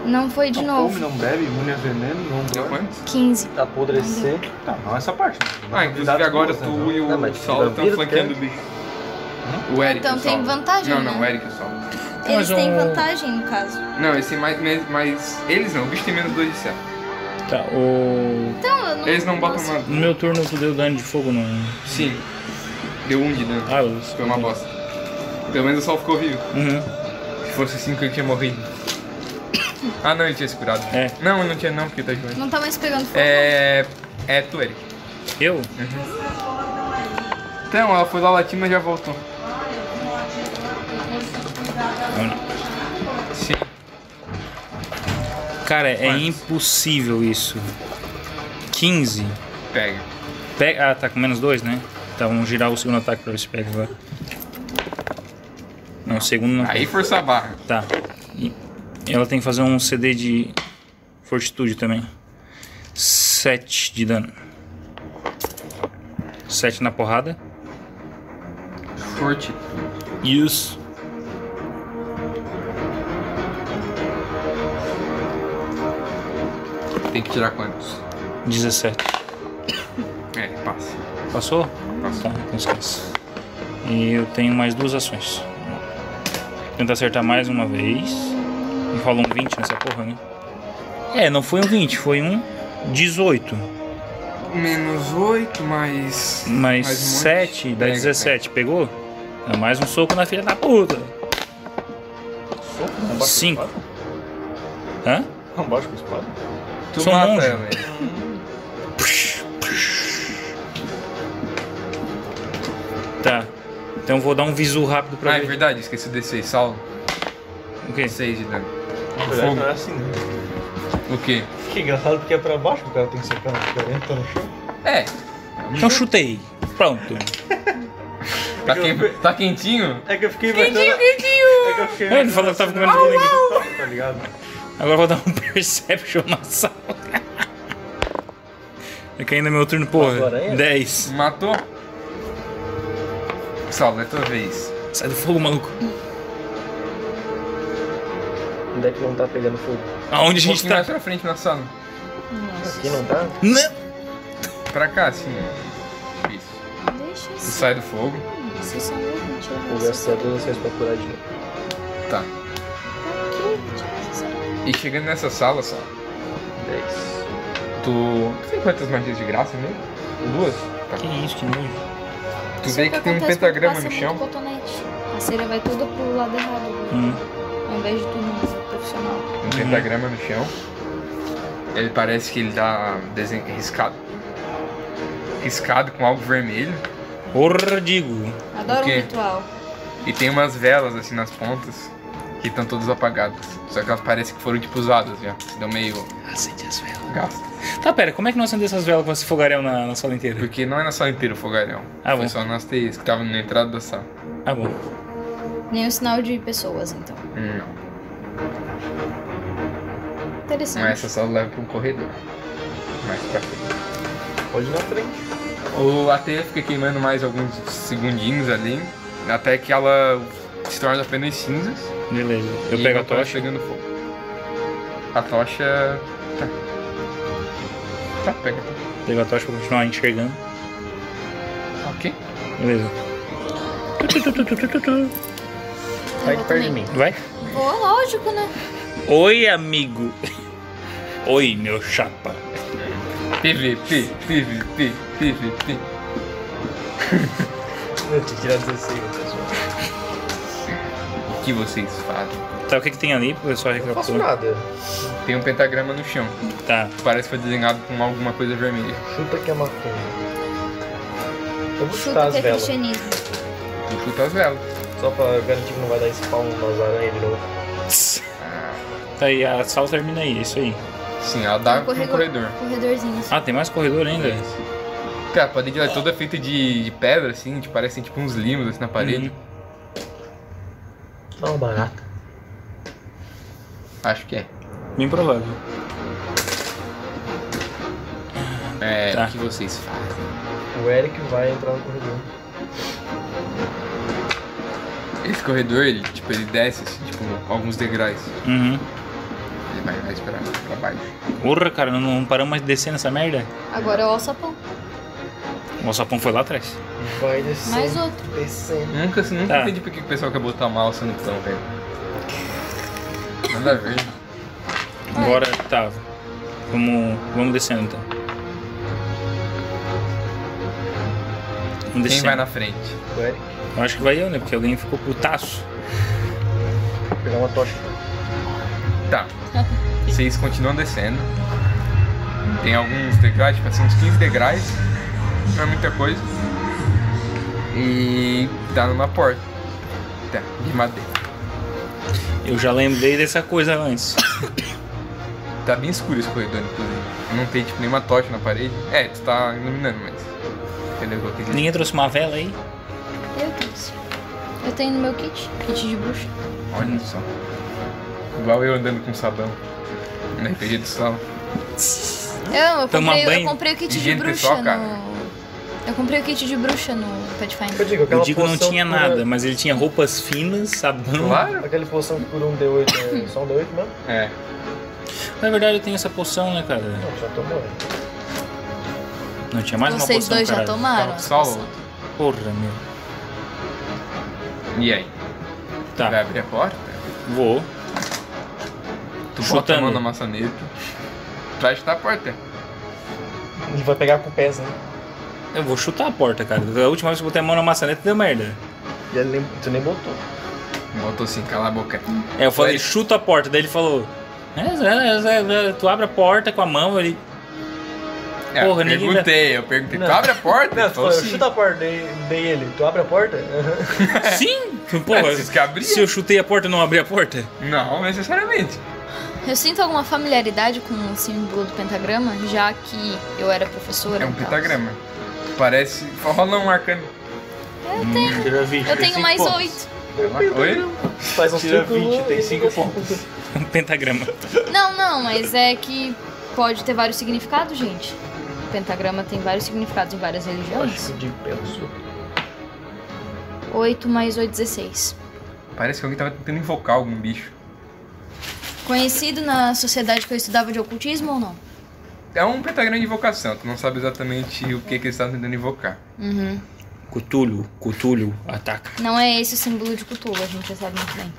Speaker 3: Não foi de
Speaker 27: Não
Speaker 3: novo.
Speaker 27: come, não bebe, imune a veneno, não dorme.
Speaker 3: 15.
Speaker 27: Apodrecer. Tá, não, essa né? parte.
Speaker 4: Ah, inclusive agora tu e o Saulo estão flanqueando o bicho. O Eric.
Speaker 3: Hum? Então
Speaker 4: e o
Speaker 3: tem
Speaker 4: Saulo.
Speaker 3: vantagem,
Speaker 4: Não,
Speaker 3: né?
Speaker 4: não, o Eric e o Saulo.
Speaker 3: Eles têm vantagem, no caso.
Speaker 4: Não, esse mais, mais, mais. Eles não, o bicho tem menos 2 de céu.
Speaker 1: Tá, o.
Speaker 3: Então, eu não...
Speaker 4: Eles não botam
Speaker 1: No
Speaker 4: mais.
Speaker 1: meu turno tu deu dano de fogo, não?
Speaker 4: Sim. Deu um de dano.
Speaker 1: Ah, isso.
Speaker 4: Foi uma bosta. Pelo menos o Saulo ficou vivo.
Speaker 1: Uhum.
Speaker 4: Se fosse 5 ele tinha morrido. Ah não, ele tinha se curado. É. Não, não tinha não, porque tá jogando.
Speaker 3: Não tá mais pegando fogo.
Speaker 4: É. É tu, Eric.
Speaker 1: Eu?
Speaker 4: Então, ela foi lá latir, mas já voltou. Sim.
Speaker 1: Cara, é impossível isso. 15.
Speaker 4: Pega.
Speaker 1: Pega. Ah, tá com menos 2, né? Tá, vamos girar o segundo ataque pra ver se pega agora. Não, o segundo não.
Speaker 4: Aí força a barra.
Speaker 1: Tá. E ela tem que fazer um CD de fortitude também. 7 de dano. 7 na porrada.
Speaker 4: Forte.
Speaker 1: Isso.
Speaker 4: Tem que tirar quantos?
Speaker 1: 17.
Speaker 4: É, passa.
Speaker 1: Passou? Passou. Tá, então esquece. E eu tenho mais duas ações. Tenta acertar mais uma vez. E rolou um 20 nessa porra, né? É, não foi um 20, foi um 18.
Speaker 4: Menos 8, mais.
Speaker 1: Mais,
Speaker 4: Mais um monte.
Speaker 1: 7, dá
Speaker 4: Pega,
Speaker 1: 17. Pegou? Dá mais um soco na filha da puta.
Speaker 27: Soco? Não bate com
Speaker 1: 5. Hã?
Speaker 27: Não bate com espada?
Speaker 4: Tu
Speaker 1: Sou um
Speaker 4: mata
Speaker 1: monge.
Speaker 4: ela, velho.
Speaker 1: Tá. Então vou dar um visu rápido pra
Speaker 4: Ah, é verdade, esqueci o D6, salvo.
Speaker 1: O quê?
Speaker 4: 6 de dano.
Speaker 27: Na verdade, não é assim, né?
Speaker 4: O quê?
Speaker 6: Que engraçado, porque é pra baixo que o cara tem que secar na diferente, tá no chão.
Speaker 4: É.
Speaker 1: Então chutei. Pronto.
Speaker 4: Tá, quem- tá quentinho?
Speaker 6: É que eu fiquei
Speaker 4: Quentinho,
Speaker 6: imaginando-
Speaker 4: quentinho!
Speaker 6: É que eu fiquei
Speaker 1: Ele falou que tava comendo bolinha.
Speaker 6: Tá ligado?
Speaker 1: Agora vou dar um perception na sala. É que ainda é meu turno, porra. 10.
Speaker 4: Matou? Salve, é tua vez.
Speaker 1: Sai do fogo, maluco.
Speaker 6: Onde é que não tá pegando fogo?
Speaker 1: Aonde a
Speaker 4: Um
Speaker 1: gente
Speaker 4: pouquinho
Speaker 1: tá?
Speaker 4: mais pra frente na sala.
Speaker 6: Aqui não tá?
Speaker 1: Não!
Speaker 4: Pra cá, assim. Isso.
Speaker 3: Deixa
Speaker 4: Tu sai do fogo.
Speaker 3: Você só vai tirar
Speaker 6: Vou gastar é duas ações pra curar de novo.
Speaker 4: Tá. E chegando nessa sala, só.
Speaker 6: 10.
Speaker 4: Tu. Tu tem quantas magias de graça mesmo? Duas? Tá.
Speaker 1: Que isso, que nojo.
Speaker 4: Tu
Speaker 3: é
Speaker 4: vê que tem um pentagrama no chão.
Speaker 3: Cotonete. A cera vai toda pro lado errado. né?
Speaker 1: Hum.
Speaker 3: Ao invés de tudo profissional.
Speaker 1: Uhum.
Speaker 4: um pentagrama no chão. Ele parece que ele tá desen... riscado. Riscado com algo vermelho.
Speaker 1: Porra, digo.
Speaker 11: Adoro
Speaker 4: O
Speaker 11: um
Speaker 4: quê?
Speaker 11: ritual.
Speaker 4: E tem umas velas assim nas pontas que estão todas apagadas. Só que elas parecem que foram tipo usadas já. Se deu meio.
Speaker 1: Acende as velas.
Speaker 4: Gasto.
Speaker 1: Tá, pera, como é que não acendeu essas velas com esse fogaréu na, na sala inteira?
Speaker 4: Porque não é na sala inteira o fogaréu.
Speaker 1: Ah,
Speaker 4: Foi
Speaker 1: bom.
Speaker 4: só nas teias que estavam na entrada da sala.
Speaker 1: Ah, bom.
Speaker 3: Nenhum um sinal de pessoas, então.
Speaker 4: Não.
Speaker 3: Interessante.
Speaker 4: Mas essa sala leva pra um corredor. Mais pra frente.
Speaker 6: Pode ir na frente.
Speaker 4: O, a teia fica queimando mais alguns segundinhos ali. Até que ela se torna apenas cinzas.
Speaker 1: Beleza. Eu
Speaker 4: E
Speaker 1: pego a
Speaker 4: não tá
Speaker 1: tocha.
Speaker 4: Pegando fogo. A tocha. Tá. Tá, pega.
Speaker 1: Pego a tocha pra continuar enxergando.
Speaker 4: Ok.
Speaker 1: Beleza.
Speaker 3: Vai de perto de mim.
Speaker 1: Vai?
Speaker 3: Boa, lógico, né?
Speaker 1: Oi, amigo. Oi, meu chapa.
Speaker 4: PVP, PVP, PVP.
Speaker 6: Eu tinha que tirar 16, pessoal.
Speaker 4: que vocês fazem.
Speaker 1: Tá, o que, que tem ali? Eu só recapitular.
Speaker 4: faço nada. Tem um pentagrama no chão.
Speaker 1: Tá.
Speaker 4: Parece que foi desenhado com alguma coisa vermelha.
Speaker 6: Chuta que é maconha. Eu vou
Speaker 3: Chuta
Speaker 6: chutar as
Speaker 3: que é
Speaker 6: velas.
Speaker 3: cristianismo.
Speaker 4: Eu chuto as velas.
Speaker 6: Só pra garantir que não vai dar spawn nas aranhas de novo.
Speaker 1: Tá aí, a sala termina aí, é isso aí.
Speaker 4: Sim, ela dá
Speaker 3: Corredorzinho. assim.
Speaker 1: Ah, tem mais corredor ainda?
Speaker 4: Cara, a parede ela é toda feita de, de pedra, assim, que parecem tipo uns limos assim, na parede.
Speaker 6: Só uma barata.
Speaker 4: Acho que é.
Speaker 1: Bem provável.
Speaker 4: É, o que vocês fazem?
Speaker 6: O Eric vai entrar no corredor.
Speaker 4: Esse corredor, ele, tipo, ele desce, assim, tipo, alguns degraus.
Speaker 1: Uhum.
Speaker 4: Ele vai, vai esperar pra baixo.
Speaker 1: Porra, cara, não, não paramos mais de descer nessa merda?
Speaker 3: Agora é o alçapão.
Speaker 1: O sapão foi lá atrás.
Speaker 6: Vai descendo.
Speaker 3: Mais um. outro.
Speaker 6: Descendo.
Speaker 4: Nunca, assim, nunca
Speaker 1: Tá.
Speaker 4: entendi por que que o pessoal quer botar malça no pão, velho. Nada a ver.
Speaker 1: Agora tá. Vamos, vamos descendo então. Vamos
Speaker 4: Quem
Speaker 1: descendo.
Speaker 4: vai na frente?
Speaker 6: O Eric.
Speaker 1: Eu acho que vai eu, né? Porque alguém ficou putaço.
Speaker 6: Vou pegar uma tocha.
Speaker 4: Tá. Vocês continuam descendo. Tem alguns degraus, tipo assim, uns 15 degraus. Não é muita coisa. E dá numa porta. Tá, de madeira.
Speaker 1: Eu já lembrei dessa coisa antes.
Speaker 4: Tá bem escuro esse corredor, inclusive. Não tem tipo nenhuma tocha na parede. É, tu tá iluminando, mas. Entendeu o que eu quis dizer?
Speaker 1: Ninguém trouxe uma vela aí?
Speaker 3: Eu trouxe. Eu tenho no meu kit. Kit de bruxa.
Speaker 4: Olha só. Hum. Igual eu andando com sabão. Na RPG do sal.
Speaker 3: Eu, eu,
Speaker 4: Toma
Speaker 3: comprei, eu
Speaker 4: banho.
Speaker 3: comprei o kit de
Speaker 4: Higiene
Speaker 3: bruxa
Speaker 4: pessoal,
Speaker 3: no.
Speaker 4: cara.
Speaker 3: Eu comprei o kit de bruxa no Pathfinder.
Speaker 1: o Digo não tinha nada, mas ele tinha roupas finas, sabão.
Speaker 6: Aquela poção que cura um D8, é só um D8 mesmo?
Speaker 4: É.
Speaker 1: Na verdade eu tenho essa poção, né, cara?
Speaker 6: Não, já tomou. né?
Speaker 1: Não tinha mais
Speaker 3: Vocês
Speaker 1: uma poção,
Speaker 3: dois já
Speaker 1: cara.
Speaker 3: tomaram essa
Speaker 1: Sal.
Speaker 3: poção.
Speaker 1: Porra, meu.
Speaker 4: E aí?
Speaker 1: Tá.
Speaker 4: Vai abrir a porta?
Speaker 1: Vou.
Speaker 4: Tu bota a
Speaker 1: Chutando.
Speaker 4: mão na maçaneta. Vai chutar a porta.
Speaker 6: Ele vai pegar com o pés, né?
Speaker 1: Eu vou chutar a porta, cara. A última vez que eu botei a mão na maçaneta deu merda.
Speaker 6: E ele nem, tu nem botou.
Speaker 4: Botou assim, cala a boca.
Speaker 1: É, eu falei, chuta a porta. Daí ele falou, "É, é, é, é, tu abre a porta com a mão, ele...
Speaker 4: É, eu perguntei, eu perguntei. Tu abre a porta?
Speaker 6: Não,
Speaker 4: Ele
Speaker 6: tu
Speaker 4: falou
Speaker 6: falou,
Speaker 1: assim.
Speaker 4: sim.
Speaker 6: chuta a porta, dei, dei ele. Tu abre a porta? Aham.
Speaker 1: Sim! Porra, se eu chutei a porta, eu não abri a porta?
Speaker 4: Não, necessariamente.
Speaker 3: Eu sinto alguma familiaridade com o símbolo do pentagrama, já que eu era professora.
Speaker 4: É um
Speaker 3: no caso.
Speaker 4: pentagrama. Parece. Rola um arcano.
Speaker 3: Eu tenho. Eu tenho mais oito.
Speaker 6: É um
Speaker 4: Oi?
Speaker 6: Faz uns
Speaker 4: Tira
Speaker 6: círculo
Speaker 4: 20, tem
Speaker 6: e-
Speaker 4: 5 pontos.
Speaker 1: Um pentagrama.
Speaker 3: Não, não, mas é que pode ter vários significados, gente. O pentagrama tem vários significados em várias religiões.
Speaker 6: de penso.
Speaker 3: 8 mais 8, 16.
Speaker 4: Parece que alguém tava tentando invocar algum bicho.
Speaker 3: Conhecido na sociedade que eu estudava de ocultismo ou não?
Speaker 4: É um pentagrama de invocação, tu não sabe exatamente o que, que eles estavam tentando invocar.
Speaker 3: Uhum.
Speaker 1: Cutulho, cutulho, ataca.
Speaker 3: Não é esse o símbolo de Cthulhu, a gente já sabe muito bem.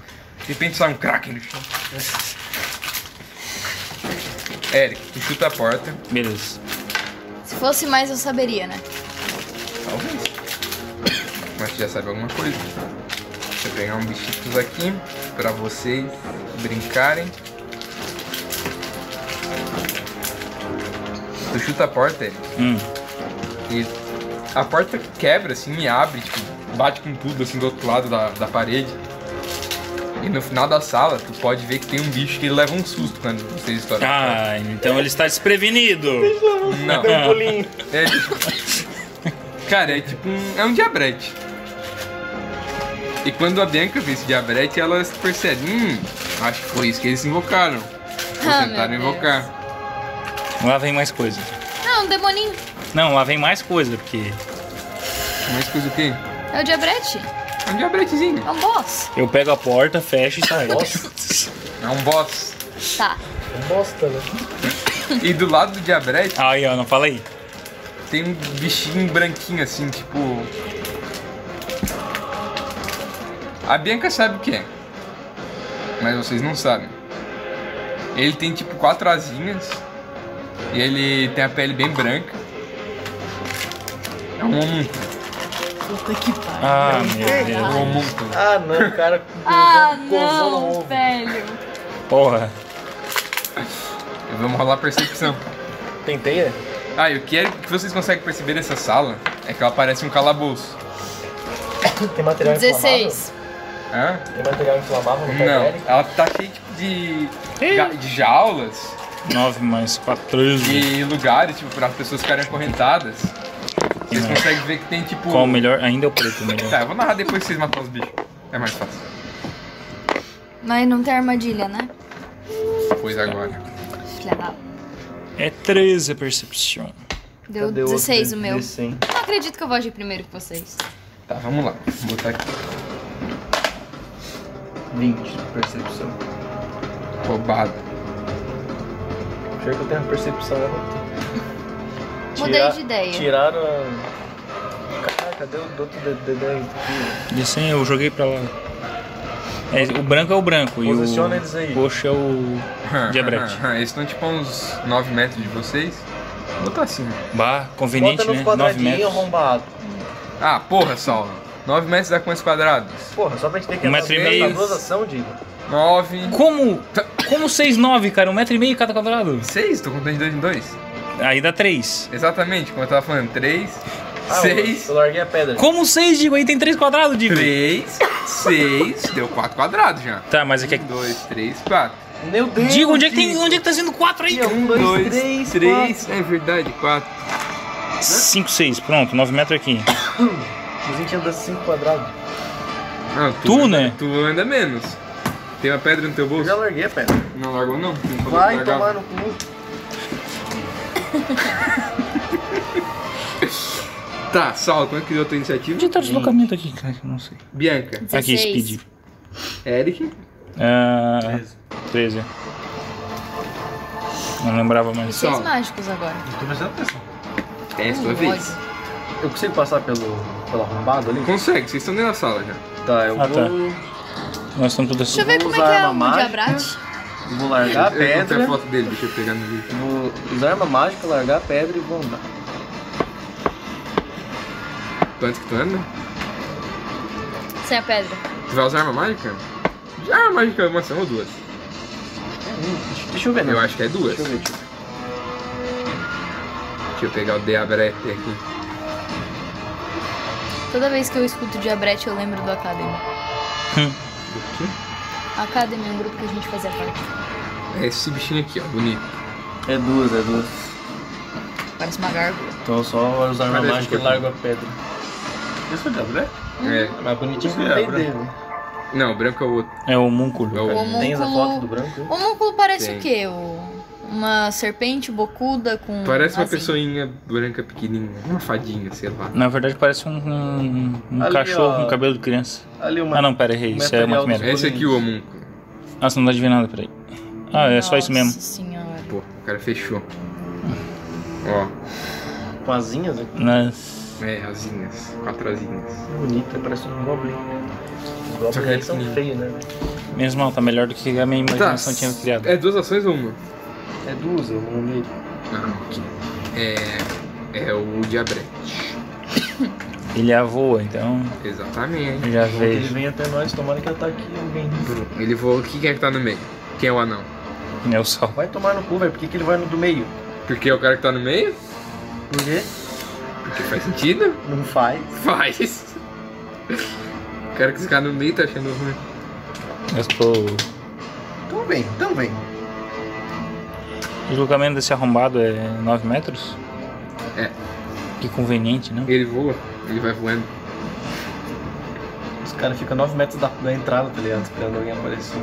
Speaker 4: De repente sai um crack no chão. Eric, tu chuta a porta.
Speaker 1: Beleza.
Speaker 3: Se fosse mais, eu saberia, né?
Speaker 4: Talvez. Mas tu já sabe alguma coisa. Deixa eu pegar um bichitos aqui pra vocês brincarem. Tu chuta a porta, Eric.
Speaker 1: Hum.
Speaker 4: E a porta quebra assim e abre, tipo, bate com tudo assim do outro lado da, da parede. E no final da sala, tu pode ver que tem um bicho que ele leva um susto quando vocês estouram.
Speaker 1: Ah, então ele está desprevenido.
Speaker 4: Não.
Speaker 1: Deu um pulinho.
Speaker 4: É, tipo- cara, é tipo um. É um diabrete. E quando a Bianca vê esse diabrete, ela percebe, hum, acho que foi isso que eles invocaram. Ou
Speaker 3: Ah,
Speaker 4: tentaram
Speaker 3: meu Deus.
Speaker 4: invocar.
Speaker 1: Lá vem mais coisa.
Speaker 3: Ah, um demoninho.
Speaker 1: Não, lá vem mais coisa, porque...
Speaker 4: Mais coisa o quê?
Speaker 3: É o diabrete.
Speaker 4: É um diabretezinho.
Speaker 3: É um boss.
Speaker 1: Eu pego a porta, fecho e saio.
Speaker 4: É um boss.
Speaker 3: Tá.
Speaker 6: Bosta, né?
Speaker 4: E do lado do diabrete.
Speaker 1: Aí, ó, não fala aí.
Speaker 4: Tem um bichinho branquinho assim, tipo. A Bianca sabe o que é. Mas vocês não sabem. Ele tem tipo quatro asinhas. E ele tem a pele bem branca. É um homúnculo.
Speaker 3: Puta que pariu.
Speaker 1: Ah, meu Deus.
Speaker 6: Ah, não, cara.
Speaker 11: Ah,
Speaker 6: Gozou no
Speaker 11: não,
Speaker 6: ovo. Tá
Speaker 11: velho.
Speaker 1: Porra.
Speaker 4: Vamos rolar percepção.
Speaker 6: Tentei, é?
Speaker 4: Ah, e o que, é, o que vocês conseguem perceber dessa sala é que ela parece um calabouço.
Speaker 6: Tem material
Speaker 3: 16.
Speaker 4: Hã?
Speaker 6: Tem material inflamável no
Speaker 4: Não,
Speaker 6: pé dele?
Speaker 4: ela tá cheia tipo, de, ga- de jaulas
Speaker 1: 9 mais 4, 13.
Speaker 4: e lugares, tipo, para as pessoas ficarem acorrentadas. Vocês
Speaker 1: Sim, é.
Speaker 4: conseguem ver que tem tipo.
Speaker 1: Qual o melhor? Ainda é o preto o melhor.
Speaker 4: Tá, eu vou narrar depois que vocês matam os bichos. É mais fácil.
Speaker 3: Mas não tem armadilha, né?
Speaker 4: Pois agora.
Speaker 3: Filha da...
Speaker 1: É 13 a percepção.
Speaker 3: Deu
Speaker 1: Cadê o outro
Speaker 3: 16 o meu.
Speaker 1: desse, hein?
Speaker 3: Não acredito que eu vou agir primeiro que vocês.
Speaker 4: Tá, vamos lá. Vou botar aqui.
Speaker 27: 20 de percepção.
Speaker 4: Roubado.
Speaker 6: Pior que eu tenho a percepção, né? eu não tenho.
Speaker 3: Mudei
Speaker 6: Tira-
Speaker 3: de ideia.
Speaker 6: Tiraram a. Caraca, cadê o outro dedé aqui?
Speaker 1: Isso aí, assim, eu joguei pra lá. É, o branco é o branco
Speaker 4: Posiciona
Speaker 1: e o
Speaker 4: eles aí.
Speaker 1: roxo é o diabrete.
Speaker 4: Eles estão tipo a uns 9 metros de vocês. Vou botar assim.
Speaker 1: Bah, conveniente, né? 9 metros.
Speaker 6: arrombado.
Speaker 4: Ah, porra, Saulo. 9 metros dá quantos quadrados?
Speaker 6: Porra, só pra gente ter que é
Speaker 1: Um metro e meio.
Speaker 6: tá duas ação, Digo.
Speaker 4: 9.
Speaker 1: Como? Como 6, 9, cara? 1,5m metro e meio cada quadrado?
Speaker 4: 6, tô contando de 2 em 2.
Speaker 1: Aí dá 3.
Speaker 4: Exatamente, como eu tava falando. 3,
Speaker 6: Ah,
Speaker 4: 6,
Speaker 6: Eu, eu larguei a pedra.
Speaker 1: Como 6, digo? Aí tem 3 quadrados, digo.
Speaker 4: 3, 6, deu 4 quadrados já. Um,
Speaker 1: Tá, mas aqui é
Speaker 4: 2, 3, 4.
Speaker 6: Meu Deus!
Speaker 1: Digo, onde é que, tem, onde é que tá sendo 4 aí?
Speaker 4: 1, 2, 3, 3, é verdade, 4.
Speaker 1: 5, 6, pronto, 9 metros aqui.
Speaker 6: A gente anda 5 quadrados.
Speaker 4: Ah, tu,
Speaker 1: Tu, né?
Speaker 4: Tu anda menos. Tem uma pedra no teu bolso?
Speaker 6: Eu já larguei a pedra.
Speaker 4: Não largou não? Tu não falou que
Speaker 6: Vai
Speaker 4: largava.
Speaker 6: tomar no cu.
Speaker 4: Tá, Saulo, quanto que deu a tua iniciativa?
Speaker 1: Onde tá o deslocamento aqui, cara? Eu Não sei.
Speaker 4: Bianca.
Speaker 1: Aqui, speed.
Speaker 6: É,
Speaker 4: Eric.
Speaker 1: Ah, 13. Não lembrava mais.
Speaker 3: Seis mágicos agora. Uh,
Speaker 4: É a sua vez.
Speaker 6: Eu consigo passar pelo, pelo arrombado ali?
Speaker 4: Consegue, vocês estão dentro da sala já.
Speaker 6: Tá, eu
Speaker 1: Ah,
Speaker 6: vou.
Speaker 1: tá. Nós estamos todos
Speaker 3: Deixa eu ver
Speaker 6: Vou
Speaker 3: como é que
Speaker 6: usar
Speaker 3: é
Speaker 6: arma
Speaker 3: o
Speaker 6: mágica.
Speaker 3: diabrate.
Speaker 6: Vou largar a
Speaker 4: Eu- Eu não tenho
Speaker 6: pedra.
Speaker 4: a foto dele, deixa eu pegar no vídeo.
Speaker 6: Vou usar arma mágica, largar a pedra e vou andar.
Speaker 4: Quanto que tu anda?
Speaker 3: Sem a pedra.
Speaker 4: Tu vai usar arma mágica? Já arma mágica é uma ação ou duas?
Speaker 6: Deixa eu ver, né?
Speaker 4: Eu acho que é duas.
Speaker 6: Deixa eu ver, deixa eu
Speaker 4: Deixa eu pegar o Deabrete aqui.
Speaker 3: Toda vez que eu escuto diabrete, eu lembro do Academy.
Speaker 1: Hum.
Speaker 3: Academy é um grupo que a gente fazia parte.
Speaker 4: É esse bichinho aqui, ó, bonito.
Speaker 6: É duas, é duas.
Speaker 3: Parece uma gárgula.
Speaker 6: Então só
Speaker 1: É
Speaker 6: usar arma
Speaker 4: Parece
Speaker 6: mágica e
Speaker 4: um pouquinho.
Speaker 6: largo a pedra. Isso é diabo, né?
Speaker 4: É.
Speaker 6: Mais bonitinho que
Speaker 4: Isso é
Speaker 6: não tem
Speaker 4: branco.
Speaker 6: dedo.
Speaker 4: Não, o branco é o outro.
Speaker 1: É o múnculo.
Speaker 4: É o
Speaker 3: O
Speaker 4: outro.
Speaker 3: Um homúnculo...
Speaker 6: Tem a foto do branco?
Speaker 3: O homúnculo parece
Speaker 4: Tem.
Speaker 3: o quê? O- Uma serpente bocuda com...
Speaker 4: Parece uma
Speaker 1: Assim?
Speaker 3: asa?
Speaker 4: pessoinha branca pequenininha, uma fadinha, sei lá.
Speaker 1: Na verdade parece um, um- um
Speaker 6: Ali,
Speaker 1: cachorro
Speaker 6: ó.
Speaker 1: com cabelo de criança.
Speaker 6: Ali uma.
Speaker 1: Ah não, pera, errei.
Speaker 6: um
Speaker 1: Isso é
Speaker 6: material
Speaker 1: muito merda.
Speaker 4: Esse aqui, o homúnculo.
Speaker 1: Nossa, não dá de ver nada, peraí. Ah, é só isso mesmo.
Speaker 3: Nossa senhora.
Speaker 4: Pô, o cara fechou. Ó,
Speaker 6: Com asinhas aqui.
Speaker 1: Nas...
Speaker 4: é, asinhas, quatro asinhas.
Speaker 6: Bonita, parece um goblin. Os
Speaker 4: Só
Speaker 6: goblins
Speaker 4: que
Speaker 6: aí
Speaker 4: é
Speaker 6: são
Speaker 4: pequenininho.
Speaker 6: feios, né?
Speaker 1: Menos mal, tá melhor do que a minha
Speaker 4: Tá,
Speaker 1: imaginação tinha criado.
Speaker 4: é duas ações ou uma?
Speaker 6: É duas, eu não li.
Speaker 4: Ah, ok. É, é o diabrete.
Speaker 1: Ele é voa, então
Speaker 4: Exatamente.
Speaker 1: eu já
Speaker 6: Bom que Ele
Speaker 1: vejo.
Speaker 6: vem até nós, tomara que ataque alguém.
Speaker 4: Ele voou, quem é que tá no meio? Quem é o anão?
Speaker 1: Ele é o sol.
Speaker 6: Vai tomar no cu, velho. Por que, que ele vai no do meio?
Speaker 4: Porque é o cara que tá no meio?
Speaker 6: Por quê?
Speaker 4: Porque faz sentido?
Speaker 6: Não faz.
Speaker 4: Faz. O cara que ficar no meio tá achando ruim.
Speaker 1: Eu tô...
Speaker 6: Então vem, então vem.
Speaker 1: O deslocamento desse arrombado é 9 metros?
Speaker 4: É.
Speaker 1: Que conveniente, né?
Speaker 4: Ele voa, ele vai voando.
Speaker 6: Os caras ficam 9 metros da, da entrada, tá ligado? Esperando alguém aparecer.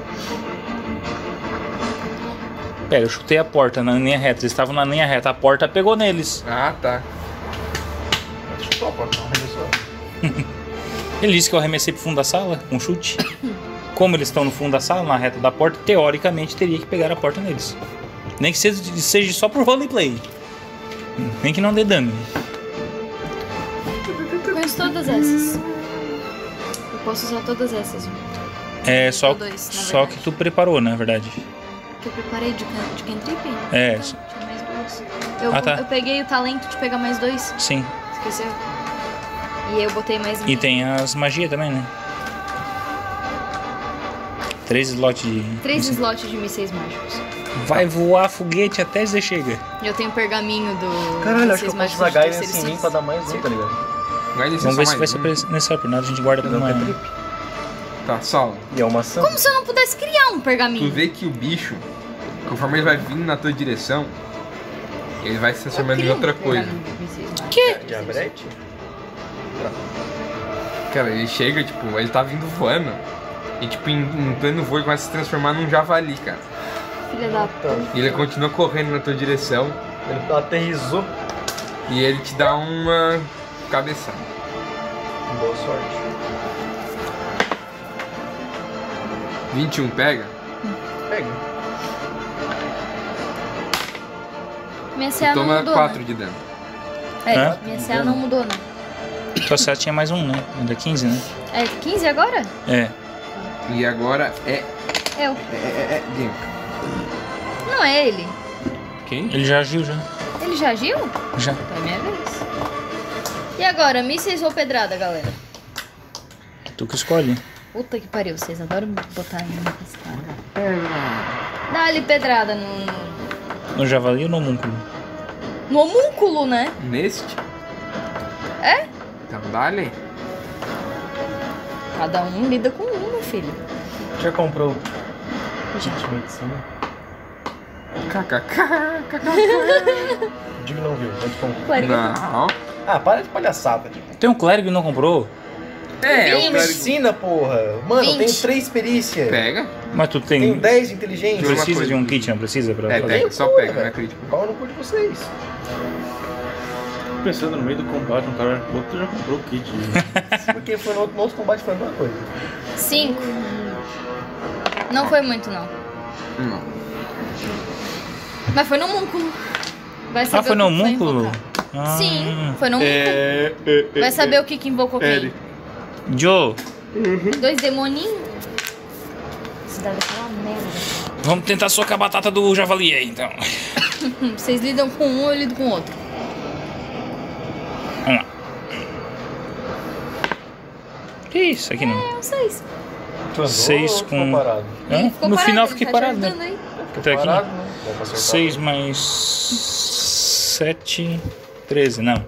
Speaker 1: Pera, eu chutei a porta na linha reta. Eles estavam na linha reta. A porta pegou neles.
Speaker 4: Ah, tá.
Speaker 6: Chutou a porta, não arremessou.
Speaker 1: Ele disse que eu arremessei pro fundo da sala com um chute. Como eles estão no fundo da sala, na reta da porta, teoricamente teria que pegar a porta neles. Nem que seja, seja só por roleplay. Nem que não dê dano.
Speaker 3: Conheço todas essas. Eu posso usar todas essas. gente.
Speaker 1: É só,
Speaker 3: Ou dois, na
Speaker 1: só
Speaker 3: verdade.
Speaker 1: que tu preparou, na verdade.
Speaker 3: Que eu preparei de, can- de cantrip?
Speaker 1: É.
Speaker 3: Então, tinha mais duas. Eu,
Speaker 1: Ah, tá.
Speaker 3: eu peguei o talento de pegar mais dois.
Speaker 1: Sim.
Speaker 3: Esqueceu? E eu botei mais um.
Speaker 1: E tem as magias também, né? Três slots de.
Speaker 3: Três slots de mísseis mágicos.
Speaker 1: Vai voar foguete até você chega.
Speaker 3: E eu tenho o pergaminho do.
Speaker 9: Caralho, acho
Speaker 3: mísseis
Speaker 9: que eu posso
Speaker 3: mágicos
Speaker 9: usar
Speaker 3: de
Speaker 9: Guidance
Speaker 6: assim,
Speaker 3: terceiro
Speaker 9: em mim
Speaker 3: ciclo.
Speaker 9: pra dar mais um, tá ligado?
Speaker 1: Vamos ver se vai ser necessário. Por nada a gente guarda
Speaker 6: um
Speaker 1: pra uma.
Speaker 4: um. Tá, salva.
Speaker 9: E é uma ação.
Speaker 3: Como se eu não pudesse criar
Speaker 4: Tu
Speaker 3: um pergaminho?
Speaker 4: vê que o bicho, conforme ele vai vindo na tua direção, ele vai se transformando em
Speaker 3: Cria um
Speaker 4: outra coisa.
Speaker 3: pergaminho de mísseis mágicos.
Speaker 1: Que?
Speaker 4: Diabrete? Cara, ele chega, tipo, ele tá vindo voando. E tipo, em, em pleno voo ele começa a se transformar num javali, cara.
Speaker 3: Filha
Speaker 9: Tá.
Speaker 3: da puta.
Speaker 4: E ele continua correndo na tua direção. Ele aterrizou. E ele te dá uma cabeçada. Boa sorte. 21, pega?
Speaker 6: Pega.
Speaker 3: Minha CA não
Speaker 4: Toma
Speaker 3: mudou.
Speaker 4: 4
Speaker 3: né?
Speaker 4: de dano.
Speaker 3: É,
Speaker 1: Hã?
Speaker 3: minha CA não mudou, né?
Speaker 1: Tua set tinha mais um, né? Era 15, né?
Speaker 3: É 15 agora?
Speaker 1: É.
Speaker 4: E agora é.
Speaker 3: Eu.
Speaker 4: É. é, é
Speaker 3: Não é ele.
Speaker 4: Quem?
Speaker 1: Ele já agiu já.
Speaker 3: Ele já agiu?
Speaker 1: Já.
Speaker 3: Então é minha vez. E agora, mísseis ou pedrada, galera?
Speaker 1: Tu que escolhe.
Speaker 3: Puta que pariu, vocês adoram botar em mim essa cara. Dá-lhe pedrada no, no,
Speaker 1: No javali ou no homúnculo?
Speaker 3: no homúnculo, né?
Speaker 4: Neste?
Speaker 3: É?
Speaker 4: Então dá-lhe.
Speaker 3: Cada um lida com um, meu filho.
Speaker 9: Já comprou
Speaker 6: Digo não viu, mas como.
Speaker 3: Clérigo.
Speaker 4: Não.
Speaker 6: Ah, para de palhaçada, tipo.
Speaker 1: Tem um clérigo que não comprou?
Speaker 6: É,
Speaker 1: eu pego-
Speaker 6: Ensina, porra. Mano, eu tenho
Speaker 3: 20.
Speaker 6: três experiências.
Speaker 4: Pega.
Speaker 1: Mas tu tem.
Speaker 6: Tenho 10 de inteligência.
Speaker 1: Precisa de um kit, não precisa? Pra
Speaker 4: É,
Speaker 1: fazer?
Speaker 4: pega, só pega, né, crítico?
Speaker 6: Pau no cu de vocês.
Speaker 23: Pensando no meio do combate, um cara outro já comprou o kit.
Speaker 12: né?
Speaker 6: Porque foi no outro, no outro combate foi a mesma coisa.
Speaker 3: Cinco. Não foi muito, não.
Speaker 4: Não.
Speaker 3: Mas foi no homúnculo. Vai saber
Speaker 1: Ah, foi
Speaker 3: o
Speaker 1: no
Speaker 3: que que foi
Speaker 1: homúnculo? Ah.
Speaker 3: invocar. Sim, foi no homúnculo.
Speaker 1: É,
Speaker 3: Vai saber o que que invocou quem.
Speaker 1: Joe,
Speaker 3: Dois demoninhos. Cidade
Speaker 6: é
Speaker 3: daquela merda.
Speaker 1: vamos tentar socar a batata do javali aí, então.
Speaker 3: Hum, Vocês lidam com um, eu lido com o outro.
Speaker 1: Vamos lá. Que isso aqui não?
Speaker 3: É, um seis.
Speaker 1: Seis com. Hã?
Speaker 3: Ele ficou
Speaker 1: É? No
Speaker 3: parado,
Speaker 1: final
Speaker 3: ele
Speaker 1: fiquei
Speaker 3: tá te
Speaker 1: parado,
Speaker 3: ajudando
Speaker 1: né?
Speaker 3: aí.
Speaker 1: Até aqui.
Speaker 6: parado, né? Dá pra acertar.
Speaker 1: 6 mais 7, 13, não.
Speaker 27: Ah,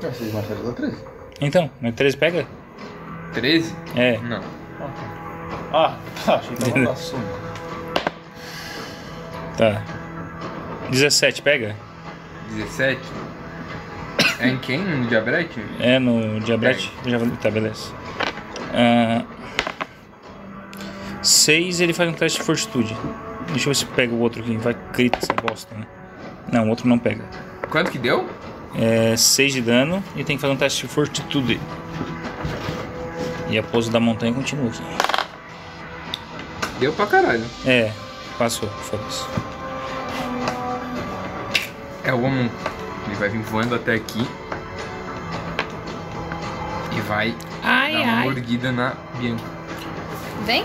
Speaker 27: Vocês marcaram da 13.
Speaker 1: Então, mas 13 pega?
Speaker 4: 13?
Speaker 1: É.
Speaker 4: Não.
Speaker 23: Ah, tá, achei que tava
Speaker 1: Entendeu?
Speaker 23: no assunto.
Speaker 1: Tá. 17 pega?
Speaker 4: 17? É em quem? No diabrete?
Speaker 1: É no diabrete? Já vou- Tá, beleza. 6 ele faz um teste de fortitude. Deixa eu ver se pega o outro aqui. Vai crit essa bosta, né? Não, o outro não pega.
Speaker 4: Quanto que deu?
Speaker 1: É 6 de dano e tem que fazer um teste de fortitude. E a pouso da montanha continua aqui.
Speaker 4: Deu pra caralho.
Speaker 1: É, passou, foda-se.
Speaker 4: É o homem. Ele vai vir voando até aqui. E vai
Speaker 3: Ai,
Speaker 4: dar uma
Speaker 3: ai.
Speaker 4: mordida na Bianca.
Speaker 3: Vem?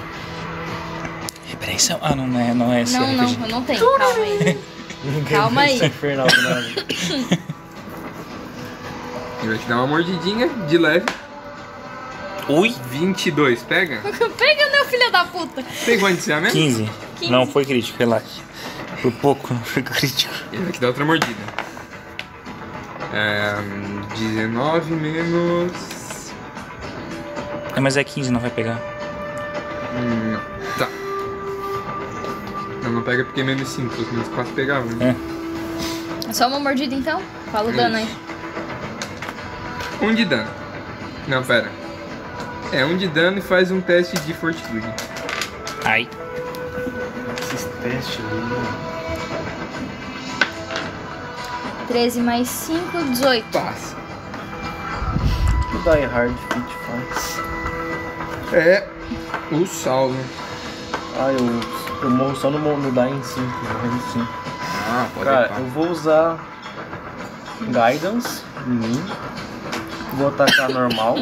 Speaker 1: Repreensão? Ah, não, não é, não é esse
Speaker 3: Não, não,
Speaker 1: RPG.
Speaker 3: eu não tenho. Calma aí. Calma aí.
Speaker 6: Infernal do nada.
Speaker 4: Ele vai te dar uma mordidinha de leve.
Speaker 1: Ui!
Speaker 4: 22, pega?
Speaker 3: Pega, meu filho da puta.
Speaker 4: Tem quanto de CA mesmo?
Speaker 1: 15.
Speaker 3: 15.
Speaker 1: Não foi crítico, relaxa. Por pouco não foi crítico.
Speaker 4: Ele vai te dar outra mordida. É, 19 menos.
Speaker 1: É, mas é 15, não vai pegar.
Speaker 4: Hum, Não. Tá. Não, não pega porque é menos 5, os menos 4 pegavam. né?
Speaker 3: É só uma mordida então? Fala o dano aí.
Speaker 4: Um de dano. Não, pera. É um de dano e faz um teste de fortitude.
Speaker 1: Ai.
Speaker 6: Esses testes ali.
Speaker 3: 13 mais 5, 18.
Speaker 4: Passa.
Speaker 6: O Die Hard Fit faz.
Speaker 4: É o né? salvo.
Speaker 6: Ah, eu, eu morro só no, mo- no Die em 5, no em 5.
Speaker 4: Ah, pode
Speaker 6: Cara,
Speaker 4: pá.
Speaker 6: eu vou usar Guidance em mim. Vou atacar normal.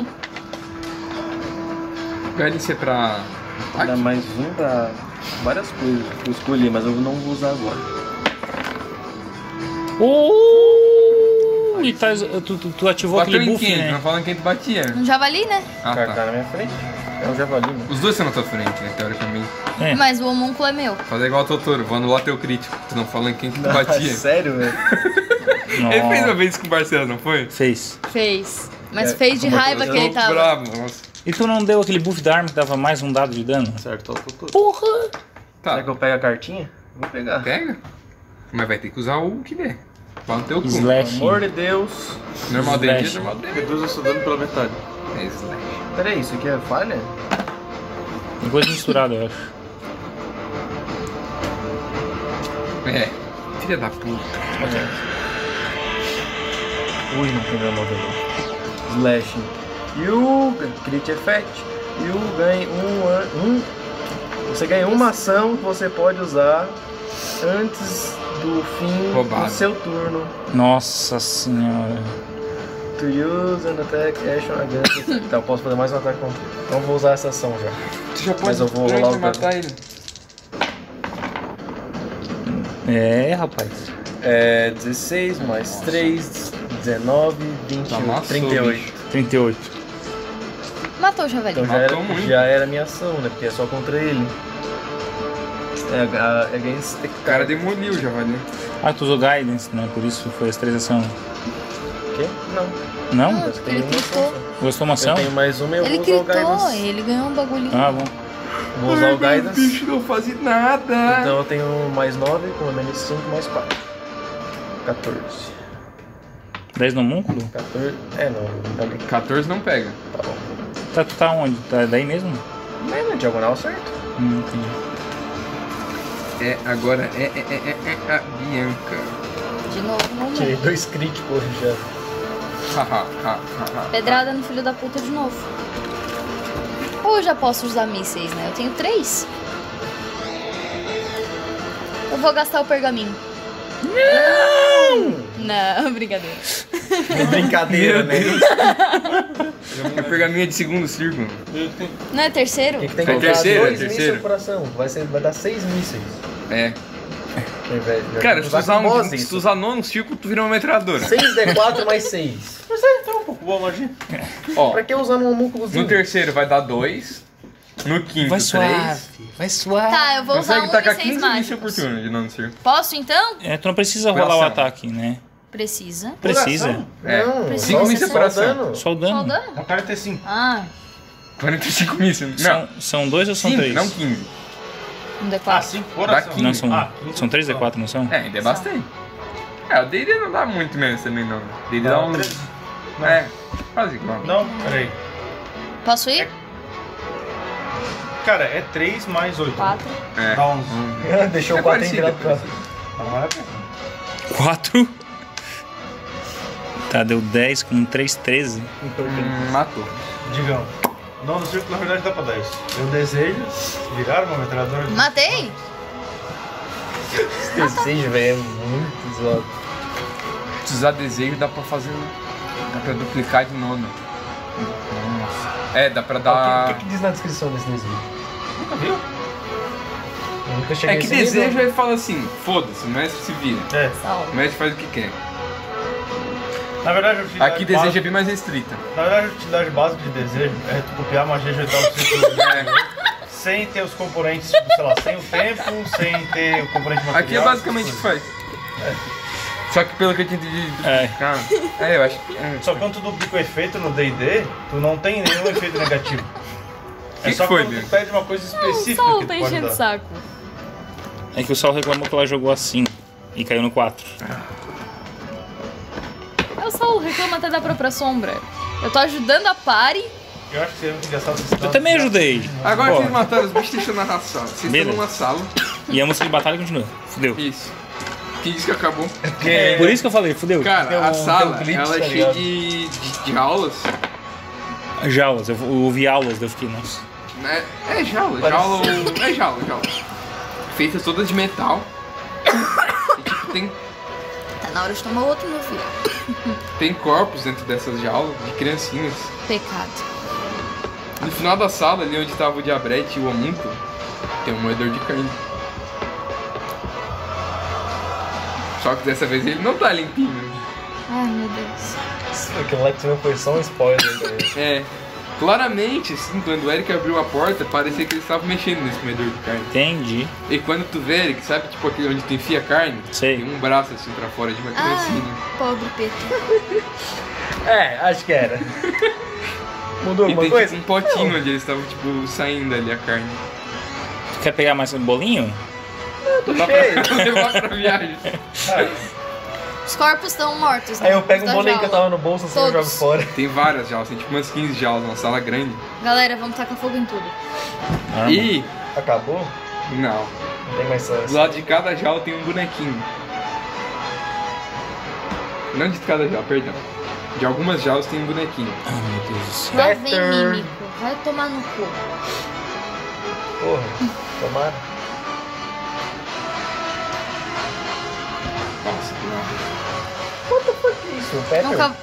Speaker 4: Guidance é pra.
Speaker 6: Dá mais um pra várias coisas que eu escolhi, mas eu não vou usar agora.
Speaker 1: Uh! Pum, e tá, tu, tu, tu ativou
Speaker 4: Bateu
Speaker 1: aquele
Speaker 4: em
Speaker 1: buff,
Speaker 4: quem?
Speaker 1: né?
Speaker 4: Não falando quem tu batia.
Speaker 3: Um javali, né?
Speaker 4: Ah, tá. na minha frente.
Speaker 6: um
Speaker 4: É o javali, né? Os dois estão na tua frente, né? Teoricamente.
Speaker 3: Mas o homúnculo é meu.
Speaker 4: Fazer igual o Totoro, vou anular teu crítico. Tu não falando quem que tu batia.
Speaker 6: Sério, velho?
Speaker 4: Ele fez uma vez isso com o Barcelos, não foi?
Speaker 1: Fez.
Speaker 3: Fez.
Speaker 1: É,
Speaker 3: Mas fez de raiva que ele tava.
Speaker 1: E tu não deu aquele buff da arma que dava mais um dado de dano? Certo,
Speaker 3: Porra!
Speaker 4: Tá.
Speaker 6: Será que eu pego a cartinha? Vou pegar.
Speaker 4: Pega? Mas vai ter que usar o que der. Lá no teu cu.
Speaker 6: Slash. Pelo amor de Deus.
Speaker 4: Normal
Speaker 6: Slash.
Speaker 4: DD, normal DD.
Speaker 6: Reduz o seu dano pela metade.
Speaker 4: É slash.
Speaker 6: Peraí, isso aqui é falha?
Speaker 1: Tem coisa misturada, eu acho.
Speaker 4: É. Filha da puta.
Speaker 6: Ui, não tem normal dano. Slash. E o crit effect. E o ganha um, an- um. Você ganha uma ação que você pode usar antes do fim
Speaker 1: Roubado.
Speaker 6: do seu turno.
Speaker 1: Nossa senhora.
Speaker 6: To use an attack action against it. Então eu posso fazer mais um ataque contra ele. Então eu vou usar essa ação já.
Speaker 4: Tu já pode
Speaker 6: Mas eu vou rolar o dano.
Speaker 4: matar ele.
Speaker 1: É, rapaz.
Speaker 6: É 16 mais 3, 19, 21,
Speaker 1: Tá, Amassou,
Speaker 6: 38.
Speaker 1: bicho. 38.
Speaker 3: Matou o javali.
Speaker 6: Então já era, já era minha ação, né? Porque é só contra ele. É, a, é against the
Speaker 4: O cara demoliu né? o javali.
Speaker 1: Ah, tu usou Guidance, né? Por isso foi as três ações.
Speaker 6: Quê? Não.
Speaker 1: Não? um
Speaker 6: Eu só tenho uma ação.
Speaker 1: Gostou uma ação?
Speaker 6: Eu tenho mais uma e eu
Speaker 3: Ele
Speaker 6: vou usar o
Speaker 3: gritou,
Speaker 6: Guidance.
Speaker 3: ele ganhou um bagulhinho.
Speaker 1: Ah, bom.
Speaker 6: Vou usar o Guidance.
Speaker 4: bicho não faz nada.
Speaker 6: Então eu tenho mais 9, com menos 5, mais 4. 14.
Speaker 1: 10 no múnculo?
Speaker 6: 14. É, não. Tá bem.
Speaker 4: 14 não pega.
Speaker 6: Tá bom.
Speaker 1: Tá, tu tá onde? Tá daí mesmo?
Speaker 6: É na diagonal, certo?
Speaker 1: Hum, entendi.
Speaker 4: É, agora é, é, é, é, é a Bianca.
Speaker 3: De novo, no
Speaker 6: Tirei
Speaker 3: homúnculo.
Speaker 6: dois críticos hoje já.
Speaker 4: Haha, ha, ha, ha.
Speaker 3: Pedrada no filho da puta de novo. Ou eu já posso usar mísseis, né? Eu tenho três. Eu vou gastar o pergaminho. Não! Não, brincadeira.
Speaker 6: É Brincadeira, né?
Speaker 4: É pergaminho de segundo círculo.
Speaker 3: Não é terceiro?
Speaker 6: Tem que
Speaker 4: É
Speaker 6: colocar
Speaker 4: terceiro, é
Speaker 6: dois mísseis
Speaker 4: terceiro.
Speaker 6: no coração. Vai, ser, vai dar seis mísseis.
Speaker 4: É.
Speaker 6: Ao invés de-
Speaker 4: Cara, se tu
Speaker 6: vai
Speaker 4: usar,
Speaker 6: com
Speaker 4: um,
Speaker 6: Moses,
Speaker 4: se tu usar nono círculo, tu vira uma metralhadora.
Speaker 6: 6D4 mais 6. Mas é, então, pô, boa magia.
Speaker 4: Ó,
Speaker 6: Pra que usar um
Speaker 4: no
Speaker 6: homúnculozinho?
Speaker 4: terceiro vai dar 2. No quinto, 3.
Speaker 1: vai suar.
Speaker 3: Tá, eu vou usar
Speaker 4: Consegue
Speaker 3: um
Speaker 4: tacar
Speaker 3: mísseis
Speaker 4: 15 mísseis por
Speaker 3: mágicos.
Speaker 4: turno de nono círculo.
Speaker 3: Posso então?
Speaker 1: É, tu não precisa
Speaker 4: Foi
Speaker 1: rolar o
Speaker 4: ação.
Speaker 1: ataque, né?
Speaker 3: Precisa.
Speaker 1: Precisa.
Speaker 4: É.
Speaker 6: Não,
Speaker 4: Cinco
Speaker 6: só-
Speaker 4: mísseis
Speaker 6: só
Speaker 4: por
Speaker 6: o
Speaker 4: ação.
Speaker 6: dano.
Speaker 1: Só o
Speaker 3: Qual o
Speaker 1: dano.
Speaker 12: Um
Speaker 3: dano?
Speaker 6: O cara tem 5.
Speaker 3: Ah,
Speaker 4: 45 mísseis. Não,
Speaker 1: São, são dois ou são
Speaker 4: Cinco,
Speaker 1: três?
Speaker 4: não 15.
Speaker 3: um D4. Ah,
Speaker 6: sim.
Speaker 4: Dá 15.
Speaker 1: Não, são, são três e quatro, não são?
Speaker 4: Ah, É, ainda é bastante. É, o DD não dá muito menos também, não. O DD dá
Speaker 6: Dá
Speaker 4: um.
Speaker 6: treze.
Speaker 4: É, quase igual.
Speaker 12: Não, peraí.
Speaker 3: Posso ir?
Speaker 12: Cara, é 3 mais 8.
Speaker 3: Quatro.
Speaker 4: É.
Speaker 12: Dá 11.
Speaker 6: Deixou
Speaker 12: É
Speaker 6: o 4
Speaker 12: parecido,
Speaker 6: virado pra cá.
Speaker 12: Agora é pra-
Speaker 1: Quatro? Tá, deu 10 com 3, 13.
Speaker 4: Hum, matou.
Speaker 12: Digão. Nono círculo na verdade dá pra 10. Eu desejo virar uma metralhadora.
Speaker 3: Matei?
Speaker 6: Esse desejo, velho, é muito zoado.
Speaker 4: Se usar desejo, dá pra fazer. um- Dá pra duplicar de nono. Nossa. É, dá pra
Speaker 6: Ó, O que,
Speaker 4: dar.
Speaker 6: o que que diz na descrição desse desejo?
Speaker 12: Nunca viu?
Speaker 6: Eu nunca cheguei
Speaker 4: É que
Speaker 6: nesse nível.
Speaker 4: desejo aí fala assim: foda-se, o mestre se vira.
Speaker 12: É.
Speaker 4: O mestre faz o que quer.
Speaker 12: Na verdade, a utilidade
Speaker 4: Aqui
Speaker 12: básica-
Speaker 4: desejo é bem mais restrita.
Speaker 12: Na verdade, a utilidade básica de desejo é tu copiar a magia de oitavo círculo sem ter os componentes, tipo, sei lá, sem o tempo, sem ter o componente material.
Speaker 4: Aqui é basicamente o que faz. Só que pelo que eu tinha entendido.
Speaker 1: É.
Speaker 4: Ah, é, eu acho que. é.
Speaker 12: Só que quando tu duplica o efeito no D&D, tu não tem nenhum efeito negativo. é
Speaker 4: Que
Speaker 12: só
Speaker 4: que foi,
Speaker 12: quando
Speaker 4: Bia?
Speaker 12: tu pede uma coisa específica
Speaker 3: Sol,
Speaker 12: que
Speaker 3: tá
Speaker 12: tu pode
Speaker 3: enchendo
Speaker 12: dar.
Speaker 3: o saco.
Speaker 1: É que o Sol reclamou que ela jogou assim e caiu no 4.
Speaker 3: É o Sol, reclama até da própria sombra. Eu tô ajudando a pare.
Speaker 12: Eu acho que você não tem gastado esse
Speaker 1: Eu também ajudei.
Speaker 4: Agora
Speaker 1: Bora.
Speaker 4: vocês mataram os bichos deixando na sala. Vocês
Speaker 1: Beleza.
Speaker 4: estão numa sala.
Speaker 1: E a música de batalha continua. Fudeu.
Speaker 4: Isso. Que diz que acabou. É.
Speaker 1: Por isso que eu falei, fudeu.
Speaker 4: Cara, a sala,
Speaker 6: glitch,
Speaker 4: ela é
Speaker 6: tá
Speaker 4: cheia
Speaker 6: ligado?
Speaker 4: de, de, de aulas.
Speaker 1: Jaulas, eu ouvi aulas, daí eu fiquei, nossa.
Speaker 4: né? É jaula, jaula. ou- É jaula, jaula. Feitas todas de metal. E, tipo, tem,
Speaker 3: Tá na hora de tomar outro, meu filho.
Speaker 4: tem corpos dentro dessas jaulas, de criancinhas.
Speaker 3: Pecado.
Speaker 4: No final da sala, ali onde tava o diabrete e o homúnculo, tem um moedor de carne. Só que dessa vez ele não tá limpinho.
Speaker 3: Ai, meu Deus.
Speaker 6: Aquilo lá que você viu foi só um spoiler, velho.
Speaker 4: É. Claramente, assim, quando o Eric abriu a porta, parecia que ele estava mexendo nesse comedor de carne.
Speaker 1: Entendi.
Speaker 4: E quando tu vê, Eric, sabe tipo aquele onde tu enfia a carne?
Speaker 1: Sei.
Speaker 4: Tem um braço assim pra fora de uma criancinha.
Speaker 3: Pobre Pedro.
Speaker 6: É, acho que era.
Speaker 4: Mudou
Speaker 6: alguma
Speaker 4: tem,
Speaker 6: coisa?
Speaker 4: Tipo, um potinho onde eles estavam tipo saindo ali a carne.
Speaker 1: Tu quer pegar mais um bolinho?
Speaker 6: Eu tô
Speaker 4: Dá pra levar pra viagem.
Speaker 3: Os corpos estão mortos, né?
Speaker 6: Aí eu pego um
Speaker 3: Da
Speaker 6: bolinho que eu
Speaker 3: jaula.
Speaker 6: tava no bolso, assim, eu
Speaker 3: Todos.
Speaker 6: jogo fora.
Speaker 4: Tem várias jaulas, tem tipo umas 15 jaulas, uma sala grande.
Speaker 3: Galera, vamos tacar fogo em tudo.
Speaker 1: Tá
Speaker 4: E.
Speaker 6: Acabou?
Speaker 4: Não.
Speaker 6: Não tem mais
Speaker 4: Do lado de cada jaula tem um bonequinho. Não de cada jaula, perdão. De algumas jaulas tem um bonequinho.
Speaker 1: Ah, meu Deus do céu.
Speaker 3: Lá é vem mímico. Vai tomar no cu.
Speaker 6: Porra, tomara.
Speaker 4: Nossa, que mal.
Speaker 6: Isso, o Peter.
Speaker 3: Nunca...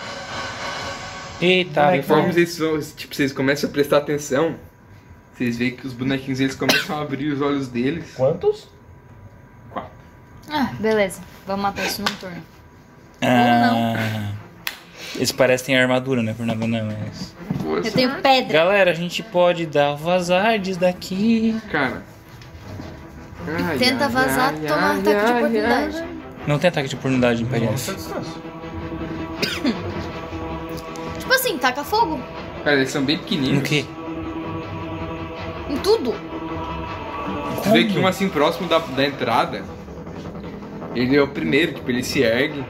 Speaker 1: Eita,
Speaker 4: Tá, Conforme vocês, vão- tipo, vocês começam a prestar atenção, vocês veem que os bonequinhos eles começam a abrir os olhos deles.
Speaker 6: Quantos?
Speaker 3: Ah, beleza. Vamos matar isso num turno.
Speaker 1: Ah, eles parecem armadura, né? Por nada não, mas.
Speaker 3: Eu tenho pedra.
Speaker 1: Galera, a gente pode dar vazar disso daqui.
Speaker 4: Cara.
Speaker 3: Tenta vazar,
Speaker 4: ai,
Speaker 3: tomar um
Speaker 4: ai,
Speaker 3: ataque de
Speaker 4: ai,
Speaker 3: oportunidade.
Speaker 1: Não tem ataque de oportunidade em Parias.
Speaker 3: Tipo assim, taca fogo
Speaker 4: Cara, eles são bem pequenininhos.
Speaker 1: No quê?
Speaker 3: em tudo.
Speaker 4: Tu vê que um assim próximo da, da entrada, ele é o primeiro, tipo, ele se ergue.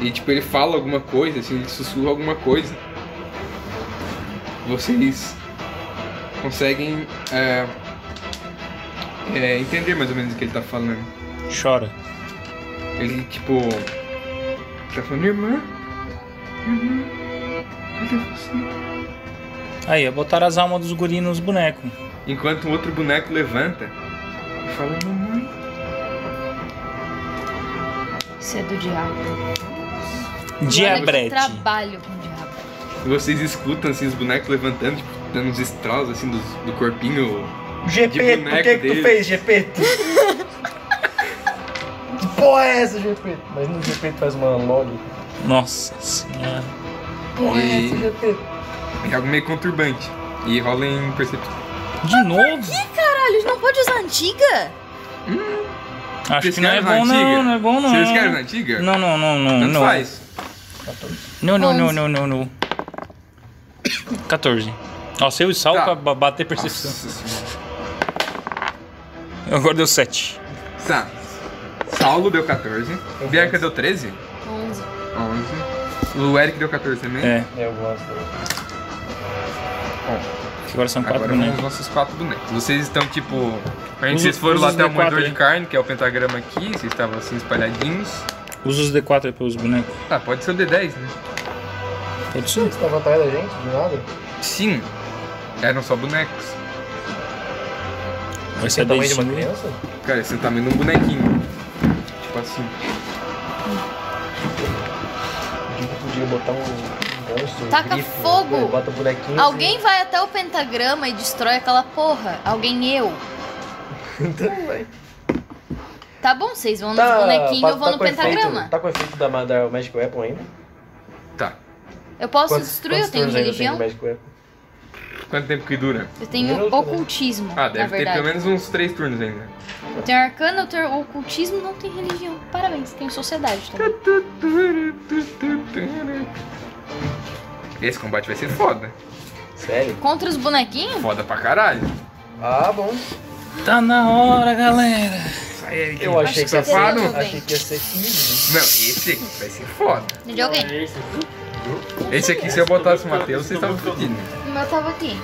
Speaker 4: E tipo, ele fala alguma coisa, assim, ele sussurra alguma coisa. Vocês conseguem é, é, entender mais ou menos o que ele tá falando.
Speaker 1: Chora.
Speaker 4: Ele tipo. Tá falando, irmã? Irmã? Cadê você?
Speaker 1: Aí, botaram as almas dos guris nos bonecos.
Speaker 4: Enquanto o outro boneco levanta e fala, mamãe.
Speaker 3: Isso é do diabo. Olha que
Speaker 4: Diabrete.
Speaker 3: trabalho com o diabo.
Speaker 4: E vocês escutam assim os bonecos levantando, tipo, dando uns estralos assim do, do corpinho.
Speaker 6: GP,
Speaker 4: De
Speaker 6: o
Speaker 4: boneco
Speaker 6: que, que
Speaker 4: dele.
Speaker 6: tu fez, GP? que porra é essa, GP? Mas no GP tu faz uma log. né,
Speaker 1: Nossa senhora.
Speaker 6: Porra é
Speaker 4: E-
Speaker 6: essa, GP?
Speaker 4: É algo meio conturbante. E rola em percepção.
Speaker 1: De novo?
Speaker 3: Ih, caralho, não pode usar antiga?
Speaker 1: Acho
Speaker 4: Vocês
Speaker 1: que não é
Speaker 4: querem
Speaker 1: bom,
Speaker 4: na antiga?
Speaker 1: não, não é bom, não.
Speaker 4: Vocês querem na antiga?
Speaker 1: Não, não, não, não.
Speaker 4: Tanto
Speaker 1: não.
Speaker 4: faz.
Speaker 1: Não, não, não, não, não, não. 14. Nossa, eu e
Speaker 4: Tá.
Speaker 1: Sal pra ba- bater percepção. Agora deu 7.
Speaker 4: Tá. Saulo deu 14. Bianca deu 13? 11.
Speaker 3: 11.
Speaker 4: O Eric deu 14 também?
Speaker 1: É.
Speaker 6: Eu gosto dele.
Speaker 1: Agora são quatro
Speaker 4: Agora vão
Speaker 1: bonecos.
Speaker 4: os nossos quatro bonecos. Vocês estão tipo. Antes
Speaker 1: Usa-
Speaker 4: vocês foram
Speaker 1: usa
Speaker 4: lá
Speaker 1: os
Speaker 4: até o
Speaker 1: D4
Speaker 4: moedor
Speaker 1: aí.
Speaker 4: de carne, que é o pentagrama aqui, vocês estavam assim espalhadinhos.
Speaker 1: Usa os D4 aí pelos bonecos.
Speaker 4: Ah, pode ser o D10, né?
Speaker 1: Pode
Speaker 6: Você tava atrás tá da gente, de nada?
Speaker 4: Sim. Eram só bonecos.
Speaker 1: Vai
Speaker 6: ser tamanho tá de uma criança?
Speaker 4: Cara, esse é o tamanho de um bonequinho. Tipo assim.
Speaker 6: Eu podia botar um um monstro. um
Speaker 3: Taca
Speaker 6: grifo,
Speaker 3: fogo!
Speaker 6: né? Bota um bonequinho.
Speaker 3: Alguém vai até o pentagrama e destrói aquela porra. Alguém eu. Tá bom, vocês vão no bonequinho, eu vou no
Speaker 6: com
Speaker 3: pentagrama.
Speaker 6: Efeito, tá com o efeito da, ma- da Magic Weapon ainda?
Speaker 4: Tá.
Speaker 3: Eu posso
Speaker 6: Quantos-
Speaker 3: destruir,
Speaker 6: quantos
Speaker 3: eu tenho
Speaker 6: turnos ainda né? tem
Speaker 3: um religião.
Speaker 6: de Magic Weapon?
Speaker 4: Quanto tempo que dura?
Speaker 3: Eu tenho ocultismo,
Speaker 4: Ah,
Speaker 3: na
Speaker 4: deve ter
Speaker 3: verdade.
Speaker 4: pelo menos uns três turnos ainda.
Speaker 3: Eu tenho arcana, eu tenho ocultismo, não tenho religião. Parabéns, tenho sociedade também.
Speaker 4: Esse combate vai ser foda.
Speaker 6: Sério?
Speaker 3: Contra os bonequinhos?
Speaker 4: Foda pra caralho.
Speaker 6: Ah, bom.
Speaker 1: Tá na hora, galera.
Speaker 6: Eu achei que, ia ser,
Speaker 4: safado.
Speaker 6: achei que ia ser easy.
Speaker 4: Não, esse aqui vai ser foda.
Speaker 3: De alguém.
Speaker 4: Esse aqui, se eu botasse o Matheus, vocês estavam fodidos.
Speaker 3: O meu tava aqui.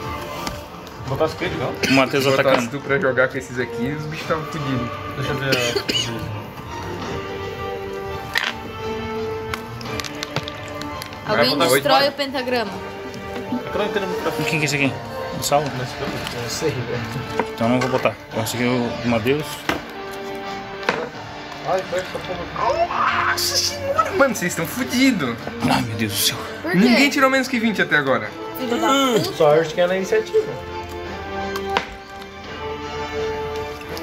Speaker 4: Botasse o que, legal?
Speaker 1: O Matheus
Speaker 4: Se botasse
Speaker 1: atacando.
Speaker 4: tu pra jogar com esses aqui, os bichos estavam fodidos. Deixa eu ver.
Speaker 3: Alguém
Speaker 1: botar oito,
Speaker 3: destrói
Speaker 1: vai.
Speaker 3: o pentagrama.
Speaker 1: Quem que é esse aqui? O Sal?
Speaker 6: Não sei, velho.
Speaker 1: Então não vou botar. Então esse aqui é o Matheus.
Speaker 6: Ai, vai essa porra.
Speaker 4: Nossa senhora, mano, vocês estão fodidos.
Speaker 1: Ai, meu Deus do céu.
Speaker 3: Por quê?
Speaker 4: Ninguém tirou menos que 20 até agora.
Speaker 3: Filho da puta.
Speaker 6: Sorte que é na iniciativa.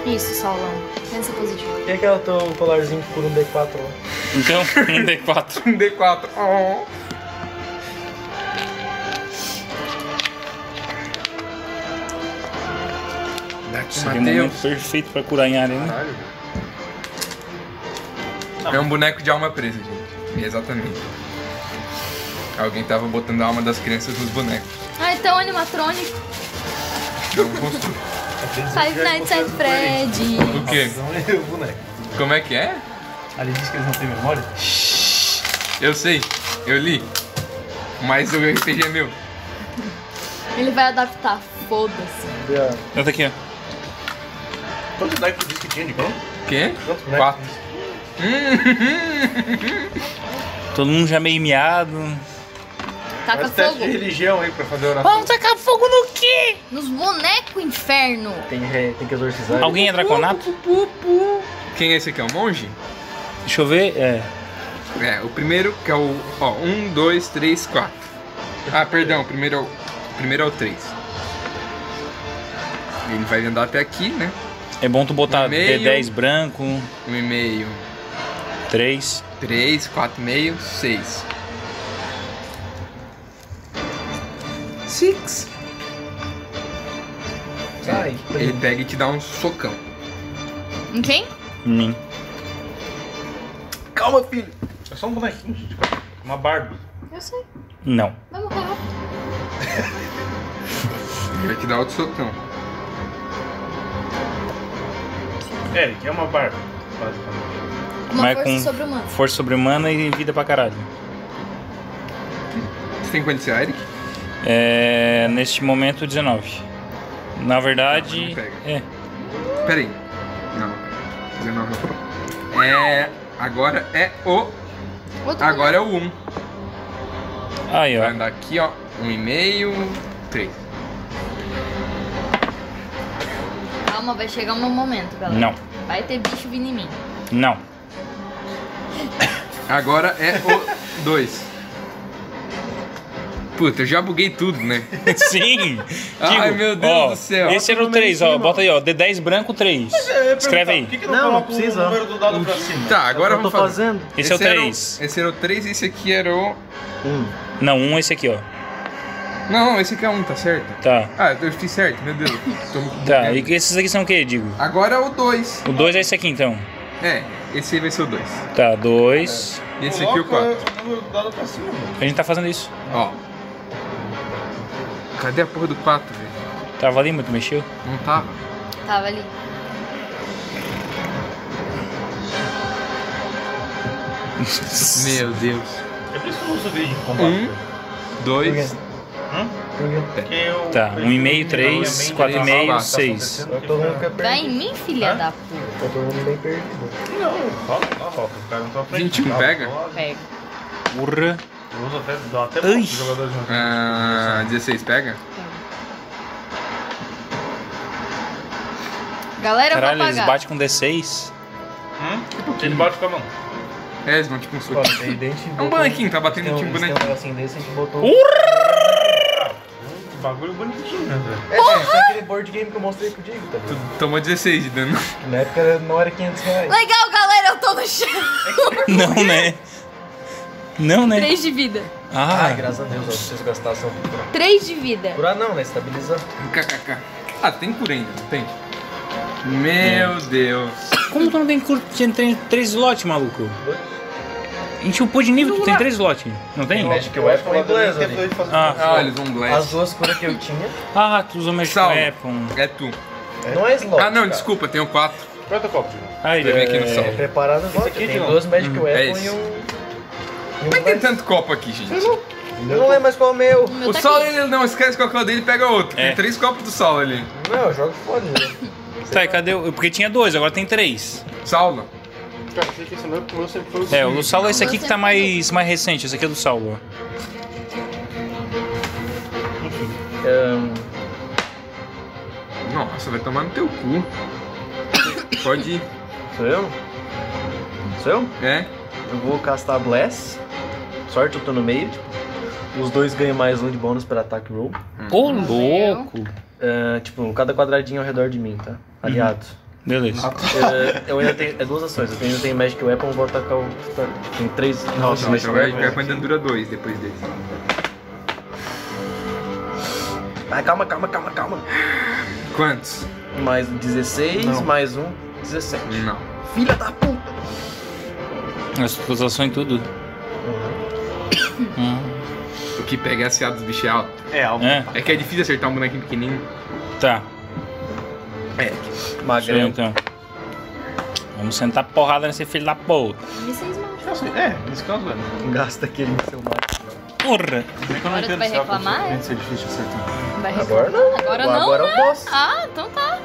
Speaker 3: Isso, Saulão. Pensa positivo.
Speaker 6: E aquela teu colarzinho por um D4 lá?
Speaker 1: Então, um D4.
Speaker 4: um D4. Oh.
Speaker 1: Seria um momento perfeito pra curar em área, né?
Speaker 4: É um boneco de alma presa, gente. Exatamente. Alguém tava botando a alma das crianças nos bonecos. um
Speaker 3: Ah, então animatrônico.
Speaker 4: Não construiu.
Speaker 3: Five Nights at Freddy.
Speaker 4: O quê?
Speaker 27: Não, o boneco.
Speaker 4: Como é que é?
Speaker 27: Ali diz que eles não têm memória.
Speaker 4: Eu sei, eu li. Mas o RPG é meu.
Speaker 3: Ele vai adaptar. Foda-se.
Speaker 1: Anda aqui, ó.
Speaker 27: Quantos bonecos diz que tinha de qual?
Speaker 4: Quê?
Speaker 27: Quantos bonecos?
Speaker 4: Quatro.
Speaker 1: Todo mundo já meio miado.
Speaker 3: Taca
Speaker 27: Faz teste de
Speaker 3: fogo.
Speaker 27: religião aí pra fazer oração.
Speaker 3: Vamos tacar fogo no quê? Nos bonecos, inferno.
Speaker 6: Tem, re- tem que exorcizar.
Speaker 1: Alguém é draconato?
Speaker 4: Quem é esse aqui? É o monge?
Speaker 1: Deixa eu ver. É.
Speaker 4: É, o primeiro que é o. Ó, um, dois, três, quatro. Ah, perdão, o primeiro é o. o Primeiro é o três. Ele vai andar até aqui, né?
Speaker 1: É bom tu botar
Speaker 4: E-mail.
Speaker 1: D10 branco.
Speaker 4: Um e meio.
Speaker 1: Três.
Speaker 4: Três, quatro e meio, seis. Six.
Speaker 6: Sai.
Speaker 4: Ele pega e te dá um socão.
Speaker 3: Em quem?
Speaker 1: Mim.
Speaker 27: Calma, filho. É só um bonequinho, gente. Uma Barbie.
Speaker 3: Eu sei.
Speaker 1: Não.
Speaker 3: Vai morrer rápido.
Speaker 4: Ele vai te dar outro socão.
Speaker 27: É, ele quer uma Barbie. basicamente.
Speaker 3: Uma
Speaker 1: Mas é
Speaker 3: força
Speaker 1: com
Speaker 3: sobre-humana.
Speaker 1: Força sobre-humana e vida pra caralho.
Speaker 4: Você tem quanto de CA, Eric?
Speaker 1: É, neste momento, 19. Na
Speaker 4: Não,
Speaker 1: verdade.
Speaker 4: não pega.
Speaker 1: é.
Speaker 4: Pera aí. Não. 19 não. É. Agora é o.
Speaker 3: Outro
Speaker 4: Agora é o 1.
Speaker 1: Aí,
Speaker 4: Vai
Speaker 1: ó.
Speaker 4: andar aqui, ó. 1,5, 3.
Speaker 3: Calma, vai chegar um momento, galera.
Speaker 1: Não.
Speaker 3: Vai ter bicho vindo em mim.
Speaker 1: Não.
Speaker 4: Agora é o 2. Puta, eu já buguei tudo, né?
Speaker 1: Sim!
Speaker 4: Ai,
Speaker 1: Digo,
Speaker 4: meu Deus
Speaker 1: ó,
Speaker 4: do céu.
Speaker 1: Esse era o 3, ó. Bota aí, ó. D10 branco 3. Escreve aí.
Speaker 27: que
Speaker 12: Não, não
Speaker 27: coloca
Speaker 12: precisa.
Speaker 27: O número do dado pra cima.
Speaker 4: Tá, agora
Speaker 12: eu tô
Speaker 4: vamos fazer.
Speaker 12: fazendo.
Speaker 1: Esse é o
Speaker 4: era um-
Speaker 1: 3.
Speaker 4: Esse era o 3 e esse aqui era o.
Speaker 1: Não, um esse aqui, ó.
Speaker 4: Não, esse aqui é um, tá certo?
Speaker 1: Tá.
Speaker 4: Ah, eu fiz certo, meu Deus. Tô me
Speaker 1: Tá.
Speaker 4: bugando.
Speaker 1: E esses aqui são o quê, Digo?
Speaker 4: Agora é o 2.
Speaker 1: O 2 é esse aqui, então.
Speaker 4: É, esse aí vai ser o 2.
Speaker 1: Tá, 2.
Speaker 4: E esse aqui é o 4.
Speaker 27: Coloca o número do dado pra cima. mano.
Speaker 1: A gente tá fazendo isso.
Speaker 4: Ó. Cadê a porra do 4, velho?
Speaker 1: Tava ali, mas tu mexeu.
Speaker 4: Não tá? tava.
Speaker 3: Tava ali.
Speaker 4: Meu Deus.
Speaker 27: É por isso que eu não subi de combate.
Speaker 1: Hum?
Speaker 4: 1, 2,
Speaker 27: Porque eu.
Speaker 1: Tá, um e meio, três, quatro e meio, seis.
Speaker 12: é
Speaker 6: Todo mundo fica
Speaker 3: Vai
Speaker 6: é perdido.
Speaker 3: em mim, filha da puta.
Speaker 6: Tá todo mundo bem perdido.
Speaker 27: Não, rola, rola, rola. Cara, não tô à frente.
Speaker 4: 21
Speaker 27: Tá,
Speaker 4: pega?
Speaker 27: rola.
Speaker 3: Pega.
Speaker 1: Urra.
Speaker 27: Eu uso até, dá até pouco jogadores juntos.
Speaker 4: Ah, 16 pega?
Speaker 3: Galera, eu
Speaker 1: Caralho,
Speaker 3: vou
Speaker 1: eles
Speaker 3: pagar.
Speaker 1: batem com D6.
Speaker 27: Hum? Ele bate com a mão.
Speaker 4: É, eles vão te consumir.
Speaker 6: Ó, daí daí a gente
Speaker 4: É um
Speaker 6: botou-
Speaker 4: bonequinho, tá
Speaker 6: tem
Speaker 4: batendo
Speaker 6: um-
Speaker 4: em um
Speaker 6: tem um
Speaker 4: bonequinho.
Speaker 6: negocinho desse, a gente botou. um-
Speaker 27: Que bagulho bonitinho, né, velho?
Speaker 6: É, gente, é aquele board game que eu mostrei pro Diego, tá ligado?
Speaker 4: Tu tomou 16 de dano.
Speaker 6: Que Na época era- não era 500 reais.
Speaker 3: Legal, galera, eu tô no chão.
Speaker 1: Não, né? Não, né?
Speaker 3: Três de vida.
Speaker 6: Ai,
Speaker 1: Ah,
Speaker 6: graças a Deus, ó, vocês gastaram só pra curar.
Speaker 3: Três de vida.
Speaker 6: Curar não, né? Estabilizar.
Speaker 4: KKK. Ah, tem cura ainda, não tem? Meu Deus.
Speaker 1: como tu não tem curto? Tinha tem três slots, maluco. A gente upou de nível, tu tem três slots. Não tem?
Speaker 6: Magic Weapon e Blaze ali.
Speaker 1: Ah,
Speaker 4: Ah, eles vão
Speaker 6: As
Speaker 4: blast.
Speaker 6: duas curas que eu tinha.
Speaker 1: ah tu usa Magic
Speaker 4: Salve.
Speaker 1: Weapon.
Speaker 4: É tu.
Speaker 6: Não é slot.
Speaker 4: Ah, não,
Speaker 6: cara.
Speaker 4: desculpa, tem o 4.
Speaker 12: é
Speaker 27: Quanto copo, Diego?
Speaker 1: Aí,
Speaker 4: Vem aqui no
Speaker 1: é...
Speaker 4: salve.
Speaker 6: Preparado slot.
Speaker 27: aqui é de
Speaker 6: Tem
Speaker 27: novo.
Speaker 6: duas Magic Weapon
Speaker 4: é
Speaker 6: e
Speaker 4: esse.
Speaker 6: um.
Speaker 4: Mas
Speaker 6: E
Speaker 4: tem
Speaker 6: um
Speaker 4: tanto copo aqui, gente.
Speaker 6: Blaze. Eu não lembro mais qual é o meu.
Speaker 3: O meu
Speaker 4: O
Speaker 3: tá
Speaker 4: Saulo,
Speaker 3: aqui.
Speaker 4: ele não esquece qual que é o dele e pega outro.
Speaker 1: É.
Speaker 4: Tem três copos do Saulo ali.
Speaker 6: Não, eu jogo foda. né?
Speaker 1: Tá, e cadê o... Porque tinha dois, agora tem três.
Speaker 4: Saulo.
Speaker 27: Cara, achei que esse meu, o meu sempre foi o
Speaker 1: É, o do Saulo é esse aqui que tá mais, mais recente. Esse aqui é do Saulo. ó.
Speaker 4: Nossa, vai tomar no teu cu. Pode ir.
Speaker 12: Sou eu? Sou eu?
Speaker 4: É?
Speaker 12: Eu vou castar Bless. Sorte eu tô no meio. tipo. Os dois ganham mais um de bônus para ataque roll.
Speaker 1: Ô, louco.
Speaker 6: É,
Speaker 12: Ah, tipo, cada quadradinho ao redor de mim, tá? Aliados.
Speaker 28: Beleza.
Speaker 6: É, eu ainda tenho. É duas ações. Eu tenho- ainda tenho Magic Weapon, vou atacar o. Tem três.
Speaker 4: Nossa, mas
Speaker 6: Magic
Speaker 4: o Magic
Speaker 6: Weapon.
Speaker 4: Weapon ainda dura dois depois desse.
Speaker 6: Ah, calma, calma, calma, calma.
Speaker 4: Quantos?
Speaker 6: Mais 16,
Speaker 4: Não.
Speaker 6: mais um, 17.
Speaker 4: Não.
Speaker 6: Filha da puta!
Speaker 1: As tuas ações tudo. Hum,
Speaker 4: O que pega SA dos bichos é alto.
Speaker 12: É alto.
Speaker 4: É. que é difícil acertar um bonequinho pequenininho.
Speaker 1: Tá.
Speaker 4: É.
Speaker 1: Magrão. então. Vamos sentar porrada nesse filho da puta.
Speaker 12: É, nesse caso é.
Speaker 6: Gasta aquele seu mágico.
Speaker 1: Porra!
Speaker 12: Agora
Speaker 3: tu vai reclamar, é?
Speaker 12: Isso é difícil acertar.
Speaker 3: Vai
Speaker 1: Agora
Speaker 3: reclamar?
Speaker 1: não. Agora
Speaker 3: Agora não,
Speaker 1: eu
Speaker 3: né? Ah, então tá.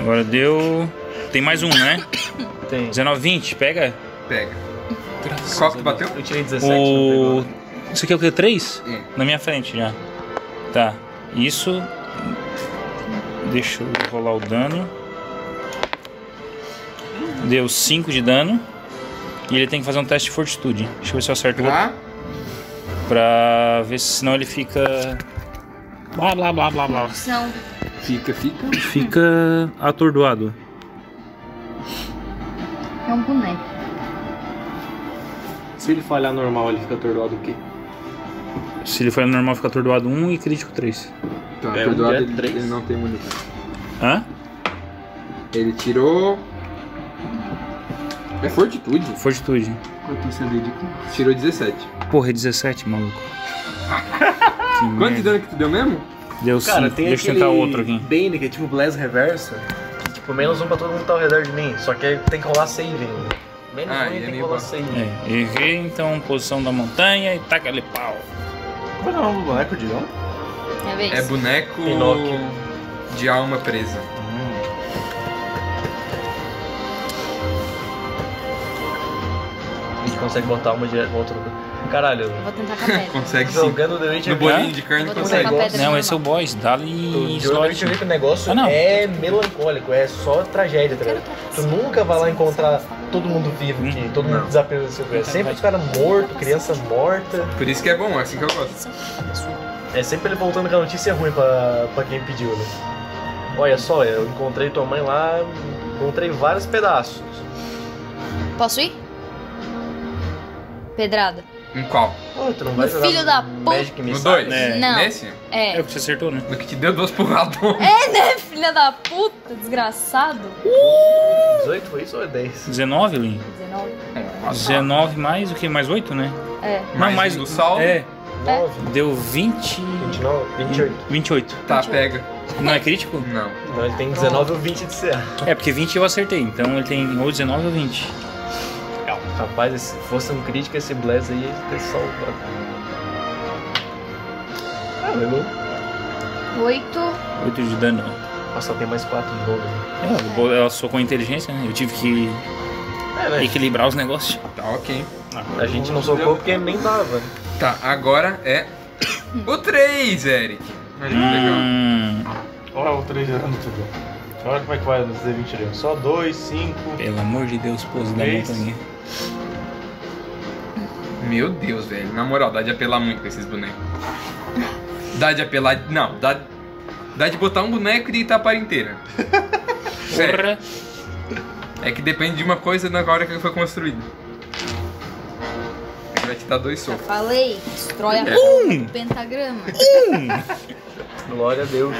Speaker 1: Agora deu. Tem mais um, né? Tem. 19, 20, pega?
Speaker 4: Pega. Qual que tu bateu?
Speaker 6: Eu tirei né?
Speaker 1: O... Isso aqui é o que? 3? Na minha frente já. Tá. Isso. Deixa eu rolar o dano. Deu 5 de dano. E ele tem que fazer um teste de fortitude. Deixa eu ver se eu acerto
Speaker 4: Ah.
Speaker 1: o outro.
Speaker 4: Tá?
Speaker 1: Pra ver se senão ele fica. Blá blá blá blá blá.
Speaker 3: Não.
Speaker 4: Fica, fica.
Speaker 1: Fica atordoado.
Speaker 3: É um boneco.
Speaker 29: Se ele falhar normal, ele fica atordoado o quê?
Speaker 1: Se ele for normal, fica atordoado 1 e crítico 3.
Speaker 4: Então,
Speaker 29: É, um
Speaker 4: perdoado,
Speaker 29: dia é
Speaker 4: ele, ele não tem munição.
Speaker 1: Hã?
Speaker 4: Ele tirou. É fortitude.
Speaker 1: Fortitude.
Speaker 4: Quanto você dedica? Tirou 17.
Speaker 1: Porra, é 17, maluco.
Speaker 4: Quanto de dano que tu deu mesmo?
Speaker 1: Deu
Speaker 4: Cara,
Speaker 1: cinco.
Speaker 4: tem
Speaker 1: Deixa eu
Speaker 4: aquele-
Speaker 1: tentar outro aqui.
Speaker 6: Bane, que é tipo Bless Reversa. Tipo, menos um pra todo mundo que tá ao redor de mim. Só que aí tem que rolar save ainda. Menos
Speaker 4: Ah,
Speaker 6: um e tem que rolar save.
Speaker 1: É, errei então posição da montanha e taca ali pau.
Speaker 12: Mas não, o boneco de não.
Speaker 3: Minha vez.
Speaker 4: É boneco
Speaker 1: Pinóquio.
Speaker 4: de alma presa.
Speaker 6: A gente consegue botar uma direto no outro. Caralho. Eu
Speaker 3: vou tentar com a pedra.
Speaker 4: Consegue sim.
Speaker 6: Jogando The Witcher
Speaker 4: No bolinho de carne
Speaker 6: Eu vou tentar
Speaker 4: consegue.
Speaker 6: com a pedra
Speaker 1: Não,
Speaker 6: normal.
Speaker 1: esse é o boss, dali
Speaker 6: Tu jogando The
Speaker 1: slot.
Speaker 6: Witcher Rift, o negócio
Speaker 1: Ah, não.
Speaker 6: é melancólico, é só tragédia, tá ligado? Tu nunca vai lá encontrar todo mundo vivo aqui, todo mundo desaparecido. É sempre os caras mortos, criança morta.
Speaker 4: Por isso que é bom, é assim que eu gosto.
Speaker 6: É sempre ele voltando com a notícia ruim pra, pra quem pediu, né? Olha só, eu encontrei tua mãe lá, encontrei vários pedaços.
Speaker 3: Posso ir? Pedrada.
Speaker 4: Em Um qual?
Speaker 6: Pô, tu não
Speaker 3: No filho da puta.
Speaker 4: No 2?
Speaker 3: Não.
Speaker 4: Nesse?
Speaker 3: É.
Speaker 1: o que você acertou, né?
Speaker 4: No que te deu duas porradas.
Speaker 3: É, né, filha da puta, desgraçado.
Speaker 6: 18 foi isso ou é 10?
Speaker 1: 19, Lin?
Speaker 3: 19.
Speaker 1: 19 mais o que? Mais 8, né?
Speaker 3: É.
Speaker 4: um
Speaker 1: Não, mais o saldo. É.
Speaker 6: 9.
Speaker 1: Deu 20.
Speaker 6: 29, 28.
Speaker 1: 28.
Speaker 4: Tá, pega.
Speaker 1: Não é crítico?
Speaker 4: Não.
Speaker 6: Não, ele tem 19 ou 20 de CA.
Speaker 1: É, porque 20 eu acertei, então ele tem ou 19 ou 20.
Speaker 6: Rapaz, se fosse um crítico, esse Bless aí ia ter salvado. Ah, levou.
Speaker 3: 8.
Speaker 1: 8 de dano.
Speaker 6: Nossa, ela tem mais né? 4 de bônus.
Speaker 1: É, o bo- ela sou com inteligência, né? Eu tive que
Speaker 6: né?
Speaker 1: equilibrar os negócios.
Speaker 4: Tá, ok.
Speaker 6: A gente não socou porque nem dava.
Speaker 4: Tá, agora é o 3, Eric. Olha que
Speaker 1: Hum. legal.
Speaker 12: Olha o 3 anos, tudo. Olha como é que vai nos D20 ali. Só 2, 5.
Speaker 1: Pelo amor de Deus, pouso da
Speaker 12: Três.
Speaker 1: montanha.
Speaker 4: Meu Deus, velho. Na moral, dá de apelar muito com esses bonecos. Dá de apelar. Não, dá. Dá de botar um boneco e deitar a parede inteira. Sério. É que depende de uma coisa na hora que ele foi construído. Ele vai te dar dois socos.
Speaker 3: Falei, destrói a
Speaker 4: É.
Speaker 3: porra do pentagrama.
Speaker 6: Glória a Deus.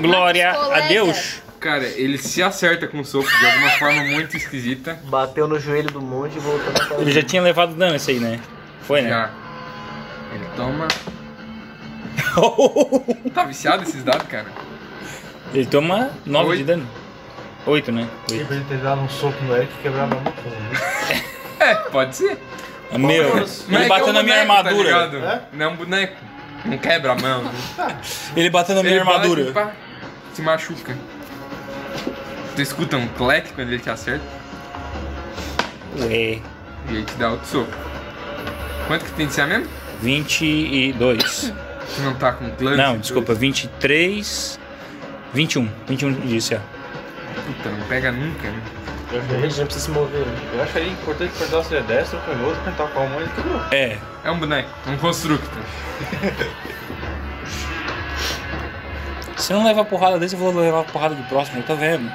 Speaker 1: Glória
Speaker 3: Mas, colega. a Deus.
Speaker 4: Cara, ele se acerta com o soco de alguma forma muito esquisita.
Speaker 6: Bateu no joelho do monge e voltou pra
Speaker 1: Ele já tinha levado dano esse aí, né? Foi, né?
Speaker 4: Já. Ele toma. tá viciado esses dados, cara?
Speaker 1: Ele toma 9 de dano. 8, né?
Speaker 12: E pra ele ter dado um soco no Eric e quebrado a mão com
Speaker 4: É, pode ser.
Speaker 1: Meu,
Speaker 4: Mas
Speaker 1: ele
Speaker 4: é que
Speaker 1: bateu
Speaker 4: é um
Speaker 1: na minha
Speaker 4: boneco,
Speaker 1: armadura.
Speaker 4: Tá ligado? Não é um boneco. Não quebra a mão.
Speaker 1: Ele bateu na minha
Speaker 4: Ele bate,
Speaker 1: armadura.
Speaker 4: pá, se machuca. Tu escuta um clack quando ele te acerta?
Speaker 1: Ué.
Speaker 4: E ele te dá outro soco. Quanto que tem de ser mesmo?
Speaker 1: 22.
Speaker 4: Tu não tá com clã?
Speaker 1: Não, desculpa, 23. 21. 21 disse, ó.
Speaker 4: Puta, não pega nunca, né?
Speaker 12: Eu
Speaker 6: O monge não precisa se mover. né?
Speaker 12: Eu acharia importante perguntar se ele é destro ou canhoto, perguntar qual mão ele quebrou.
Speaker 1: É.
Speaker 4: É um boneco, um constructor.
Speaker 1: Se eu não levar porrada desse, eu vou levar porrada do próximo, eu tô vendo.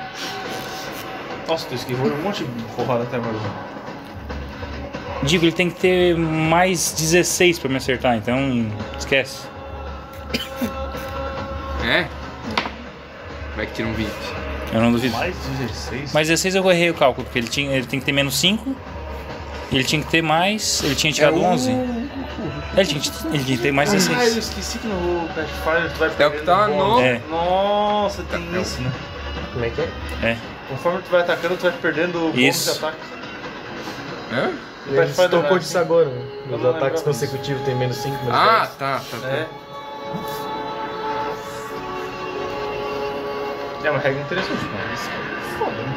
Speaker 27: Nossa, tu esquivou um monte de porrada até agora.
Speaker 1: Digo, ele tem que ter mais 16 pra me acertar, então esquece.
Speaker 4: É? Vai que tira um 20.
Speaker 1: Eu não duvido.
Speaker 27: Mais 16?
Speaker 1: Mas 16 eu errei o cálculo, porque ele, tinha, ele tem que ter menos 5. Ele tinha que ter mais. Ele tinha tirado
Speaker 27: É o-
Speaker 1: 11. Ele tinha, que- ele tinha que ter mais
Speaker 27: Ah, eu
Speaker 1: 16.
Speaker 27: esqueci que no Pathfinder tu vai
Speaker 4: É o que tá
Speaker 27: perdendo
Speaker 4: no- Tá, é
Speaker 27: bônus.
Speaker 1: É.
Speaker 27: Nossa, tem isso, né?
Speaker 6: Como é que é?
Speaker 1: É.
Speaker 27: Conforme tu vai atacando, tu vai perdendo bônus
Speaker 1: Isso.
Speaker 27: de ataque.
Speaker 6: Ele
Speaker 27: Pathfinder
Speaker 6: tocou
Speaker 27: vai-
Speaker 6: disso agora.
Speaker 27: Eu
Speaker 6: Os
Speaker 27: não
Speaker 6: ataques
Speaker 27: lembrava
Speaker 6: consecutivos tem menos 5, menos
Speaker 4: Ah,
Speaker 6: 10.
Speaker 4: tá, tá, tá.
Speaker 27: É uma regra interessante, mano. Isso é foda, né?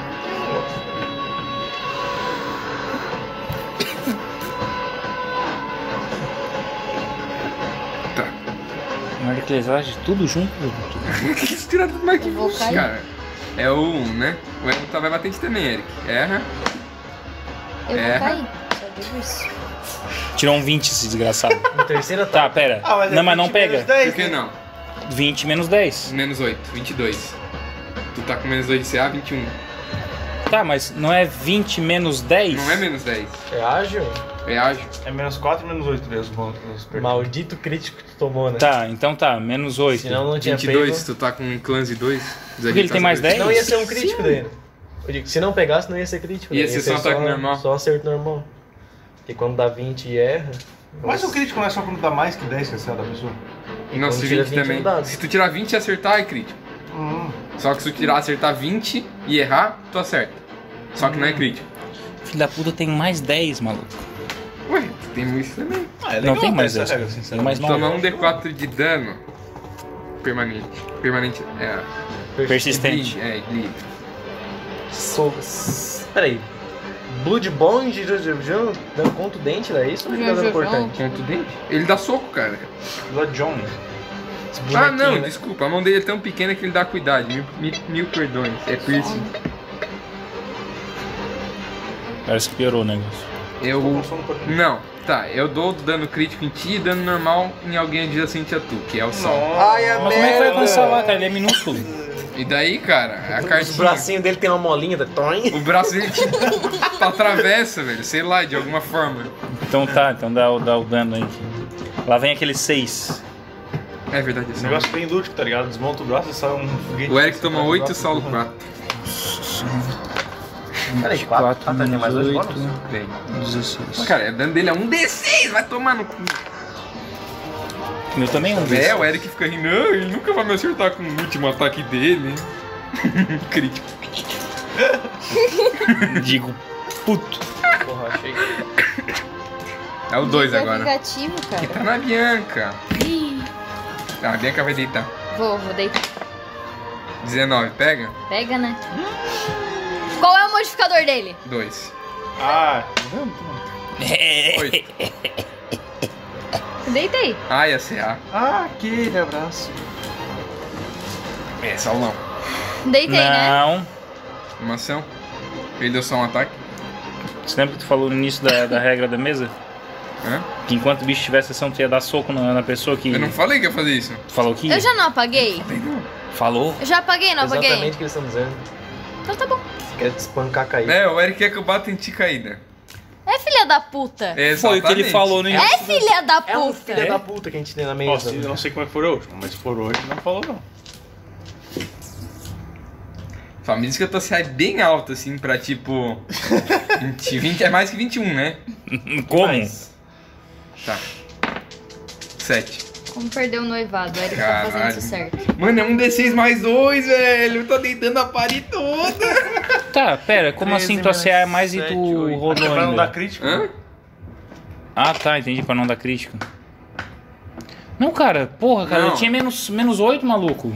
Speaker 1: Na hora que eles agem, tudo junto.
Speaker 4: Tirado do Mike
Speaker 3: Vou cair.
Speaker 4: Cara, é o 1, né? O Eric tá- vai bater em ti também, Eric. Erra.
Speaker 3: Eu
Speaker 4: É.
Speaker 3: vou cair. Só digo isso.
Speaker 1: Tirou um 20 esse desgraçado.
Speaker 6: No terceiro
Speaker 1: Tá, pera.
Speaker 6: Ah, mas é
Speaker 1: não, mas não
Speaker 6: 20 menos
Speaker 1: pega.
Speaker 6: 10,
Speaker 4: Por que não?
Speaker 1: 20 menos 10.
Speaker 4: Menos 8, 22. Tu tá com menos 2 de CA, 21.
Speaker 1: Tá, mas não é 20 menos 10?
Speaker 4: Não é menos 10.
Speaker 6: É ágil?
Speaker 4: É ágil.
Speaker 27: É menos 4 e menos 8 mesmo. bônus perdidos.
Speaker 6: Maldito crítico que tu tomou, né?
Speaker 1: Tá, então tá, menos 8.
Speaker 6: Senão não tinha
Speaker 4: 22,
Speaker 6: pego.
Speaker 4: tu tá com um clãs 2.
Speaker 1: Porque
Speaker 4: tá
Speaker 1: ele tem mais 10?
Speaker 6: Não ia ser um crítico daí. né? Eu digo, se não pegasse, não ia ser crítico.
Speaker 4: Ia
Speaker 6: né?
Speaker 4: ser só ataque normal.
Speaker 6: Só acerto normal. Porque quando dá 20 e erra.
Speaker 27: Mas o crítico não é só quando dá mais que 10 que é da pessoa.
Speaker 1: assim,
Speaker 4: Não,
Speaker 1: um
Speaker 6: Quando
Speaker 4: se
Speaker 6: tira
Speaker 4: 20,
Speaker 6: 20
Speaker 4: também.
Speaker 6: não dá.
Speaker 4: Se tu tirar 20 e acertar, é crítico. Só que se tu tirar, acertar 20 e errar, tu acerta. Só que não é crítico.
Speaker 1: Filho da puta tem mais 10, maluco.
Speaker 4: Ué, tu tem isso também.
Speaker 27: Ah, é
Speaker 1: Não, tem mais
Speaker 27: essa
Speaker 1: 10.
Speaker 27: regra,
Speaker 1: Tem mais
Speaker 27: sinceramente.
Speaker 4: Tomar
Speaker 1: 9.
Speaker 4: um D4 de dano permanente. Permanente. É.
Speaker 1: Persistente.
Speaker 4: Bleed, É, bleed.
Speaker 6: Sou... Peraí. Blood Bond de Jojo dando contra o dente, era isso? Ou ele tá dando cortante?
Speaker 4: Ponto dente. Ele dá soco, cara.
Speaker 27: Blood John.
Speaker 4: Ah,
Speaker 6: bonequinho,
Speaker 4: não,
Speaker 6: né?
Speaker 4: desculpa. A mão dele é tão pequena que ele dá cuidado. Mil, mil, mil perdões. É piercing.
Speaker 1: Parece que piorou o negócio.
Speaker 4: Eu.
Speaker 27: um
Speaker 4: Não, tá. Eu dou dano crítico em ti e dano normal em alguém adjacente a tu, que é o Sol.
Speaker 6: Ai, a
Speaker 1: Mas como é que vai cancelar, cara? Ele é minúsculo.
Speaker 4: E daí, cara, a
Speaker 6: Os
Speaker 4: cartinha.
Speaker 6: bracinhos dele tem uma molinha da Toin.
Speaker 4: O braço dele te te atravessa, velho. Sei lá, de alguma forma.
Speaker 1: Então tá, então dá, o- dá o dano aí. Lá vem aquele 6.
Speaker 4: É verdade, é
Speaker 27: Esse
Speaker 4: só.
Speaker 27: negócio bem lúdico, tá ligado? Desmonta o braço e sai um foguete.
Speaker 4: O Eric toma
Speaker 27: Sai um
Speaker 4: 8 e o
Speaker 27: braço.
Speaker 4: Saulo 4.
Speaker 6: Peraí, 4. Ah, tá, tem mais dois bônus?
Speaker 4: Tem.
Speaker 1: 16.
Speaker 4: Cara, o dano dele é um D6, vai tomar no cu.
Speaker 1: Eu também um
Speaker 4: É,
Speaker 1: desses.
Speaker 4: o Eric fica rindo, "Ah, ele nunca vai me acertar com o último ataque dele. Crítico.
Speaker 1: Digo, puto.
Speaker 6: Porra, achei.
Speaker 4: É o 2
Speaker 3: Jogo
Speaker 4: agora.
Speaker 3: Negativo,
Speaker 4: Que tá
Speaker 3: cara.
Speaker 4: na Bianca.
Speaker 3: tá Ih,
Speaker 4: Tá, a Bianca vai deitar.
Speaker 3: Vou, vou deitar.
Speaker 4: 19, pega?
Speaker 3: Pega, né? Qual é o modificador dele?
Speaker 4: 2.
Speaker 27: Ah,
Speaker 4: Oito.
Speaker 3: Deitei.
Speaker 4: Ai, a CA.
Speaker 27: ah, aquele abraço.
Speaker 4: É, Saulão.
Speaker 3: Deitei, né?
Speaker 1: Não.
Speaker 4: Uma ação. Ele deu só um ataque.
Speaker 1: Você lembra que tu falou no início da, da regra da mesa?
Speaker 4: Hã?
Speaker 1: Que enquanto o bicho tivesse ação, tu ia dar soco na, na pessoa que.
Speaker 4: Eu não falei que ia fazer isso.
Speaker 1: Tu falou que.
Speaker 3: Eu já não apaguei?
Speaker 1: Falou?
Speaker 3: Eu já apaguei, não
Speaker 6: Exatamente o
Speaker 3: apaguei?
Speaker 6: que eles estão dizendo.
Speaker 3: Então tá bom.
Speaker 6: Você quer te espancar cair.
Speaker 4: É, o Eric quer que eu bata em ti caída.
Speaker 3: É filha da puta. É,
Speaker 1: Foi o que ele
Speaker 4: Exatamente.
Speaker 1: falou no início.
Speaker 3: filha da
Speaker 6: É um
Speaker 3: puta.
Speaker 6: filho da puta que a gente tem na
Speaker 27: Ó,
Speaker 6: mesa.
Speaker 27: se- eu não sei como é que foi hoje, mas se for hoje, não falou não.
Speaker 4: Família diz que eu tô CA tá bem alta, assim, pra tipo. 20, 20 é mais que 21, né?
Speaker 1: Como?
Speaker 4: Tá. 7.
Speaker 3: Como perder o noivado, o Eric tá fazendo
Speaker 4: Caralho.
Speaker 3: isso certo.
Speaker 4: Mano, é um D6 mais 2, velho. Eu tô deitando a pare toda.
Speaker 1: Tá, pera, como assim tua CA é mais e tu rolou
Speaker 27: Pra não é, né? dar
Speaker 1: ainda?
Speaker 27: crítico.
Speaker 4: Hã?
Speaker 1: Ah, tá, entendi, pra não dar crítica. Não, cara, porra, cara,
Speaker 4: Não.
Speaker 1: eu tinha menos, menos 8, maluco.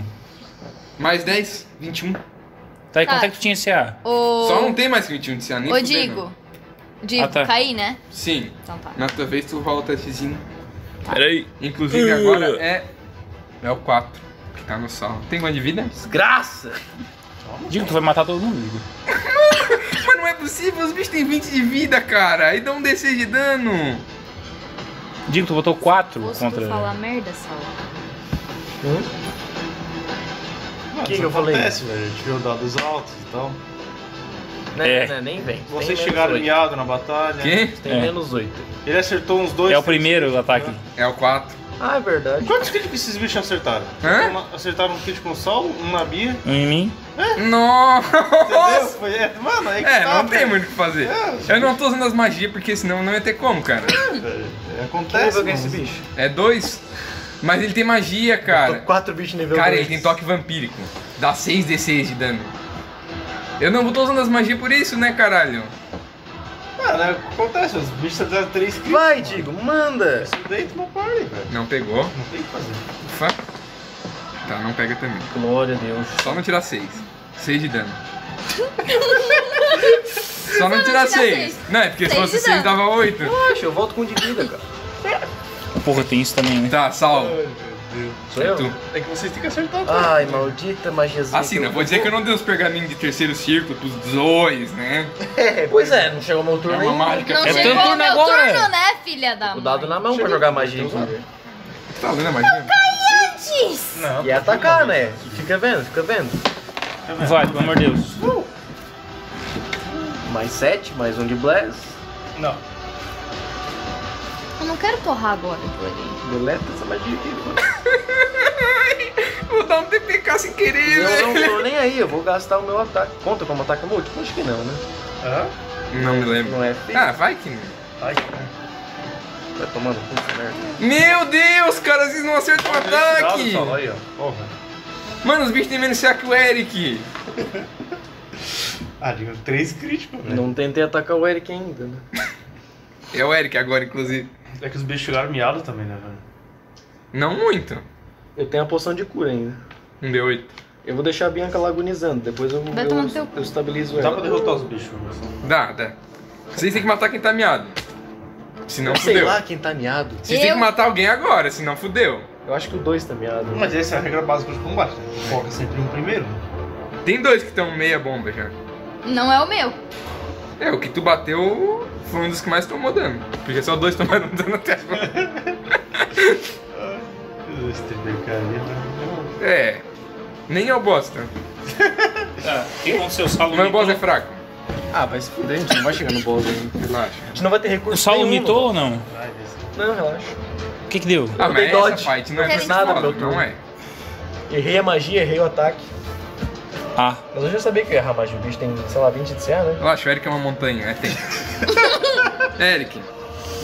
Speaker 4: Mais 10, 21.
Speaker 1: Tá, e
Speaker 3: Tá.
Speaker 1: quanto é que tu tinha CA?
Speaker 3: Ô,
Speaker 4: Só um né? não tem mais que 21 de CA, nem
Speaker 3: ô
Speaker 4: fudendo.
Speaker 3: Digo. Digo,
Speaker 1: Ah, tá.
Speaker 3: caí, né?
Speaker 4: Sim.
Speaker 3: Então tá.
Speaker 4: Na tua vez tu rola o testezinho.
Speaker 1: Peraí.
Speaker 4: Inclusive
Speaker 1: Uh.
Speaker 4: agora é. É o 4. Que tá no sal. Tem quanto de vida?
Speaker 12: Desgraça!
Speaker 1: Digo, tu vai matar todo mundo, Digo.
Speaker 4: Mas não é possível, os bichos têm 20 de vida, cara. E dá um D6 de dano.
Speaker 1: Digo, tu botou 4
Speaker 3: Ouço tu
Speaker 1: contra.
Speaker 3: falar merda, Sal.
Speaker 6: O
Speaker 27: isso Acontece, velho. A gente viu dados altos e tal.
Speaker 6: Não, É. não, nem vem. Tem
Speaker 27: Vocês
Speaker 6: menos
Speaker 27: chegaram
Speaker 6: oito.
Speaker 27: miado na batalha.
Speaker 6: Quem? Tem É. menos 8.
Speaker 27: Ele acertou uns dois.
Speaker 1: É o primeiro ataque.
Speaker 4: É o 4.
Speaker 6: Ah, é verdade.
Speaker 27: Quantos críticos esses bichos acertaram?
Speaker 4: Hã?
Speaker 27: Uma- Acertaram um crítico no sol, um na Bia.
Speaker 1: Um em mim?
Speaker 4: Nossa!
Speaker 27: Foi- é, mano, aí que
Speaker 4: É,
Speaker 27: tá,
Speaker 4: não tem
Speaker 27: velho.
Speaker 4: muito o que fazer. Eu não tô usando as magias porque senão não ia ter como, cara.
Speaker 27: Acontece.
Speaker 4: Quem nível que é esse bicho? É dois. Mas ele tem magia, cara.
Speaker 6: Quatro bichos nível
Speaker 4: Cara,
Speaker 6: dois.
Speaker 4: ele tem toque vampírico. Dá 6d6 de dano. Eu não tô usando as magias por isso, né, caralho?
Speaker 27: Mano, é o que acontece. Os bichos acertaram três críticos.
Speaker 6: Vai, Digo, manda!
Speaker 27: Isso daí tu não party, velho.
Speaker 4: Não pegou.
Speaker 27: Não tem o que fazer.
Speaker 4: Ufa. Tá, não pega também.
Speaker 6: Glória a Deus.
Speaker 4: Só não tirar 6. 6 de dano. Só não tirar 6. Não, é porque se
Speaker 6: Seis
Speaker 4: fosse
Speaker 6: de
Speaker 4: 6
Speaker 6: dano.
Speaker 4: dava 8.
Speaker 6: Poxa, eu volto com um de vida, cara.
Speaker 1: Porra, tem isso também, né?
Speaker 4: Tá, salvo.
Speaker 6: Sou eu?
Speaker 27: É que vocês têm que acertar
Speaker 6: Ai, maldita magiazinha.
Speaker 4: Assim, não vou dizer que eu não dei os pergaminhos de terceiro círculo pros dois, né?
Speaker 6: É, pois é, não chegou meu turno
Speaker 4: É uma
Speaker 6: ainda.
Speaker 4: mágica.
Speaker 3: Não
Speaker 4: É
Speaker 3: chegou
Speaker 4: teu
Speaker 3: o
Speaker 4: turno
Speaker 3: meu
Speaker 4: agora.
Speaker 3: turno, né, filha da
Speaker 6: O
Speaker 3: mãe?
Speaker 6: dado na mão pra jogar magia.
Speaker 4: Tá lendo a magia?
Speaker 3: Antes!
Speaker 6: E atacar, né? Fica vendo, fica vendo.
Speaker 1: Vai, pelo amor de Deus.
Speaker 6: Mais 7, mais um de Bless.
Speaker 27: Não.
Speaker 3: Eu não quero torrar agora.
Speaker 6: Deleta essa magia aqui.
Speaker 4: Vou dar um TPK sem querer,
Speaker 6: Eu não
Speaker 4: velho.
Speaker 6: tô nem aí, eu vou gastar o meu ataque. Conta como ataque múltiplo? Acho que não, né?
Speaker 27: Hã?
Speaker 4: Não me lembro.
Speaker 6: Não é
Speaker 4: Ah, vai que. não.
Speaker 6: Ai, cara. Vai tomando puta merda.
Speaker 4: Meu Deus, cara, vocês não acertam o
Speaker 27: Tá
Speaker 4: ataque!
Speaker 27: Cuidado, só, Aí, ó. Porra.
Speaker 4: Mano, os bichos têm menos CA que o Eric.
Speaker 27: Ah, digo, três críticos, velho.
Speaker 6: Não tentei atacar o Eric ainda, né?
Speaker 4: É o Eric agora, inclusive.
Speaker 27: É que os bichos chegaram miados também, né, velho?
Speaker 4: Não muito.
Speaker 6: Eu tenho a poção de cura ainda.
Speaker 4: Um D8.
Speaker 6: Eu vou deixar a Bianca lá agonizando, depois eu,
Speaker 3: Vai tomar no teu
Speaker 6: eu, eu estabilizo
Speaker 27: Dá
Speaker 6: ela.
Speaker 27: pra derrotar os bichos, velho.
Speaker 4: Dá, dá. Vocês têm que matar quem tá miado. Senão
Speaker 6: Eu sei
Speaker 4: fudeu.
Speaker 6: lá quem tá miado.
Speaker 4: Vocês têm que matar alguém agora, senão fudeu.
Speaker 6: Eu acho que o 2 tá miado.
Speaker 27: Mas essa é a regra básica de combate. né? Foca sempre no primeiro. né?
Speaker 4: Tem dois que estão meia bomba já.
Speaker 3: Não é o meu.
Speaker 4: É, o que tu bateu foi um dos que mais tomou dano. Porque só dois tomaram dano até agora.
Speaker 27: Esse TPK
Speaker 4: É. Nem é o bosta.
Speaker 30: Tá, o que aconteceu? Salvo
Speaker 4: Mas o boss é fraco.
Speaker 6: Ah, vai se fuder, a gente não vai chegar no boss ainda.
Speaker 4: Relaxa.
Speaker 6: A gente não vai ter
Speaker 1: O
Speaker 6: recurso
Speaker 1: Saulo
Speaker 6: nenhum.
Speaker 1: mitou ou não?
Speaker 6: Não, relaxa.
Speaker 1: O que que deu?
Speaker 4: Ah,
Speaker 6: Eu
Speaker 4: mas
Speaker 6: dei
Speaker 4: essa
Speaker 6: dodge.
Speaker 4: fight não
Speaker 6: Não
Speaker 4: é
Speaker 6: quero nada,
Speaker 4: nada,
Speaker 6: meu
Speaker 4: não
Speaker 6: turno.
Speaker 4: é.
Speaker 6: Errei a magia, errei o ataque.
Speaker 1: Ah.
Speaker 6: Mas eu já sabia que eu ia errar a magia. O bicho tem, sei lá, 20 de CA, né?
Speaker 4: Relaxa, o Eric é uma montanha, é tem. Eric,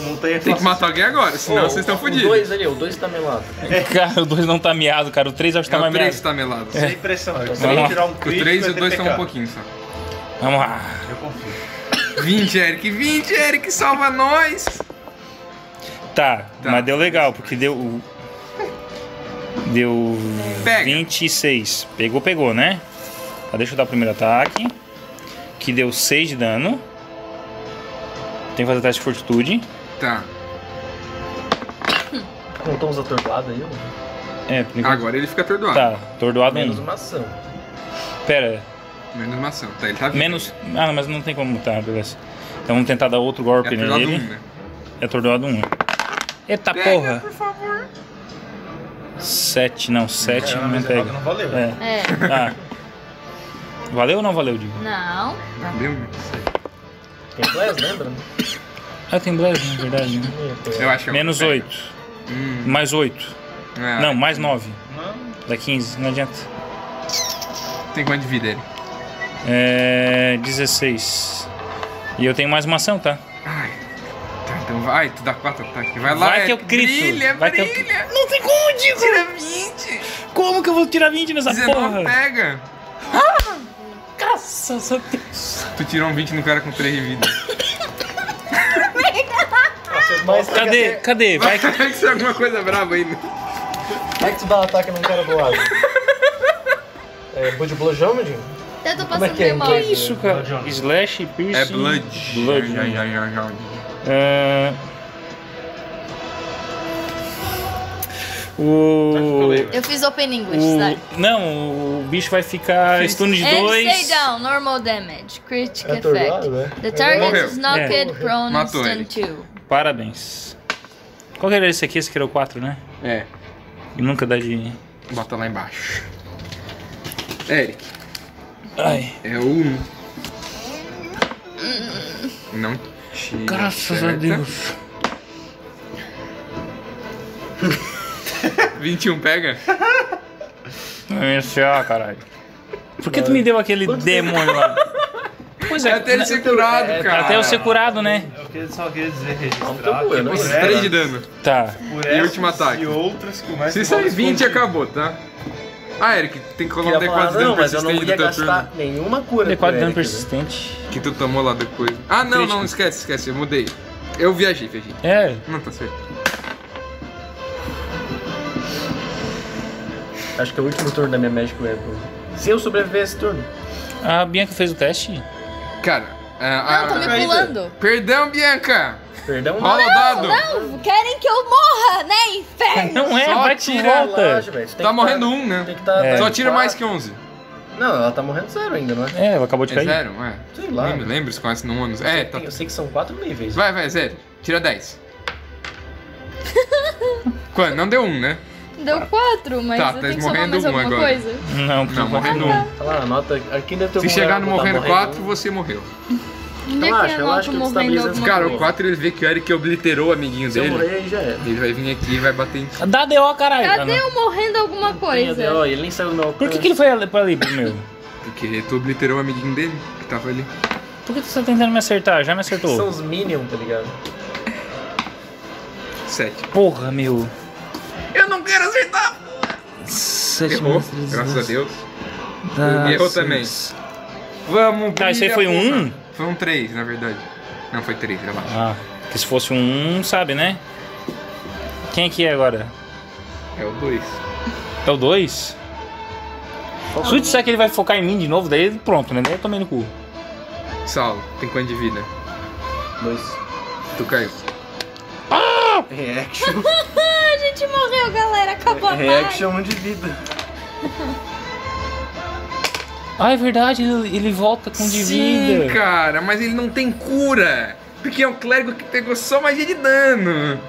Speaker 27: Não tem
Speaker 4: tem que matar alguém agora, senão
Speaker 6: Ô,
Speaker 4: vocês estão
Speaker 6: o
Speaker 4: fodidos.
Speaker 6: dois ali, o 2 tá melado.
Speaker 1: Cara, o 2 não tá miado, cara. O 3 acho que tá É.
Speaker 4: É, o
Speaker 1: mais
Speaker 4: 3
Speaker 1: miado.
Speaker 4: tá melado.
Speaker 27: Sem pressão. Se
Speaker 1: Vamos lá.
Speaker 27: você tirar um
Speaker 4: O
Speaker 27: crítico,
Speaker 4: 3 e o
Speaker 27: é
Speaker 4: 2
Speaker 27: TPK.
Speaker 4: estão um pouquinho só.
Speaker 1: Vamos lá.
Speaker 27: Eu confio.
Speaker 4: 20, Eric, 20, Eric, salva nós!
Speaker 1: Tá, mas deu legal, porque deu. Deu
Speaker 4: Pega.
Speaker 1: 26. Pegou, pegou, né? Tá, deixa eu dar o primeiro ataque. Que deu 6 de dano. Tem que fazer teste de fortitude.
Speaker 4: Tá,
Speaker 6: Contou uns atordoados aí, ó.
Speaker 1: É, por enquanto-
Speaker 4: agora um. ele fica atordoado.
Speaker 1: Tá, atordoado
Speaker 6: Menos
Speaker 1: 1.
Speaker 6: uma ação.
Speaker 1: Pera,
Speaker 4: Menos uma ação. Tá, ele tá vivo.
Speaker 1: menos. Ah, não, mas não tem como. Tá, beleza. Então vamos tentar dar outro
Speaker 4: É
Speaker 1: golpe
Speaker 4: atordoado
Speaker 1: nele.
Speaker 4: um, né?
Speaker 1: É atordoado 1. Eita porra!
Speaker 4: por favor.
Speaker 1: 7, não, 7
Speaker 27: Era,
Speaker 1: não
Speaker 27: mas errado
Speaker 1: pega.
Speaker 27: não valeu.
Speaker 1: É.
Speaker 3: É.
Speaker 1: Ah. Valeu ou não valeu, Digo?
Speaker 3: Não.
Speaker 4: Valeu, né?
Speaker 6: Tem Bless, lembra?
Speaker 1: Ah, tem Bless, na verdade. né?
Speaker 4: Eu acho que é
Speaker 1: Menos
Speaker 4: um.
Speaker 1: 8.
Speaker 4: Hum,
Speaker 1: Mais 8.
Speaker 4: ah,
Speaker 1: Não, mais 9.
Speaker 27: Não.
Speaker 1: Dá 15, não adianta.
Speaker 4: Tem quanto de vida ele?
Speaker 1: É. 16. E eu tenho mais uma ação, tá?
Speaker 4: Ai. Tá, então vai, tu dá 4 ataques. Vai lá,
Speaker 1: Vai que eu
Speaker 4: Eric.
Speaker 1: grito.
Speaker 4: Brilha,
Speaker 1: Vai que eu-
Speaker 4: brilha.
Speaker 1: Não tem como, Digo!
Speaker 4: Tira 20.
Speaker 1: Como que eu vou tirar 20 nessa
Speaker 4: 19
Speaker 1: porra?
Speaker 4: pega.
Speaker 1: Caça, só Deus.
Speaker 4: Tu tirou um 20 no cara com 3 de vida.
Speaker 6: Mas
Speaker 1: Cadê? Cadê? Vai que.
Speaker 4: Vai É que ser alguma coisa braba ainda.
Speaker 6: Como é que tu dá um ataque num cara doado? é, Bud Blow Jomedin?
Speaker 3: Eu tô
Speaker 6: Como é
Speaker 3: passando
Speaker 6: que é?
Speaker 3: meio mal.
Speaker 6: inglês?
Speaker 1: Isso, cara. Slash, piercing.
Speaker 4: É Blood.
Speaker 1: Blood. né?
Speaker 4: Ai, ai, ai, ai,
Speaker 1: É.
Speaker 4: Tá
Speaker 1: O.
Speaker 3: Eu fiz Open English, tá? sabe?
Speaker 1: o... Não, o bicho vai ficar stun de
Speaker 3: stay
Speaker 1: 2.
Speaker 3: down, normal damage, critic
Speaker 6: É
Speaker 3: effect.
Speaker 6: atordoado, né?
Speaker 3: The target
Speaker 4: Morreu.
Speaker 3: is knocked
Speaker 1: É.
Speaker 3: prone and
Speaker 4: Matou ele.
Speaker 3: stunned too.
Speaker 1: Parabéns. Qual que era esse aqui? Esse aqui era o 4, né?
Speaker 4: ai. É,
Speaker 1: E nunca dá de.
Speaker 4: bota lá embaixo. Eric.
Speaker 1: Ai.
Speaker 4: É o 1. Não te
Speaker 1: Graças a
Speaker 4: acerta.
Speaker 1: Deus.
Speaker 4: 21 pega?
Speaker 1: Esse, ah, caralho. Por que tu me deu aquele demônio lá? Pois é,
Speaker 4: até ele
Speaker 1: né?
Speaker 4: ser curado,
Speaker 1: É,
Speaker 4: Tá cara.
Speaker 1: Até eu ser curado, né?
Speaker 27: Eu queria- só queria dizer registrar que
Speaker 4: curado.
Speaker 27: por
Speaker 4: 3 de
Speaker 27: essas-
Speaker 4: dano.
Speaker 1: Tá.
Speaker 27: por
Speaker 4: E último
Speaker 27: essas
Speaker 4: ataque.
Speaker 27: E outras que o mestre
Speaker 4: Se sair
Speaker 27: Wallace
Speaker 4: 20,
Speaker 27: contou.
Speaker 4: acabou, tá? Ah, Eric, tem que colocar um
Speaker 27: Queria
Speaker 4: D4 de
Speaker 27: falar,
Speaker 4: dano
Speaker 27: não, mas eu não
Speaker 4: persistente do
Speaker 27: ia
Speaker 4: teu
Speaker 27: gastar
Speaker 4: turno.
Speaker 6: Nenhuma
Speaker 4: cura
Speaker 1: D4 de
Speaker 4: pro
Speaker 1: dano
Speaker 4: Eric,
Speaker 1: persistente.
Speaker 4: Que tu tomou lá depois. Ah, não,
Speaker 1: Crítico.
Speaker 4: não, esquece, esquece, eu mudei. Eu viajei, viajei.
Speaker 1: É.
Speaker 4: Não, tá certo.
Speaker 12: Acho que é o último turno da minha Magic Weapon. Se eu sobreviver a esse turno.
Speaker 1: A Bianca fez o teste?
Speaker 4: Cara, é,
Speaker 3: Não, tô me pulando.
Speaker 4: Perdão, Bianca!
Speaker 12: Perdão,
Speaker 4: Rola o dado! Tá
Speaker 3: Não, não, querem que eu morra, né, inferno?
Speaker 1: é,
Speaker 4: Só tira. Tá morrendo um, né?
Speaker 6: tá
Speaker 12: É.
Speaker 4: Só tira mais que 11.
Speaker 12: Não, ela tá morrendo zero ainda, não é?
Speaker 1: É, ela acabou
Speaker 4: É zero, é.
Speaker 12: Sei lá.
Speaker 4: Nem me lembro se conhece no ônus. É, tá.
Speaker 12: Eu sei que são quatro níveis.
Speaker 4: Vai, vai, zero. Tira 10. Quando? Não deu um, né?
Speaker 3: Deu quatro, mas
Speaker 4: Tá,
Speaker 3: eu
Speaker 4: tá
Speaker 3: tenho que somar
Speaker 4: morrendo
Speaker 3: mais
Speaker 4: um
Speaker 3: alguma
Speaker 4: agora.
Speaker 3: coisa.
Speaker 1: Não,
Speaker 4: não morrendo um.
Speaker 12: Tá lá, anota. Aqui deve ter
Speaker 4: Se
Speaker 12: algum
Speaker 4: chegar
Speaker 12: lugar
Speaker 4: no
Speaker 12: pra botar
Speaker 4: morrendo
Speaker 12: morrendo um.
Speaker 4: 4, você morreu.
Speaker 3: Onde é que eu anoto morrendo alguma
Speaker 4: Cara, o
Speaker 3: coisa?
Speaker 4: 4 ele vê que o Eric obliterou o amiguinho
Speaker 12: Se eu
Speaker 4: dele.
Speaker 12: morrer, aí já era.
Speaker 4: Ele vai vir aqui e vai bater em ti.
Speaker 1: Dá DO, caralho.
Speaker 3: Cadê eu morrendo alguma coisa?
Speaker 12: ele nem saiu do meu
Speaker 1: Por que, que ele foi ali- pra ali, meu?
Speaker 4: Porque tu obliterou o amiguinho dele que tava ali.
Speaker 1: Por que tu tá tentando me acertar? Já me acertou.
Speaker 12: São os Minions, tá ligado?
Speaker 4: 7.
Speaker 1: Porra, meu.
Speaker 4: Eu não quero acertar!
Speaker 1: Sete
Speaker 4: Errou,
Speaker 1: mais três,
Speaker 4: graças
Speaker 1: dois.
Speaker 4: a Deus.
Speaker 1: Dá
Speaker 4: e errou
Speaker 1: Ah, seis.
Speaker 4: também. Vamos,
Speaker 1: Tá, isso aí foi um?
Speaker 4: Foi um 3, na verdade. Não, foi 3, relaxa.
Speaker 1: Ah, que se fosse um, um, sabe, né? Quem é que é agora?
Speaker 4: É o 2.
Speaker 1: É o 2? Se o disser que ele vai focar em mim de novo, daí pronto, né? Daí eu tomei no cu.
Speaker 4: Saulo, tem quanto de vida?
Speaker 12: 2.
Speaker 4: Tu caiu.
Speaker 12: Reaction.
Speaker 3: A gente morreu, galera. Acabou a parte.
Speaker 6: um
Speaker 12: Reaction de vida.
Speaker 1: Ah, é verdade, ele, ele volta com de
Speaker 4: Sim,
Speaker 1: vida.
Speaker 4: cara, mas ele não tem cura. Porque é um clérigo que pegou só magia de dano.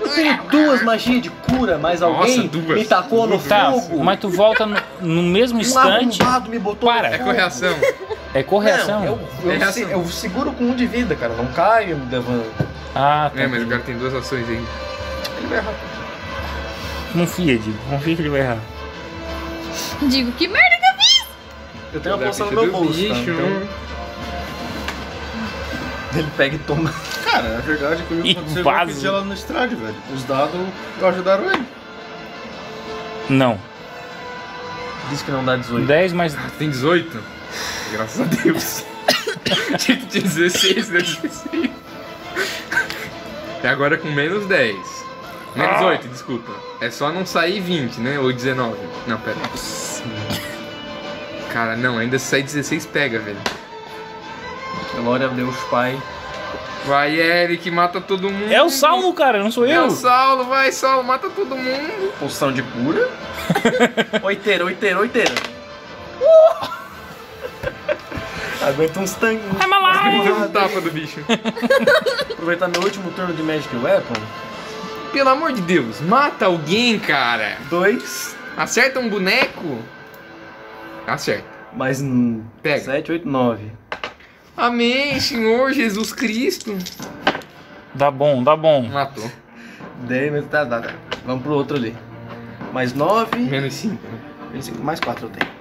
Speaker 6: Eu tenho duas magias de cura, mas alguém
Speaker 4: Nossa, duas.
Speaker 6: me tacou no
Speaker 1: Tá,
Speaker 6: fogo.
Speaker 1: mas tu volta no, no mesmo
Speaker 6: Um
Speaker 1: instante.
Speaker 6: arrombado me botou
Speaker 1: Para.
Speaker 6: no
Speaker 1: É
Speaker 6: fogo.
Speaker 4: Correação.
Speaker 1: É correção?
Speaker 6: Não, eu, eu,
Speaker 4: É
Speaker 6: se-
Speaker 4: reação.
Speaker 6: eu seguro com um de vida, cara. Não caio, me devo-
Speaker 1: Ah, tá.
Speaker 4: É, mas o cara tem duas ações ainda.
Speaker 6: Ele vai errar.
Speaker 1: Confia, Digo. Confia que ele vai errar.
Speaker 3: Digo, que merda que eu fiz?
Speaker 6: Eu tenho uma
Speaker 4: Da
Speaker 6: poção no
Speaker 4: ficha
Speaker 6: meu
Speaker 4: do
Speaker 6: bolso, tá?
Speaker 4: bicho.
Speaker 6: Então,
Speaker 12: Ele pega e toma.
Speaker 27: Cara,
Speaker 12: é
Speaker 27: na verdade, comigo
Speaker 1: E um
Speaker 27: aconteceu
Speaker 1: vaza.
Speaker 27: igual que ela no estrade, velho. Os dados ajudaram ele.
Speaker 1: Não.
Speaker 12: Diz que não dá 18.
Speaker 1: 10 mais.
Speaker 4: Tem 18? Graças a Deus. Tinha que ter 16, né? 16. E agora com menos 10. Menos
Speaker 1: Ah.
Speaker 4: 8, desculpa. É só não sair 20, né? Ou 19. Não, pera. Cara, não, ainda se sair 16 pega, velho.
Speaker 12: Glória a Deus, Pai.
Speaker 4: Vai, Eric, mata todo mundo.
Speaker 1: É o Saulo, cara, não sou
Speaker 4: É
Speaker 1: eu.
Speaker 4: o Saulo, vai, Saulo, mata todo mundo.
Speaker 12: Poção de cura? oiteira, oiteira, oiteira. Aguenta uns tangos.
Speaker 1: I'm alive!
Speaker 4: Deu um tapa do bicho.
Speaker 12: Aproveitar meu último turno de Magic Weapon.
Speaker 4: Pelo amor de Deus, mata alguém, cara.
Speaker 12: Dois,
Speaker 4: Acerta um boneco. Acerta.
Speaker 12: mais um.
Speaker 4: Pega.
Speaker 12: 7, 8, 9.
Speaker 4: Amém, Senhor Jesus Cristo.
Speaker 1: Dá bom, dá bom.
Speaker 4: Matou.
Speaker 12: 10, mas tá, tá, tá. Vamos pro outro ali. Mais 9,
Speaker 4: Menos né? 5.
Speaker 12: mais 4 eu tenho.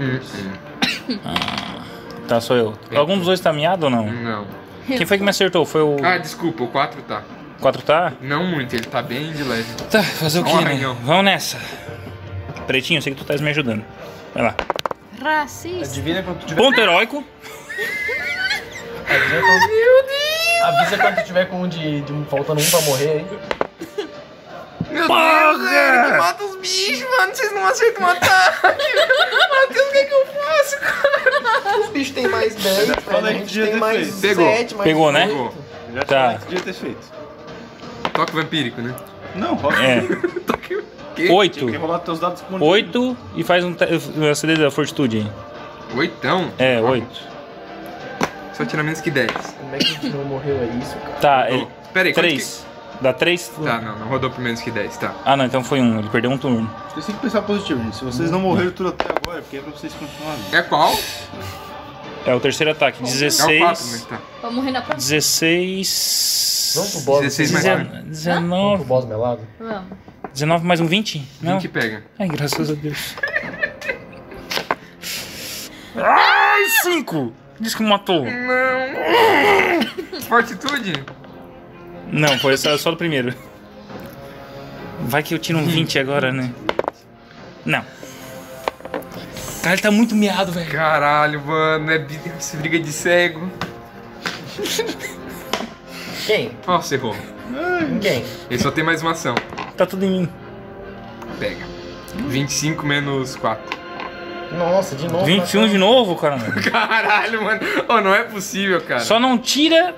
Speaker 1: Hum,
Speaker 12: 14.
Speaker 4: Hum,
Speaker 1: Tá, sou eu.
Speaker 4: É.
Speaker 1: Algum dos dois tá miado ou não?
Speaker 4: Não.
Speaker 1: Quem foi que me acertou? Foi o.
Speaker 4: É. Ah, desculpa, o 4 tá.
Speaker 1: 4 tá?
Speaker 4: Não muito, ele tá bem de leve.
Speaker 1: Tá, fazer o
Speaker 4: Só
Speaker 1: quê,
Speaker 4: um
Speaker 1: né?
Speaker 4: arranhão.
Speaker 1: Vamos nessa. Pretinho, eu sei que tu tá me ajudando. Vai lá.
Speaker 4: É
Speaker 3: Racista.
Speaker 12: Adivinha quando tu tiver.
Speaker 1: Ponto heróico.
Speaker 12: Adivinha quando... Meu Deus! Avisa quando tu tiver com um de, de um- faltando um pra morrer aí.
Speaker 4: Meu Deus, Eric, mata os bichos, mano. Vocês não acertam matar. Matheus, o que, que eu faço,
Speaker 6: O bicho tem mais 10,
Speaker 4: é
Speaker 6: velho. A
Speaker 27: falei que
Speaker 6: gente
Speaker 27: devia
Speaker 6: tem
Speaker 27: ter
Speaker 6: mais
Speaker 27: feito.
Speaker 4: Pegou.
Speaker 6: 7, mais
Speaker 1: Pegou, né?
Speaker 4: Pegou.
Speaker 27: Já
Speaker 1: Tá.
Speaker 27: tá. podia ter feito.
Speaker 4: Toque vampírico, né?
Speaker 27: Não, rola.
Speaker 1: É.
Speaker 4: Que?
Speaker 1: 8.
Speaker 27: Tem que rolar teus dados com
Speaker 1: 8 e faz um te- um CD da fortitude aí.
Speaker 4: Oitão?
Speaker 1: É,
Speaker 4: Ó,
Speaker 1: 8.
Speaker 4: Só tira menos que 10.
Speaker 12: Como é que a gente não morreu? É isso, cara.
Speaker 1: Tá,
Speaker 4: Peraí,
Speaker 1: ele.
Speaker 4: quanto
Speaker 1: 3.
Speaker 4: que-
Speaker 1: Dá 3?
Speaker 4: Tá, não, não rodou por menos que 10, tá.
Speaker 1: Ah, não, então foi 1. Um. Ele perdeu um turno.
Speaker 27: Vocês têm que pensar positivo, gente. Se vocês não morreram tudo até agora, porque é pra vocês continuarem.
Speaker 4: É qual?
Speaker 1: É o terceiro ataque. 16.
Speaker 4: É o 4, mas tá.
Speaker 11: Vamos morrer na próxima.
Speaker 1: 16.
Speaker 6: Vamos pro boss.
Speaker 4: 16 mais
Speaker 1: Dezen-
Speaker 4: quatro.
Speaker 1: 19.
Speaker 6: pro boss melado.
Speaker 11: Vamos.
Speaker 1: 19 mais um 20? Não.
Speaker 4: 20 pega.
Speaker 1: Ai, graças a Deus. Ai, 5! Diz que matou.
Speaker 4: Não. Fortitude?
Speaker 1: Não, foi só, só do primeiro. Vai que eu tiro um 20 agora, né? Não. Cara, ele tá muito miado, velho.
Speaker 4: Caralho, mano, é bi- essa briga de cego.
Speaker 6: Quem?
Speaker 4: Nossa, errou.
Speaker 6: Quem?
Speaker 4: Ele só tem mais uma ação.
Speaker 1: Tá tudo em mim.
Speaker 4: Pega. 25 menos 4.
Speaker 6: Nossa, de novo. né?
Speaker 1: 21 de novo, cara.
Speaker 4: tá Caralho, mano. Oh, não é possível, cara.
Speaker 1: Só não tira.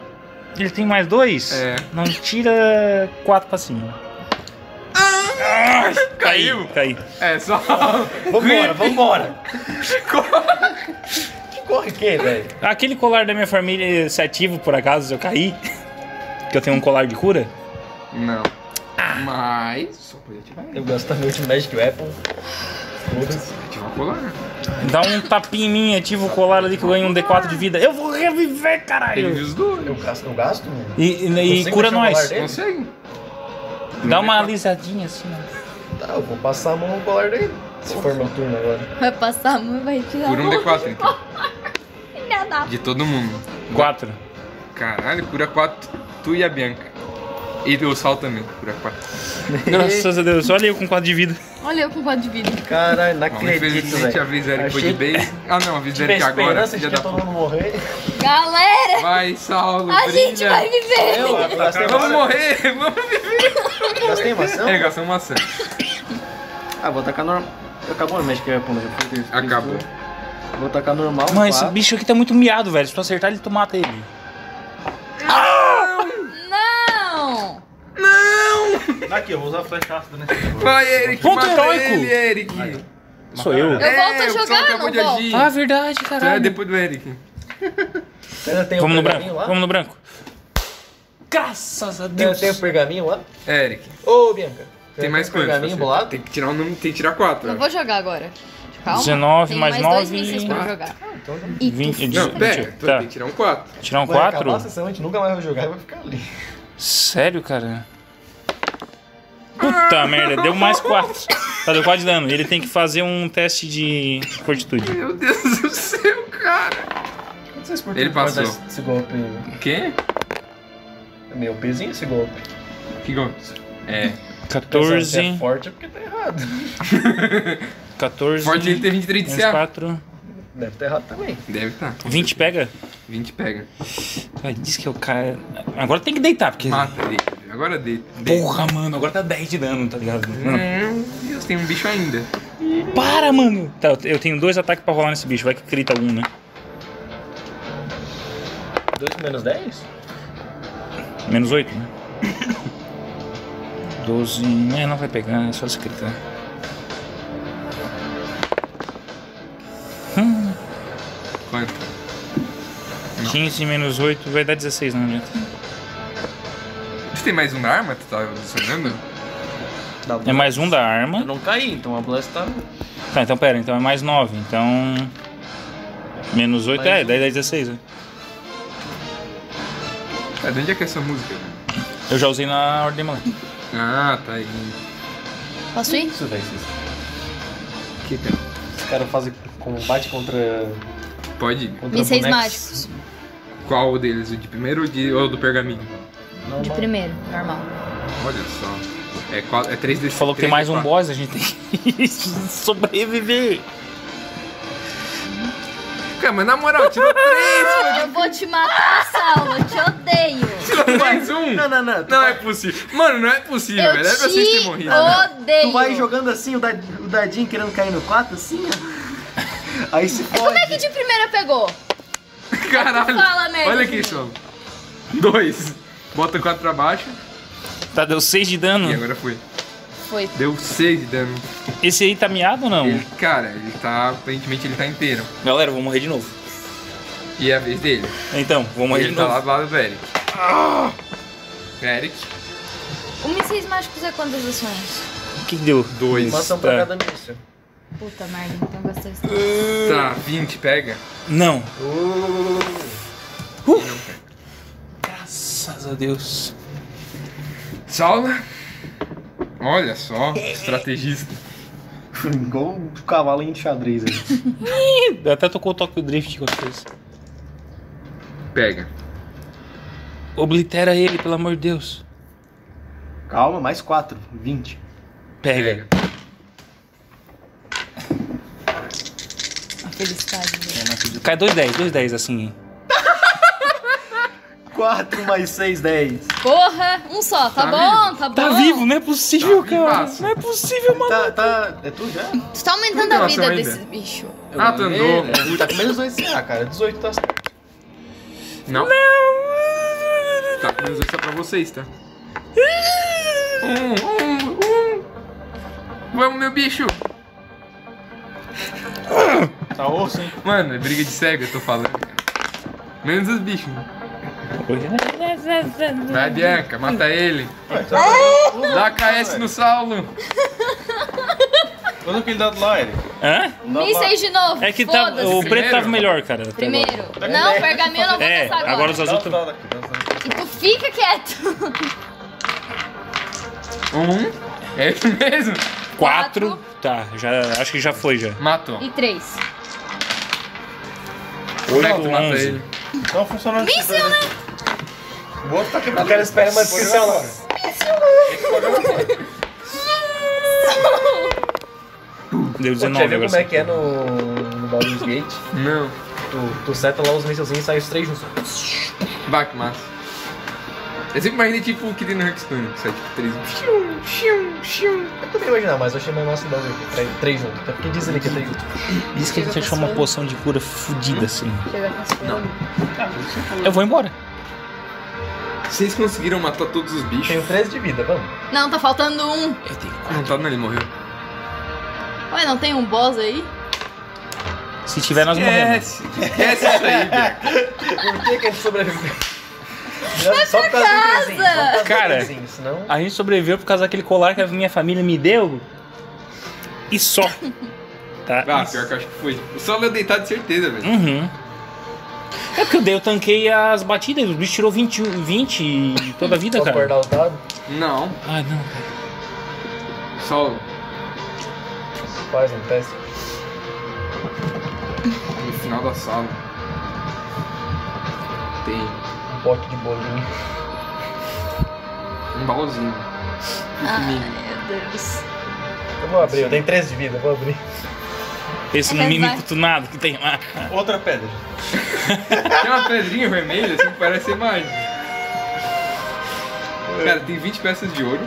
Speaker 1: Ele tem mais dois?
Speaker 4: É.
Speaker 1: Não tira quatro pra cima.
Speaker 4: Ah, caiu?
Speaker 1: Caiu.
Speaker 4: É, só.
Speaker 6: Vambora, vambora. Que corre que, velho?
Speaker 1: Aquele colar da minha família se ativa por acaso se eu cair? que eu tenho um colar de cura?
Speaker 4: Não. Mas. Só podia né? ativar ele.
Speaker 6: Eu gosto da minha Ultimate Magic Weapon. Foda-se.
Speaker 4: Ativar o colar.
Speaker 1: Dá um tapinha em mim, ativa o colar ali que eu ganho um D4 de vida. Eu vou reviver,
Speaker 4: Ele viu
Speaker 1: caralho!
Speaker 4: os dois.
Speaker 6: Eu gasto, eu gasto? mano?
Speaker 1: E, e- e
Speaker 6: Consigo
Speaker 1: cura
Speaker 6: mexer o colar
Speaker 1: nós.
Speaker 6: dele?
Speaker 4: Consegue.
Speaker 1: Dá uma alisadinha assim. ó.
Speaker 6: Tá, eu vou passar a mão no colar dele. Se for meu turno agora.
Speaker 11: Vai passar a mão e vai tirar
Speaker 4: Cura um
Speaker 11: a mão.
Speaker 4: D4, então.
Speaker 11: Filha da
Speaker 4: De todo mundo.
Speaker 1: Quatro.
Speaker 4: Caralho, cura 4. Tu e a Bianca. E o Sal também, cura 4.
Speaker 1: Graças a Deus. Olha eu com quatro de vida.
Speaker 11: Olha eu com quatro de vida.
Speaker 6: Caralho, não acredito,
Speaker 4: Infelizmente
Speaker 6: velho.
Speaker 4: avisaram que foi de
Speaker 6: Achei-
Speaker 4: base. Ah não, avisaram
Speaker 6: Tive
Speaker 4: que agora.
Speaker 6: esperança de
Speaker 4: Filha
Speaker 6: que
Speaker 4: da
Speaker 6: todo
Speaker 4: puta.
Speaker 6: mundo morrer.
Speaker 11: Galera,
Speaker 4: Vai, Saulo,
Speaker 11: a
Speaker 4: brilha.
Speaker 11: gente vai viver.
Speaker 6: Eu, eu gastei
Speaker 4: Vamos
Speaker 6: uma ação.
Speaker 4: morrer, vamos
Speaker 6: Gastei uma ação?
Speaker 4: É, gastou uma maçã.
Speaker 12: Ah, vou tacar normal. Acabou a Magic Weapon, né? Foi ter- ter-
Speaker 4: Acabou.
Speaker 12: Vou tacar normal.
Speaker 1: Mano, esse
Speaker 12: quatro.
Speaker 1: bicho aqui tá muito miado, velho. Se tu acertar ele, tu mata ele.
Speaker 11: Não!
Speaker 27: Tá Aqui, eu vou usar flecha ácida nesse negócio.
Speaker 4: Vai, Eric.
Speaker 1: Ponto
Speaker 4: mata
Speaker 1: heróico.
Speaker 4: Ele, Eric.
Speaker 1: Sou
Speaker 4: É,
Speaker 1: eu.
Speaker 11: Eu volto a
Speaker 4: o Saulo
Speaker 11: jogar,
Speaker 4: acabou
Speaker 11: não
Speaker 4: de
Speaker 11: volto?
Speaker 4: agir.
Speaker 1: Ah, verdade,
Speaker 4: Então é
Speaker 1: caralho.
Speaker 4: depois do Eric.
Speaker 6: Ainda tem o
Speaker 1: Vamos no branco,
Speaker 6: pergaminho lá?
Speaker 1: vamos no branco. Graças a
Speaker 6: Ainda
Speaker 1: Deus.
Speaker 6: tem o pergaminho lá?
Speaker 4: É, Eric,
Speaker 6: Ô, Bianca.
Speaker 4: tem mais
Speaker 6: coisa.
Speaker 4: quantos? você?
Speaker 6: Pergaminho bolado?
Speaker 4: Tem que tirar um número, tem que tirar 4.
Speaker 11: Não vou jogar agora. Calma.
Speaker 1: 19
Speaker 11: Tem
Speaker 1: mais
Speaker 11: dois
Speaker 1: 9,
Speaker 11: mísseis pra eu jogar. E tu-
Speaker 1: 20,
Speaker 4: Não, pera, tu
Speaker 1: tá.
Speaker 4: tem que tirar um 4.
Speaker 1: Tirar um
Speaker 6: Vai acabar a
Speaker 1: 4?
Speaker 6: sessão, a gente nunca mais vai jogar e vai ficar ali.
Speaker 1: Sério, cara? Puta merda, deu mais 4. Tá, deu 4 de dano. Ele tem que fazer um teste de fortitude.
Speaker 4: Meu Deus do céu, cara.
Speaker 6: Não sei se por que
Speaker 4: Ele
Speaker 6: vai
Speaker 4: passou.
Speaker 6: dar Esse esse golpe.
Speaker 4: O quê?
Speaker 6: É meio pezinho esse golpe.
Speaker 4: Que gol? É.
Speaker 6: Pensando se É
Speaker 1: 14,
Speaker 6: forte é porque tá errado.
Speaker 1: 14,
Speaker 4: Forte ele tem 23 de
Speaker 1: menos
Speaker 4: CA.
Speaker 1: 4,
Speaker 6: Deve tá errado também.
Speaker 4: Deve tá.
Speaker 1: 20 pega?
Speaker 4: 20 pega.
Speaker 1: Ai, diz que é o cara... Agora tem que deitar, porque...
Speaker 4: Mata, deita. Agora deita. deita.
Speaker 1: Porra, mano, agora tá 10 de dano, tá ligado? Mano,
Speaker 4: Meu Deus, tem um bicho ainda.
Speaker 1: para, mano! Tá, eu- eu tenho dois ataques pra rolar nesse bicho, vai que crita algum, né?
Speaker 6: 2 menos 10?
Speaker 1: Menos 8, né? 12. É, não vai pegar, é só se clicar. Hum,
Speaker 4: Quanto?
Speaker 1: 15 menos 8 vai dar 16, não adianta.
Speaker 4: Você tem mais uma arma? Tu tá adicionando?
Speaker 12: Dá
Speaker 1: É mais um da
Speaker 12: Tá Eu
Speaker 1: arma.
Speaker 12: não caí, então a Blast tá.
Speaker 1: Tá, então pera, então é mais 9. Então. Menos 8 é,
Speaker 12: Mais um.
Speaker 1: 10 dá 16. né?
Speaker 4: Ah, de onde é que é essa música?
Speaker 1: Eu já usei na ordem moleque.
Speaker 4: Ah, tá aí.
Speaker 11: Posso ir?
Speaker 6: Isso, velho. esses-
Speaker 4: Que cara?
Speaker 6: Esses caras fazem combate contra.
Speaker 4: Pode ir.
Speaker 6: contra
Speaker 11: Mísseis
Speaker 6: bonecos.
Speaker 11: mágicos.
Speaker 4: Qual deles? O de primeiro ou, de, ou do pergaminho?
Speaker 11: De primeiro, normal.
Speaker 4: Olha só. É, qual, é três desses.
Speaker 1: Falou que tem mais
Speaker 4: três de
Speaker 1: um
Speaker 4: quatro.
Speaker 1: boss, a gente tem que sobreviver.
Speaker 4: Cara, mas na moral, tirou três!
Speaker 11: Eu vou te matar, Saulo, eu te odeio.
Speaker 4: Tirou mais um!
Speaker 12: Não, não, não. Tu,
Speaker 4: Não
Speaker 12: vai,
Speaker 4: é possível. Mano, não é possível,
Speaker 11: Eu
Speaker 4: velho. Não é pra vocês terem
Speaker 11: te
Speaker 4: morrido.
Speaker 11: odeio.
Speaker 12: tu vai jogando assim, o, dad, o dadinho querendo cair no 4, assim, ó. Aí se
Speaker 11: Como é que
Speaker 12: pode.
Speaker 11: de primeira pegou?
Speaker 4: Caralho.
Speaker 11: Fala, né? merda,
Speaker 4: Olha aqui, só. Dois. Bota quatro pra baixo.
Speaker 1: Tá, deu 6 de dano.
Speaker 4: E agora foi.
Speaker 11: Foi.
Speaker 4: Deu seis de dano.
Speaker 1: Esse aí tá miado ou não?
Speaker 4: Ele, cara, ele tá. Aparentemente ele tá inteiro.
Speaker 1: Galera, eu vou morrer de novo.
Speaker 4: E é a vez dele. tá
Speaker 1: Então, vou morrer
Speaker 4: ele
Speaker 1: de
Speaker 4: tá
Speaker 1: novo.
Speaker 4: lá do lado do Eric. Eric.
Speaker 3: O mísseis mágicos é quantas ações?
Speaker 1: O que que deu?
Speaker 4: Dois.
Speaker 1: Uma
Speaker 6: é um
Speaker 1: ação pra Tá. cada
Speaker 4: míssil.
Speaker 3: Puta merda, então gastei isso.
Speaker 4: Tá, 20, pega.
Speaker 1: Não.
Speaker 4: Uh. Graças a Deus. Saula? Olha só, estrategista.
Speaker 12: Igual um cavalinho de xadrez assim. aí.
Speaker 1: Ih, Até tocou o toque do drift com vocês.
Speaker 4: Pega.
Speaker 1: Oblitera ele, pelo amor de Deus.
Speaker 12: Calma, mais 4, 20.
Speaker 1: Pega.
Speaker 3: A felicidade.
Speaker 1: Cai dois 10, dois 10 assim.
Speaker 12: 4 mais 6, 10.
Speaker 3: Porra, um só, tá,
Speaker 12: Tá
Speaker 3: bom,
Speaker 12: vivo?
Speaker 3: tá bom.
Speaker 12: Tá vivo, não é possível, Tá cara. vivaço. Não
Speaker 1: é possível,
Speaker 12: mano. Tá, tá. É tu já?
Speaker 3: Tu tá aumentando
Speaker 12: Não tem
Speaker 3: a
Speaker 12: ação
Speaker 3: vida
Speaker 12: ainda.
Speaker 3: desse bicho.
Speaker 4: Ah, tu andou.
Speaker 6: É, Tá com menos 8 CA, cara. 18 tá.
Speaker 4: Não. Não! Tá, menos dois só pra vocês, tá? Um, um, um. Vamos, meu bicho!
Speaker 27: Tá osso, hein?
Speaker 4: Mano, é briga de cego, eu tô falando. cara. Menos os bichos. né? Vai, Bianca, mata ele.
Speaker 6: É.
Speaker 4: Dá KS no Saulo.
Speaker 27: Olha aquele dado lá, ele.
Speaker 1: Hã?
Speaker 3: Mísseis de novo.
Speaker 1: É que tá,
Speaker 3: foda-se.
Speaker 1: o preto tava melhor, cara. até
Speaker 3: Primeiro.
Speaker 1: agora.
Speaker 3: Não, pergaminho eu não vou
Speaker 1: É,
Speaker 3: gastar agora.
Speaker 1: agora os azuis
Speaker 27: estão.
Speaker 3: E tu fica quieto.
Speaker 4: Um. É isso mesmo?
Speaker 1: Quatro. Tá, já, acho que já foi já.
Speaker 4: Matou.
Speaker 3: E três.
Speaker 4: Como é que tu mata ele?
Speaker 27: Então funcionando.
Speaker 3: Míssil, né?
Speaker 27: O outro tá quebrando.
Speaker 6: Aquela espera uma descrição lá.
Speaker 1: Deu
Speaker 6: Pô, já
Speaker 1: 19
Speaker 6: viu
Speaker 1: agora.
Speaker 6: como é que é no, no Baldur's Gate?
Speaker 4: Não.
Speaker 6: Tu, tu seta lá os mísselzinhos e sai os três juntos.
Speaker 4: Vai, que massa. Eu sempre imaginei tipo o que tem no Hearthstone, que sai tipo três bichos.
Speaker 6: Eu também imaginava, mas eu achei mais massa o Baldur's Gate. Três- Três juntos. Até porque diz ali que é três juntos.
Speaker 1: Diz que a gente achou uma poção de cura fodida assim.
Speaker 4: Não.
Speaker 1: Eu vou embora.
Speaker 4: Vocês conseguiram matar todos os bichos? Tenho
Speaker 6: 13 de vida, vamos.
Speaker 3: Não, tá faltando um.
Speaker 4: Não tá, não, ele morreu.
Speaker 3: Ué, não tem um boss aí?
Speaker 1: Se tiver,
Speaker 6: É.
Speaker 1: nós morremos.
Speaker 4: Esquece isso aí, Bianca.
Speaker 6: Por que, que a gente sobreviveu?
Speaker 3: Vai
Speaker 6: Só
Speaker 3: pra
Speaker 6: por causa do trenzinho, só por causa do
Speaker 1: Cara.
Speaker 6: trenzinho, senão-
Speaker 1: A gente sobreviveu por causa daquele colar que a minha família me deu. E só. Tá?
Speaker 4: Ah, pior que eu acho que foi. O Saulo é deitado de certeza, velho.
Speaker 1: Uhum. É porque eu dei, eu tanquei as batidas, o bicho tirou 20, 20 e toda a vida,
Speaker 6: Posso
Speaker 1: cara.
Speaker 6: guardar os dados?
Speaker 4: Não.
Speaker 1: Ah, não.
Speaker 4: Saulo,
Speaker 6: Faz um teste.
Speaker 4: no final da sala. Tem
Speaker 6: Um pote de bolinho.
Speaker 4: um baúzinho.
Speaker 3: Ai, meu Deus.
Speaker 6: Eu vou abrir, eu tenho 13 de vida, eu vou abrir.
Speaker 1: Esse
Speaker 3: É
Speaker 1: no mini
Speaker 3: verdade.
Speaker 1: cutunado que tem lá.
Speaker 27: Outra pedra.
Speaker 4: Tem uma pedrinha vermelha, assim, que parece ser mágica. Cara, tem 20 peças de ouro.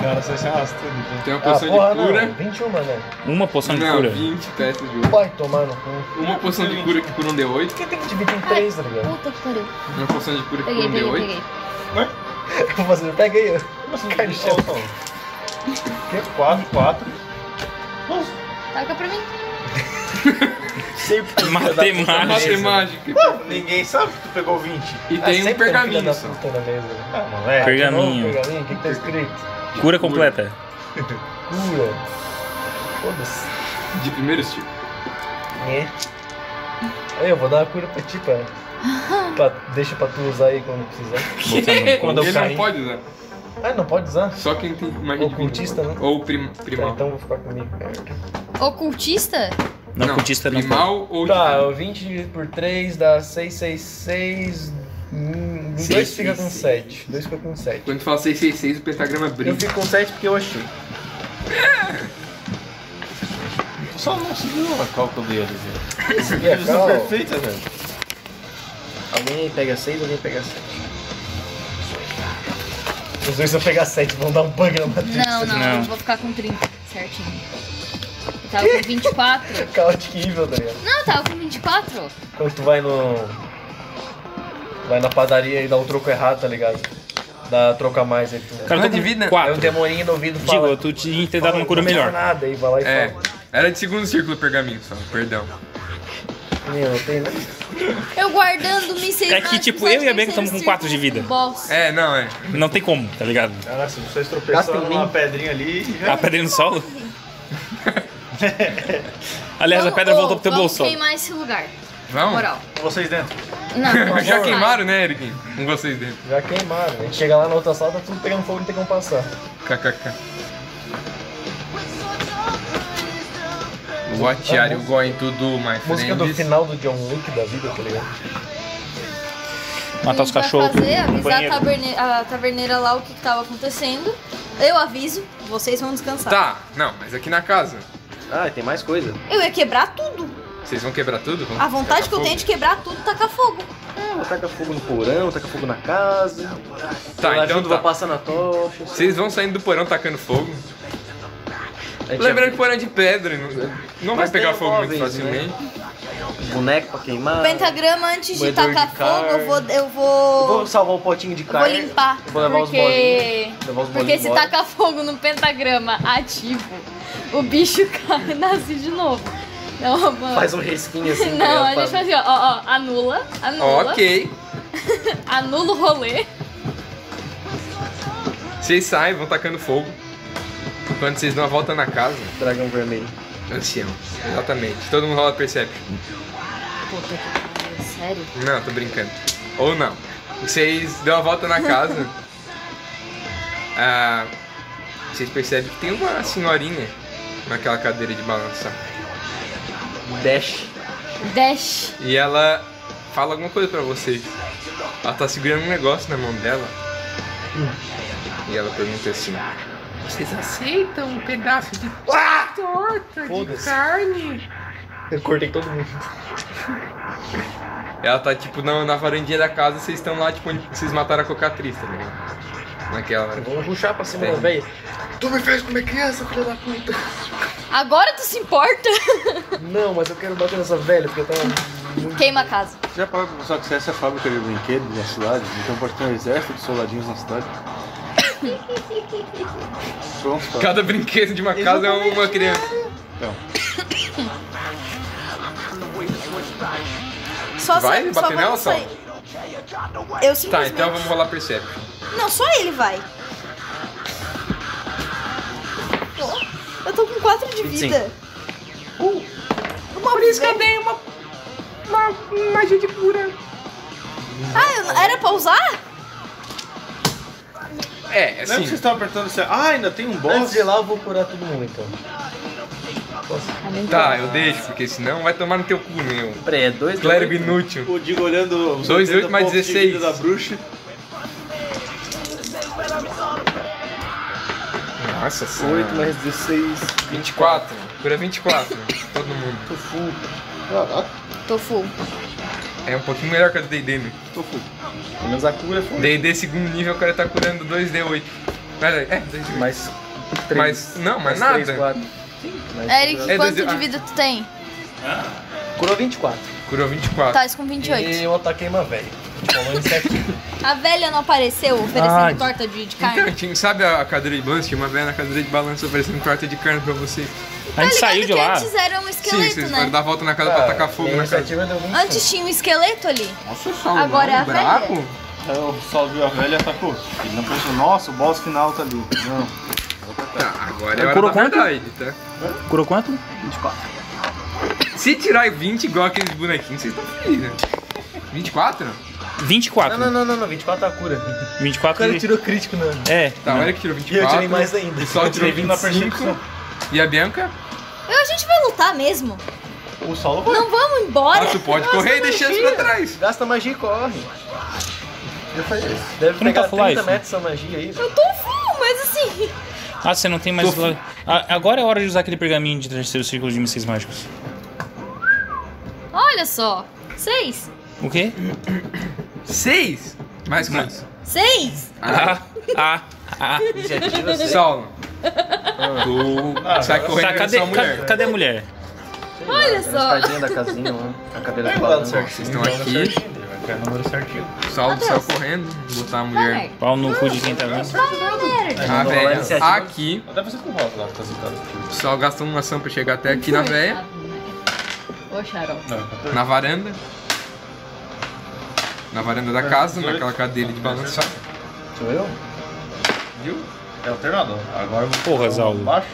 Speaker 27: Cara, você se arrastando.
Speaker 4: Tem uma
Speaker 6: Ah,
Speaker 4: poção
Speaker 6: porra,
Speaker 4: de cura.
Speaker 6: não. 21, né?
Speaker 1: Uma poção de
Speaker 4: Não,
Speaker 1: cura.
Speaker 4: 20 peças de ouro.
Speaker 6: Vai tomar no cu.
Speaker 4: Uma poção de cura que cura um D8.
Speaker 6: Por que tem que dividir em 3, tá ligado?
Speaker 3: Puta que pariu.
Speaker 4: Uma poção de cura que cura
Speaker 3: Peguei,
Speaker 4: um
Speaker 3: peguei,
Speaker 4: D8.
Speaker 3: peguei.
Speaker 6: Eu vou fazer, pega aí. Ah, Cai no chão.
Speaker 27: É, Que é 4, 4.
Speaker 3: Taca pra mim.
Speaker 27: Sempre.
Speaker 1: Matemática.
Speaker 4: Matemática.
Speaker 27: Ninguém sabe que tu pegou É 20.
Speaker 4: E
Speaker 6: Ah,
Speaker 4: tem
Speaker 6: sempre
Speaker 4: um pergaminho
Speaker 6: filho da
Speaker 4: só.
Speaker 6: puta na mesa. Ah, moleque.
Speaker 1: Pergaminho.
Speaker 6: de novo Pergaminho, o que, que tá escrito?
Speaker 1: Cura completa.
Speaker 6: Cura. Foda-se.
Speaker 4: De primeiro estilo.
Speaker 6: É. Aí, eu vou dar uma cura pra ti, cara. Pra, deixa pra tu usar aí quando precisar. Quando eu
Speaker 4: Ele não
Speaker 6: cair.
Speaker 4: pode usar.
Speaker 6: Ah, não pode usar?
Speaker 4: Só quem tem mais de 20.
Speaker 6: Ocultista, né?
Speaker 4: Ou prim,
Speaker 6: Tá,
Speaker 4: primal.
Speaker 6: então vou ficar comigo.
Speaker 3: Ocultista?
Speaker 1: Não, cultista não.
Speaker 4: Primal ou
Speaker 6: Tá, o 20 dividido por 3 dá 6, 6, 6. 2
Speaker 4: Seis,
Speaker 6: hum, fica
Speaker 4: seis,
Speaker 6: com
Speaker 4: seis.
Speaker 6: 7. 2 fica com 7.
Speaker 4: Quando tu fala 666, o pentagrama
Speaker 12: Eu
Speaker 4: brilha.
Speaker 12: fico com 7 porque eu achei.
Speaker 27: Tu só não seguiu a qual que eu dei a dizer.
Speaker 6: Aqui é
Speaker 27: Eles são
Speaker 6: cal.
Speaker 27: perfeitos, velho.
Speaker 6: Alguém pega 6, alguém pega 7. Os dois vão pegar 7, vão dar um bug na matriz.
Speaker 3: Não, não,
Speaker 1: Não.
Speaker 3: eu vou ficar com 30, certinho. Eu tava com 24.
Speaker 6: Chaotic Evil, tá ligado?
Speaker 3: Não, eu tava com 24.
Speaker 6: Quando tu vai no. Vai na padaria e dá um troco errado, tá ligado? Dá troca mais aí. Tu...
Speaker 1: Cara, eu tô com
Speaker 6: Aí um
Speaker 1: quatro.
Speaker 6: demoninho no ouvido
Speaker 1: Digo,
Speaker 6: fala.
Speaker 1: eu tu tinha ter dado uma cura
Speaker 6: não fala
Speaker 1: melhor.
Speaker 6: nada, aí vai lá e
Speaker 4: É.
Speaker 6: fala.
Speaker 4: Era de segundo círculo o pergaminho só, perdão.
Speaker 6: Meu, tem, né?
Speaker 3: Eu guardando me sei
Speaker 1: É que, tipo, eu e a Bianca estamos com 4 de vida.
Speaker 3: Boss.
Speaker 4: É, não, é.
Speaker 1: Não tem como, tá ligado?
Speaker 27: Caraca, se vocês tropeçaram numa pedrinha ali e já...
Speaker 1: A pedra no solo? Aliás, a pedra voltou pro teu bolso.
Speaker 3: oh, Vamos queimar esse lugar.
Speaker 4: Vamos?
Speaker 3: Moral.
Speaker 27: Vocês dentro.
Speaker 3: Não,
Speaker 4: Já
Speaker 3: não.
Speaker 4: queimaram, né, Eric? Com vocês dentro.
Speaker 6: Já queimaram. A gente chega lá na outra sala, tá tudo pegando fogo, não tem como passar.
Speaker 4: KKK. What are you going to do, my
Speaker 6: Música do
Speaker 4: friend?
Speaker 6: final do John Wick da vida, tá ligado?
Speaker 1: Matar os
Speaker 3: Vai
Speaker 1: cachorros.
Speaker 3: fazer,
Speaker 1: no
Speaker 3: avisar a
Speaker 1: banheiro.
Speaker 3: taverneira, a taverneira lá o que, que tava acontecendo. Eu aviso, vocês vão descansar.
Speaker 4: Tá, não, mas aqui na casa.
Speaker 12: Ah, tem mais coisa.
Speaker 3: Eu ia quebrar tudo.
Speaker 4: Vocês vão quebrar tudo? Vão
Speaker 3: A vontade
Speaker 4: tacar
Speaker 3: que eu
Speaker 4: fogo?
Speaker 3: tenho é de quebrar tudo, tacar fogo.
Speaker 12: É, Taca fogo no porão, taca fogo na casa.
Speaker 4: Tá,
Speaker 12: Ela
Speaker 4: então
Speaker 12: junto
Speaker 4: tá.
Speaker 12: vai passar na tocha.
Speaker 4: Vocês vão saindo do porão tacando fogo.
Speaker 12: gente
Speaker 4: Lembrando que porão é de pedra, não, não vai
Speaker 12: Mas
Speaker 4: pegar
Speaker 12: tem
Speaker 4: fogo muito
Speaker 12: móveis, né?
Speaker 4: facilmente.
Speaker 12: Boneco pra queimar.
Speaker 3: Pentagrama antes de
Speaker 12: moedor de
Speaker 3: tacar fogo, eu vou.
Speaker 12: carne.
Speaker 3: Eu vou.
Speaker 12: Vou salvar o potinho de
Speaker 3: eu
Speaker 4: Tá,
Speaker 3: vou
Speaker 12: carne.
Speaker 3: limpar.
Speaker 12: Vou levar os
Speaker 3: porque.
Speaker 12: bolinhos. Levar os
Speaker 3: Porque
Speaker 12: bolinhos
Speaker 3: se
Speaker 12: embora.
Speaker 3: tacar fogo no pentagrama ativo, o bicho cai e nasce de novo. Não, mano.
Speaker 12: Faz um risquinho
Speaker 3: tá
Speaker 12: assim.
Speaker 3: Não, a
Speaker 12: tá
Speaker 3: gente faz assim, ó, ó, ó, anula, anula.
Speaker 4: Ok.
Speaker 3: Anula o rolê.
Speaker 4: Vocês saem, vão tacando fogo. Quando vocês dão a volta na casa.
Speaker 12: Dragão vermelho.
Speaker 4: Ancião. Exatamente. Todo mundo rola perception.
Speaker 3: Puta que pariu, sério?
Speaker 4: Não, tô brincando. Ou não. Vocês dão a volta na casa. ah, vocês percebem que tem uma senhorinha naquela cadeira de balançar.
Speaker 12: Dash.
Speaker 3: Dash.
Speaker 4: E ela fala alguma coisa pra vocês. Ela tá segurando um negócio na mão dela. E ela pergunta assim.
Speaker 10: Vocês aceitam um pedaço de
Speaker 4: Ah!
Speaker 10: torta de carne?
Speaker 6: Eu cortei todo mundo.
Speaker 4: Ela tá tipo na, na varandinha da casa, vocês estão lá, tipo, onde vocês mataram a cocatriz, tá ligado? Naquela.
Speaker 6: Vamos ruxar pra cima
Speaker 4: Tem.
Speaker 6: da velha.
Speaker 12: Tu me fez comer criança, filha da puta.
Speaker 3: Agora tu se importa?
Speaker 6: Não, mas eu quero bater nessa velha, porque eu tava.
Speaker 4: Hum.
Speaker 3: Queima a casa.
Speaker 23: Já parou pra pensar que se essa é a fábrica de brinquedos na cidade, então pode ter um exército de soldadinhos
Speaker 27: é
Speaker 23: na cidade? Pronto, cara.
Speaker 4: Cada brinquedo de uma casa é uma criança.
Speaker 23: Então,
Speaker 3: Só
Speaker 4: Vai
Speaker 3: se, só
Speaker 4: bater nela,
Speaker 3: vamos
Speaker 4: Sal?
Speaker 3: sair. Eu simplesmente...
Speaker 4: Tá, então vamos rolar perception.
Speaker 3: Não, só ele vai. Eu tô com 4 de vida. Uh, Por isso que eu dei uma, uma magia de cura. Ah, eu- era pra usar?
Speaker 4: É,
Speaker 27: Lembra que vocês estavam apertando assim, ah, ainda tem um boss?
Speaker 6: Antes de ir lá, eu vou curar todo mundo então.
Speaker 4: Tá, eu deixo, porque senão vai tomar no teu cu, meu.
Speaker 12: Peraí, é dois
Speaker 4: Clérigo inútil.
Speaker 27: O Digo olhando os
Speaker 4: 2, 8
Speaker 27: 80
Speaker 4: mais
Speaker 27: pontos de
Speaker 4: 16.
Speaker 27: vida da bruxa.
Speaker 4: Nossa senhora.
Speaker 12: 8 mais 16.
Speaker 4: 24. Cura 24. Todo mundo.
Speaker 12: Tô full.
Speaker 3: Tô full.
Speaker 4: É um pouquinho melhor que a do D&D, meu.
Speaker 12: Tô full. Pelo menos a cura foi.
Speaker 4: D&D segundo nível, o cara tá curando 2D8. Pera aí, é, 2D8.
Speaker 12: Mais. três.
Speaker 4: Mas, não, mas
Speaker 12: Mais um três,
Speaker 4: nada.
Speaker 12: quatro. Mas-
Speaker 3: Eric,
Speaker 4: É,
Speaker 3: quanto
Speaker 4: dois-
Speaker 3: de
Speaker 4: ah.
Speaker 3: vida tu tem?
Speaker 6: Curou 24.
Speaker 4: Curou 24.
Speaker 3: Tá, isso com 28.
Speaker 6: E eu ataquei uma velha. Falou em sete.
Speaker 3: A velha não apareceu oferecendo torta de, de
Speaker 4: Então,
Speaker 3: carne?
Speaker 4: tinha- sabe a cadeira de balanço? Tinha uma velha na cadeira de balanço oferecendo torta de carne pra vocês.
Speaker 1: A gente
Speaker 3: Tá ligado
Speaker 1: saiu de
Speaker 3: que
Speaker 1: lá.
Speaker 3: Antes era um
Speaker 4: Sim,
Speaker 3: esqueleto,
Speaker 4: vocês
Speaker 3: né?
Speaker 4: podem dar a volta na casa
Speaker 6: É.
Speaker 4: pra tacar fogo né? na casa.
Speaker 3: Antes tinha um esqueleto ali.
Speaker 6: um
Speaker 23: Nossa, só
Speaker 3: Agora é a
Speaker 4: Braco?
Speaker 3: velha.
Speaker 27: Eu só viu Então, a velha e atacou. Ele não pensou, nossa, o boss final tá ali. Não.
Speaker 4: Tá, agora é a
Speaker 1: Curou
Speaker 4: hora da
Speaker 1: quanto?
Speaker 4: verdade, tá?
Speaker 1: Curou quanto?
Speaker 12: 24.
Speaker 4: Se tirar 20 igual aqueles bonequinhos, vocês estão felizes, né? 24?
Speaker 1: 24.
Speaker 6: Ah, Não, não, não, não, 24 tá a cura.
Speaker 1: 24
Speaker 6: O cara
Speaker 1: de-
Speaker 6: tirou crítico, né?
Speaker 1: É.
Speaker 4: Tá,
Speaker 1: não.
Speaker 4: o Eric tirou
Speaker 6: E
Speaker 4: 24.
Speaker 6: eu tirei mais ainda.
Speaker 4: O Sol tirou 25. E a Bianca?
Speaker 3: Eu, a gente vai lutar mesmo.
Speaker 27: O Saulo vai.
Speaker 3: Não vamos embora.
Speaker 4: Ah, tu pode
Speaker 3: Nossa,
Speaker 4: correr e deixar isso pra
Speaker 3: magia.
Speaker 4: trás.
Speaker 6: Gasta magia e corre.
Speaker 12: Eu faço isso.
Speaker 6: Deve
Speaker 1: Tu não tá
Speaker 6: pegar
Speaker 1: full
Speaker 6: 30
Speaker 1: life?
Speaker 6: metros essa magia aí.
Speaker 3: Eu tô full, mas assim.
Speaker 1: Ah, você não tem mais. Ah, agora é hora de usar aquele pergaminho de terceiro círculo de mísseis mágicos.
Speaker 3: Olha só. Seis.
Speaker 1: O quê?
Speaker 4: 6? Mais quantos?
Speaker 3: Seis.
Speaker 1: Ah, ah, ah.
Speaker 12: Iniciativa seis.
Speaker 4: Saulo. Tu
Speaker 6: Ah,
Speaker 4: sai correndo
Speaker 1: Tá,
Speaker 4: em
Speaker 1: cadê,
Speaker 4: direção à mulher.
Speaker 1: ca- cadê a mulher?
Speaker 3: Olha
Speaker 12: Tem
Speaker 3: só.
Speaker 12: uma escadinha da casinha lá. A
Speaker 6: Vai
Speaker 12: cadeira da
Speaker 6: igual
Speaker 12: balão.
Speaker 6: do certinho.
Speaker 4: Vocês estão aqui.
Speaker 27: Vai cair o número certinho.
Speaker 4: Saulo
Speaker 3: Adeus.
Speaker 4: saiu correndo. Botar a mulher.
Speaker 3: Vai,
Speaker 1: Pau no cu de quem tá vendo.
Speaker 3: merda.
Speaker 4: A
Speaker 12: Não, não,
Speaker 4: velha
Speaker 12: iniciativa.
Speaker 4: aqui.
Speaker 27: Até você com o boss lá, tá sentado.
Speaker 4: O Saulo gastou uma ação pra chegar até aqui na velha.
Speaker 3: Ô, Xarol.
Speaker 27: Não,
Speaker 4: Na varanda. na varanda da casa, naquela cadeira de balançar.
Speaker 27: Sou eu?
Speaker 4: Viu?
Speaker 27: É alternado. Agora eu vou
Speaker 1: Porra, Zaulo.
Speaker 27: baixo.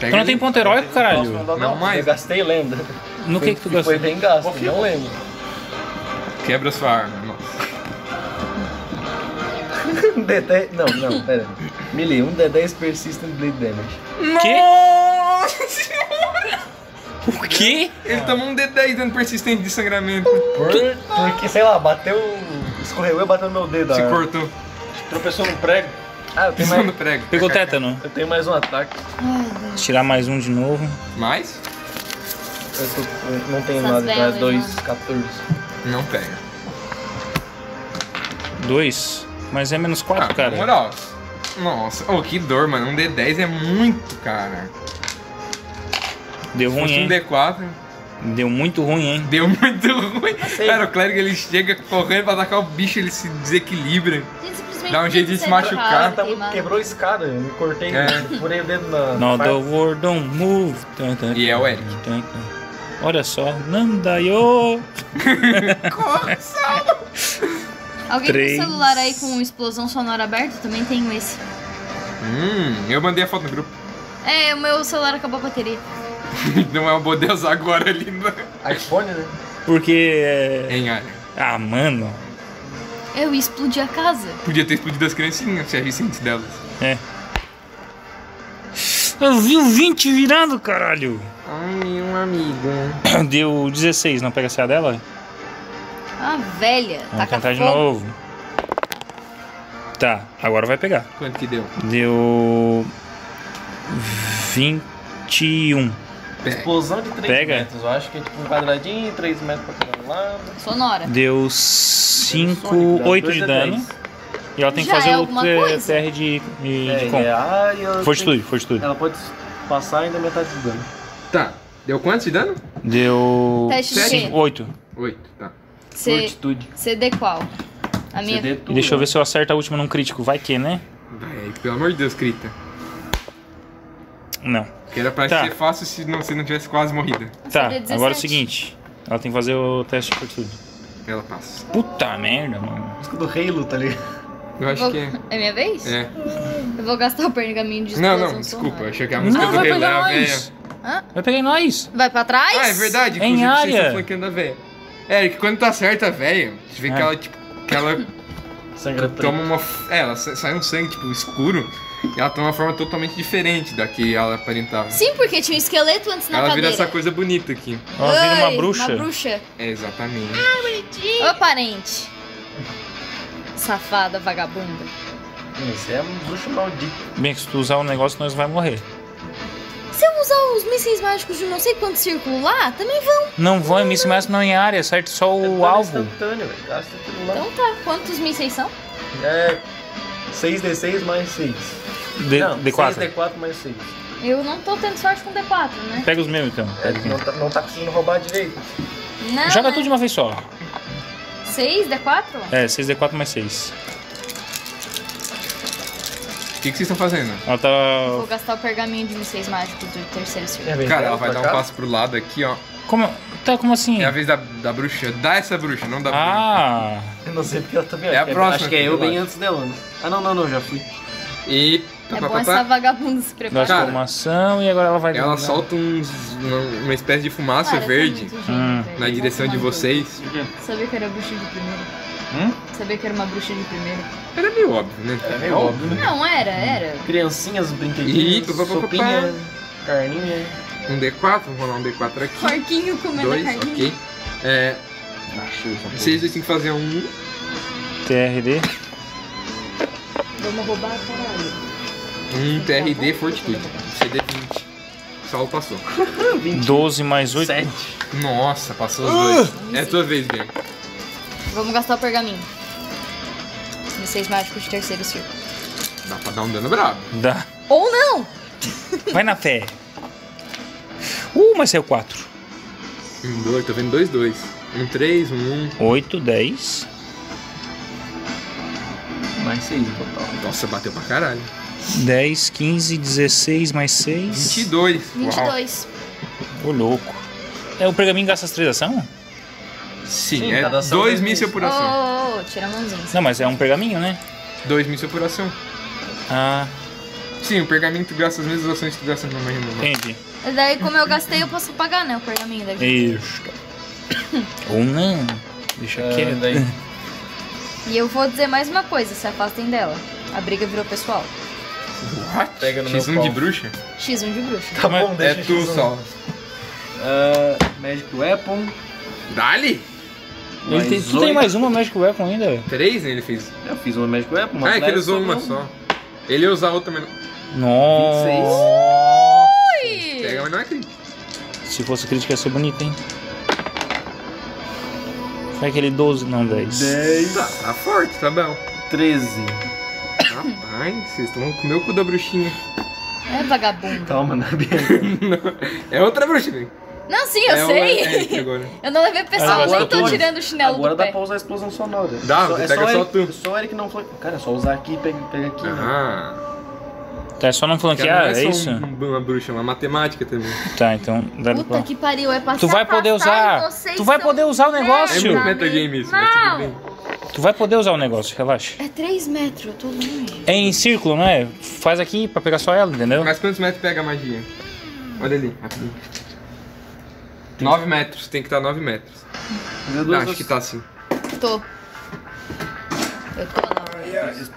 Speaker 1: Tu Então não tem ponto heróico, caralho?
Speaker 9: Não mais. Eu gastei lenda.
Speaker 1: No que
Speaker 9: Foi-
Speaker 1: que tu gastou?
Speaker 9: Foi bem gasto, não lembro.
Speaker 4: Quebra sua arma, nossa.
Speaker 12: D10. Não, não, pera. Melee, um D10 persistent bleed damage.
Speaker 4: Nossa senhora!
Speaker 1: O quê?
Speaker 4: Ele tomou um D10 dando persistente de sangramento.
Speaker 9: Por- porque, sei lá, bateu. Escorregou e bateu no meu dedo.
Speaker 4: Se
Speaker 9: a-
Speaker 4: cortou.
Speaker 9: Tropeçou no prego.
Speaker 12: Ah, eu
Speaker 9: tenho
Speaker 1: Pisou
Speaker 9: mais.
Speaker 1: no prego. Pegou tétano.
Speaker 9: Eu tenho mais um ataque.
Speaker 1: Tirar mais um de novo.
Speaker 4: Mais?
Speaker 9: Eu tô- eu não tenho
Speaker 12: Essas
Speaker 9: nada, é
Speaker 12: velas,
Speaker 9: 2, 14.
Speaker 4: Não pega.
Speaker 1: Dois. Mas é menos quatro,
Speaker 4: Na
Speaker 1: cara.
Speaker 4: Ah, moral. Nossa, oh, que dor, mano. Um D10 é muito, cara.
Speaker 1: Deu
Speaker 4: Se fosse
Speaker 1: ruim,
Speaker 4: um
Speaker 1: hein?
Speaker 4: D4.
Speaker 1: Deu muito ruim, hein?
Speaker 4: Deu muito ruim. Cara, o clérigo ele chega correndo pra atacar o bicho, ele se desequilibra. Dá um jeito de se
Speaker 3: Ah,
Speaker 4: machucar.
Speaker 9: Tá muito- quebrou a escada, eu me cortei,
Speaker 4: É.
Speaker 9: furei o dedo na.
Speaker 1: Não,
Speaker 9: parte-
Speaker 1: the world don't move. Tan, tan,
Speaker 4: E é o Eric.
Speaker 1: tan, tan. Olha só. Nandayo.
Speaker 4: Corre,
Speaker 3: Alguém
Speaker 1: Três.
Speaker 3: tem um celular aí com explosão sonora aberto? Também tenho esse.
Speaker 4: Hum, eu mandei a foto no grupo.
Speaker 3: É, o meu celular acabou a bateria.
Speaker 4: Não é uma boa de usar agora ali. No...
Speaker 12: iPhone, né?
Speaker 1: Porque. é-
Speaker 4: Ah, mano.
Speaker 3: Eu explodi a casa.
Speaker 4: Podia ter explodido as criancinhas, se agissem delas.
Speaker 1: É. Eu vi o 20 virando, caralho.
Speaker 4: Ai, um amigo.
Speaker 1: Deu 16, não pega a CA dela?
Speaker 3: Ah, velha.
Speaker 1: Vamos
Speaker 3: taca
Speaker 1: tentar de
Speaker 3: fogo.
Speaker 1: novo. Tá, agora vai pegar.
Speaker 4: Quanto que deu?
Speaker 1: Deu. 21.
Speaker 9: Explosão de 3
Speaker 1: É. Pega.
Speaker 9: metros, eu acho que é tipo um quadradinho, 3 metros pra cada lado.
Speaker 3: Sonora.
Speaker 1: Deu 5,
Speaker 9: Sonic, dá
Speaker 1: 8
Speaker 9: dois
Speaker 1: de
Speaker 9: a
Speaker 1: dano.
Speaker 9: dez.
Speaker 1: E ela tem que
Speaker 3: Já
Speaker 1: fazer
Speaker 3: é
Speaker 1: o
Speaker 3: alguma
Speaker 1: T-
Speaker 3: coisa?
Speaker 1: TR de, de,
Speaker 9: É,
Speaker 1: de
Speaker 9: e
Speaker 1: combo.
Speaker 9: é área,
Speaker 1: Fortitude,
Speaker 9: tem-
Speaker 1: fortitude.
Speaker 9: Ela pode passar ainda metade do dano.
Speaker 4: Tá. Deu quanto de dano?
Speaker 1: Deu.
Speaker 3: Teste de quê?
Speaker 1: 8.
Speaker 4: 8, tá.
Speaker 3: C... CD qual? A minha.
Speaker 1: E deixa eu ver se eu acerto a última num crítico. Vai que, né?
Speaker 4: Vai, pelo amor de Deus, Krita.
Speaker 1: Não.
Speaker 4: Que era pra
Speaker 1: Tá.
Speaker 4: ser fácil se não, se não tivesse quase morrido.
Speaker 1: Tá,
Speaker 4: Seria 17.
Speaker 1: agora é o seguinte. Ela tem que fazer o teste de fortitude.
Speaker 4: Ela passa.
Speaker 1: Puta merda, mano.
Speaker 9: Do Halo, tá ligado?
Speaker 4: Eu acho
Speaker 3: Vou-
Speaker 4: que é.
Speaker 3: É minha vez?
Speaker 4: É.
Speaker 3: Eu vou gastar o pergaminho de
Speaker 4: Não,
Speaker 3: explosão
Speaker 4: não, desculpa.
Speaker 3: sonora.
Speaker 4: Achei que a música
Speaker 1: um Não,
Speaker 4: do
Speaker 1: vai
Speaker 4: Rei é
Speaker 1: pegar
Speaker 4: Léo,
Speaker 1: nós.
Speaker 4: velho.
Speaker 3: Hã?
Speaker 1: Vai pegar nós.
Speaker 3: Vai pra trás?
Speaker 4: Ah, é verdade.
Speaker 1: Em
Speaker 4: inclusive, Vocês
Speaker 1: área.
Speaker 4: estão flanqueando a véia. Eric, quando tá certa a véia, você vê que ela, tipo, que ela
Speaker 9: Sangra
Speaker 4: toma Ah. uma. f- É, ela sa- sai um sangue, tipo, escuro. E ela toma uma forma totalmente diferente da que ela aparentava.
Speaker 3: Sim, porque tinha um esqueleto antes na
Speaker 4: Ela vira
Speaker 3: cadeira.
Speaker 4: essa coisa bonita aqui.
Speaker 3: Ela vira uma Ai, bruxa. uma bruxa.
Speaker 4: É, exatamente.
Speaker 3: Ai, bonitinho. Ô, parente. Safada, vagabunda.
Speaker 9: Isso é um bruxo maldito.
Speaker 1: Bem, que se tu usar um negócio, nós vai morrer.
Speaker 3: Se eu usar os mísseis mágicos de não sei quanto círculo lá, também vão.
Speaker 1: Não vão em Miss Mass, não em área, certo? Só o alvo.
Speaker 9: Instantâneo, velho. Gasta aquilo lá.
Speaker 3: Então tá, quantos mísseis são?
Speaker 9: É 6d6 mais 6.
Speaker 1: D-
Speaker 9: não,
Speaker 1: D4.
Speaker 9: 6d4 mais 6.
Speaker 3: Eu não tô tendo sorte com D4, né?
Speaker 1: Pega os meus então.
Speaker 9: Não tá, não tá conseguindo roubar direito.
Speaker 3: Não,
Speaker 1: Joga tudo de uma vez só.
Speaker 3: 6, D4?
Speaker 1: É, 6d4 mais 6.
Speaker 4: O que, que vocês estão fazendo?
Speaker 1: Ela tá
Speaker 3: Vou gastar o pergaminho de mísseis mágicos do terceiro círculo.
Speaker 4: Cara, ela vai dar um passo pro lado aqui, ó.
Speaker 1: Como? Tá, como assim?
Speaker 4: É a vez da, da bruxa. Dá essa bruxa, não da
Speaker 1: Ah!
Speaker 9: Eu não sei porque ela também
Speaker 4: É a próxima,
Speaker 9: Acho que é eu
Speaker 4: relaxa.
Speaker 9: bem antes dela. né? Ah, não, não, não, já fui.
Speaker 4: E.
Speaker 3: É bom essa vagabunda se preparar.
Speaker 4: Cara,
Speaker 1: formação e agora ela vai.
Speaker 4: Ela solta uns, uma, uma espécie de fumaça
Speaker 3: Cara, tá
Speaker 4: verde
Speaker 3: muito gênio, velho.
Speaker 4: na direção de vocês.
Speaker 3: Sabia que era bruxa de primeira?
Speaker 4: Hum?
Speaker 3: Sabia que era uma bruxa de primeira?
Speaker 4: Era meio óbvio, né?
Speaker 9: É meio óbvio, né?
Speaker 3: Não, era, era.
Speaker 9: Criancinhas,
Speaker 4: E.
Speaker 9: brinquedinhos,
Speaker 4: pá, pá, pá, pá, pá.
Speaker 9: sopinha, carninha.
Speaker 4: Um D4, vamos rolar um D4 aqui.
Speaker 3: Porquinho comendo
Speaker 4: Dois,
Speaker 3: a carninha.
Speaker 4: ok. É. Vocês dois têm que fazer um.
Speaker 1: TRD.
Speaker 3: Vamos roubar a caralho.
Speaker 4: Um TRD Fortitude. CD20. Saulo passou.
Speaker 1: 12 mais 8.
Speaker 4: Nossa, passou os
Speaker 3: Ah,
Speaker 4: dois. É a tua vez, Bianca.
Speaker 3: Vamos gastar o pergaminho. Mísseis mágicos de terceiro círculo.
Speaker 4: Dá pra dar um dano brabo.
Speaker 1: Dá.
Speaker 3: Ou não!
Speaker 1: Vai na fé. Uh, mas saiu 4.
Speaker 4: Um, dois, tô vendo dois, dois. Um, três, um, um.
Speaker 1: 8, 10.
Speaker 9: Mais 6 no total.
Speaker 4: Nossa, bateu pra caralho.
Speaker 1: 10, 15, 16 mais 6.
Speaker 4: 22. Uau.
Speaker 3: 22.
Speaker 1: Ô louco. É, o pergaminho gasta as 3 ação?
Speaker 4: Sim, é dois mísseis por assim. ação.
Speaker 3: Ô, ô, ô, tira a mãozinha.
Speaker 1: Não, mas é um pergaminho, né?
Speaker 4: Oh. Dois mísseis por ação.
Speaker 1: Ah.
Speaker 4: Sim, o pergaminho tu gasta as mesmas ações que tu gasta na mãe normal.
Speaker 1: Entendi.
Speaker 3: Mas Daí, como eu gastei, eu posso pagar, né? O pergaminho daqui.
Speaker 1: Isso. Ou não. Deixa quieto.
Speaker 3: E eu vou dizer mais uma coisa: se afastem dela. A briga virou pessoal.
Speaker 4: Pega
Speaker 12: no
Speaker 4: X1
Speaker 12: meu
Speaker 4: de
Speaker 12: pau.
Speaker 4: bruxa?
Speaker 3: X1 de bruxa.
Speaker 12: Tá bom, deixa
Speaker 4: É
Speaker 6: um.
Speaker 4: tu,
Speaker 12: X1.
Speaker 4: Sal.
Speaker 12: Ah, Magic Weapon.
Speaker 4: Dali!
Speaker 1: Ele tem, tu tem
Speaker 12: oito.
Speaker 1: mais uma Magic Weapon ainda?
Speaker 4: Três, né? Ele fez.
Speaker 12: Eu fiz uma Magic Weapon, uma
Speaker 4: Ah, é que ele
Speaker 12: Bless,
Speaker 4: usou uma
Speaker 12: não.
Speaker 4: só. Ele ia usar outra, mas não.
Speaker 1: Nossa.
Speaker 4: Pega, mas não é crítico.
Speaker 1: Se fosse crítica ia ser bonito, hein? Foi aquele 12, não 10.
Speaker 4: Tá, tá forte, tá bom.
Speaker 12: 13.
Speaker 4: Rapaz, vocês estão com o meu cu da bruxinha.
Speaker 3: É vagabundo.
Speaker 12: Calma, não é bem.
Speaker 4: É outra bruxa, velho.
Speaker 3: Não, sim, eu
Speaker 4: é
Speaker 3: sei.
Speaker 4: Uma... É, que agora.
Speaker 3: Eu não levei pessoal,
Speaker 12: Agora
Speaker 3: nem tô
Speaker 12: pode.
Speaker 3: tirando É, o chinelo
Speaker 12: Agora
Speaker 3: do pé.
Speaker 12: dá pra usar a explosão sonora.
Speaker 4: Dá, você pega só
Speaker 12: ele, Só ele que não foi. Cara, é só usar aqui e pega, pega aqui. né?
Speaker 4: Ah.
Speaker 1: Tá, é só não
Speaker 4: Cara,
Speaker 1: flanquear,
Speaker 4: não
Speaker 1: é,
Speaker 4: só
Speaker 1: isso?
Speaker 4: um- uma bruxa, é uma matemática também.
Speaker 1: Tá, então dá
Speaker 3: Puta
Speaker 1: pra...
Speaker 3: que pariu, é passar
Speaker 1: Tu vai poder usar- tu vai poder usar o negócio.
Speaker 4: É muito metagame isso, mas tudo bem.
Speaker 3: Não!
Speaker 1: Tu vai poder usar o negócio, relaxa.
Speaker 3: É 3 metros, eu tô longe.
Speaker 1: É em círculo, não é? Faz aqui pra pegar só ela, entendeu?
Speaker 4: Mas quantos metros pega a magia? Olha ali, rapidinho. 9 metros, tem que estar 9 metros.
Speaker 12: Deus,
Speaker 4: acho
Speaker 12: eu-
Speaker 4: que tá assim.
Speaker 3: Tô. Eu tô na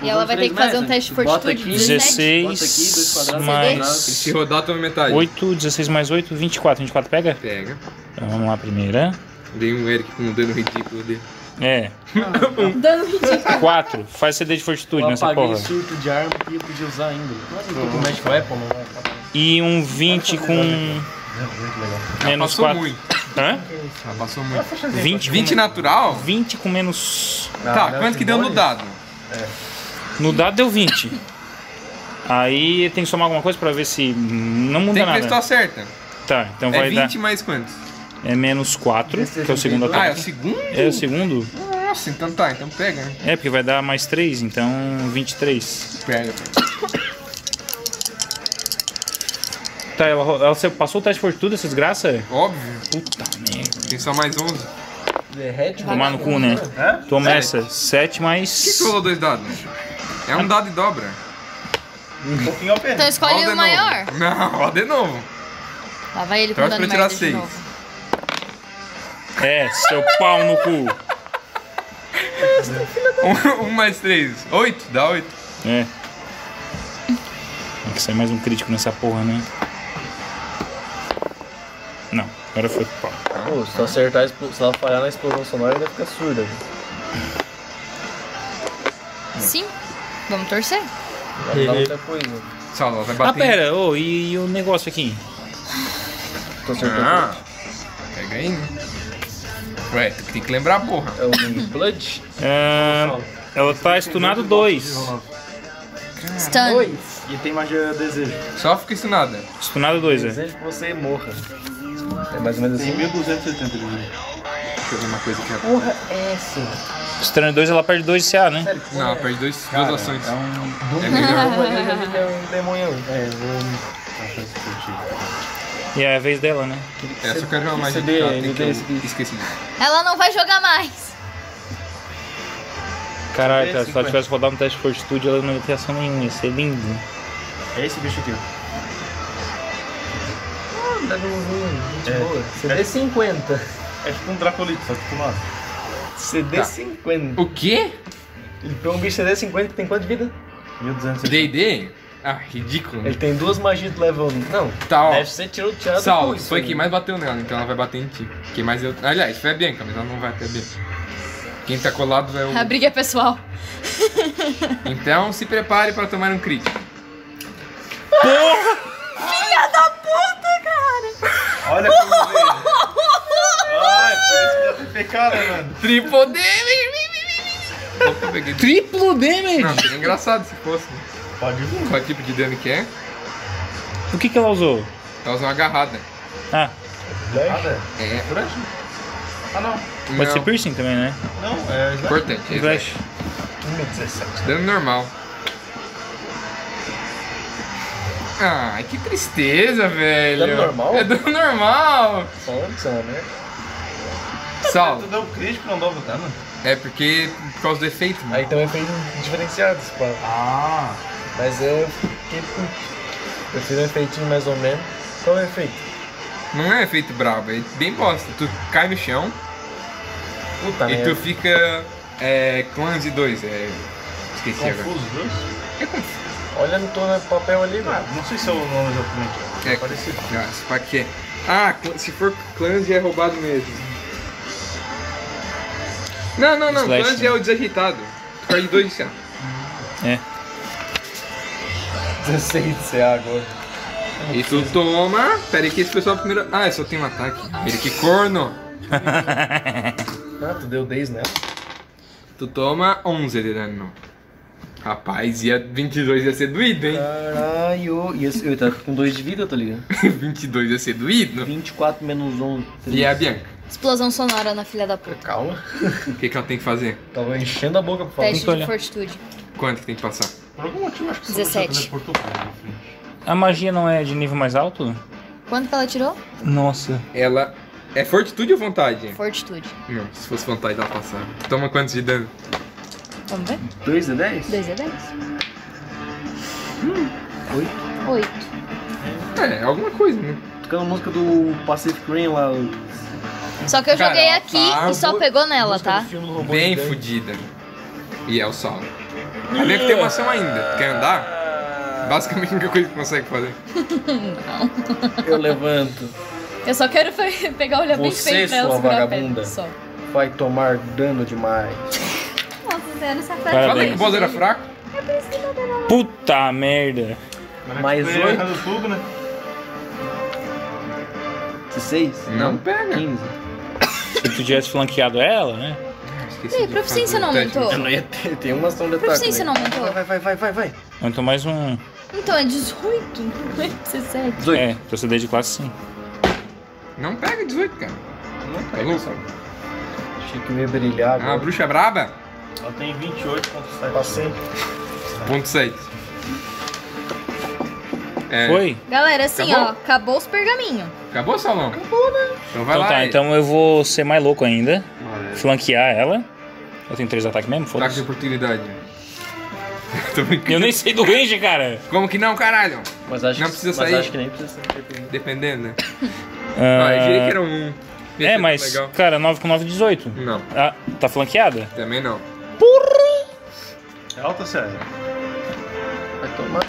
Speaker 3: E ela vai ter que fazer um teste de fortitude.
Speaker 1: 16 mais...
Speaker 4: Se rodar, toma metade.
Speaker 1: 8, 16 mais 8, 24. 24 pega?
Speaker 4: Pega.
Speaker 1: Então vamos lá, primeira.
Speaker 4: Dei um Eric com um dano ridículo dele.
Speaker 1: É,
Speaker 3: Dando ridículo.
Speaker 1: 4. Faz CD de fortitude
Speaker 12: Eu
Speaker 1: nessa
Speaker 12: apaguei
Speaker 1: porra.
Speaker 12: surto de arma que eu podia usar ainda. Mas eu
Speaker 4: Uhum.
Speaker 12: tô com Magic Weapon, não vai.
Speaker 1: E um 20 com... Menos
Speaker 4: passou
Speaker 1: 4.
Speaker 4: muito.
Speaker 1: Hã?
Speaker 4: Ah, passou muito.
Speaker 1: 20,
Speaker 4: 20
Speaker 1: com-
Speaker 4: natural?
Speaker 1: 20 com menos...
Speaker 4: tá, quanto que deu no dado?
Speaker 1: No dado deu 20. Aí tem que somar alguma coisa pra ver se hum, não muda
Speaker 4: Tem que
Speaker 1: nada.
Speaker 4: ver se tu acerta.
Speaker 1: Tá, então
Speaker 4: é
Speaker 1: vai
Speaker 4: 20
Speaker 1: dar.
Speaker 4: mais quantos?
Speaker 1: É menos 4, que é o segundo
Speaker 4: Ah, é o
Speaker 1: ataque.
Speaker 4: segundo?
Speaker 1: É o segundo?
Speaker 4: Nossa, então tá, então pega, né?
Speaker 1: É, porque vai dar mais 3, então 23.
Speaker 4: Pega.
Speaker 1: Tá, ela, ro- ela se- passou o teste de fortitude, essa desgraça?
Speaker 4: Óbvio.
Speaker 1: Puta merda.
Speaker 4: Tem só mais 11. Por
Speaker 12: Derrete,
Speaker 1: Tomar no cu, né? Toma
Speaker 4: Sete.
Speaker 1: essa. 7
Speaker 4: que
Speaker 1: mais.
Speaker 4: tu rolou dois dados? É um dado e dobra.
Speaker 27: Um pouquinho a pena.
Speaker 3: Então
Speaker 4: Roda
Speaker 3: escolhe
Speaker 4: de
Speaker 3: o maior.
Speaker 4: novo. Não, roda de novo.
Speaker 3: Lá vai ele com
Speaker 4: Torce
Speaker 3: dano
Speaker 4: pra tirar
Speaker 3: merda de
Speaker 4: seis.
Speaker 3: novo.
Speaker 1: É, seu pau no cu.
Speaker 4: Um, um mais três. Oito, dá oito.
Speaker 1: É. Tem que sair mais um crítico nessa porra, né? Não, agora foi pro pau.
Speaker 12: Pô, se tu acertar, a explo- se ela falhar na explosão sonora, ela vai ficar surda.
Speaker 4: Hum.
Speaker 3: Sim, vamos torcer.
Speaker 12: Vai dar outra coisa.
Speaker 4: Salva, vai
Speaker 1: Ah,
Speaker 4: bater.
Speaker 1: pera, ô, e, e o negócio aqui?
Speaker 12: Tu acertou.
Speaker 4: Ah, pega aí, né? Ué, tu que tem que lembrar, porra.
Speaker 12: É o Ring Blood?
Speaker 1: Ah, ela tá estunado 2.
Speaker 3: Stun.
Speaker 12: E tem magia desejo.
Speaker 4: Só fica isso nada.
Speaker 1: Estunado 2, é.
Speaker 12: Desejo que você morra. É mais ou menos assim.
Speaker 23: Tem 1270 de vida.
Speaker 4: Deixa eu ver uma coisa aqui. ó.
Speaker 12: Porra, é essa?
Speaker 1: Estunado 2, ela perde 2 de CA, né?
Speaker 4: Não, perde dois,
Speaker 23: Cara,
Speaker 4: duas ações.
Speaker 23: É um.
Speaker 4: É melhor.
Speaker 12: Ele é um demônio. É, vou.
Speaker 1: E é a vez dela, né?
Speaker 4: É, só quero ver uma magia
Speaker 12: CD,
Speaker 4: que ela tem que
Speaker 12: ND, esse
Speaker 4: eu
Speaker 12: aqui.
Speaker 4: esqueci.
Speaker 3: Ela não vai jogar mais.
Speaker 1: Caralho, cara,
Speaker 27: Esse
Speaker 1: se
Speaker 27: foi.
Speaker 1: ela tivesse rodado um teste de fortitude, ela não ia ter ação nenhuma, ia ser lindo.
Speaker 27: É esse bicho aqui. ó.
Speaker 12: Dá um zoom, de
Speaker 27: É.
Speaker 12: boa. CD 50.
Speaker 27: É tipo um dracolito, só que com nós.
Speaker 4: Tá.
Speaker 12: CD 50.
Speaker 4: O quê?
Speaker 12: Ele pegou um bicho CD 50 que tem quanto de vida?
Speaker 27: 1200.
Speaker 4: D&D? Ah, ridículo.
Speaker 12: Ele tem duas magias do level 1. Não,
Speaker 4: Tá, ó.
Speaker 12: deve ser tirado tirado
Speaker 4: Sal,
Speaker 12: com isso,
Speaker 4: foi quem
Speaker 12: né?
Speaker 4: mais bateu nela, então ela vai bater em ti. Quem mais eu. Aliás, foi a Bianca, mas ela não vai até a Bianca. Quem tá colado é
Speaker 3: A
Speaker 4: o.
Speaker 3: briga é pessoal.
Speaker 4: Então se prepare pra tomar um crítico.
Speaker 27: Olha como veio. Ai, parece que eu pecado, mano.
Speaker 4: Triple damage! Opa, eu peguei.
Speaker 1: Triplo damage!
Speaker 4: Não, seria engraçado se fosse. né?
Speaker 27: Pode vir.
Speaker 4: Qual tipo de dano que é?
Speaker 1: O que que ela usou?
Speaker 4: Ela usa uma agarrada.
Speaker 1: Ah,
Speaker 27: Nada.
Speaker 4: É.
Speaker 27: Ah, não.
Speaker 1: pode ser
Speaker 4: Não,
Speaker 1: piercing também, né?
Speaker 27: Não, é slide.
Speaker 4: importante. é
Speaker 1: Flash.
Speaker 4: Dano normal. Ai, que tristeza, velho.
Speaker 12: normal?
Speaker 4: É dano normal.
Speaker 6: né?
Speaker 12: Falando que isso é uma merda.
Speaker 4: Sal.
Speaker 27: Tu deu crítico não dobro dano?
Speaker 4: É porque por causa do efeito, mano.
Speaker 6: Aí então eu fui diferenciado esse pau.
Speaker 27: Ah.
Speaker 6: Mas eu fiquei puto. Eu fiz um efeitinho mais ou menos. Qual é o efeito?
Speaker 4: Não é efeito brabo, é bem bosta. Tu cai no chão. e
Speaker 6: Puta Tá merda.
Speaker 4: tu fica. É. Clanze 2, é. Esqueci agora.
Speaker 27: Confuso, viu?
Speaker 4: É confuso.
Speaker 6: Olha no teu papel ali, mano.
Speaker 27: Não sei se é o nome do documento.
Speaker 4: É, parecido. pra quê? Ah, cl- se for clãs é roubado mesmo. Não, não, não.
Speaker 1: Slash,
Speaker 4: Clãs
Speaker 1: né?
Speaker 4: é o desajeitado. Tu perde 2 de CA.
Speaker 1: É.
Speaker 6: 16 de CA agora.
Speaker 4: E tu toma. Pera aí que esse pessoal primeiro. Ah, só tem um ataque. Ele que corno.
Speaker 6: Ah, tu deu 10 nela.
Speaker 4: Tu toma 11 de dano. Rapaz, ia 22 ia ser doído, hein?
Speaker 9: Caralho, e eu, eu tava com 2 de vida, tá ligado?
Speaker 4: 22 ia ser doído.
Speaker 9: 24 menos 11.
Speaker 4: E a Bianca?
Speaker 3: Explosão sonora na filha da puta.
Speaker 6: Calma.
Speaker 4: O que, que ela tem que fazer?
Speaker 6: Tava enchendo a boca pra falar.
Speaker 3: Teste de fortitude.
Speaker 4: Quanto que tem que passar?
Speaker 27: Por algum motivo
Speaker 9: um
Speaker 27: acho que
Speaker 3: 17.
Speaker 1: A magia não é de nível mais alto?
Speaker 3: Quanto que ela tirou?
Speaker 1: Nossa.
Speaker 4: Ela. É fortitude ou vontade?
Speaker 3: Fortitude.
Speaker 4: Não, se fosse vontade ela passava. Toma quantos de dano?
Speaker 3: Vamos ver?
Speaker 9: é
Speaker 4: 2 a 10?
Speaker 3: 2 a 10.
Speaker 9: Hum. Oito.
Speaker 3: 8.
Speaker 4: É, alguma coisa, né?
Speaker 9: Tocando a música do Pacific Rim lá. o-
Speaker 3: Só que eu
Speaker 9: Cara,
Speaker 3: joguei
Speaker 9: ela
Speaker 3: aqui
Speaker 9: tá
Speaker 3: e só
Speaker 9: bo-
Speaker 3: pegou nela, tá?
Speaker 4: Bem fudida. E é o Saulo. A Bianca tem uma ação ainda. Quer andar? Basicamente a única coisa que consegue fazer.
Speaker 9: Eu levanto.
Speaker 11: Eu só quero foi pegar o olho bem
Speaker 9: Você,
Speaker 11: feio pra ela
Speaker 9: sua
Speaker 11: segurar a
Speaker 9: vagabunda.
Speaker 11: pedra. Só.
Speaker 6: Vai tomar dano demais.
Speaker 3: Nossa, zero
Speaker 1: Parabéns. Falei que o boss era
Speaker 4: fraco.
Speaker 3: É por isso que não deu nada.
Speaker 1: Puta merda.
Speaker 9: Mais
Speaker 27: Foi errado
Speaker 9: oito.
Speaker 27: tudo, né?
Speaker 9: 16?
Speaker 4: Não pega.
Speaker 9: 15.
Speaker 1: Se tu tivesse flanqueado ela, né?
Speaker 3: Ei, de proficiência fazer não o teste. aumentou? Eu não ia
Speaker 6: Tem uma ação de
Speaker 3: Proficiência não aumentou.
Speaker 6: Vai, vai, vai, vai, vai.
Speaker 1: Então mais um.
Speaker 3: Então é 18, não é 17.
Speaker 1: É, proceder de classe sim.
Speaker 4: Não pega 18, cara. Tá Não pega.
Speaker 6: Achei que eu ia brilhar
Speaker 4: Ah, a bruxa braba?
Speaker 27: Ela tem 28.7.
Speaker 6: Passei.
Speaker 4: Ponto 7. É.
Speaker 1: Foi?
Speaker 3: Galera, assim,
Speaker 1: Acabou?
Speaker 3: ó, acabou os pergaminhos.
Speaker 4: Acabou, Salão?
Speaker 3: Acabou, né?
Speaker 4: Então vai
Speaker 1: Então
Speaker 4: lá.
Speaker 1: tá,
Speaker 4: Ed.
Speaker 1: então eu vou ser mais louco ainda. Flanquear ela. Eu tenho três ataques mesmo?
Speaker 4: Ataque de
Speaker 1: Foda-se.
Speaker 4: oportunidade.
Speaker 1: Eu nem sei do range, cara.
Speaker 4: Como que não, caralho?
Speaker 9: Mas acho
Speaker 4: não
Speaker 9: que-
Speaker 4: precisa
Speaker 9: mas
Speaker 4: sair.
Speaker 9: acho que nem precisa
Speaker 4: sair. Dependendo, né?
Speaker 1: Ah,
Speaker 4: Ah, eu diria que era um. Ia ser
Speaker 1: É,
Speaker 4: tão
Speaker 1: mas,
Speaker 4: legal.
Speaker 1: cara, 9 com 9, 18.
Speaker 4: Não.
Speaker 1: Ah, tá flanqueada?
Speaker 4: Também não.
Speaker 27: É alta série.
Speaker 6: Vai tomar.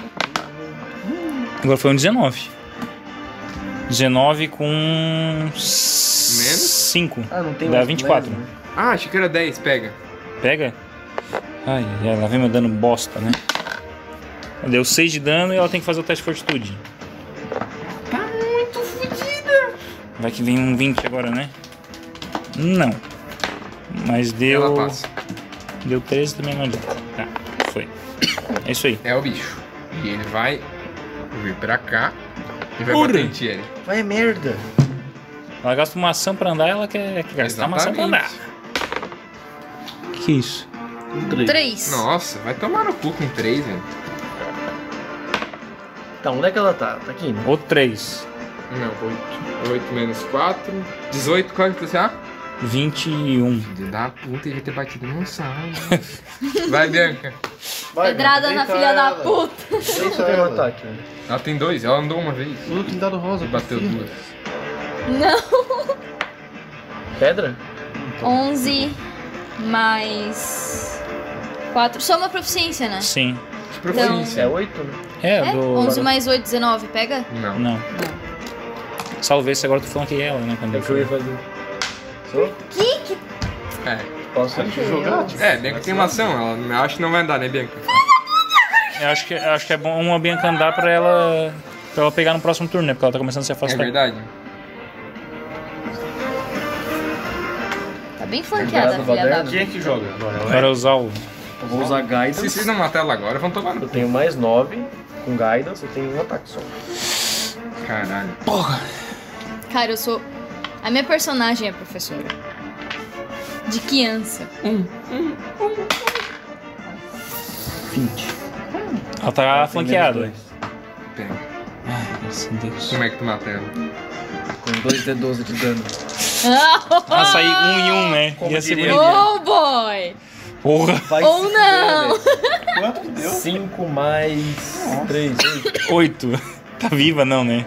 Speaker 1: Agora foi um 19. 19 com. Menos? 5.
Speaker 6: Ah, não tem
Speaker 1: Dá
Speaker 6: mais
Speaker 1: 24.
Speaker 6: leve,
Speaker 4: Ah, achei que era 10, pega.
Speaker 1: Pega? Ai, ai, ela vem me dando bosta, né? Deu 6 de dano e ela tem que fazer o teste de fortitude.
Speaker 4: Tá muito fodida.
Speaker 1: Vai que vem um 20 agora, né? Não. Mas deu.
Speaker 4: Ela passa.
Speaker 1: Deu 13 também não adianta. Tá, foi. É isso aí.
Speaker 4: É o bicho. E ele vai vir pra cá e vai
Speaker 1: Uri.
Speaker 4: bater em ti, ele.
Speaker 6: Vai merda.
Speaker 1: Ela gasta uma ação pra andar, ela quer, quer gastar uma ação pra andar. Que isso?
Speaker 3: Três.
Speaker 4: Nossa, vai tomar no cu com 3, velho.
Speaker 9: Tá, onde é
Speaker 12: Ah,
Speaker 9: que ela tá? Tá aqui, né?
Speaker 1: Ou 3.
Speaker 4: Não, 8. 8 menos 4. 18, qual é que você ah?
Speaker 1: 21.
Speaker 4: Da puta, ele vai ter batido no salão. Vai, Bianca.
Speaker 3: Pedrada na filha da puta.
Speaker 6: Deixa eu um ataque.
Speaker 4: Ela tem dois, ela andou uma vez.
Speaker 6: Tudo tem dado rosa.
Speaker 4: E bateu duas.
Speaker 3: Não.
Speaker 9: Pedra?
Speaker 3: 11 mais 4. Só uma proficiência, né?
Speaker 1: Sim.
Speaker 3: proficiência.
Speaker 9: É 8, né?
Speaker 1: É,
Speaker 3: É?
Speaker 1: do.
Speaker 3: 11 mais 8, 19. Pega?
Speaker 4: Não.
Speaker 1: Não. Salve se agora tu falando que é ela, né? Quando eu fui fazer.
Speaker 3: Que? que...
Speaker 4: É.
Speaker 6: Posso
Speaker 3: jogar,
Speaker 6: tipo,
Speaker 4: É, Bianca tem uma ação, ela eu acho que não vai andar, né, Bianca?
Speaker 1: Eu acho que, eu acho que é bom a Bianca andar pra ela. pra ela pegar no próximo turno, né? Porque ela tá começando a se
Speaker 4: É
Speaker 1: afastar.
Speaker 4: verdade.
Speaker 3: Tá bem flanqueada a filha da puta.
Speaker 6: é que joga agora?
Speaker 1: Agora usar o.
Speaker 6: Eu vou usar Guidance.
Speaker 4: Se vocês não matar ela agora, vão tomar no
Speaker 6: Eu tenho mais 9 com Guidance, eu tenho um ataque só.
Speaker 4: Caralho.
Speaker 1: Porra!
Speaker 3: Cara, eu sou. A minha personagem é professora. De criança.
Speaker 4: Um.
Speaker 1: Ela tá flanqueada.
Speaker 9: menos
Speaker 4: Pega.
Speaker 1: Ai, meu Deus.
Speaker 4: Como é que tu mata ela?
Speaker 9: Com 2 de 12 de dano.
Speaker 1: Açaí um em um, né? Ia ser bonito.
Speaker 3: Oh boy!
Speaker 1: Porra.
Speaker 3: Ou não!
Speaker 12: Quanto que deu?
Speaker 6: 5 mais 3, 8.
Speaker 1: Oito. Tá viva não, né?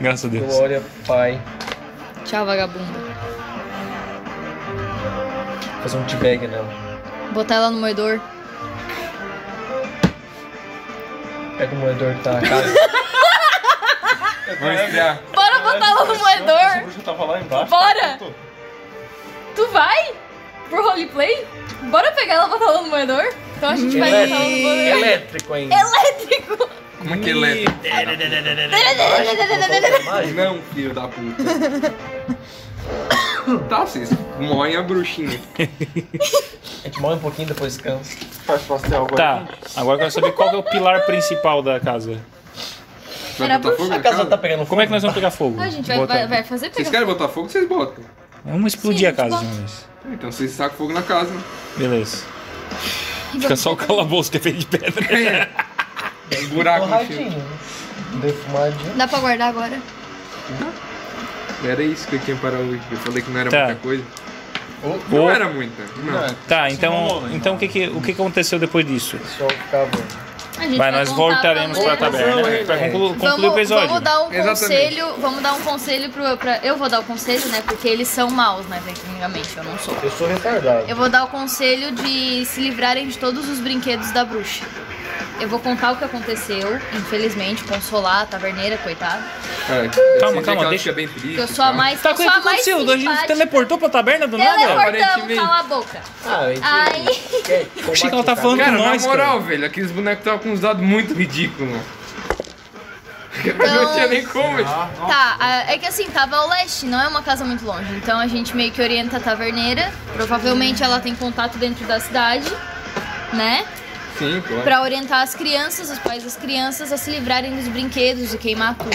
Speaker 1: Graças a Deus.
Speaker 6: Glória, Pai.
Speaker 31: Tchau, vagabundo.
Speaker 6: Fazer um t-bag nela.
Speaker 31: Botar ela no moedor.
Speaker 6: Pega o moedor que tá na casa.
Speaker 4: Vamos estrear.
Speaker 3: Bora botar ela no moedor!
Speaker 12: bruxa tava lá
Speaker 1: tá
Speaker 12: embaixo.
Speaker 3: Bora! Tu vai? Pro roleplay? Bora pegar ela e botar ela no moedor? Então a gente vai botar ela no moedor.
Speaker 6: Elétrico ainda.
Speaker 3: Elétrico!
Speaker 4: Como é que ele é? Não, filho da puta. Tá, vocês moem a bruxinha.
Speaker 6: A gente morre um pouquinho depois descansa.
Speaker 32: Faz pastel agora.
Speaker 1: Tá, agora eu quero saber qual que é o pilar principal da casa.
Speaker 4: Vai botar fogo na
Speaker 6: A casa
Speaker 4: casa?
Speaker 6: tá
Speaker 12: um
Speaker 6: pegando fogo.
Speaker 1: Como é que nós vamos pegar fogo?
Speaker 3: A gente vai,
Speaker 1: Bota-
Speaker 3: vai, vai fazer
Speaker 4: Vocês
Speaker 3: pegar.
Speaker 4: querem botar fogo? Vocês botam.
Speaker 1: Vamos explodir
Speaker 3: Sim,
Speaker 1: a casa
Speaker 3: a gente
Speaker 1: de uma vez.
Speaker 4: Então vocês sacam fogo na casa.
Speaker 1: Beleza. Fica só o calabouço que é feito de pedra.
Speaker 4: Buraco no fio.
Speaker 6: Torradinho. né? Defumadinho.
Speaker 31: Dá pra guardar agora?
Speaker 4: Era isso que eu tinha para hoje. Eu falei que não era
Speaker 1: Tá.
Speaker 4: muita coisa.
Speaker 6: Ô,
Speaker 4: Não
Speaker 1: Ô.
Speaker 4: era muita. Não.
Speaker 1: Tá, então, então o, que que, o que que aconteceu depois disso?
Speaker 6: Só ficava.
Speaker 3: A gente
Speaker 1: Vai, nós
Speaker 3: contar
Speaker 1: voltaremos pra
Speaker 3: pra
Speaker 1: taberna
Speaker 6: hein,
Speaker 1: pra
Speaker 6: velho?
Speaker 1: conclu- concluir
Speaker 3: Vamos,
Speaker 1: o episódio.
Speaker 3: vamos dar um
Speaker 4: Exatamente.
Speaker 3: conselho, vamos dar um conselho pro, pra, eu vou dar o conselho, né, porque eles são maus, né, tecnicamente, eu não sou.
Speaker 33: Eu sou retardado.
Speaker 3: Eu vou dar o conselho de se livrarem de todos os brinquedos da bruxa. Eu vou contar o que aconteceu, infelizmente, consolar a taverneira, coitada.
Speaker 4: É, eu
Speaker 1: Calma,
Speaker 4: sei que
Speaker 1: calma,
Speaker 4: ela
Speaker 1: deixa-
Speaker 4: fica bem triste.
Speaker 3: Que eu sou a
Speaker 4: tá?
Speaker 3: mais.
Speaker 1: Tá, o
Speaker 3: eu
Speaker 1: que
Speaker 3: sou a mais
Speaker 1: aconteceu? A gente
Speaker 3: simpática.
Speaker 1: teleportou pra taberna do nada?
Speaker 3: Teleportamos,
Speaker 4: Aparentemente.
Speaker 3: cala a boca.
Speaker 6: Ah, a gente.
Speaker 3: Ai.
Speaker 6: quer
Speaker 1: Achei que ela
Speaker 6: combate
Speaker 1: tá
Speaker 6: fraco.
Speaker 1: falando
Speaker 4: Cara,
Speaker 1: com nós,
Speaker 4: na moral,
Speaker 1: cara.
Speaker 4: velho, aqueles bonecos estavam com uns dados muito ridículos, mano. Não tinha nem como.
Speaker 3: Tá, a- é que assim, tava ao leste, não é uma casa muito longe. Então a gente meio que orienta a taverneira. Provavelmente ela tem contato dentro da cidade, né?
Speaker 4: Sim, claro.
Speaker 3: Pra orientar as crianças, os pais das crianças a se livrarem dos brinquedos e queimar tudo.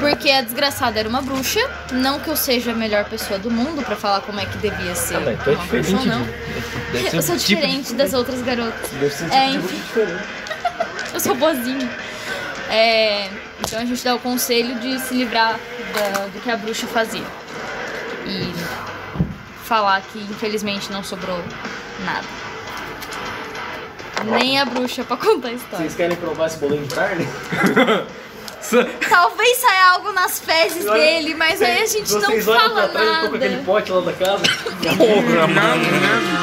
Speaker 3: Porque a desgraçada era uma bruxa. Não que eu seja a melhor pessoa do mundo pra falar como é que devia ser
Speaker 6: Ah, mas tu é
Speaker 3: uma bruxa ou
Speaker 6: diferente
Speaker 3: não. Eu sou diferente das outras garotas.
Speaker 6: um tipo Deve ser um
Speaker 3: É,
Speaker 6: tipo de
Speaker 3: enfim.
Speaker 6: diferente.
Speaker 3: Eu sou boazinha. É, então a gente dá o conselho de se livrar da- do que a bruxa fazia. E falar que infelizmente não sobrou nada. Nem a bruxa pra contar a história.
Speaker 6: Vocês querem provar esse bolinho de carne?
Speaker 3: Talvez saia algo nas fezes
Speaker 6: Olha,
Speaker 3: dele, mas aí a gente não
Speaker 6: Vocês olham
Speaker 3: fala
Speaker 6: pra trás e estão com aquele
Speaker 3: nada.
Speaker 6: pote lá da casa.
Speaker 1: Porra, mano.
Speaker 4: Não, não,